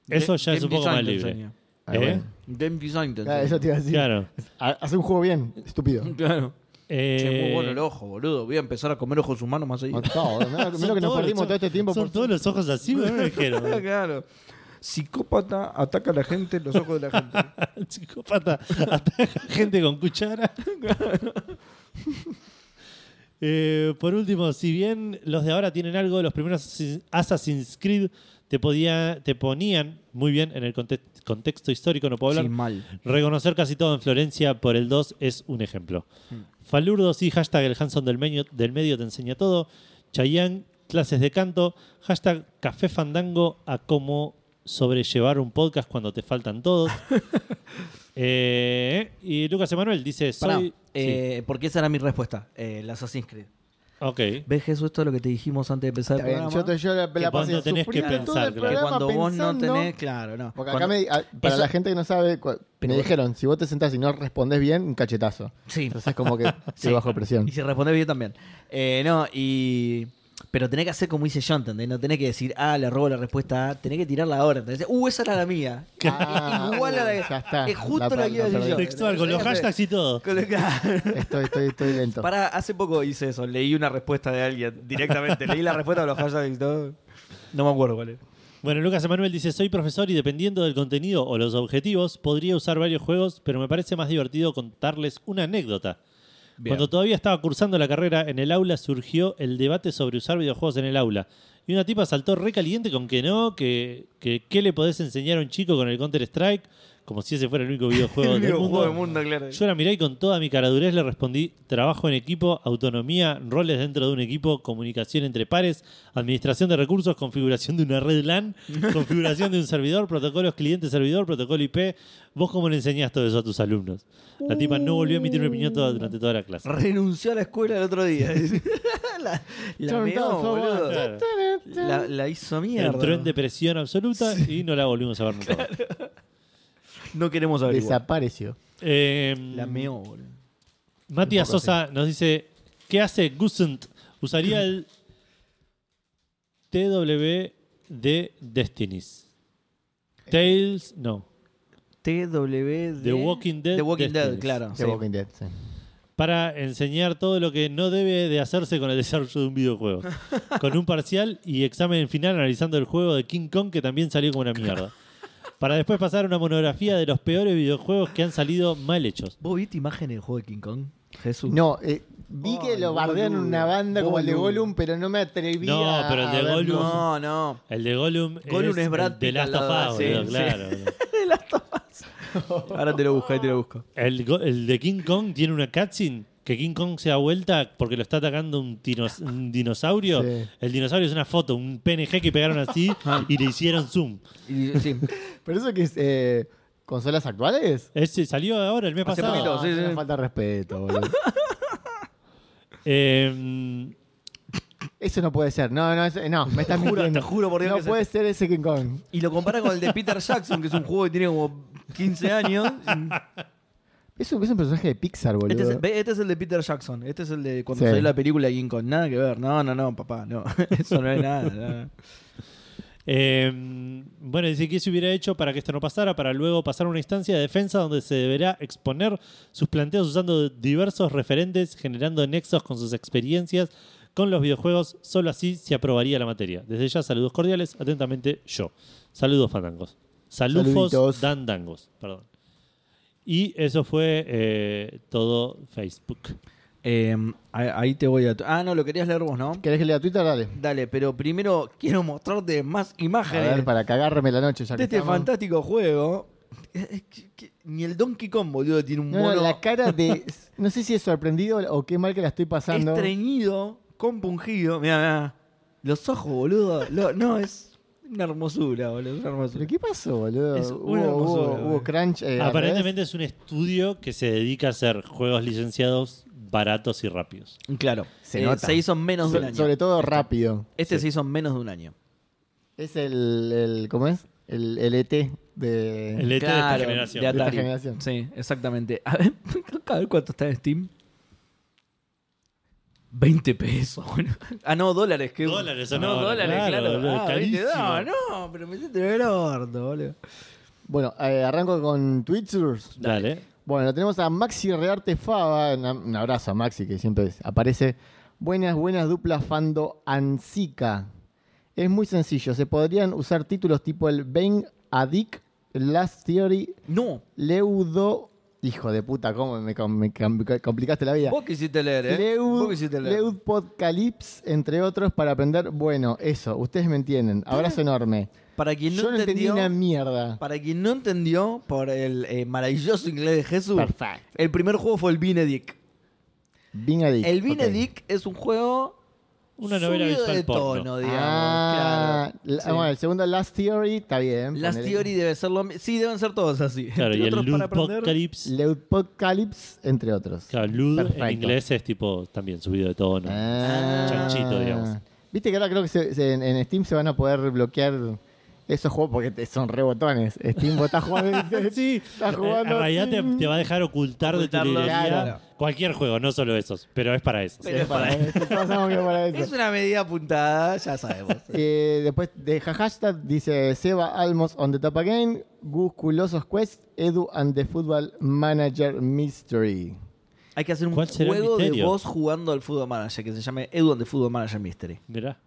Speaker 1: Eso
Speaker 2: Ga-
Speaker 1: ya es
Speaker 2: game
Speaker 1: un poco más
Speaker 2: design te
Speaker 1: libre.
Speaker 2: enseña.
Speaker 3: Ah,
Speaker 1: ¿Eh?
Speaker 3: bueno.
Speaker 2: Game design te
Speaker 3: Ah,
Speaker 2: enseña.
Speaker 3: eso te iba a decir.
Speaker 2: ah,
Speaker 1: Claro.
Speaker 3: Ha- Hace un juego bien, estúpido.
Speaker 2: Claro.
Speaker 1: Eh,
Speaker 2: Che, muy bueno el ojo, boludo. Voy a empezar a comer ojos humanos más seguido.
Speaker 3: Con todo, ¿no? Mira que nos perdimos todo este tiempo
Speaker 1: Son
Speaker 3: por
Speaker 1: todos los ojos así, ¿no? Me dijeron.
Speaker 2: claro. Psicópata ataca a la gente, los ojos de la gente.
Speaker 1: Psicópata. Hasta gente con cuchara. Eh, por último, si bien los de ahora tienen algo, los primeros Assassins- Assassin's Creed te, podía, te ponían muy bien en el conte- contexto histórico, no puedo hablar.
Speaker 2: Sin mal.
Speaker 1: Reconocer casi todo en Florencia por el 2 es un ejemplo. Falurdo, sí, hashtag el Hanson del, meño- del medio te enseña todo. Chayanne, clases de canto. Hashtag Café Fandango a cómo sobrellevar un podcast cuando te faltan todos. Eh, y Lucas Emanuel dice,
Speaker 2: Pará,
Speaker 1: soy... sí,
Speaker 2: eh, porque esa era mi respuesta, eh, el Assassin's Creed.
Speaker 1: ok.
Speaker 2: ¿Ves, Jesús, esto es lo que te dijimos antes de empezar el
Speaker 3: Está bien,
Speaker 2: programa?
Speaker 3: yo, te, yo la, la
Speaker 1: vos
Speaker 3: pasé
Speaker 1: no tenés que
Speaker 3: sufriendo todo
Speaker 1: pensar, claro.
Speaker 3: el
Speaker 2: que
Speaker 3: programa
Speaker 2: cuando vos no
Speaker 3: pensando-
Speaker 2: tenés, claro, no.
Speaker 3: Porque
Speaker 2: Cuando-
Speaker 3: acá me, a- para
Speaker 2: eso-
Speaker 3: la gente que no sabe, cua-
Speaker 2: Pero-
Speaker 3: me dijeron, si vos te sentás y no respondés bien, un cachetazo.
Speaker 2: Sí.
Speaker 3: Entonces como que estoy
Speaker 2: Sí.
Speaker 3: bajo presión.
Speaker 2: Y si responde bien también. Eh, no, y. Pero tenés que hacer como hice yo, ¿entendés? No tenés que decir, ah, le robo la respuesta A. Tenés que tirarla ahora, ¿entendés? Uh, esa era la mía.
Speaker 3: Ah,
Speaker 2: Igual a la
Speaker 3: ya está.
Speaker 2: Es justo
Speaker 3: La-
Speaker 2: la que iba a
Speaker 3: la
Speaker 2: decir yo.
Speaker 3: perdí.
Speaker 1: Textual, con los hashtags y todo.
Speaker 2: Colocar.
Speaker 3: Estoy, estoy, estoy lento.
Speaker 2: Para, hace poco hice eso. Leí una respuesta de alguien directamente. Leí la respuesta de los hashtags y todo. No me acuerdo cuál es.
Speaker 1: Bueno, Lucas Emanuel dice, soy profesor y dependiendo del contenido o los objetivos, podría usar varios juegos, pero me parece más divertido contarles una anécdota.
Speaker 2: Bien.
Speaker 1: Cuando todavía estaba cursando la carrera, en el aula surgió el debate sobre usar videojuegos en el aula. Y una tipa saltó re caliente con que no, que, que qué le podés enseñar a un chico con el Counter-Strike, como si ese fuera el único videojuego
Speaker 2: El
Speaker 1: del
Speaker 2: videojuego
Speaker 1: mundo.
Speaker 2: del mundo, claro.
Speaker 1: Yo la miré y con toda mi caradurez le respondí, trabajo en equipo, autonomía, roles dentro de un equipo, comunicación entre pares, administración de recursos, configuración de una red LAN, configuración de un servidor, protocolos cliente-servidor, protocolo IP. ¿Vos cómo le enseñás todo eso a tus alumnos? La tipa no volvió a emitir una opinión toda- durante toda la clase.
Speaker 2: Renunció a la escuela el otro día. la, la
Speaker 3: Turn
Speaker 2: meó,
Speaker 3: down for one.
Speaker 2: boludo.
Speaker 1: Claro.
Speaker 2: La, la hizo mierda.
Speaker 1: Entró en depresión absoluta y no la volvimos a ver nunca. más.
Speaker 2: No queremos averiguar.
Speaker 3: Desapareció.
Speaker 1: Eh,
Speaker 2: La meó, boludo.
Speaker 1: Matías Sosa nos dice: ¿Qué hace Gusent? Usaría el TW de Destinies.
Speaker 2: Eh.
Speaker 1: Tales, no.
Speaker 2: TW
Speaker 1: The Walking Dead
Speaker 2: The Walking Dead,
Speaker 1: Destinies.
Speaker 2: claro.
Speaker 3: The
Speaker 2: sí.
Speaker 3: Walking Dead, sí.
Speaker 1: Para enseñar todo lo que no debe de hacerse con el desarrollo de un videojuego. Con un parcial y examen final analizando el juego de King Kong que también salió como una mierda. Para después pasar a una monografía de los peores videojuegos que han salido mal hechos.
Speaker 2: ¿Vos viste imagen del juego de King Kong? Jesús.
Speaker 3: No, eh, vi que
Speaker 2: Ay,
Speaker 3: lo bardean en
Speaker 2: boludo,
Speaker 3: una banda como el de
Speaker 2: boludo.
Speaker 3: Gollum, pero no me atreví
Speaker 1: No,
Speaker 3: a.
Speaker 1: pero el
Speaker 3: a
Speaker 1: de
Speaker 3: verlo.
Speaker 1: Gollum-
Speaker 2: No, no.
Speaker 1: El de Gollum,
Speaker 2: Gollum es Brad
Speaker 1: el de
Speaker 2: Pitt
Speaker 1: Last
Speaker 2: al lado
Speaker 1: of Us,
Speaker 2: de-
Speaker 1: boludo,
Speaker 2: sí,
Speaker 1: claro. boludo.
Speaker 2: De las tomas. Ahora te lo busco, ahí te lo busco.
Speaker 1: El, go- el de King Kong tiene una cutscene que King Kong se da vuelta porque lo está atacando un, tinos- un dinosaurio.
Speaker 3: Sí.
Speaker 1: El dinosaurio es una foto, un PNG que pegaron así y le hicieron zoom.
Speaker 2: Y, sí.
Speaker 3: Pero eso que es. eh, ¿Consolas actuales?
Speaker 1: Ese salió ahora, el mes
Speaker 2: Hace
Speaker 1: pasado.
Speaker 2: poquito.
Speaker 3: No,
Speaker 2: sí,
Speaker 3: no
Speaker 2: sí.
Speaker 3: falta de respeto, boludo.
Speaker 1: Eh,
Speaker 3: Eso no puede ser. No, no, eso- no, me estás
Speaker 2: juro,
Speaker 3: mintiendo.
Speaker 2: te juro por Dios
Speaker 3: No
Speaker 2: que se-
Speaker 3: puede ser ese King Kong.
Speaker 2: Y lo compara con el de Peter Jackson, que es un juego que tiene como 15 años.
Speaker 3: Es un, es un personaje de Pixar, boludo.
Speaker 2: Este es, ve, este es el de Peter Jackson. Este es el de cuando
Speaker 3: Sí.
Speaker 2: salió la película de King Kong. Nada que ver. No, no, no, papá, no. Eso no es nada. nada.
Speaker 1: eh, bueno, dice que se hubiera hecho para que esto no pasara, para luego pasar a una instancia de defensa donde se deberá exponer sus planteos usando diversos referentes, generando nexos con sus experiencias con los videojuegos. Solo así se aprobaría la materia. Desde ya, saludos cordiales. Atentamente, yo. Saludos, fandangos. Saludos,
Speaker 3: Saluditos.
Speaker 1: dandangos. Perdón. Y eso fue eh, todo Facebook.
Speaker 2: Eh, ahí ahí te voy a. Ah, no, lo querías leer vos, ¿no?
Speaker 3: ¿Querés que lea Twitter? Dale.
Speaker 2: Dale, pero primero quiero mostrarte más
Speaker 3: A
Speaker 2: imágenes
Speaker 3: ver, para cagarme la noche ya
Speaker 2: de
Speaker 3: que
Speaker 2: este
Speaker 3: estamos.
Speaker 2: fantástico juego. Eh, eh, que- que- Ni el Donkey Kong, boludo, tiene un
Speaker 3: No, no,
Speaker 2: mono
Speaker 3: la cara de. No sé si es sorprendido o qué mal que la estoy pasando.
Speaker 2: estreñido, compungido. Mira, mira. Los ojos, boludo. Lo- no, es una hermosura, boludo. es una hermosura.
Speaker 3: ¿Pero qué pasó, boludo?
Speaker 2: Es
Speaker 3: Hubo,
Speaker 2: una hermosura,
Speaker 3: hubo-
Speaker 2: boludo.
Speaker 3: hubo crunch. eh, al revés.
Speaker 1: Aparentemente es un estudio que se dedica a hacer juegos licenciados baratos y rápidos.
Speaker 2: Claro,
Speaker 3: Se
Speaker 2: eh,
Speaker 3: nota.
Speaker 2: se hizo en menos de un
Speaker 3: So-
Speaker 2: año.
Speaker 3: sobre todo rápido.
Speaker 2: Este se hizo en menos de un año.
Speaker 3: Es el, el- ¿Cómo es? El, el ET
Speaker 2: E
Speaker 3: de.
Speaker 1: El ET de esta
Speaker 2: Claro,
Speaker 1: generación.
Speaker 2: de
Speaker 3: esta
Speaker 2: Atari.
Speaker 3: generación.
Speaker 2: Sí, exactamente. A ver, a ver cuánto está en Steam. 20 pesos. boludo. Ah, no, dólares. Que...
Speaker 1: Dólares son
Speaker 2: no,
Speaker 1: ahora,
Speaker 2: dólares,
Speaker 1: claro,
Speaker 2: claro.
Speaker 1: boludo,
Speaker 2: Ah, 20, no,
Speaker 1: carísimo.
Speaker 2: no, pero metete el orto, boludo.
Speaker 3: Bueno, eh, arranco con Twitter.
Speaker 1: Dale.
Speaker 3: Bueno, tenemos a Maxi Rearte Fava. Un un abrazo a Maxi, que siempre es- aparece. Buenas, buenas duplas Fando Anzica. Es muy sencillo. Se podrían usar títulos tipo el Bang Adic, Last Theory,
Speaker 2: No.
Speaker 3: Leudo. Hijo de puta, ¿cómo me, com- me com- complicaste la vida?
Speaker 2: Vos quisiste leer, ¿eh? Vos
Speaker 3: Leud,
Speaker 2: quisiste leer.
Speaker 3: Leud Podcalypse, entre otros, para aprender. Bueno, eso, ustedes me entienden. Abrazo enorme.
Speaker 2: Para quien no
Speaker 3: Yo no entendí
Speaker 2: entendió,
Speaker 3: una mierda.
Speaker 2: para quien no entendió por el eh, maravilloso inglés de Jesús,
Speaker 3: Perfecto.
Speaker 2: el primer juego fue el Benedict.
Speaker 3: Vinadic.
Speaker 2: El
Speaker 3: ok.
Speaker 2: Benedict es un juego
Speaker 1: Una novela
Speaker 2: subido
Speaker 1: visual
Speaker 2: de
Speaker 1: porno.
Speaker 2: tono, digamos.
Speaker 3: Ah,
Speaker 2: claro.
Speaker 3: la-
Speaker 2: Sí.
Speaker 3: bueno, el segundo Last Theory está bien.
Speaker 2: Las
Speaker 3: ponele.
Speaker 2: Theory debe ser lo mi- Sí, deben ser todos así.
Speaker 1: Claro,
Speaker 2: Entre
Speaker 1: y el
Speaker 2: otros para aprender-
Speaker 1: Ludpocalypse.
Speaker 3: Leudpocalypse, entre otros.
Speaker 1: Claro, Lud
Speaker 3: Perfecto.
Speaker 1: en inglés es tipo también subido de tono.
Speaker 3: Ah.
Speaker 1: Chanchito, digamos.
Speaker 3: Viste que ahora creo que se- se- en, en Steam se van a poder bloquear esos juegos porque te- son rebotones. Steam vos estás jugando. y-
Speaker 1: Sí,
Speaker 3: Estás jugando.
Speaker 1: en realidad te, te va a dejar ocultar de tu
Speaker 2: Ocultarlo,
Speaker 1: librería
Speaker 3: claro.
Speaker 1: cualquier juego, no solo esos, pero es para esos.
Speaker 2: Pero
Speaker 3: Sí,
Speaker 2: es para
Speaker 3: eso. Todos sabemos que es para eso.
Speaker 2: Es una medida apuntada, ya sabemos.
Speaker 3: Eh, después de hashtag dice Seba Almos on the top again, Gusculosos Quest, Edu and the Football Manager Mystery.
Speaker 2: Hay que hacer un
Speaker 1: ¿Cuál será el
Speaker 2: juego de
Speaker 1: misterio?
Speaker 2: vos jugando al Fútbol Manager que se llame Edu de Fútbol Manager Mystery.
Speaker 1: Mirá.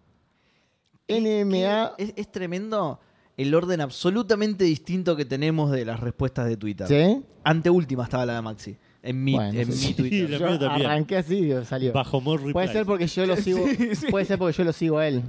Speaker 3: NMA.
Speaker 2: Es, es tremendo el orden absolutamente distinto que tenemos de las respuestas de Twitter.
Speaker 3: ¿Sí?
Speaker 2: Anteúltima estaba la de Maxi. En mi,
Speaker 3: Bueno,
Speaker 2: en
Speaker 3: sí.
Speaker 2: mi Twitter.
Speaker 1: Sí,
Speaker 3: Yo
Speaker 1: mío también.
Speaker 3: arranqué así y salió.
Speaker 1: Bajo more reply.
Speaker 3: Puede ser porque yo lo sigo. Puede ser porque yo lo sigo a él.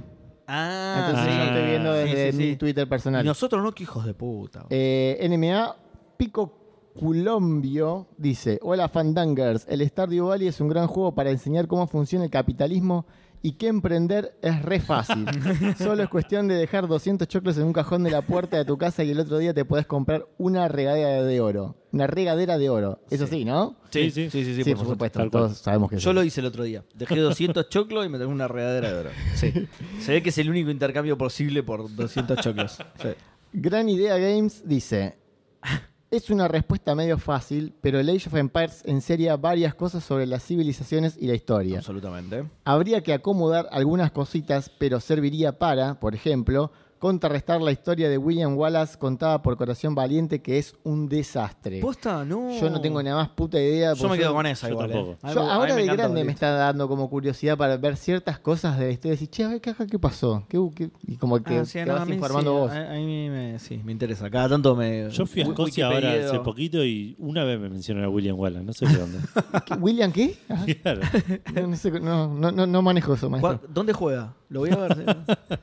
Speaker 2: Ah,
Speaker 3: Entonces
Speaker 1: sí.
Speaker 3: yo estoy viendo
Speaker 2: Sí,
Speaker 3: desde
Speaker 2: sí, sí.
Speaker 3: mi Twitter
Speaker 2: Y
Speaker 3: personal.
Speaker 2: nosotros no, que hijos de puta.
Speaker 3: Eh, NMA Pico Culombio dice: Hola Fandangers, el Stardew Valley es un gran juego para enseñar cómo funciona el capitalismo y que emprender es re fácil. Solo es cuestión de dejar 200 choclos en un cajón de la puerta de tu casa y el otro día te puedes comprar una regadera de oro. Una regadera de oro. Eso sí, ¿no?
Speaker 1: Sí, sí.
Speaker 3: Sí, por, supuesto.
Speaker 1: Tal cual.
Speaker 3: Todos sabemos que
Speaker 2: Yo
Speaker 3: sí.
Speaker 2: lo hice el otro día. Dejé 200 choclos y me traje una regadera de oro. Sí. Se ve que es el único intercambio posible por 200 choclos. Sí.
Speaker 3: Gran Idea Games dice: Es una respuesta medio fácil, pero el Age of Empires enseña varias cosas sobre las civilizaciones y la historia.
Speaker 2: Absolutamente.
Speaker 3: Habría que acomodar algunas cositas, pero serviría para, por ejemplo, contrarrestar la historia de William Wallace contada por Corazón Valiente, que es un desastre.
Speaker 2: Posta, no.
Speaker 3: Eh, Yo no tengo nada más puta idea.
Speaker 2: Yo me
Speaker 3: porque
Speaker 2: quedo con esa
Speaker 1: yo
Speaker 2: igual.
Speaker 1: tampoco.
Speaker 2: eh. A mí me-
Speaker 3: yo
Speaker 2: a mí me
Speaker 3: ahora de
Speaker 2: encanta
Speaker 3: grande me
Speaker 2: Bolivia.
Speaker 3: está dando como curiosidad para ver ciertas cosas de la historia y decir, che, a ver, ¿qué, qué pasó? ¿Qué, hu- qué-?" Y como que
Speaker 2: Ah, sí,
Speaker 3: te
Speaker 2: no, a
Speaker 3: vas
Speaker 2: mí
Speaker 3: informando
Speaker 2: sí,
Speaker 3: vos.
Speaker 2: A, a mí me, sí, me interesa. Cada tanto me.
Speaker 1: Yo fui a
Speaker 2: Wi-
Speaker 1: Escocia ahora
Speaker 2: Wikipedia.
Speaker 1: hace poquito y una vez me mencionaron a William Wallace, no sé qué onda.
Speaker 3: ¿Qué- ¿William qué? Ajá.
Speaker 1: Claro.
Speaker 3: No, no sé, no- no- no- no manejo eso,
Speaker 2: ¿Cuá-
Speaker 3: maestro.
Speaker 2: ¿Dónde juega? Lo voy a ver. sí.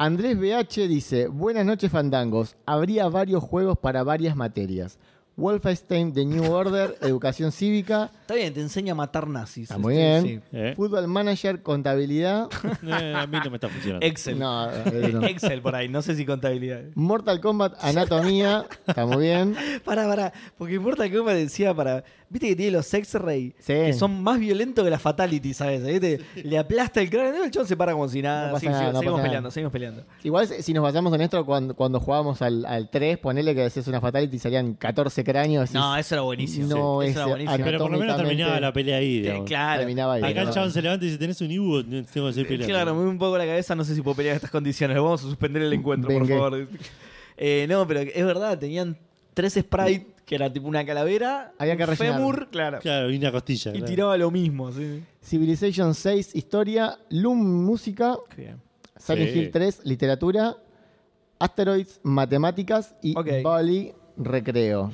Speaker 3: Andrés BH dice, buenas noches fandangos, habría varios juegos para varias materias. Wolfenstein The New Order, Educación Cívica,
Speaker 2: Está bien, te enseña a matar nazis.
Speaker 3: está Ah, muy
Speaker 2: este,
Speaker 3: bien,
Speaker 2: sí.
Speaker 1: Eh,
Speaker 3: Fútbol Manager, Contabilidad,
Speaker 1: eh, a mí no me está funcionando.
Speaker 2: Excel.
Speaker 3: no, eh, no.
Speaker 2: Excel por ahí, no sé si contabilidad.
Speaker 3: Mortal Kombat, Anatomía, está muy bien.
Speaker 2: Para, para, porque importa que me decía para. Viste que tiene los X-ray
Speaker 3: Sí.
Speaker 2: que son más violentos que las fatalities a veces. ¿viste? Le aplasta el cráneo, el chon se para como si nada.
Speaker 3: No pasa
Speaker 2: Sí, sí,
Speaker 3: nada, no
Speaker 2: seguimos
Speaker 3: pasa
Speaker 2: peleando,
Speaker 3: nada.
Speaker 2: seguimos peleando.
Speaker 3: Igual si si nos basamos en esto, cuando, cuando jugábamos al, al 3, ponele que decías una fatality y salían 14 cráneos. y
Speaker 2: No, eso era buenísimo.
Speaker 3: No,
Speaker 2: Sí, eso era
Speaker 3: ese-
Speaker 2: buenísimo.
Speaker 1: Pero por lo menos
Speaker 3: anatómicamente-
Speaker 1: terminaba la pelea ahí.
Speaker 2: Eh,
Speaker 1: digamos.
Speaker 2: Claro.
Speaker 3: terminaba ahí.
Speaker 1: Acá el
Speaker 3: ¿no?
Speaker 1: chabón se levanta y dice, tenés un Ibu, tengo que seguir
Speaker 2: Eh,
Speaker 1: peleando.
Speaker 2: Claro, me un poco la cabeza, no sé si puedo pelear en estas condiciones. Vamos a suspender el encuentro, por
Speaker 3: Vengue.
Speaker 2: favor. Eh, no, pero es verdad, tenían tres sprites que era tipo una calavera,
Speaker 3: Había que
Speaker 2: un
Speaker 3: rellenar.
Speaker 2: fémur, claro.
Speaker 1: Claro, y una costilla.
Speaker 2: Y
Speaker 1: claro.
Speaker 2: tiraba lo mismo, sí.
Speaker 3: Civilization 6, Historia, Loom, Música,
Speaker 2: Qué bien.
Speaker 3: Silent
Speaker 1: Sí.
Speaker 3: Hill 3, Literatura, Asteroids, Matemáticas y
Speaker 2: Ok.
Speaker 3: Volley, Recreo.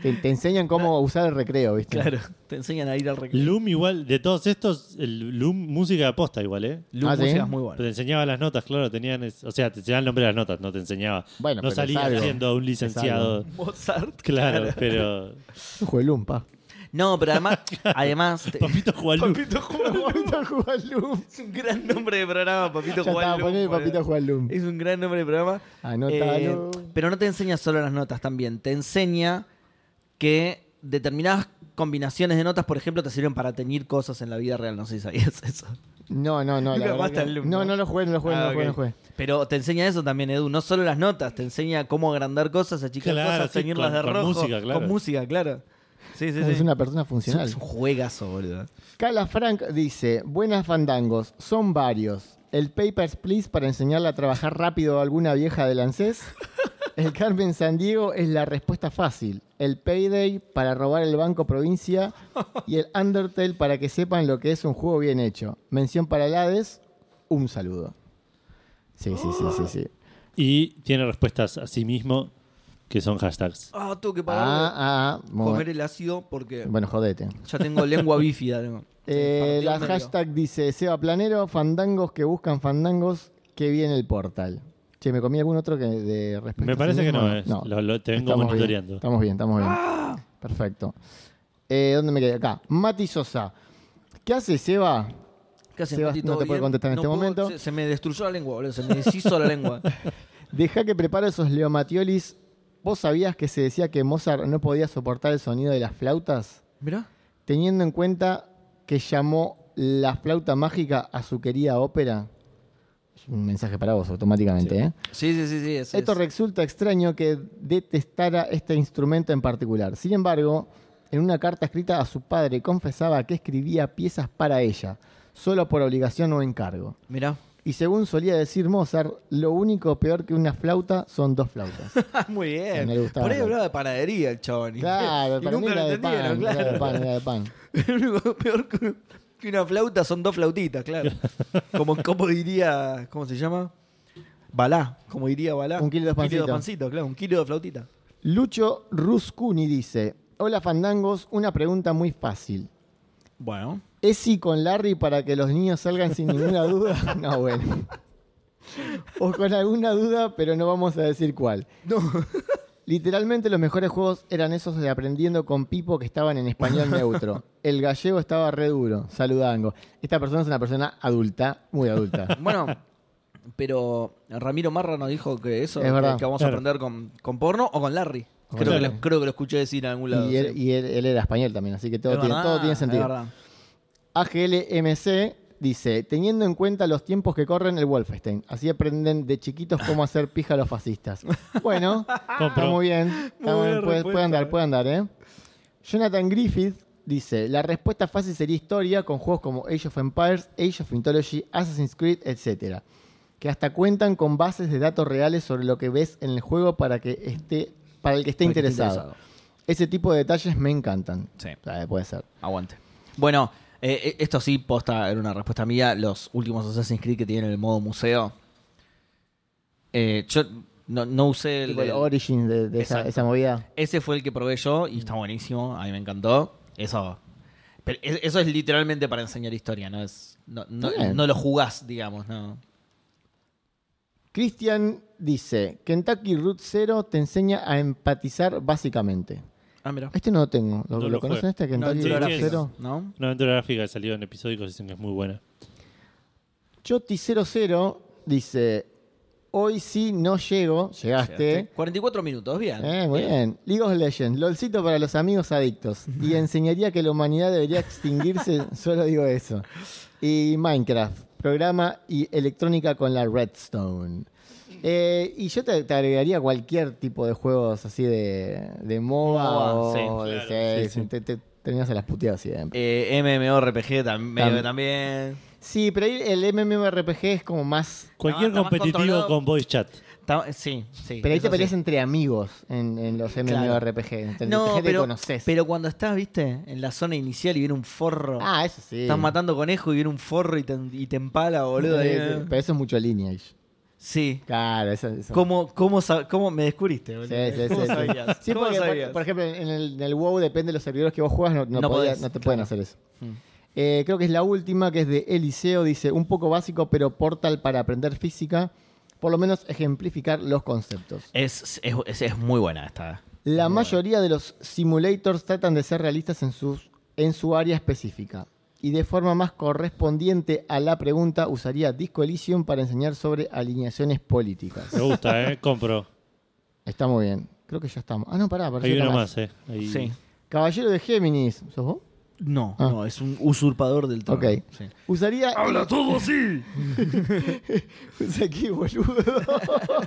Speaker 3: Te, te enseñan cómo usar el recreo, ¿viste?
Speaker 2: claro, te enseñan a ir al Ah, recreo.
Speaker 1: Loom igual, de todos estos, el Loom música aposta igual, ¿eh?
Speaker 2: Luz
Speaker 3: Ah, ¿sí?
Speaker 2: música es muy bueno.
Speaker 1: Te enseñaba las notas, claro, tenían, es- o sea, te enseñaba el nombre de las notas, no te enseñaba.
Speaker 3: Bueno,
Speaker 1: no
Speaker 3: pero
Speaker 1: salías
Speaker 3: es algo.
Speaker 1: siendo un licenciado.
Speaker 2: Mozart.
Speaker 1: Claro, pero.
Speaker 3: Un juego de Loom, pa.
Speaker 2: No, pero además, además te-
Speaker 1: Papito juega al Loom.
Speaker 2: Papito juega
Speaker 3: Papito juega al Loom.
Speaker 2: Es un gran nombre de programa, Papito
Speaker 3: Ya
Speaker 2: juega
Speaker 3: estaba,
Speaker 2: al
Speaker 3: poné
Speaker 2: Loom,
Speaker 3: Papito
Speaker 2: boludo.
Speaker 3: juega al Loom.
Speaker 2: Es un gran nombre de programa.
Speaker 3: Anótalo.
Speaker 2: Eh, pero no te enseña solo las notas también. Te enseña que determinadas combinaciones de notas, por ejemplo, te sirven para teñir cosas en la vida real. No sé si sabías eso.
Speaker 3: No, no, no.
Speaker 2: Nunca
Speaker 3: la verdad
Speaker 2: jugaste
Speaker 3: que-
Speaker 2: al Loom,
Speaker 3: no,
Speaker 2: ¿no?
Speaker 3: no lo jugué, no lo jugué,
Speaker 2: Ah,
Speaker 3: no lo jugué, no
Speaker 2: ok.
Speaker 3: lo jugué.
Speaker 2: Pero te enseña eso también, Edu. No solo las notas, te enseña cómo agrandar cosas, achicar
Speaker 1: Claro,
Speaker 2: cosas,
Speaker 1: sí,
Speaker 2: teñirlas
Speaker 1: con-
Speaker 2: de
Speaker 1: con
Speaker 2: rojo.
Speaker 1: música, claro.
Speaker 2: Con música, claro. Sí, sí, sí.
Speaker 3: Es una persona
Speaker 2: Es un-
Speaker 3: funcional.
Speaker 2: es un juegazo, boludo.
Speaker 3: Cala Frank dice, buenas fandangos, son varios. El Papers, Please para enseñarle a trabajar rápido a alguna vieja del ANSES. El Carmen San Diego es la respuesta fácil. El Payday para robar el Banco Provincia y el Undertale para que sepan lo que es un juego bien hecho. Mención para el Hades, un saludo. Sí, sí, sí, sí, sí.
Speaker 1: Y tiene respuestas a sí mismo que son hashtags.
Speaker 2: Ah, tengo que parar de
Speaker 3: Ah, ah, muy
Speaker 2: comer
Speaker 3: bueno.
Speaker 2: el ácido porque
Speaker 3: Bueno, jodete.
Speaker 2: ya tengo lengua bífida. tengo.
Speaker 3: Eh,
Speaker 2: Partido
Speaker 3: la
Speaker 2: medio.
Speaker 3: hashtag dice Seba Planero, fandangos que buscan fandangos que viene el portal. Che, me comí algún otro que de respecto
Speaker 1: Me
Speaker 3: a sí
Speaker 1: parece que
Speaker 3: mismo,
Speaker 1: no es. Lo, lo- te vengo
Speaker 3: Estamos bien,
Speaker 1: monitoreando.
Speaker 3: estamos bien, estamos bien.
Speaker 2: ¡Ah!
Speaker 3: Perfecto. Eh, ¿Dónde me quedé? Acá. Mati Sosa. ¿Qué hace Seba?
Speaker 2: ¿Qué haces,
Speaker 3: Sebas,
Speaker 2: Mati?
Speaker 3: no
Speaker 2: ¿Todo
Speaker 3: te puedo
Speaker 2: bien?
Speaker 3: contestar en
Speaker 2: No
Speaker 3: este
Speaker 2: puedo,
Speaker 3: momento.
Speaker 2: Se, se me destruyó la lengua, boludo. Se me deshizo la lengua.
Speaker 3: Deja que preparo esos leomatiolis. ¿Vos sabías que se decía que Mozart no podía soportar el sonido de las flautas?
Speaker 2: Mirá.
Speaker 3: Teniendo en cuenta que llamó la flauta mágica a su querida ópera. Es un mensaje para vos automáticamente, ¿eh?
Speaker 2: Sí, sí, sí. sí es-
Speaker 3: Esto
Speaker 2: es-
Speaker 3: resulta extraño que detestara este instrumento en particular. Sin embargo, en una carta escrita a su padre confesaba que escribía piezas para ella, solo por obligación o encargo.
Speaker 2: Mirá.
Speaker 3: Y según solía decir Mozart, lo único peor que una flauta son dos flautas.
Speaker 2: Muy
Speaker 3: Sí,
Speaker 2: bien.
Speaker 3: me gustaba.
Speaker 2: Por ahí hablaba de panadería el chabón. Y-
Speaker 3: Claro,
Speaker 2: y
Speaker 3: para mí
Speaker 2: nunca
Speaker 3: era
Speaker 2: lo
Speaker 3: de pan,
Speaker 2: entendieron,
Speaker 3: era
Speaker 2: claro.
Speaker 3: de pan, era de pan.
Speaker 2: Lo Peor que- que una flauta son dos flautitas, claro. Como, como diría, ¿cómo se llama? Balá, como diría Balá.
Speaker 3: Un kilo de
Speaker 2: Un kilo de
Speaker 3: pancito.
Speaker 2: pancito, claro, un kilo de flautita.
Speaker 3: Lucho Ruscuni dice, hola Fandangos, una pregunta muy fácil.
Speaker 2: Bueno.
Speaker 3: Esi con Larry para que los niños salgan sin ninguna duda. No, bueno. O con alguna duda, pero no vamos a decir cuál.
Speaker 2: No,
Speaker 3: Literalmente los mejores juegos eran esos de aprendiendo con Pipo que estaban en español neutro. El gallego estaba re duro. Saludango. Esta persona es una persona adulta, muy adulta.
Speaker 2: bueno, pero Ramiro Marra nos dijo que eso,
Speaker 3: Es
Speaker 2: que-
Speaker 3: verdad.
Speaker 2: que vamos
Speaker 1: Claro.
Speaker 2: a aprender con, con porno o con Larry.
Speaker 3: O con
Speaker 2: Creo, que
Speaker 3: Larry.
Speaker 2: lo, creo que lo escuché decir en algún lado.
Speaker 3: Y él,
Speaker 2: sí.
Speaker 3: y él- él era español también, así que todo,
Speaker 2: Es
Speaker 3: tiene,
Speaker 2: verdad,
Speaker 3: todo tiene
Speaker 2: es
Speaker 3: sentido.
Speaker 2: verdad.
Speaker 3: AGLMC dice, teniendo en cuenta los tiempos que corren el Wolfenstein, así aprenden de chiquitos cómo hacer pija a los fascistas. Bueno,
Speaker 1: Compro.
Speaker 3: está muy bien. Está
Speaker 2: Muy
Speaker 3: muy bien,
Speaker 2: buena
Speaker 3: puede,
Speaker 2: respuesta,
Speaker 3: puede
Speaker 2: eh.
Speaker 3: andar, puede andar, ¿eh? Jonathan Griffith dice, la respuesta fácil sería historia con juegos como Age of Empires, Age of Mythology, Assassin's Creed, etc. Que hasta cuentan con bases de datos reales sobre lo que ves en el juego para que esté para
Speaker 2: Para el
Speaker 3: el que esté
Speaker 2: que esté
Speaker 3: interesado.
Speaker 2: interesado.
Speaker 3: Ese tipo de detalles me encantan.
Speaker 2: Sí.
Speaker 3: Ah, puede ser.
Speaker 2: Aguante. Bueno, eh, eh, esto sí, posta, era una respuesta mía. Los últimos Assassin's Creed que tienen el modo museo. eh, yo no, no usé el.
Speaker 3: Tipo el
Speaker 2: del-
Speaker 3: origin de, de esa,
Speaker 2: Exacto.
Speaker 3: esa movida.
Speaker 2: ese fue el que probé yo y está buenísimo. A mí me encantó. Eso. pero es- eso es literalmente para enseñar historia, no es. No, no-
Speaker 3: Está bien.
Speaker 2: no lo jugás, digamos, no.
Speaker 3: Cristian dice, Kentucky Root Zero te enseña a empatizar básicamente.
Speaker 2: Ah, mira.
Speaker 3: Este no lo tengo. ¿Lo,
Speaker 1: No
Speaker 3: lo
Speaker 1: lo
Speaker 3: conocen
Speaker 1: juego.
Speaker 3: este?
Speaker 2: No,
Speaker 3: Kentucky
Speaker 1: sí,
Speaker 3: Root
Speaker 1: sí, sí.
Speaker 3: Zero.
Speaker 2: ¿No?
Speaker 1: Una aventura gráfica que salió en episódicos, dicen que es muy buena.
Speaker 3: Choti00 dice, hoy sí no llego, llegaste.
Speaker 2: 44 minutos, bien.
Speaker 3: Eh, muy bien. League of Legends, LOLcito para los amigos adictos. Y enseñaría que la humanidad debería extinguirse, solo digo eso. Y Minecraft, programa y electrónica con la Redstone. Eh, y yo te, te agregaría cualquier tipo de juegos así de, de MOBA
Speaker 2: MOBA,
Speaker 3: o
Speaker 2: sí,
Speaker 3: de
Speaker 1: claro, sí,
Speaker 3: CS.
Speaker 1: sí.
Speaker 3: Te, te- terminas a las puteadas siempre.
Speaker 2: Eh, MMORPG tam- medio que también.
Speaker 3: Sí, pero ahí el MMORPG es como más...
Speaker 1: Cualquier
Speaker 2: está más
Speaker 1: competitivo
Speaker 2: controlado.
Speaker 1: con voice chat.
Speaker 2: Ta- sí, sí.
Speaker 3: Pero ahí te
Speaker 2: eso sí.
Speaker 3: peleas entre amigos en, en los MMORPG. Entre
Speaker 2: No,
Speaker 3: gente que
Speaker 2: pero,
Speaker 3: conoces.
Speaker 2: pero cuando estás, viste, en la zona inicial y viene un forro.
Speaker 3: ah, eso sí.
Speaker 2: Estás matando conejo y viene un forro y te, y te empala, boludo.
Speaker 3: Sí,
Speaker 2: ahí,
Speaker 3: sí,
Speaker 2: ¿no?
Speaker 3: Pero eso es mucho lineage.
Speaker 2: Sí.
Speaker 3: Claro, eso, eso.
Speaker 2: ¿Cómo, cómo, sab- cómo me descubriste,
Speaker 3: Sí,
Speaker 2: boludo?
Speaker 3: sí, sí,
Speaker 2: ¿Cómo
Speaker 3: sí.
Speaker 2: sabías?
Speaker 3: Sí,
Speaker 2: ¿Cómo
Speaker 3: porque, por-
Speaker 2: sabías?
Speaker 3: Por, ejemplo, en el, en el WoW depende de los servidores que vos juegas, no, no
Speaker 2: No
Speaker 3: podía-
Speaker 2: podés,
Speaker 3: no te
Speaker 2: claro.
Speaker 3: pueden hacer eso.
Speaker 2: Mm.
Speaker 3: Eh, creo que es la última, que es de Eliseo, dice, un poco básico, pero portal para aprender física, por lo menos ejemplificar los conceptos.
Speaker 2: es, es, es, es muy buena esta.
Speaker 3: La mayoría de los simulators tratan de ser realistas en, sus, en su área específica. Y de forma más correspondiente a la pregunta, usaría Disco Elysium para enseñar sobre alineaciones políticas.
Speaker 1: Me gusta, ¿eh? Compro.
Speaker 3: Está muy bien. Creo que ya estamos. Ah, no, pará, parece
Speaker 1: Hay
Speaker 3: que
Speaker 1: una
Speaker 3: está
Speaker 1: más, ¿eh? Hay-
Speaker 2: Sí.
Speaker 3: Caballero de Géminis. ¿Sos vos?
Speaker 2: No,
Speaker 3: Ah.
Speaker 2: no, es un usurpador del trono.
Speaker 3: Ok.
Speaker 2: Sí.
Speaker 3: Usaría.
Speaker 2: ¡Habla todo así!
Speaker 3: Usa aquí, boludo.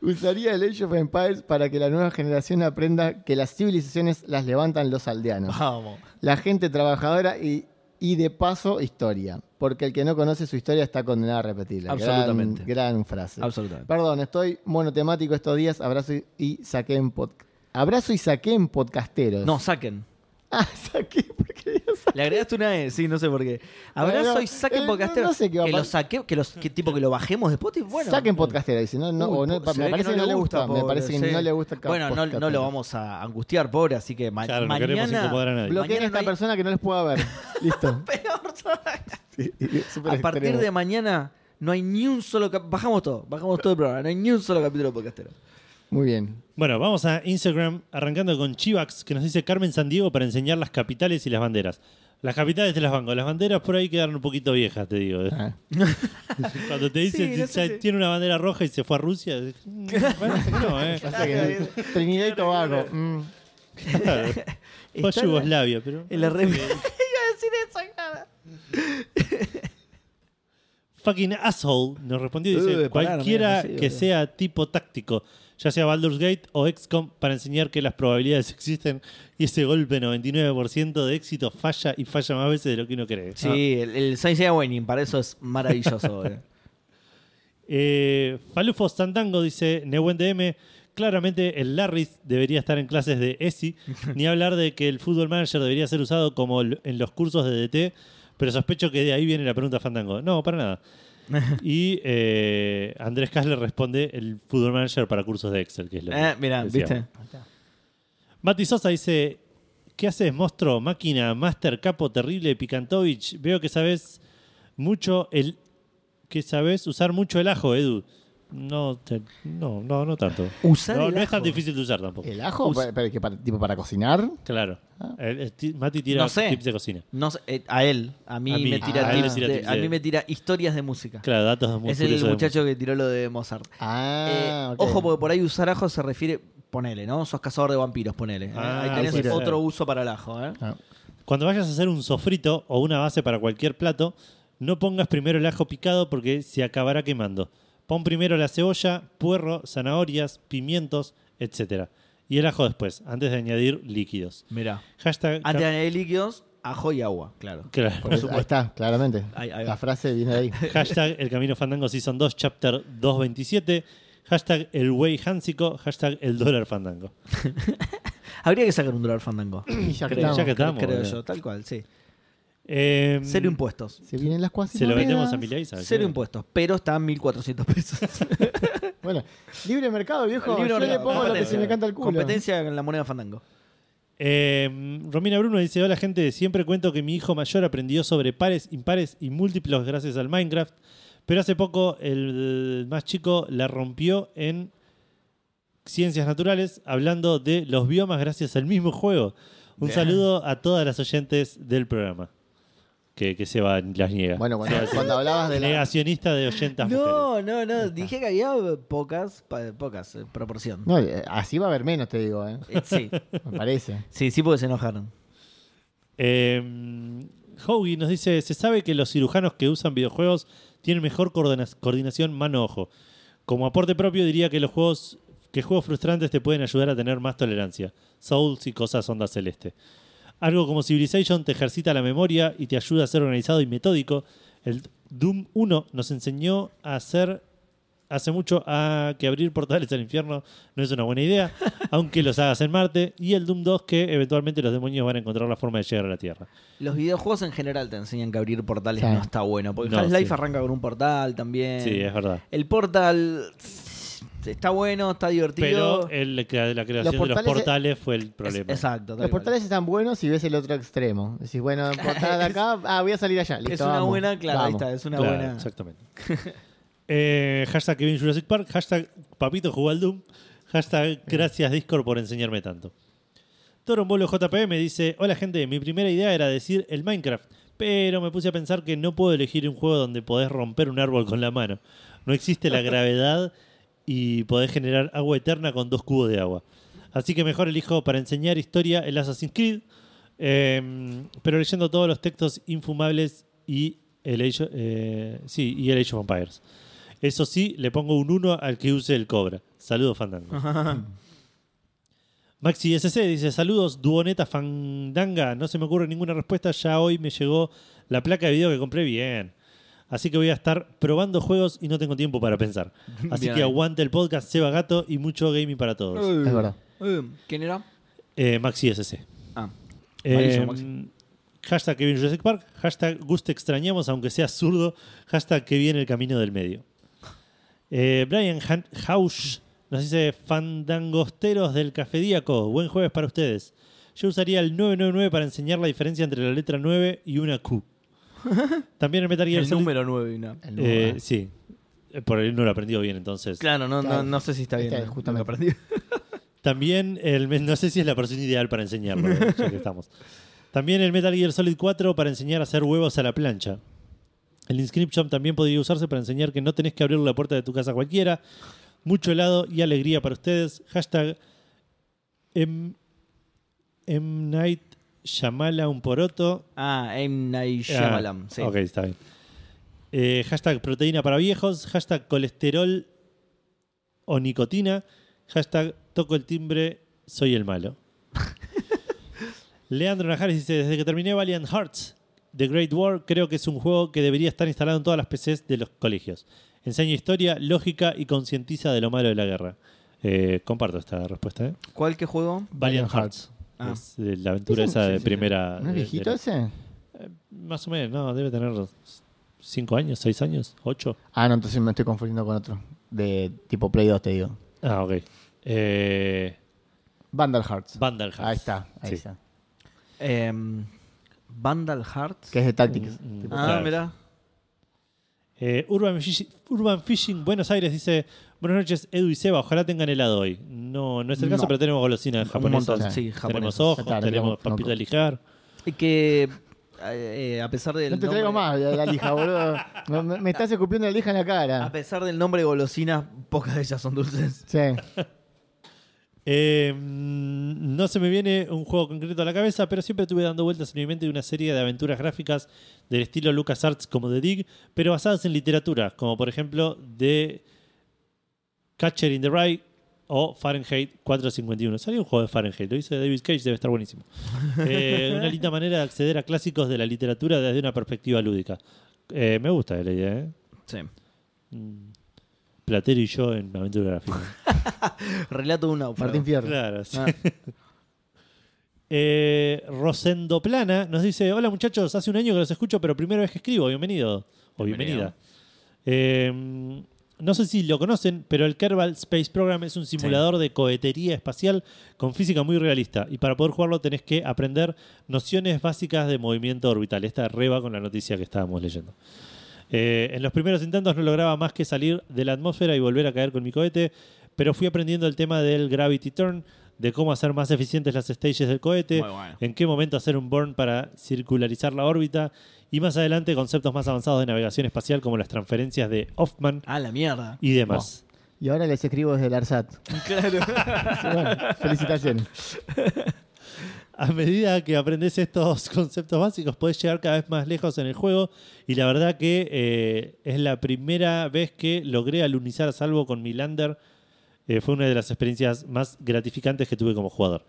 Speaker 3: Usaría el Age of Empires para que la nueva generación aprenda que las civilizaciones las levantan los aldeanos.
Speaker 2: Vamos.
Speaker 3: la gente trabajadora y, y de paso historia, porque el que no conoce su historia está condenado a repetirla. Gran-
Speaker 2: Absolutamente.
Speaker 3: Gran, frase.
Speaker 2: Absolutamente.
Speaker 3: Perdón, estoy monotemático estos días. Abrazo y- y saqué en podcast. Abrazo y saqué en podcasteros.
Speaker 2: No, saquen.
Speaker 3: Ah, saqué porque
Speaker 2: Le agregaste una E, sí, no sé por qué. Abrazo
Speaker 3: Bueno,
Speaker 2: y saquen
Speaker 3: eh,
Speaker 2: podcastero.
Speaker 3: no- no sé qué va a
Speaker 2: que lo
Speaker 3: pasar.
Speaker 2: saque, que los que tipo que lo bajemos de Spotify, bueno. eh,
Speaker 3: saquen podcasteros. Dice, no, no,
Speaker 2: Uy,
Speaker 3: o no-
Speaker 2: po- se
Speaker 3: me
Speaker 2: ve
Speaker 3: parece que no le gusta. me
Speaker 2: pobre,
Speaker 3: parece que
Speaker 2: sí.
Speaker 3: no le gusta el ca-
Speaker 2: Bueno, no, no
Speaker 3: podcastero.
Speaker 2: lo vamos a angustiar, pobre, así que ma-
Speaker 1: Claro, no
Speaker 2: mañana.
Speaker 1: queremos incomodar a nadie.
Speaker 3: Bloqueen
Speaker 2: mañana
Speaker 3: a esta
Speaker 2: no hay-
Speaker 3: persona que no les pueda ver. Listo.
Speaker 2: Peor todavía.
Speaker 3: Súper
Speaker 2: a partir
Speaker 3: extremo.
Speaker 2: de mañana no hay ni un solo cap- bajamos todo, bajamos todo el programa, no hay ni un solo capítulo de podcastero.
Speaker 3: Muy bien.
Speaker 1: Bueno, vamos a Instagram, arrancando con Chivax, que nos dice Carmen Sandiego para enseñar las capitales y las banderas. Las capitales te las banco, las banderas por ahí quedaron un poquito viejas, te digo.
Speaker 3: Ah.
Speaker 1: Cuando te dicen
Speaker 2: Sí, no sé
Speaker 1: "Ya
Speaker 2: si-
Speaker 1: tiene una bandera roja y se fue a Rusia, mm, parece que no, ¿eh?
Speaker 3: Pasa que no- Trinidad y Tobago. Mm.
Speaker 1: Claro. Fue a
Speaker 2: Está
Speaker 1: Yugoslavia, pero.
Speaker 2: En la re-
Speaker 1: Fucking asshole nos respondió y dice:
Speaker 2: Uy, pará,
Speaker 1: cualquiera
Speaker 2: no me digas así,
Speaker 1: que
Speaker 2: boludo.
Speaker 1: sea tipo táctico, ya sea Baldur's Gate o XCOM, para enseñar que las probabilidades existen y ese golpe 99% de éxito falla y falla más veces de lo que uno cree.
Speaker 2: Sí, el, el Science Winning para eso es maravilloso. boludo.
Speaker 1: Eh, Falufo Santango dice, Nehuen DM, claramente el Larris debería estar en clases de ESI, ni hablar de que el Football Manager debería ser usado como l- en los cursos de DT, pero sospecho que de ahí viene la pregunta Fandango. No, para nada. y eh, Andrés Kassler responde el Football Manager para cursos de Excel, que es lo que
Speaker 2: Eh, mirá,
Speaker 1: decíamos.
Speaker 2: ¿viste?
Speaker 1: Mati Sosa dice: ¿Qué haces, monstruo, máquina, master, capo, terrible, Picantovich? Veo que sabes mucho el. que sabes usar mucho el ajo, Edu. No, te- no, no, no tanto.
Speaker 2: Usar
Speaker 1: no,
Speaker 2: el
Speaker 1: no es tan
Speaker 2: ajo.
Speaker 1: difícil de usar tampoco.
Speaker 3: ¿El ajo? ¿Para, para- que para- tipo para cocinar?
Speaker 1: Claro. El- el ti- Mati tira
Speaker 2: Ah. No sé.
Speaker 1: tips de cocina.
Speaker 2: No sé, eh, a él, a mí,
Speaker 1: A mí,
Speaker 2: me tira,
Speaker 3: a él
Speaker 2: tips
Speaker 3: le
Speaker 1: tira
Speaker 2: de-
Speaker 1: tips
Speaker 2: a
Speaker 1: de-
Speaker 2: mí me tira historias de música.
Speaker 1: Claro, datos muy
Speaker 2: es el
Speaker 1: curiosos de
Speaker 2: muchacho que tiró lo de Mozart.
Speaker 3: Ah,
Speaker 2: Eh,
Speaker 3: ok.
Speaker 2: Ojo, porque por ahí usar ajo se refiere, ponele, ¿no? Sos cazador de vampiros, ponele. ¿eh?
Speaker 1: Ah,
Speaker 2: ahí tenés
Speaker 1: puede ser.
Speaker 2: otro uso para el ajo, ¿eh?
Speaker 3: Ah.
Speaker 1: Cuando vayas a hacer un sofrito o una base para cualquier plato, no pongas primero el ajo picado porque se acabará quemando. Pon primero la cebolla, puerro, zanahorias, pimientos, etc. Y el ajo después, antes de añadir líquidos.
Speaker 2: Mirá.
Speaker 1: Hashtag.
Speaker 2: Antes de añadir líquidos, ajo y agua, claro.
Speaker 1: Claro.
Speaker 3: Por eso- ahí está, claramente.
Speaker 2: Ahí- ahí va.
Speaker 3: La frase viene de ahí.
Speaker 1: Hashtag El Camino Fandango Season 2, Chapter 227. Hashtag El Güey Hansico. Hashtag El Dólar Fandango.
Speaker 2: Habría que sacar un dólar fandango.
Speaker 3: Y ya que
Speaker 1: Creo-
Speaker 3: estamos.
Speaker 1: ya que
Speaker 2: creo
Speaker 1: estamos, boludo.
Speaker 2: yo, tal cual, sí.
Speaker 1: Eh,
Speaker 2: Cero impuestos.
Speaker 3: Se vienen las cuasi
Speaker 1: Se lo vendemos a
Speaker 3: monedas.
Speaker 1: Milay, ¿sabes?
Speaker 2: Cero
Speaker 1: qué?
Speaker 2: impuestos, pero está a 1.400 pesos.
Speaker 3: Bueno, libre mercado, viejo.
Speaker 2: Libre
Speaker 3: Yo le
Speaker 2: mercado,
Speaker 3: pongo lo que
Speaker 2: competencia.
Speaker 3: se me canta el culo.
Speaker 2: Competencia en la moneda fandango.
Speaker 1: Eh, Romina Bruno dice: Hola, gente. Siempre cuento que mi hijo mayor aprendió sobre pares, impares y múltiplos gracias al Minecraft. Pero hace poco el más chico la rompió en Ciencias Naturales hablando de los biomas gracias al mismo juego. Un
Speaker 2: Bien.
Speaker 1: saludo a todas las oyentes del programa. Que, que se van, las niega.
Speaker 3: Bueno, cuando, cuando hablabas de la...
Speaker 1: Negacionista de oyentas mujeres.
Speaker 2: No, no, no. Dije que había pocas, pa- pocas eh, proporción.
Speaker 3: No, eh, así va a haber menos, te digo, ¿eh?
Speaker 2: Eh, Sí,
Speaker 3: Me parece.
Speaker 2: sí, sí, porque se enojaron.
Speaker 1: Eh, Hoagie nos dice: Se sabe que los cirujanos que usan videojuegos tienen mejor coordena- coordinación mano-ojo. Como aporte propio, diría que los juegos que juegos frustrantes te pueden ayudar a tener más tolerancia. Souls y cosas onda celeste. Algo como Civilization te ejercita la memoria y te ayuda a ser organizado y metódico. El Doom 1 nos enseñó a hacer hace mucho a que abrir portales al infierno no es una buena idea, aunque los hagas en Marte. Y el Doom 2 que eventualmente los demonios van a encontrar la forma de llegar a la Tierra.
Speaker 2: Los videojuegos en general te enseñan que abrir portales
Speaker 3: Sí.
Speaker 2: no está bueno. Porque
Speaker 1: No,
Speaker 2: Half-Life
Speaker 1: sí.
Speaker 2: arranca con un portal también.
Speaker 1: Sí, es verdad.
Speaker 2: El portal tss, está bueno, está divertido.
Speaker 1: Pero el- la cre- la creación
Speaker 3: Los
Speaker 1: de los
Speaker 3: portales-
Speaker 1: portales fue el
Speaker 2: Es-
Speaker 1: problema.
Speaker 2: exacto. tal
Speaker 3: Los
Speaker 2: cual.
Speaker 3: portales están buenos si ves el otro extremo. Decís, bueno, portada de acá, ah, voy a salir allá. Listo,
Speaker 2: es una
Speaker 3: vamos,
Speaker 2: buena, claro, ahí
Speaker 3: vamos.
Speaker 2: está, es una
Speaker 1: Claro,
Speaker 2: buena.
Speaker 1: Exactamente. Eh, hashtag Kevin Jurassic Park, hashtag Papito jugó al Doom, hashtag gracias Discord por enseñarme tanto. Torombolo JPM dice, hola gente, mi primera idea era decir el Minecraft, pero me puse a pensar que no puedo elegir un juego donde podés romper un árbol con la mano. No existe la gravedad y podés generar agua eterna con dos cubos de agua. Así que mejor elijo para enseñar historia el Assassin's Creed, eh, pero leyendo todos los textos infumables y el Age, eh, sí, y el Age of Empires. Eso sí, le pongo un 1 al que use el Cobra. Saludos, Fandango. Maxi SC dice: Saludos, Duoneta Fandanga. No se me ocurre ninguna respuesta. Ya hoy me llegó la placa de video que compré bien. Así que voy a estar probando juegos y no tengo tiempo para pensar. Así
Speaker 2: Bien.
Speaker 1: que aguante el podcast, Seba Gato y mucho gaming para todos.
Speaker 3: Es verdad.
Speaker 2: Eh, ¿Quién era?
Speaker 1: Eh, Maxi SC.
Speaker 2: Ah,
Speaker 1: Eh,
Speaker 2: malísimo, Maxi.
Speaker 1: hashtag que viene Jurassic Park, hashtag Guste extrañamos aunque sea zurdo, hashtag que viene el camino del medio. Eh, Brian Han- Hausch nos dice fandangosteros del cafedíaco, buen jueves para ustedes. Yo usaría el 999 para enseñar la diferencia entre la letra 9 y una Q. También el Metal Gear
Speaker 2: el
Speaker 1: Solid-
Speaker 2: número 9. ¿no?
Speaker 3: El nuevo,
Speaker 1: eh,
Speaker 3: ah.
Speaker 1: sí, Eh, por él no lo aprendido bien entonces.
Speaker 2: Claro, no,
Speaker 3: Claro.
Speaker 2: No, no sé si está
Speaker 3: Ahí
Speaker 2: bien.
Speaker 3: está,
Speaker 2: eh,
Speaker 3: justamente.
Speaker 2: lo aprendí.
Speaker 1: También el no sé si es la persona ideal para enseñarlo, eh, ya que estamos. También el Metal Gear Solid 4 para enseñar a hacer huevos a la plancha. El Inscription también podría usarse para enseñar que no tenés que abrir la puerta de tu casa a cualquiera. Mucho helado y alegría para ustedes. Hashtag M, M. Night Shyamala un poroto.
Speaker 2: Ah, M. Night
Speaker 1: Ah,
Speaker 2: Shyamalan, sí.
Speaker 1: Ok, está bien. Eh, hashtag proteína para viejos, hashtag colesterol o nicotina, hashtag toco el timbre, soy el malo. Leandro Najares dice, desde que terminé Valiant Hearts, The Great War, creo que es un juego que debería estar instalado en todas las PCs de los colegios. Enseña historia, lógica y concientiza de lo malo de la guerra. Eh, comparto esta respuesta. ¿eh?
Speaker 2: ¿Cuál que juego?
Speaker 1: Valiant,
Speaker 3: Valiant
Speaker 1: Hearts.
Speaker 2: Ah.
Speaker 1: Es eh, la aventura
Speaker 3: Sí,
Speaker 1: esa
Speaker 3: sí,
Speaker 1: de
Speaker 3: sí.
Speaker 1: primera...
Speaker 3: ¿No
Speaker 1: de- de
Speaker 3: es viejito
Speaker 1: la-
Speaker 3: ese?
Speaker 1: más o menos, no, debe tener 5 años, 6 años, 8.
Speaker 3: Ah, no, entonces me estoy confundiendo con otro. De tipo Play 2, te digo.
Speaker 1: Ah, ok. Eh,
Speaker 3: Vandal Hearts.
Speaker 1: Vandal Hearts.
Speaker 3: Ahí está, ahí
Speaker 1: Sí.
Speaker 3: está.
Speaker 2: Em, Vandal Hearts.
Speaker 3: Que es de Tactics.
Speaker 1: Mm,
Speaker 3: Tipo-
Speaker 2: Ah,
Speaker 1: Claro.
Speaker 2: mirá.
Speaker 1: Eh, Urban, Fishi- Urban Fishing Buenos Aires dice: Buenas noches, Edu y Seba, ojalá tengan helado hoy. No, no es el caso,
Speaker 3: No.
Speaker 1: pero tenemos golosinas
Speaker 2: Un montón,
Speaker 1: japonesas.
Speaker 2: sí,
Speaker 1: tenemos
Speaker 2: japonés.
Speaker 1: ojos,
Speaker 3: Claro,
Speaker 1: tenemos
Speaker 3: digamos,
Speaker 1: papita
Speaker 3: no-
Speaker 1: lijar.
Speaker 2: Y que, eh, eh, a pesar del
Speaker 3: No te traigo
Speaker 2: nombre-
Speaker 3: más la, la lija, boludo. Me- Me, me estás escupiendo la lija en la
Speaker 2: A
Speaker 3: cara.
Speaker 2: pesar del nombre golosina, pocas de ellas son dulces.
Speaker 3: Sí.
Speaker 1: Eh, mm, no se me viene un juego concreto a la cabeza, pero siempre estuve dando vueltas en mi mente de una serie de aventuras gráficas del estilo LucasArts como The Dig, pero basadas en literatura, como por ejemplo de Catcher in the Rye o Fahrenheit 451. Salió un juego de Fahrenheit, lo hizo David Cage, debe estar buenísimo. Eh, una linda manera de acceder a clásicos de la literatura desde una perspectiva lúdica. Eh, me gusta la idea, ¿eh?
Speaker 2: Sí.
Speaker 1: Mm. Platero y yo en aventura gráfica.
Speaker 2: Relato de un náufrago.
Speaker 3: Martín Fierro.
Speaker 1: claro, sí.
Speaker 2: Ah,
Speaker 1: Eh, Rosendo Plana nos dice: Hola muchachos, hace un año que los escucho, pero primera vez que escribo. Bienvenido o bienvenida.
Speaker 2: Bienvenido.
Speaker 1: Eh, no sé si lo conocen, pero el Kerbal Space Program es un simulador de cohetería espacial con física muy realista. Y para poder jugarlo tenés que aprender nociones básicas de movimiento orbital. Esta reba con la noticia que estábamos leyendo. Eh, en los primeros intentos no lograba más que salir de la atmósfera y volver a caer con mi cohete, pero fui aprendiendo el tema del Gravity Turn, de cómo hacer más eficientes las stages del cohete,
Speaker 2: Muy bueno.
Speaker 1: en qué momento hacer un burn para circularizar la órbita, y más adelante conceptos más avanzados de navegación espacial como las transferencias de Hoffman
Speaker 2: Ah, la mierda.
Speaker 1: y demás.
Speaker 3: Y ahora les escribo desde el ARSAT.
Speaker 2: Claro.
Speaker 3: Bueno, felicitaciones.
Speaker 1: A medida que aprendes estos conceptos básicos, podés llegar cada vez más lejos en el juego. Y la verdad que eh, es la primera vez que logré alunizar a salvo con mi lander. Eh, fue una de las experiencias más gratificantes que tuve como jugador.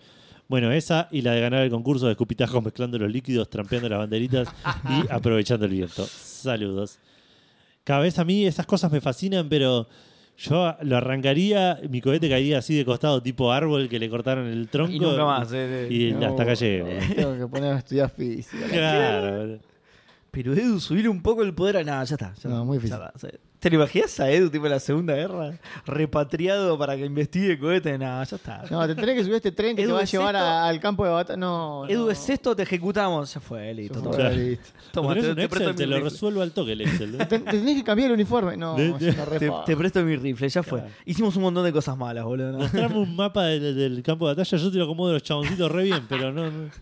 Speaker 1: Bueno, esa y la de ganar el concurso de escupitajos mezclando los líquidos, trampeando las banderitas y aprovechando el viento. Saludos. Cada vez a mí esas cosas me fascinan, pero yo lo arrancaría, mi cohete caería así de costado, tipo árbol que le cortaron el tronco.
Speaker 2: Y nunca más. eh, eh.
Speaker 1: Y
Speaker 3: No,
Speaker 1: hasta acá llegué.
Speaker 3: Tengo que poner a estudiar física.
Speaker 1: Claro.
Speaker 2: Pero Edu, subir un poco el poder a nada, ya está. ya
Speaker 3: No,
Speaker 2: está,
Speaker 3: muy difícil.
Speaker 2: ya está, sí. ¿Te lo imaginas a Edu, tipo en la Segunda Guerra? Repatriado para que investigue cohetes, nada, ya está.
Speaker 3: No, te tenés que subir a este tren que
Speaker 2: Edu,
Speaker 3: te va a
Speaker 2: ¿es
Speaker 3: llevar
Speaker 2: esto?
Speaker 3: a- al campo de batalla. No.
Speaker 2: Edu,
Speaker 3: no.
Speaker 2: ¿es esto? Te ejecutamos. Ya fue, listo.
Speaker 3: Yo-
Speaker 2: toma.
Speaker 1: Claro.
Speaker 3: listo.
Speaker 2: Toma,
Speaker 1: Lo tenés
Speaker 2: te,
Speaker 1: en
Speaker 2: te
Speaker 1: Excel,
Speaker 2: presto
Speaker 1: te
Speaker 2: mi
Speaker 1: lo
Speaker 2: rifle.
Speaker 1: resuelvo al toque el Excel. ¿eh?
Speaker 3: Te, te tenés que cambiar el uniforme. No,
Speaker 1: De- de-
Speaker 3: es una
Speaker 2: Te,
Speaker 3: repa.
Speaker 2: te presto mi rifle, ya fue. Hicimos un montón de cosas malas, boludo. ¿no?
Speaker 1: Mostrame un mapa del, del campo de batalla, yo te lo acomodo los chaboncitos re bien, pero no. no.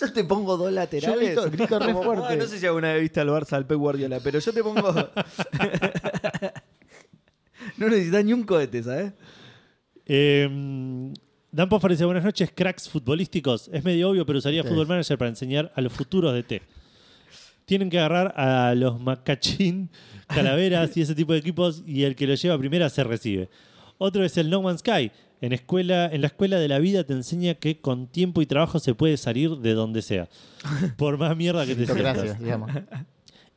Speaker 2: Yo te pongo dos laterales.
Speaker 3: Yo grito- grito re
Speaker 2: Como,
Speaker 3: fuerte.
Speaker 2: "Ah, no sé si alguna vez viste al Barça, al Pep Guardiola, pero yo te pongo. no necesitas ni un cohete, ¿sabes?
Speaker 1: Eh, Dan Poffar dice: Buenas noches, cracks futbolísticos. Es medio obvio, pero usaría
Speaker 3: Sí.
Speaker 1: Football Manager para enseñar a los futuros de T. Tienen que agarrar a los Macachín, Calaveras y ese tipo de equipos, y el que lo lleva primero se recibe. Otro es el No Man's Sky. En, escuela, en la escuela de la vida te enseña que con tiempo y trabajo se puede salir de donde sea. Por más mierda que te sientas.
Speaker 3: Gracias, digamos.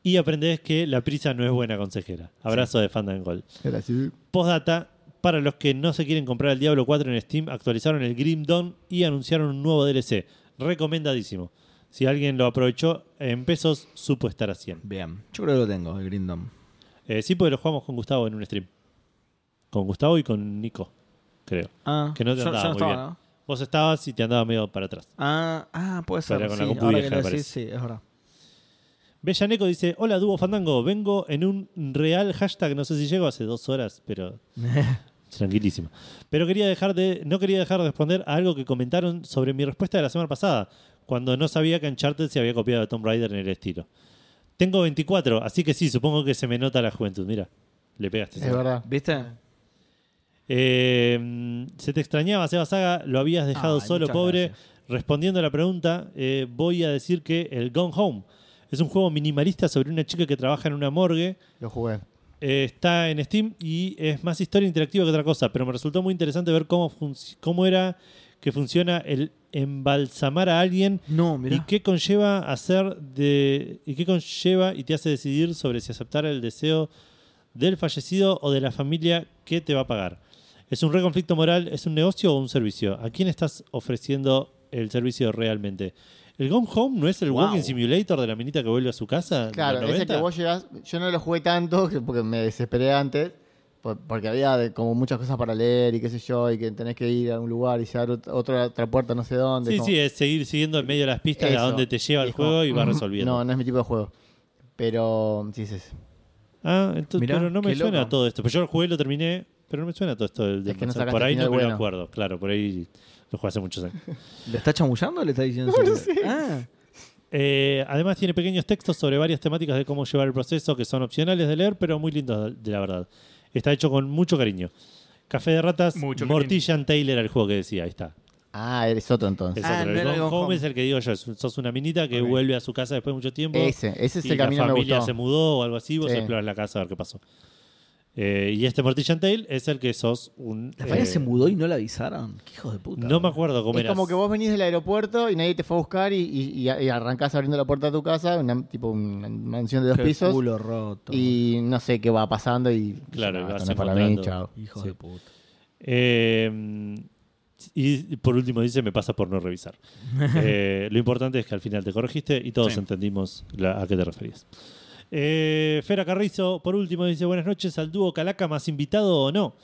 Speaker 1: Y aprendés que la prisa no es buena consejera. Abrazo de Fandangol.
Speaker 3: Gracias.
Speaker 1: Postdata, para los que no se quieren comprar el Diablo 4 en Steam, actualizaron el Grim Dawn y anunciaron un nuevo DLC. Recomendadísimo. Si alguien lo aprovechó en pesos, supo estar a 100.
Speaker 2: Bien. Yo creo que lo tengo, el Grindom.
Speaker 1: Eh, sí, porque lo jugamos con Gustavo en un stream. Con Gustavo y con Nico, creo.
Speaker 2: Ah,
Speaker 1: Que no te
Speaker 2: yo- yo
Speaker 1: andaba
Speaker 2: no
Speaker 1: muy
Speaker 2: estaba,
Speaker 1: bien.
Speaker 2: ¿no?
Speaker 1: Vos estabas y te andaba medio para atrás.
Speaker 2: Ah, ah, puede ser.
Speaker 1: Pero con
Speaker 2: sí,
Speaker 1: la compu
Speaker 2: ahora
Speaker 1: vieja,
Speaker 2: que lo
Speaker 1: me
Speaker 2: decís, sí, es verdad.
Speaker 1: Bellaneco dice, hola Dúo Fandango, vengo en un real hashtag, no sé si llego hace dos horas, pero tranquilísimo. Pero quería dejar de, no quería dejar de responder a algo que comentaron sobre mi respuesta de la semana pasada, cuando no sabía que Uncharted se había copiado de Tomb Raider en el estilo. Tengo 24, así que sí, supongo que se me nota la juventud. Mira, le pegaste.
Speaker 3: Es verdad.
Speaker 2: ¿Viste?
Speaker 1: Eh, mm, se te extrañaba, Seba Saga, lo habías dejado
Speaker 2: Ay,
Speaker 1: solo,
Speaker 2: muchas
Speaker 1: pobre.
Speaker 2: gracias.
Speaker 1: Respondiendo a la pregunta, eh, voy a decir que el Gone Home es un juego minimalista sobre una chica que trabaja en una morgue.
Speaker 3: Lo jugué.
Speaker 1: Eh, está en Steam y es más historia interactiva que otra cosa, pero me resultó muy interesante ver cómo, func- cómo era que funciona el embalsamar a alguien
Speaker 2: No,
Speaker 1: y qué conlleva hacer de y qué conlleva y te hace decidir sobre si aceptar el deseo del fallecido o de la familia que te va a pagar. ¿Es un reconflicto moral? ¿Es un negocio o un servicio? ¿A quién estás ofreciendo el servicio realmente? ¿El Gone Home no es el
Speaker 2: Wow.
Speaker 1: Walking Simulator de la minita que vuelve a su casa? de los
Speaker 3: Claro, ese
Speaker 1: 90?
Speaker 3: que vos llegás, yo no lo jugué tanto que- porque me desesperé antes, por- porque había de- como muchas cosas para leer y qué sé yo, y que tenés que ir a un lugar y llegar ot- otra, otra puerta no sé dónde.
Speaker 1: Sí,
Speaker 3: como-
Speaker 1: sí, es seguir siguiendo en medio de las pistas de a
Speaker 3: Eso.
Speaker 1: dónde te lleva
Speaker 3: Y
Speaker 1: el
Speaker 3: es como,
Speaker 1: juego y vas
Speaker 3: "Mm,
Speaker 1: resolviendo.
Speaker 3: No, no es mi tipo de juego. Pero sí, sí, sí.
Speaker 1: Ah, entonces,
Speaker 2: Mirá,
Speaker 1: pero no me
Speaker 2: qué
Speaker 1: suena
Speaker 2: loco.
Speaker 1: todo esto. Pues yo lo jugué, lo terminé, pero no me suena todo esto del del
Speaker 3: Es que no
Speaker 1: Manzano.
Speaker 3: sacaste
Speaker 1: Por ahí no
Speaker 3: final
Speaker 1: me lo
Speaker 3: bueno.
Speaker 1: acuerdo, claro, por ahí lo jugué hace muchos años.
Speaker 2: ¿Le está chamullando o le está diciendo no,
Speaker 3: sé.
Speaker 2: Ah,
Speaker 1: Eh, además tiene pequeños textos sobre varias temáticas de cómo llevar el proceso que son opcionales de leer, pero muy lindos de la verdad. Está hecho con mucho cariño. Café de ratas,
Speaker 4: Mucho
Speaker 1: Mortillan Taylor el juego que decía, ahí está.
Speaker 3: Ah, eres otro
Speaker 1: Es
Speaker 3: entonces.
Speaker 2: Ah,
Speaker 1: otro.
Speaker 2: no
Speaker 1: El
Speaker 2: era
Speaker 1: Gone
Speaker 2: el Gone
Speaker 1: Home
Speaker 2: Home.
Speaker 1: es el que digo yo, es un- sos una minita que
Speaker 2: Ok.
Speaker 1: vuelve a su casa después de mucho tiempo.
Speaker 3: Ese, ese es
Speaker 1: y
Speaker 3: el camino
Speaker 1: la
Speaker 3: que me
Speaker 1: familia
Speaker 3: gustó.
Speaker 1: se mudó o algo así, vos
Speaker 3: Sí.
Speaker 1: explorás la casa a ver qué pasó. Eh, y este Mortillan Tail es el que sos un...
Speaker 2: la familia
Speaker 1: eh,
Speaker 2: se mudó y no la avisaron. Qué hijos de puta.
Speaker 1: No me acuerdo cómo
Speaker 3: Es
Speaker 1: era.
Speaker 3: como que vos venís del aeropuerto y nadie te fue a buscar y, y- y- y arrancás abriendo la puerta de tu casa, una- tipo una mansión de dos
Speaker 2: Qué
Speaker 3: pisos,
Speaker 2: culo roto.
Speaker 3: y no sé qué va pasando y...
Speaker 1: Claro,
Speaker 3: no,
Speaker 1: y vas
Speaker 3: esto no es para mí,
Speaker 1: encontrando-
Speaker 3: chao.
Speaker 2: Hijos
Speaker 1: Sí.
Speaker 2: de puta.
Speaker 1: Eh, y por último dice, me pasa por no revisar. Eh, lo importante es que al final te corregiste y todos
Speaker 4: Sí.
Speaker 1: entendimos la- a qué te referías. Eh, Fera Carrizo, por último, dice, buenas noches al dúo Calaca, más invitado o no.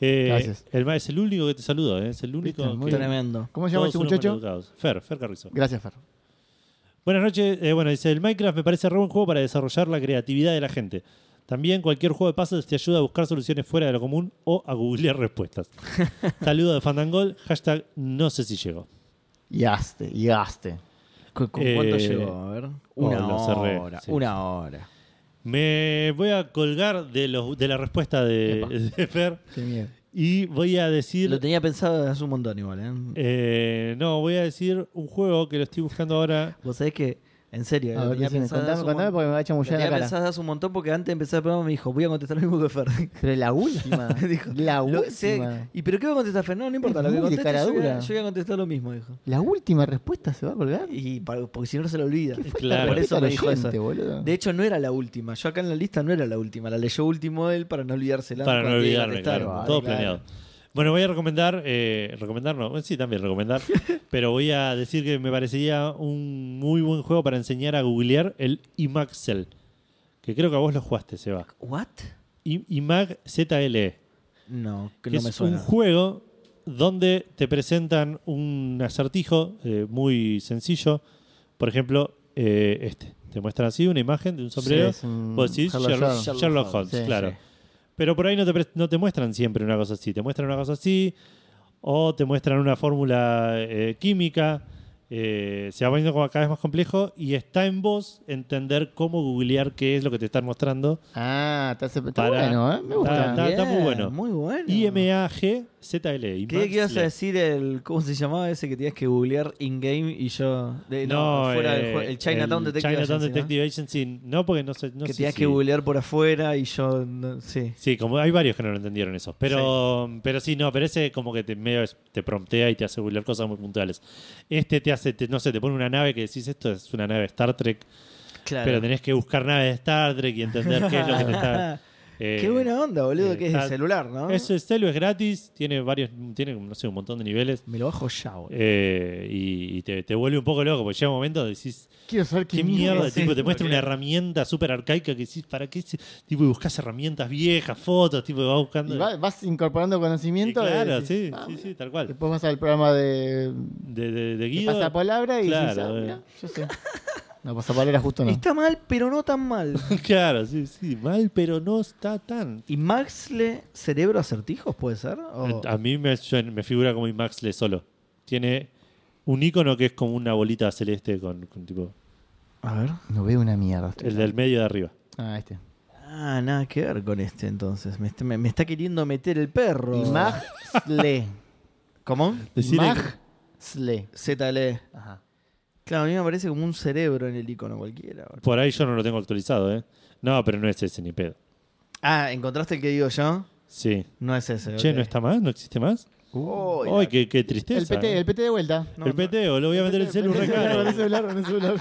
Speaker 1: Eh,
Speaker 3: Gracias.
Speaker 1: El, ma- es el único que te saluda, eh, es el único
Speaker 3: Viste, muy
Speaker 1: que-
Speaker 3: bien.
Speaker 2: Tremendo.
Speaker 3: ¿Cómo se llama
Speaker 1: todos
Speaker 3: ese
Speaker 1: unos
Speaker 3: muchacho?
Speaker 1: maleducados. Fer, Fer Carrizo.
Speaker 3: Gracias, Fer.
Speaker 1: Buenas noches. Eh, bueno, dice, el Minecraft me parece re buen juego para desarrollar la creatividad de la gente. También cualquier juego de puzzles te ayuda a buscar soluciones fuera de lo común o a googlear respuestas. Saludo de Fandangol, hashtag no sé si llego.
Speaker 3: Y haste, y haste.
Speaker 2: ¿Con, con
Speaker 1: Eh,
Speaker 2: cuánto llegó? A ver.
Speaker 1: oh,
Speaker 2: Una
Speaker 1: lo cerré,
Speaker 2: hora.
Speaker 1: sí,
Speaker 2: una hora.
Speaker 1: Me voy a colgar de, los, de la respuesta de, de Fer
Speaker 3: Qué miedo.
Speaker 1: y voy a decir...
Speaker 2: Lo tenía pensado desde hace un montón igual, ¿eh?
Speaker 1: eh, no, voy a decir un juego que lo estoy buscando ahora.
Speaker 2: Vos sabés que, en serio,
Speaker 3: A
Speaker 2: lo
Speaker 3: ver,
Speaker 2: tenía
Speaker 3: decime,
Speaker 2: pensado
Speaker 3: contame,
Speaker 2: hace un
Speaker 3: contame
Speaker 2: mon-
Speaker 3: porque me va a
Speaker 2: lo
Speaker 3: chamullar en
Speaker 2: tenía
Speaker 3: la cara.
Speaker 2: pensado hace un montón porque antes de empezar el programa me dijo, voy a contestar lo mismo que Fer.
Speaker 3: Pero la última.
Speaker 2: Dijo,
Speaker 3: la
Speaker 2: Lo- sí,
Speaker 3: última.
Speaker 2: ¿Y pero qué va a contestar Fer? No, no importa, lo
Speaker 3: Muy
Speaker 2: que
Speaker 3: de
Speaker 2: conteste
Speaker 3: cara
Speaker 2: yo voy, a,
Speaker 3: dura.
Speaker 2: yo voy a contestar lo mismo, dijo.
Speaker 3: La última respuesta se va a colgar.
Speaker 2: Y para- porque si no no se lo olvida.
Speaker 1: Claro.
Speaker 2: Por eso me dijo eso.
Speaker 3: Boludo.
Speaker 2: De hecho, no era la última. Yo acá en la lista no era la última. La leyó último él para no olvidársela.
Speaker 1: Para no
Speaker 2: cuando llegue a
Speaker 1: olvidarme,
Speaker 2: contestar.
Speaker 1: claro.
Speaker 3: claro,
Speaker 1: Todo
Speaker 3: claro.
Speaker 1: planeado. Bueno, voy a recomendar, eh, recomendar no, eh, sí, también recomendar, pero voy a decir que me parecería un muy buen juego para enseñar a googlear el IMAXL, que creo que a vos lo jugaste, Seba.
Speaker 2: ¿What?
Speaker 1: I- IMAGZLE,
Speaker 2: No, que
Speaker 1: que
Speaker 2: no
Speaker 1: es
Speaker 2: me suena.
Speaker 1: un juego donde te presentan un acertijo eh, muy sencillo, por ejemplo, eh, este. Te muestran así una imagen de un sombrero.
Speaker 3: es un
Speaker 1: Vos decís
Speaker 3: Sherlock
Speaker 1: Sherlock,
Speaker 3: Holmes.
Speaker 1: Sherlock
Speaker 2: Sherlock
Speaker 1: Holmes,
Speaker 2: Holmes,
Speaker 3: sí,
Speaker 1: claro.
Speaker 2: sí.
Speaker 1: Pero por ahí no te, pres- no te muestran siempre una cosa así. Te muestran una cosa así, o te muestran una fórmula eh, química, eh, se va poniendo como cada vez más complejo y está en vos entender cómo googlear qué es lo que te están mostrando.
Speaker 3: Ah, está, está
Speaker 1: Para-
Speaker 3: bueno, ¿eh? Me gusta.
Speaker 1: Está- está muy
Speaker 2: Bien,
Speaker 1: bueno.
Speaker 2: Muy bueno.
Speaker 1: IMAGZLE.
Speaker 2: ¿Qué, qué ibas a
Speaker 1: Imaxle.
Speaker 2: decir el. ¿Cómo se llamaba ese que tenías que googlear in-game y yo. de-
Speaker 1: No,
Speaker 2: fuera del
Speaker 1: eh,
Speaker 2: juego, el Chinatown
Speaker 1: el
Speaker 2: Detective.
Speaker 1: Chinatown
Speaker 2: Agency, ¿no?
Speaker 1: Detective Agency, no, porque no sé. No
Speaker 2: que
Speaker 1: sé
Speaker 2: tenías
Speaker 1: si-
Speaker 2: que googlear por afuera y yo. no- sí.
Speaker 1: Sí, como hay varios que no lo entendieron eso. Pero sí, pero sí no, pero ese como que te, medio es- te promptea y te hace googlear cosas muy puntuales. Este te hace, te- no sé, te pone una nave que decís esto es una nave de Star Trek,
Speaker 2: Claro.
Speaker 1: pero tenés que buscar nave de Star Trek y entender
Speaker 3: Ah.
Speaker 1: qué es lo que te está. eh,
Speaker 2: Qué buena onda, boludo,
Speaker 1: eh,
Speaker 2: que es el
Speaker 1: está-
Speaker 2: celular, ¿no?
Speaker 1: Eso es celu, es gratis, tiene varios, tiene no sé, un montón de niveles.
Speaker 2: Me lo bajo ya, boludo.
Speaker 1: eh, y y te, te vuelve un poco loco, porque llega un momento donde decís,
Speaker 3: Quiero saber qué,
Speaker 1: ¿Qué mierda?
Speaker 3: es
Speaker 1: tipo,
Speaker 3: esto,
Speaker 1: te muestra
Speaker 3: ¿qué?
Speaker 1: una herramienta súper arcaica que decís, ¿para qué? se- Tipo, y buscas herramientas viejas, fotos, tipo, vas buscando.
Speaker 3: Y va- vas incorporando
Speaker 1: Y
Speaker 3: conocimiento.
Speaker 1: claro,
Speaker 3: y decís,
Speaker 1: sí,
Speaker 3: ah,
Speaker 1: sí, sí,
Speaker 3: mira.
Speaker 1: tal cual.
Speaker 3: Después vas al programa de,
Speaker 1: De, de, de
Speaker 3: de
Speaker 1: Guido.
Speaker 3: pasapalabra y dices,
Speaker 1: Claro,
Speaker 3: ah,
Speaker 1: eh.
Speaker 3: mira, yo sé. No, pasapalabra justo no.
Speaker 2: Está mal, pero no tan mal.
Speaker 1: claro, sí, sí. Mal, pero no está tan. Eh,
Speaker 2: ¿Y Maxle cerebro acertijos puede ser?
Speaker 3: Oh.
Speaker 2: O-
Speaker 1: A mí me, suen- me figura como Imaxle solo. Tiene un icono que es como una bolita celeste con, con tipo.
Speaker 2: A ver.
Speaker 3: No veo una mierda. estoy-
Speaker 1: El del medio de arriba.
Speaker 3: Ah, este.
Speaker 2: Ah, nada que ver con este entonces. Me, está- me- me está queriendo meter el perro.
Speaker 3: Imagsley.
Speaker 2: ¿Cómo?
Speaker 1: Decirle que-
Speaker 3: Imagsley.
Speaker 2: ZLE.
Speaker 3: Ajá.
Speaker 2: Claro, a mí me aparece como un cerebro en el icono cualquiera. boludo.
Speaker 1: Por ahí yo no lo tengo actualizado, ¿eh? No, pero no es ese ni pedo.
Speaker 2: Ah, ¿encontraste el que digo yo?
Speaker 1: Sí.
Speaker 2: No es ese.
Speaker 1: Che,
Speaker 2: ok.
Speaker 1: ¿no está más? ¿No existe más?
Speaker 2: Oh,
Speaker 1: Uy, qué, qué tristeza.
Speaker 3: El PT,
Speaker 1: ¿eh?
Speaker 3: el PT de vuelta.
Speaker 2: No,
Speaker 1: el
Speaker 2: no.
Speaker 1: PT, o lo voy a meter en celu
Speaker 3: Con el celular, con el
Speaker 1: recado.
Speaker 3: celular, con el celular.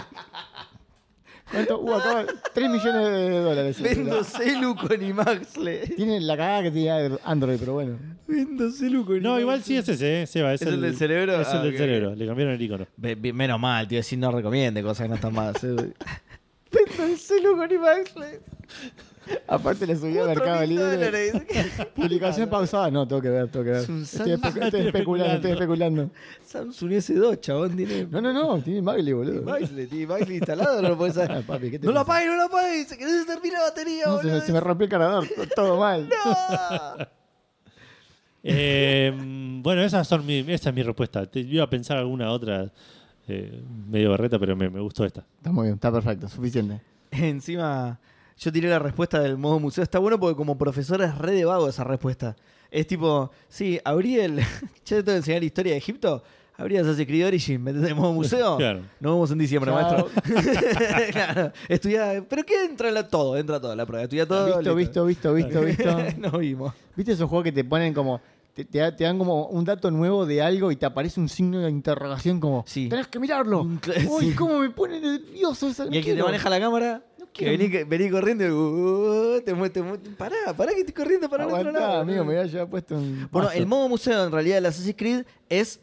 Speaker 3: ¿Cuánto? Uh, acaba 3 millones de dólares. el
Speaker 2: Vendo
Speaker 3: celular.
Speaker 2: celu con Imaxle.
Speaker 3: Tiene la cagada que tiene Android, pero bueno.
Speaker 2: Vendo celu con
Speaker 1: No,
Speaker 2: Imaxle.
Speaker 1: igual sí es ese, ¿eh? Seba, es,
Speaker 2: ¿Es el del cerebro?
Speaker 1: Es el
Speaker 2: Ah,
Speaker 1: del
Speaker 2: ok,
Speaker 1: cerebro. Le cambiaron el icono.
Speaker 2: Be- be- menos mal, tío, si no recomiende cosas que no están más. eh, güey. Vendo el celu con Imaxle.
Speaker 3: Aparte le subí a
Speaker 2: Cuatro
Speaker 3: Mercado
Speaker 2: mil
Speaker 3: Libre.
Speaker 2: dólares.
Speaker 3: Publicación pausada. No, tengo que ver, tengo que ver.
Speaker 2: Es un
Speaker 3: Estoy,
Speaker 2: santo-
Speaker 3: espe- estoy especulando, estoy especulando.
Speaker 2: Samsung S2, chabón, tiene.
Speaker 3: No, no, no. Tiene Magley, boludo.
Speaker 2: Imaxle, tiene Imaxle instalado, no lo puedes
Speaker 3: Ah,
Speaker 2: saber.
Speaker 3: papi, ¿qué te
Speaker 2: No lo
Speaker 3: pasa?
Speaker 2: apagues, no lo apagues. Que no se termina la batería,
Speaker 3: No, se,
Speaker 2: boludo.
Speaker 3: me, se me rompió el cargador. Todo mal.
Speaker 2: No.
Speaker 1: Eh, bueno, esas son mi, esa es mi respuesta. Te, iba a pensar alguna otra eh, medio barreta, pero me, me gustó esta.
Speaker 3: Está muy bien, está perfecto, suficiente.
Speaker 2: Encima, yo tiré la respuesta del modo museo. Está bueno porque como profesor es re de vago esa respuesta. Es tipo, sí, abrí el... Yo te tengo que enseñar historia de Egipto. Abrí Assassin's Creed Origin, metete en modo museo.
Speaker 1: Claro.
Speaker 2: Nos vemos en diciembre,
Speaker 3: Chao.
Speaker 2: maestro. claro. Estudia... ¿Pero qué entra en la... todo? Entra todo en la prueba. Estudia todo.
Speaker 3: Visto,
Speaker 2: listo.
Speaker 3: visto, visto, visto, visto.
Speaker 2: Nos vimos.
Speaker 3: ¿Viste esos juegos que te ponen como. Te, te da- te dan como un dato nuevo de algo y te aparece un signo de interrogación como.
Speaker 2: Sí.
Speaker 3: Tenés que mirarlo.
Speaker 2: Un cl-
Speaker 3: Uy,
Speaker 2: sí.
Speaker 3: cómo me pone nervioso esa no
Speaker 2: Y el que te
Speaker 3: quiero.
Speaker 2: maneja la cámara, que
Speaker 3: quiero.
Speaker 2: vení, que vení corriendo y uh, te mue- te mue- Pará, pará que estoy corriendo para no
Speaker 3: Aguantá,
Speaker 2: entrar nada.
Speaker 3: amigo, me había ya puesto un.
Speaker 2: Bueno,
Speaker 3: paso.
Speaker 2: el modo museo en realidad del Assassin's Creed es.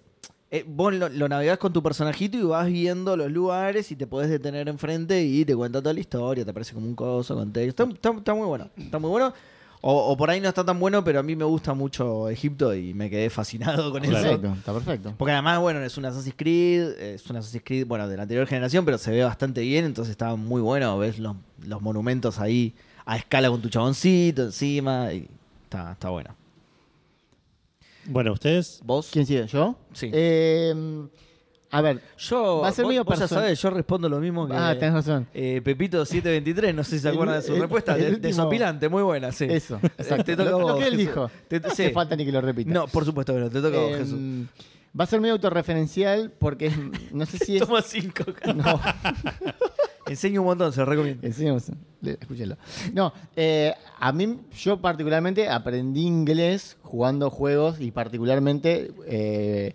Speaker 2: eh, vos lo, lo navegás con tu personajito y vas viendo los lugares y te podés detener enfrente y te cuenta toda la historia. Te aparece como un coso, contexto. Está, está- está muy bueno. Está muy bueno. O, o por ahí no está tan bueno, pero a mí me gusta mucho Egipto y me quedé fascinado con
Speaker 1: Claro.
Speaker 2: eso.
Speaker 3: Perfecto, está perfecto.
Speaker 2: Porque además, bueno, es un Assassin's Creed, es un Assassin's Creed, bueno, de la anterior generación, pero se ve bastante bien, entonces estaba muy bueno, ves los, los monumentos ahí a escala con tu chaboncito encima, y está, está bueno.
Speaker 1: Bueno, ustedes.
Speaker 2: ¿Vos?
Speaker 3: ¿Quién sigue? ¿Yo?
Speaker 2: Sí.
Speaker 3: Eh, a ver.
Speaker 2: Yo,
Speaker 3: Va a ser
Speaker 2: vos-
Speaker 3: medio
Speaker 2: vos ya
Speaker 3: person-
Speaker 2: sabés, yo respondo lo mismo que
Speaker 3: Ah, tenés razón.
Speaker 2: eh, Pepito723, no sé si se
Speaker 3: El-
Speaker 2: acuerdan de su
Speaker 3: el-
Speaker 2: respuesta,
Speaker 3: el
Speaker 2: de-
Speaker 3: último.
Speaker 2: desopilante, muy buena, sí.
Speaker 3: Eso,
Speaker 2: Eh,
Speaker 3: exacto.
Speaker 2: Te toca
Speaker 3: Lo-
Speaker 2: a
Speaker 3: lo
Speaker 2: vos,
Speaker 3: que él
Speaker 2: Jesús.
Speaker 3: dijo.
Speaker 2: Te-
Speaker 3: No
Speaker 2: sí.
Speaker 3: hace falta ni que lo repita.
Speaker 2: No, por supuesto que no, te toca a vos,
Speaker 3: Eh,
Speaker 2: Jesús.
Speaker 3: Va a ser medio autorreferencial porque es- no sé si es.
Speaker 2: Toma cinco.
Speaker 3: No.
Speaker 2: Enseño un montón, se lo recomiendo.
Speaker 3: Enseñemos, le- escúchenlo. No, eh, a mí, yo particularmente aprendí inglés jugando juegos y particularmente eh,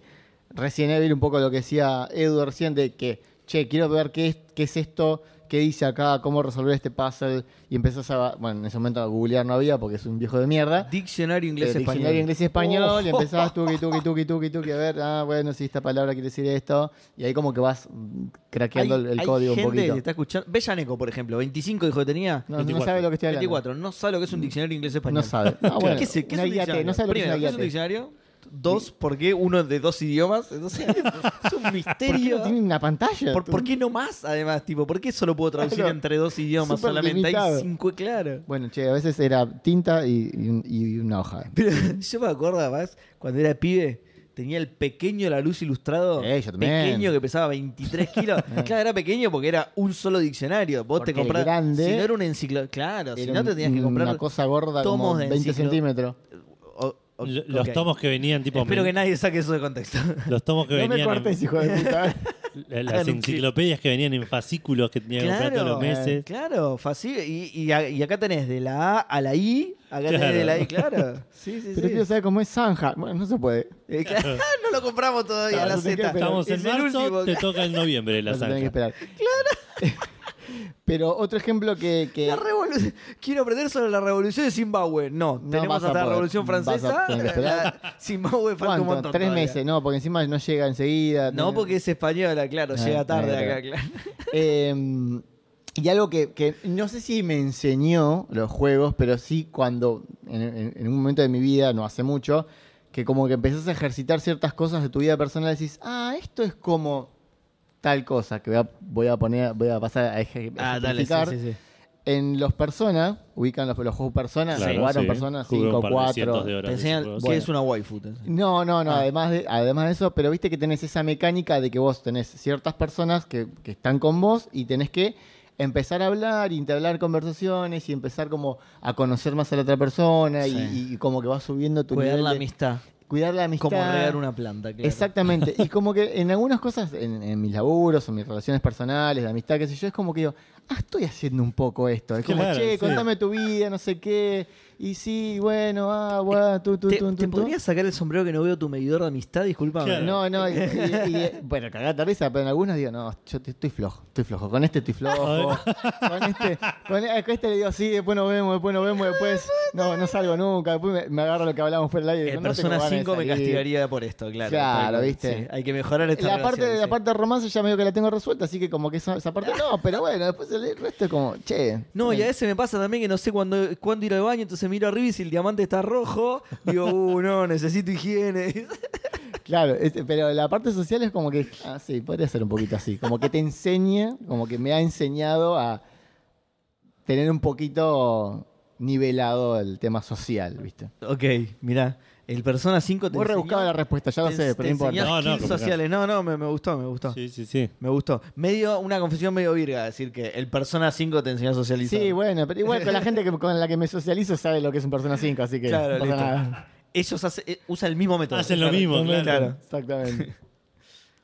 Speaker 3: recién Evil, un poco lo que decía Edu recién de que, che, quiero ver qué es, qué es esto, qué dice acá, cómo resolver este puzzle y empezás a, bueno, en ese momento a googlear no había porque es un viejo de mierda.
Speaker 2: Diccionario
Speaker 3: Eh,
Speaker 2: inglés-español.
Speaker 3: diccionario inglés-español,
Speaker 2: Oh.
Speaker 3: y empezás tuqui, tuqui, tuqui, tuqui, tuqui, a ver, ah, bueno, si esta palabra quiere decir esto, y ahí como que vas mm, craqueando el- el código un
Speaker 2: gente
Speaker 3: poquito.
Speaker 2: que está escuchando. Bellaneco, por ejemplo, 25 dijo que tenía.
Speaker 3: No, no
Speaker 1: 24.
Speaker 3: sabe lo que estoy hablando.
Speaker 2: 24. No sabe lo que es un diccionario inglés-español.
Speaker 3: No sabe. Ah, bueno.
Speaker 2: ¿Qué, es, qué es
Speaker 3: Una
Speaker 2: un
Speaker 3: guía
Speaker 2: diccionario?
Speaker 3: T, no sabe lo que es
Speaker 2: Primero,
Speaker 3: una
Speaker 2: ¿qué es un
Speaker 3: guía T.
Speaker 2: diccionario? Dos, ¿por qué uno de dos idiomas? Entonces, es un
Speaker 3: ¿Por qué
Speaker 2: misterio.
Speaker 3: no tiene una pantalla?
Speaker 2: ¿Por, por qué no más, además? tipo ¿Por qué solo puedo traducir
Speaker 3: Claro.
Speaker 2: entre dos idiomas?
Speaker 3: Súper
Speaker 2: Solamente
Speaker 3: limitado.
Speaker 2: hay cinco, claro.
Speaker 3: Bueno, che, a veces era tinta y, y un- y una hoja.
Speaker 2: Pero yo me acuerdo, además, cuando era pibe, tenía el pequeño La Luz Ilustrado.
Speaker 3: Eh, yo también. Eh.
Speaker 2: pequeño que pesaba 23 kilos. claro, era pequeño porque era un solo diccionario. Vos
Speaker 3: Porque
Speaker 2: te
Speaker 3: el
Speaker 2: comprabas.
Speaker 3: grande
Speaker 2: si no era una enciclopedia. Claro, si
Speaker 3: Era
Speaker 2: no te tenías que
Speaker 3: un-
Speaker 2: comprar.
Speaker 3: Una cosa gorda como
Speaker 2: tomos de
Speaker 3: 20
Speaker 2: enciclo-
Speaker 3: centímetros.
Speaker 2: O- o-
Speaker 1: L- Los
Speaker 2: ok.
Speaker 1: tomos que venían, tipo.
Speaker 2: Espero
Speaker 1: mil-
Speaker 2: que nadie saque eso de contexto.
Speaker 1: Los tomos que
Speaker 3: No me
Speaker 1: venían.
Speaker 3: cortes, hijo de puta.
Speaker 1: en- la-
Speaker 2: Hagan un
Speaker 1: las
Speaker 2: clip.
Speaker 1: enciclopedias que venían en fascículos que tenía que comprar todos los
Speaker 2: Claro, eh,
Speaker 1: meses.
Speaker 2: Claro, fácil. Y, y a- y acá tenés de la A a la I. Acá tenés
Speaker 1: Claro.
Speaker 2: de la I, claro. Sí, sí,
Speaker 3: Pero
Speaker 2: sí.
Speaker 3: quiero saber cómo es Zanja. Bueno, no se puede.
Speaker 2: Eh, claro, no lo compramos todavía,
Speaker 3: Claro,
Speaker 2: la
Speaker 3: Ah, no sé qué,
Speaker 2: Z.
Speaker 3: pero-
Speaker 1: Estamos
Speaker 2: Es
Speaker 1: en
Speaker 2: el
Speaker 1: marzo,
Speaker 2: último.
Speaker 1: te toca en noviembre la
Speaker 3: Vas a tener que
Speaker 1: zanja.
Speaker 3: esperar. Pero otro ejemplo que. que
Speaker 2: La revolu- Quiero aprender sobre la revolución de Zimbabue. No,
Speaker 3: No
Speaker 2: tenemos
Speaker 3: vas
Speaker 2: hasta
Speaker 3: a
Speaker 2: la
Speaker 3: poder.
Speaker 2: revolución
Speaker 3: Vas a
Speaker 2: francesa.
Speaker 3: tener que esperar.
Speaker 2: la- Zimbabue falta un
Speaker 3: ¿Cuánto?
Speaker 2: montón.
Speaker 3: Tres
Speaker 2: todavía.
Speaker 3: meses, no, porque encima no llega enseguida.
Speaker 2: No,
Speaker 3: Tiene-
Speaker 2: porque es española, claro,
Speaker 3: Ah,
Speaker 2: llega tarde
Speaker 3: claro.
Speaker 2: acá, claro.
Speaker 3: Eh, y algo que, que no sé si me enseñó los juegos, pero sí cuando, en, en- en un momento de mi vida, no hace mucho, que como que empezás a ejercitar ciertas cosas de tu vida personal, decís, ah, esto es como tal cosa que voy a, voy a poner, voy a pasar a eje-
Speaker 2: Ah,
Speaker 3: ejemplificar. En los personas, ubican los, los juegos personas,
Speaker 1: Claro,
Speaker 3: jugaron
Speaker 1: sí.
Speaker 3: personas
Speaker 1: Jugué un
Speaker 3: 5,
Speaker 1: par de cientos
Speaker 3: 4,
Speaker 1: de horas.
Speaker 2: Te enseñan
Speaker 1: Bueno.
Speaker 2: que es una waifu. te enseñan.
Speaker 3: no, no, no,
Speaker 2: Ah.
Speaker 3: además, de, además de eso, pero viste que tenés esa mecánica de que vos tenés ciertas personas que, que están con vos y tenés que empezar a hablar, entablar conversaciones y empezar como a conocer más a la otra persona y-
Speaker 2: Sí.
Speaker 3: y, y como que vas subiendo tu
Speaker 2: Cuidar
Speaker 3: nivel
Speaker 2: la
Speaker 3: de-
Speaker 2: amistad.
Speaker 3: cuidar la amistad.
Speaker 2: Como regar una planta, claro.
Speaker 3: Exactamente. Y como que en algunas cosas, en, en mis laburos o mis relaciones personales, de amistad, qué sé yo, es como que digo, ah, estoy haciendo un poco esto. Es como,
Speaker 1: Claro,
Speaker 3: che,
Speaker 1: sí.
Speaker 3: contame tu vida, no sé qué. Y sí, bueno, ah, bueno, tú, tú,
Speaker 2: ¿Te,
Speaker 3: tú,
Speaker 2: te
Speaker 3: tú, tú.
Speaker 2: podrías sacar el sombrero que no veo tu medidor de amistad? Disculpame.
Speaker 1: Claro.
Speaker 3: No, no, y- y- y- bueno, cagate risa, pero en algunos digo, no, yo te- estoy flojo, estoy flojo, con este estoy flojo, con este, con e- con este le digo, sí, después nos vemos, después nos vemos, después no, no salgo nunca, después me, me agarro lo que hablábamos fuera del aire.
Speaker 2: El
Speaker 3: digo,
Speaker 2: Eh,
Speaker 3: no tengo
Speaker 2: Persona
Speaker 3: ganas de
Speaker 2: 5 me
Speaker 3: salir.
Speaker 2: castigaría por esto, claro.
Speaker 3: Claro,
Speaker 2: Tal cual.
Speaker 3: ¿viste?
Speaker 2: Sí, hay que mejorar esta
Speaker 3: La parte,
Speaker 2: relación,
Speaker 3: la
Speaker 2: sí.
Speaker 3: parte de romance ya medio que la tengo resuelta, así que como que esa, esa parte no, pero bueno, después el resto es como, che.
Speaker 2: No, y a veces me pasa también que no sé cuándo, cuándo ir al baño, entonces miro arriba y si el diamante está rojo, digo, uh, no, necesito higiene.
Speaker 3: Claro, es- pero la parte social es como que, ah, sí, podría ser un poquito así, como que te enseña, como que me ha enseñado a tener un poquito nivelado el tema social, ¿viste?
Speaker 2: ok, mirá, el Persona 5 te
Speaker 3: Muy rebuscada la
Speaker 2: enseñó-
Speaker 3: respuesta, ya lo
Speaker 2: te-
Speaker 3: sé, pero
Speaker 2: te
Speaker 3: no importa.
Speaker 2: enseñó
Speaker 1: No, no,
Speaker 2: skills
Speaker 1: complicado.
Speaker 2: sociales. No, no, me, me gustó, me gustó.
Speaker 1: Sí, sí, sí.
Speaker 2: Me gustó. Medio, una confesión medio virga, decir que el Persona 5 te enseñó a socializar.
Speaker 3: Sí, bueno, pero igual con la gente que, con la que me socializo sabe lo que es un Persona 5, así que
Speaker 2: Claro,
Speaker 3: no pasa
Speaker 2: listo.
Speaker 3: nada.
Speaker 2: Ellos hace- eh, usan el mismo método.
Speaker 1: Hacen lo mismo, claro.
Speaker 3: Exactamente.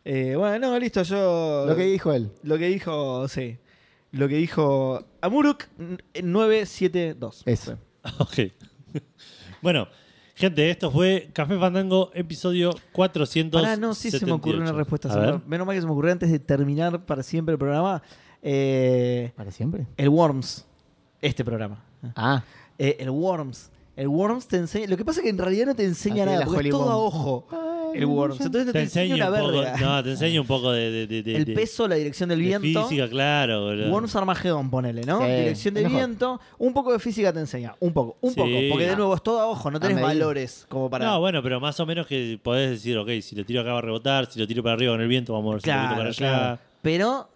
Speaker 2: Eh, bueno, no, listo, yo...
Speaker 3: Lo que dijo él.
Speaker 2: Lo que dijo, sí. Lo que dijo Amuruk n- 972.
Speaker 3: Eso.
Speaker 1: Ok. bueno, gente, esto fue Café Fandango, episodio 400.
Speaker 2: Pará, no, sí se me ocurrió una respuesta.
Speaker 1: A
Speaker 2: se me-
Speaker 1: ver.
Speaker 2: Menos mal que se me ocurrió antes de terminar para siempre el programa. Eh,
Speaker 3: ¿Para siempre?
Speaker 2: el Worms. Este programa.
Speaker 3: Ah,
Speaker 2: Eh, el Worms. El Worms te enseña. Lo que pasa es que en realidad no te enseña
Speaker 3: Ah, tiene
Speaker 2: nada,
Speaker 3: la
Speaker 2: porque es
Speaker 3: Holy
Speaker 2: todo a
Speaker 3: Bomb.
Speaker 2: ojo.
Speaker 3: Ay,
Speaker 2: El Worms.
Speaker 3: ya-
Speaker 2: Entonces no te,
Speaker 1: Te
Speaker 2: enseña
Speaker 1: enseño
Speaker 2: una
Speaker 1: un poco,
Speaker 2: verga.
Speaker 1: no, te enseño un poco de, de- de- de-
Speaker 2: el
Speaker 1: de-
Speaker 2: peso, la dirección del
Speaker 1: de
Speaker 2: viento.
Speaker 1: física, claro. boludo.
Speaker 2: Worms Armageddon, ponele, ¿no?
Speaker 3: Sí,
Speaker 2: Dirección de
Speaker 3: es mejor.
Speaker 2: viento. Un poco de física te enseña. Un poco, un
Speaker 1: Sí.
Speaker 2: poco. Porque de nuevo es todo a ojo, no tenés
Speaker 3: medir.
Speaker 2: valores como para.
Speaker 1: No, bueno, pero más o menos que podés decir, ok, si lo tiro acá va a rebotar, si lo tiro para arriba con el viento, vamos a moverse un
Speaker 2: Claro,
Speaker 1: poquito para
Speaker 2: claro.
Speaker 1: allá.
Speaker 2: Pero,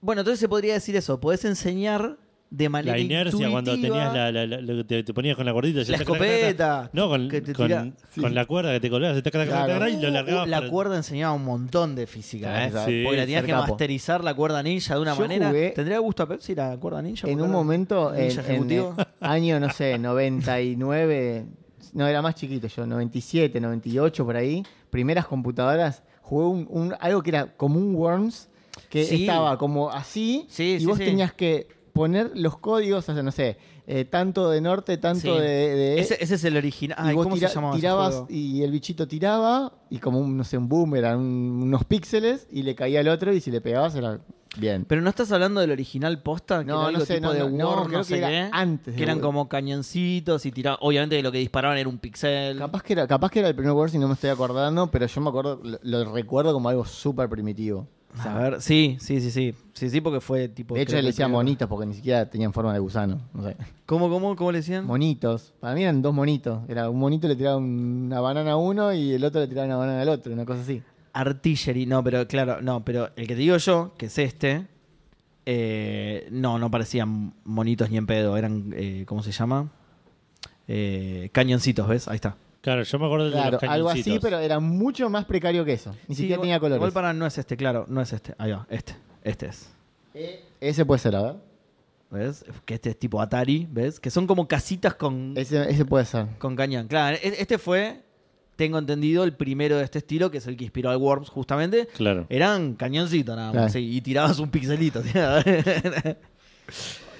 Speaker 2: bueno, entonces se podría decir eso. Podés enseñar de manera
Speaker 1: La inercia cuando
Speaker 2: intuitiva
Speaker 1: tenías la, la- la- lo que te, te ponías con la gordita. ya
Speaker 2: la
Speaker 1: tac, tac, tac, tac.
Speaker 2: escopeta.
Speaker 1: No, con,
Speaker 2: que te
Speaker 1: con-
Speaker 2: tira-
Speaker 1: con la cuerda que te colgabas tac, tac, tac,
Speaker 3: Claro.
Speaker 1: tac, tac, y lo
Speaker 2: Uh,
Speaker 1: largabas.
Speaker 2: la
Speaker 1: para-
Speaker 2: cuerda enseñaba un montón de física, ¿eh?
Speaker 3: Claro,
Speaker 1: sí.
Speaker 2: Porque la tenías
Speaker 3: ser
Speaker 2: que
Speaker 3: capo.
Speaker 2: masterizar la cuerda ninja de una
Speaker 3: Yo
Speaker 2: manera.
Speaker 3: jugué-
Speaker 2: ¿Tendría gusto a Pepsi la cuerda ninja?
Speaker 3: En
Speaker 2: Porque
Speaker 3: un
Speaker 2: era-
Speaker 3: momento,
Speaker 2: ninja
Speaker 3: en, en,
Speaker 2: ejecutivo.
Speaker 3: eh, año, no sé, 99, no era más chiquito yo, 97, 98 por ahí, primeras computadoras, jugué un, un- algo que era como un Worms, que
Speaker 2: Sí.
Speaker 3: estaba como así,
Speaker 2: Sí,
Speaker 3: y
Speaker 2: sí,
Speaker 3: vos
Speaker 2: sí.
Speaker 3: tenías que poner los códigos, o sea, no sé, eh, tanto de norte, tanto
Speaker 2: Sí.
Speaker 3: de... de- E,
Speaker 2: Ese, ese es el original.
Speaker 3: y
Speaker 2: Ay,
Speaker 3: vos
Speaker 2: ¿Cómo
Speaker 3: tira-
Speaker 2: se llamaba? ese
Speaker 3: tirabas
Speaker 2: juego?
Speaker 3: y el bichito tiraba y como un, no sé, un boom, eran un- unos píxeles y le caía al otro y si le pegabas era bien.
Speaker 2: Pero no estás hablando del original posta, que
Speaker 3: No,
Speaker 2: era
Speaker 3: no
Speaker 2: algo
Speaker 3: sé,
Speaker 2: tipo
Speaker 3: no,
Speaker 2: de
Speaker 3: no, no,
Speaker 2: War,
Speaker 3: creo que
Speaker 2: sé
Speaker 3: era
Speaker 2: qué,
Speaker 3: antes
Speaker 2: Que
Speaker 3: de
Speaker 2: eran
Speaker 3: War.
Speaker 2: como cañoncitos y tiraban. Obviamente lo que disparaban era un pixel.
Speaker 3: Capaz que, era, capaz que era el primer Worms y no me estoy acordando, pero yo me acuerdo, lo, lo recuerdo como algo súper primitivo.
Speaker 2: A ver, sí, sí, sí, sí. Sí, sí, porque fue tipo.
Speaker 3: De hecho,
Speaker 2: creo
Speaker 3: le
Speaker 2: que
Speaker 3: decían
Speaker 2: primero.
Speaker 3: monitos porque ni siquiera tenían forma de gusano. no sé.
Speaker 2: ¿Cómo, cómo, cómo le decían?
Speaker 3: Monitos. Para mí eran dos monitos. Era un monito le tiraba una banana a uno y el otro le tiraba una banana al otro, una cosa así.
Speaker 2: Artillery. No, pero claro, no, pero el que te digo yo, que es este. eh, no, no parecían monitos ni en pedo. Eran, eh, ¿cómo se llama? Eh, cañoncitos, ¿ves? Ahí está.
Speaker 1: Claro, yo me acuerdo de
Speaker 3: Claro,
Speaker 1: los
Speaker 3: algo así,
Speaker 1: cañoncitos.
Speaker 3: pero era mucho más precario que eso. Ni
Speaker 2: Sí,
Speaker 3: siquiera
Speaker 2: igual-
Speaker 3: tenía colores.
Speaker 2: Igual para no es este, claro, no es este. Ahí va, este. Este es.
Speaker 3: Eh, Ese puede ser, a ver.
Speaker 2: ¿Ves? Que este es tipo Atari, ¿ves? Que son como casitas con,
Speaker 3: Ese, ese puede ser.
Speaker 2: con cañón. Claro, e- este fue, tengo entendido, el primero de este estilo, que es el que inspiró al Worms justamente.
Speaker 1: Claro.
Speaker 2: Eran cañoncitos nada más,
Speaker 3: Claro.
Speaker 2: sí, y tirabas un pixelito. ¿sí?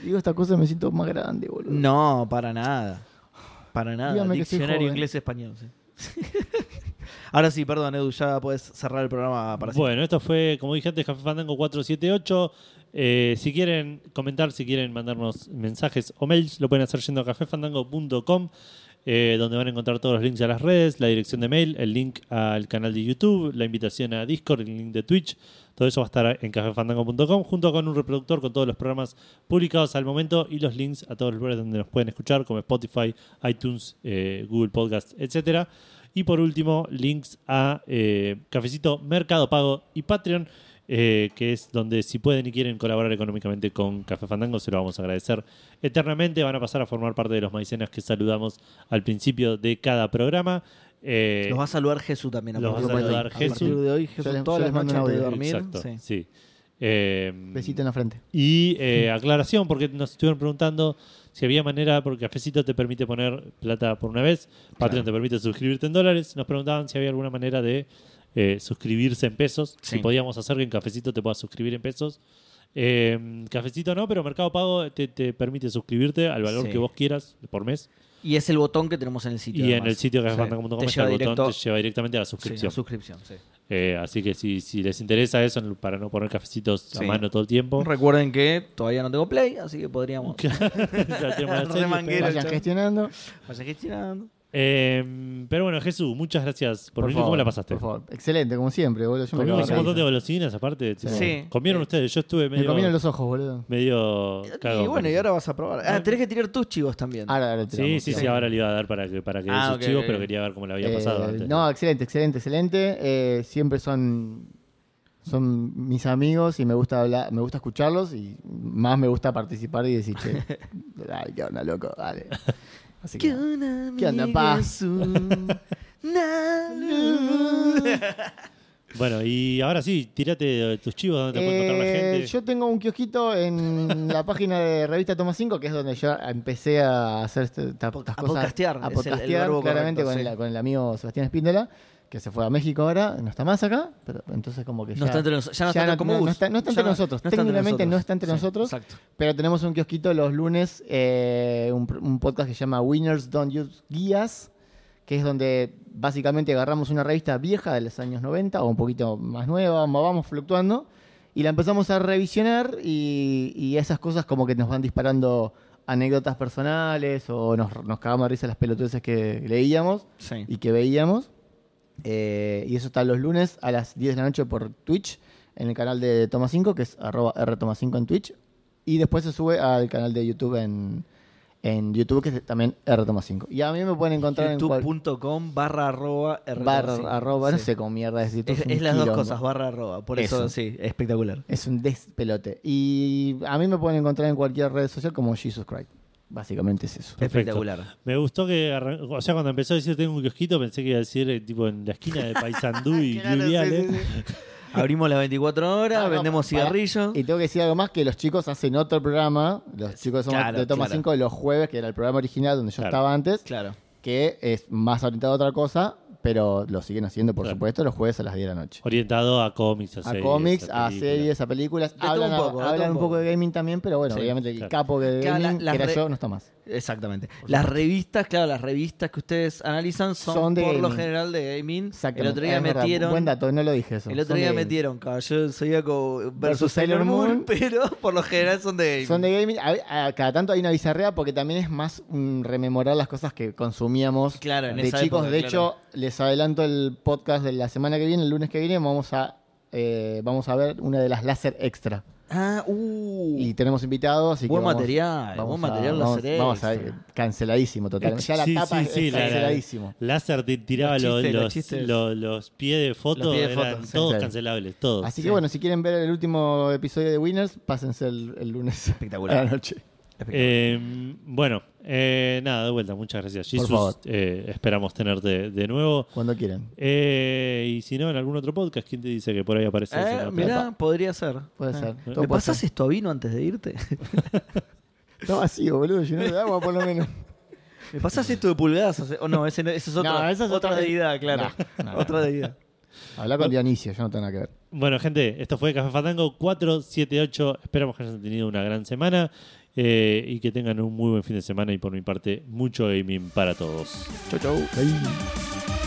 Speaker 3: Digo esta cosa me siento más grande, boludo.
Speaker 2: no, para nada. Para nada.
Speaker 3: Dígame que soy
Speaker 2: Diccionario
Speaker 3: joven.
Speaker 2: inglés-español. sí. Ahora sí, perdón, Edu, ya puedes cerrar el programa para siempre.
Speaker 1: Bueno, esto fue, como dije antes, Café Fandango 478. Eh, si quieren comentar, si quieren mandarnos mensajes o mails, lo pueden hacer yendo a cafefandango.com, eh, donde van a encontrar todos los links a las redes, la dirección de mail, el link al canal de YouTube, la invitación a Discord, el link de Twitch. Todo eso va a estar en cafefandango.com, junto con un reproductor con todos los programas publicados al momento y los links a todos los lugares donde nos pueden escuchar, como Spotify, iTunes, eh, Google Podcast, etcétera. Y por último, links a eh, Cafecito, Mercado Pago y Patreon, eh, que es donde si pueden y quieren colaborar económicamente con Café Fandango, se lo vamos a agradecer eternamente. Van a pasar a formar parte de los maicenas que saludamos al principio de cada programa. Eh,
Speaker 2: Los va a saludar Jesús también.
Speaker 1: los va a
Speaker 2: partir de hoy.
Speaker 1: saludar
Speaker 2: A partir
Speaker 1: Jesús.
Speaker 2: de hoy,
Speaker 3: Yo
Speaker 2: Jesús,
Speaker 3: les-
Speaker 2: todas
Speaker 3: yo
Speaker 2: las
Speaker 3: les mando
Speaker 2: noches
Speaker 3: un
Speaker 2: antes de
Speaker 3: audio.
Speaker 2: dormir.
Speaker 1: Exacto,
Speaker 2: sí.
Speaker 1: sí. Eh,
Speaker 3: Besito en la frente.
Speaker 1: y eh, aclaración, porque nos estuvieron preguntando si había manera, porque Cafecito te permite poner plata por una vez, Patreon te permite suscribirte en dólares. Nos preguntaban si había alguna manera de eh, suscribirse en pesos, si
Speaker 2: Sí.
Speaker 1: podíamos hacer que en Cafecito te puedas suscribir en pesos. Eh, Cafecito no, pero Mercado Pago te, te permite suscribirte al valor
Speaker 2: Sí.
Speaker 1: que vos quieras por mes.
Speaker 2: Y es el botón que tenemos en el sitio.
Speaker 1: y en
Speaker 2: además.
Speaker 1: el sitio que
Speaker 2: Sí.
Speaker 1: cafefandango.com
Speaker 2: Te
Speaker 1: está
Speaker 2: lleva
Speaker 1: el botón,
Speaker 2: directo
Speaker 1: te lleva directamente a la
Speaker 2: sí, a
Speaker 1: suscripción.
Speaker 2: suscripción, sí.
Speaker 1: Eh, así que si, si les interesa eso, para no poner cafecitos a
Speaker 2: Sí.
Speaker 1: mano todo el tiempo.
Speaker 2: Recuerden que todavía no tengo play, así que podríamos.
Speaker 1: Ya tenemos la
Speaker 2: Re
Speaker 1: serie,
Speaker 2: manguera.
Speaker 1: pero-
Speaker 3: Vayan
Speaker 2: chao.
Speaker 3: gestionando.
Speaker 2: Vaya gestionando.
Speaker 1: Eh, pero bueno, Jesús, muchas gracias por, venir.
Speaker 3: favor,
Speaker 1: ¿Cómo la pasaste?
Speaker 3: Por favor. Excelente, como siempre, boludo. Yo me
Speaker 1: Comimos
Speaker 3: cago
Speaker 1: un
Speaker 3: de
Speaker 1: montón de
Speaker 3: risa.
Speaker 1: golosinas aparte. tipo,
Speaker 2: Sí.
Speaker 1: Comieron
Speaker 2: Eh,
Speaker 1: ustedes, yo estuve
Speaker 3: Me
Speaker 1: medio.
Speaker 3: comieron los ojos, boludo.
Speaker 1: medio cagón.
Speaker 2: y bueno, y ahora vas a probar. Ah, tenés que tirar tus chivos también.
Speaker 3: Ahora, ahora
Speaker 1: Sí, sí, sí, ahora le iba a dar para que, para que dé
Speaker 2: Ah,
Speaker 1: sus
Speaker 2: ok,
Speaker 1: chivos,
Speaker 2: ok.
Speaker 1: pero quería ver cómo le había pasado
Speaker 3: Eh,
Speaker 1: antes.
Speaker 3: No, excelente, excelente, excelente. Eh, siempre son son mis amigos y me gusta hablar, me gusta escucharlos y más me gusta participar y decir, che, ay, qué onda, loco, dale. Así que,
Speaker 2: onda,
Speaker 3: ¿Qué onda,
Speaker 2: amigo
Speaker 3: pa?
Speaker 2: azul? Na, luz.
Speaker 1: Bueno, y ahora sí, tírate tus chivos donde te puede encontrar la
Speaker 3: Eh,
Speaker 1: gente.
Speaker 3: yo tengo un kiosquito en la página de revista Toma 5, que es donde yo empecé a hacer este- esta-
Speaker 2: Po-
Speaker 3: estas
Speaker 2: a
Speaker 3: cosas.
Speaker 2: podcastear, es
Speaker 3: A
Speaker 2: el- el
Speaker 3: podcastear,
Speaker 2: verbo
Speaker 3: claramente,
Speaker 2: correcto,
Speaker 3: con,
Speaker 2: sí.
Speaker 3: la- con el amigo Sebastián Espíndola, que se fue a México ahora, no está más acá, pero entonces como que
Speaker 2: No
Speaker 3: ya...
Speaker 2: está entre nosotros. Ya no
Speaker 3: ya
Speaker 2: está
Speaker 3: no-
Speaker 2: entre- como
Speaker 3: no- no
Speaker 2: Gus.
Speaker 3: está- no está
Speaker 2: Ya
Speaker 3: entre nosotros.
Speaker 2: está entre
Speaker 3: Técnicamente no está entre nosotros.
Speaker 2: Exacto.
Speaker 3: Pero tenemos un kiosquito los lunes, eh, un, pr- un podcast que se llama Winners Don't Use Guías, que es donde básicamente agarramos una revista vieja de los años 90 o un poquito más nueva, ma- vamos fluctuando, y la empezamos a revisionar y, y esas cosas como que nos van disparando anécdotas personales o nos, nos cagamos de risa las pelotudeces que leíamos
Speaker 2: Sí.
Speaker 3: y que veíamos. Eh, y eso está los lunes a las 10 de la noche por Twitch, en el canal de Toma 5, que es arroba rtoma5 en Twitch. Y después se sube al canal de YouTube en, en YouTube, que es también rtoma5. Y a mí me pueden encontrar en cual-
Speaker 2: YouTube.com barra arroba R-
Speaker 3: barra, arroba, no
Speaker 2: Sí.
Speaker 3: sé cómo mierda es. YouTube,
Speaker 2: Es,
Speaker 3: un
Speaker 2: es las dos
Speaker 3: quilombo.
Speaker 2: cosas, barra arroba. Por eso,
Speaker 3: Eso.
Speaker 2: sí, espectacular.
Speaker 3: Es un despelote. Y a mí me pueden encontrar en cualquier red social como Jesus Christ. Básicamente es eso.
Speaker 1: Perfecto.
Speaker 2: Espectacular.
Speaker 1: Me gustó que, arran- o sea, cuando empezó a decir tengo un kiosquito, pensé que iba a decir eh, tipo en la esquina de Paysandú y
Speaker 3: Claro, sí,
Speaker 1: Luliales.
Speaker 3: sí, sí.
Speaker 2: Abrimos las 24 horas,
Speaker 3: Ah, no,
Speaker 2: vendemos
Speaker 3: pará.
Speaker 2: cigarrillos.
Speaker 3: Y tengo que decir algo más, que los chicos hacen otro programa, los chicos somos
Speaker 2: Claro,
Speaker 3: de Toma
Speaker 2: claro.
Speaker 3: 5 los jueves, que era el programa original donde yo
Speaker 1: Claro.
Speaker 3: estaba antes,
Speaker 2: Claro.
Speaker 3: que es más orientado a otra cosa, pero lo siguen haciendo, por
Speaker 1: Claro.
Speaker 3: supuesto, los jueves a las 10 de la noche.
Speaker 1: Orientado a cómics, a,
Speaker 3: A
Speaker 1: series,
Speaker 3: cómics, a,
Speaker 1: películas.
Speaker 3: series, a películas.
Speaker 2: De todo
Speaker 3: Hablan,
Speaker 2: un
Speaker 3: a-
Speaker 2: poco, de
Speaker 3: hablan
Speaker 2: todo
Speaker 3: un
Speaker 2: un
Speaker 3: poco
Speaker 2: poco.
Speaker 3: de gaming también, pero bueno,
Speaker 2: Sí,
Speaker 3: obviamente el
Speaker 1: claro.
Speaker 3: capo de
Speaker 2: Claro, la-
Speaker 3: gaming,
Speaker 2: las
Speaker 3: que era
Speaker 2: re-
Speaker 3: yo, no está más.
Speaker 2: Exactamente. Las revistas, claro, las revistas que ustedes analizan son,
Speaker 3: Son de
Speaker 2: por lo
Speaker 3: gaming.
Speaker 2: general de gaming. El
Speaker 3: Exactamente.
Speaker 2: otro día
Speaker 3: Es verdad,
Speaker 2: metieron.
Speaker 3: Buen dato, no lo dije eso.
Speaker 2: El otro
Speaker 3: Son de
Speaker 2: día
Speaker 3: gaming.
Speaker 2: metieron Caballero del Zodíaco versus
Speaker 3: Versus
Speaker 2: Sailor
Speaker 3: Sailor
Speaker 2: Moon,
Speaker 3: Moon.
Speaker 2: pero por lo general son de gaming.
Speaker 3: Son de gaming. A- a- cada tanto hay una bizarrea porque también es más mm, rememorar las cosas que consumíamos
Speaker 2: Claro, en
Speaker 3: de
Speaker 2: esa
Speaker 3: chicos.
Speaker 2: época,
Speaker 3: de
Speaker 2: claro.
Speaker 3: hecho, les adelanto el podcast de la semana que viene, el lunes que viene, vamos a, eh, vamos a ver una de las láser extra.
Speaker 2: Ah, uh.
Speaker 3: Y tenemos invitados. Así que
Speaker 2: Buen
Speaker 3: vamos-
Speaker 2: material, eh, buen material
Speaker 3: vamos,
Speaker 2: láser
Speaker 3: vamos a
Speaker 2: extra.
Speaker 3: canceladísimo totalmente. Ya la
Speaker 1: Sí,
Speaker 3: tapa
Speaker 1: sí,
Speaker 3: es
Speaker 1: sí, la- la-
Speaker 3: canceladísimo.
Speaker 1: Láser te tiraba
Speaker 2: Los
Speaker 1: los,
Speaker 2: chistes,
Speaker 1: los,
Speaker 2: los chistes.
Speaker 1: lo- los pies de foto,
Speaker 2: Los pies de
Speaker 1: eran
Speaker 2: foto, sí.
Speaker 1: todos
Speaker 3: Claro.
Speaker 1: cancelables, todos.
Speaker 3: Así
Speaker 2: sí.
Speaker 3: que bueno, si quieren ver el último episodio de Winners, pásense el, el lunes
Speaker 2: Espectacular.
Speaker 3: a la noche.
Speaker 1: Eh, bueno, eh, nada, de vuelta, muchas gracias. Jesus,
Speaker 3: favor.
Speaker 1: eh, esperamos tenerte de nuevo.
Speaker 3: Cuando quieran.
Speaker 1: Eh, y si no, en algún otro podcast, ¿quién te dice que por ahí aparece?
Speaker 2: Eh, mirá, podría ser.
Speaker 3: Puede
Speaker 2: Ah.
Speaker 3: ser. Todo
Speaker 2: ¿Me
Speaker 3: puede ser.
Speaker 2: pasás esto vino antes de irte?
Speaker 3: Está vacío, boludo, lleno de agua por lo menos.
Speaker 2: ¿Me pasás esto de pulgadas? O no, ese, no- ese es otro,
Speaker 3: No, esa es
Speaker 2: otra
Speaker 3: otra-
Speaker 2: deidad, claro.
Speaker 3: No, no, no.
Speaker 2: otra deidad.
Speaker 3: Habla con Dionisio, yo no tengo nada que ver.
Speaker 1: Bueno, gente, esto fue Café Fandango 478. Esperamos que hayan tenido una gran semana eh, y que tengan un muy buen fin de semana. Y por mi parte, mucho gaming para todos.
Speaker 3: Chau, chau. Ahí.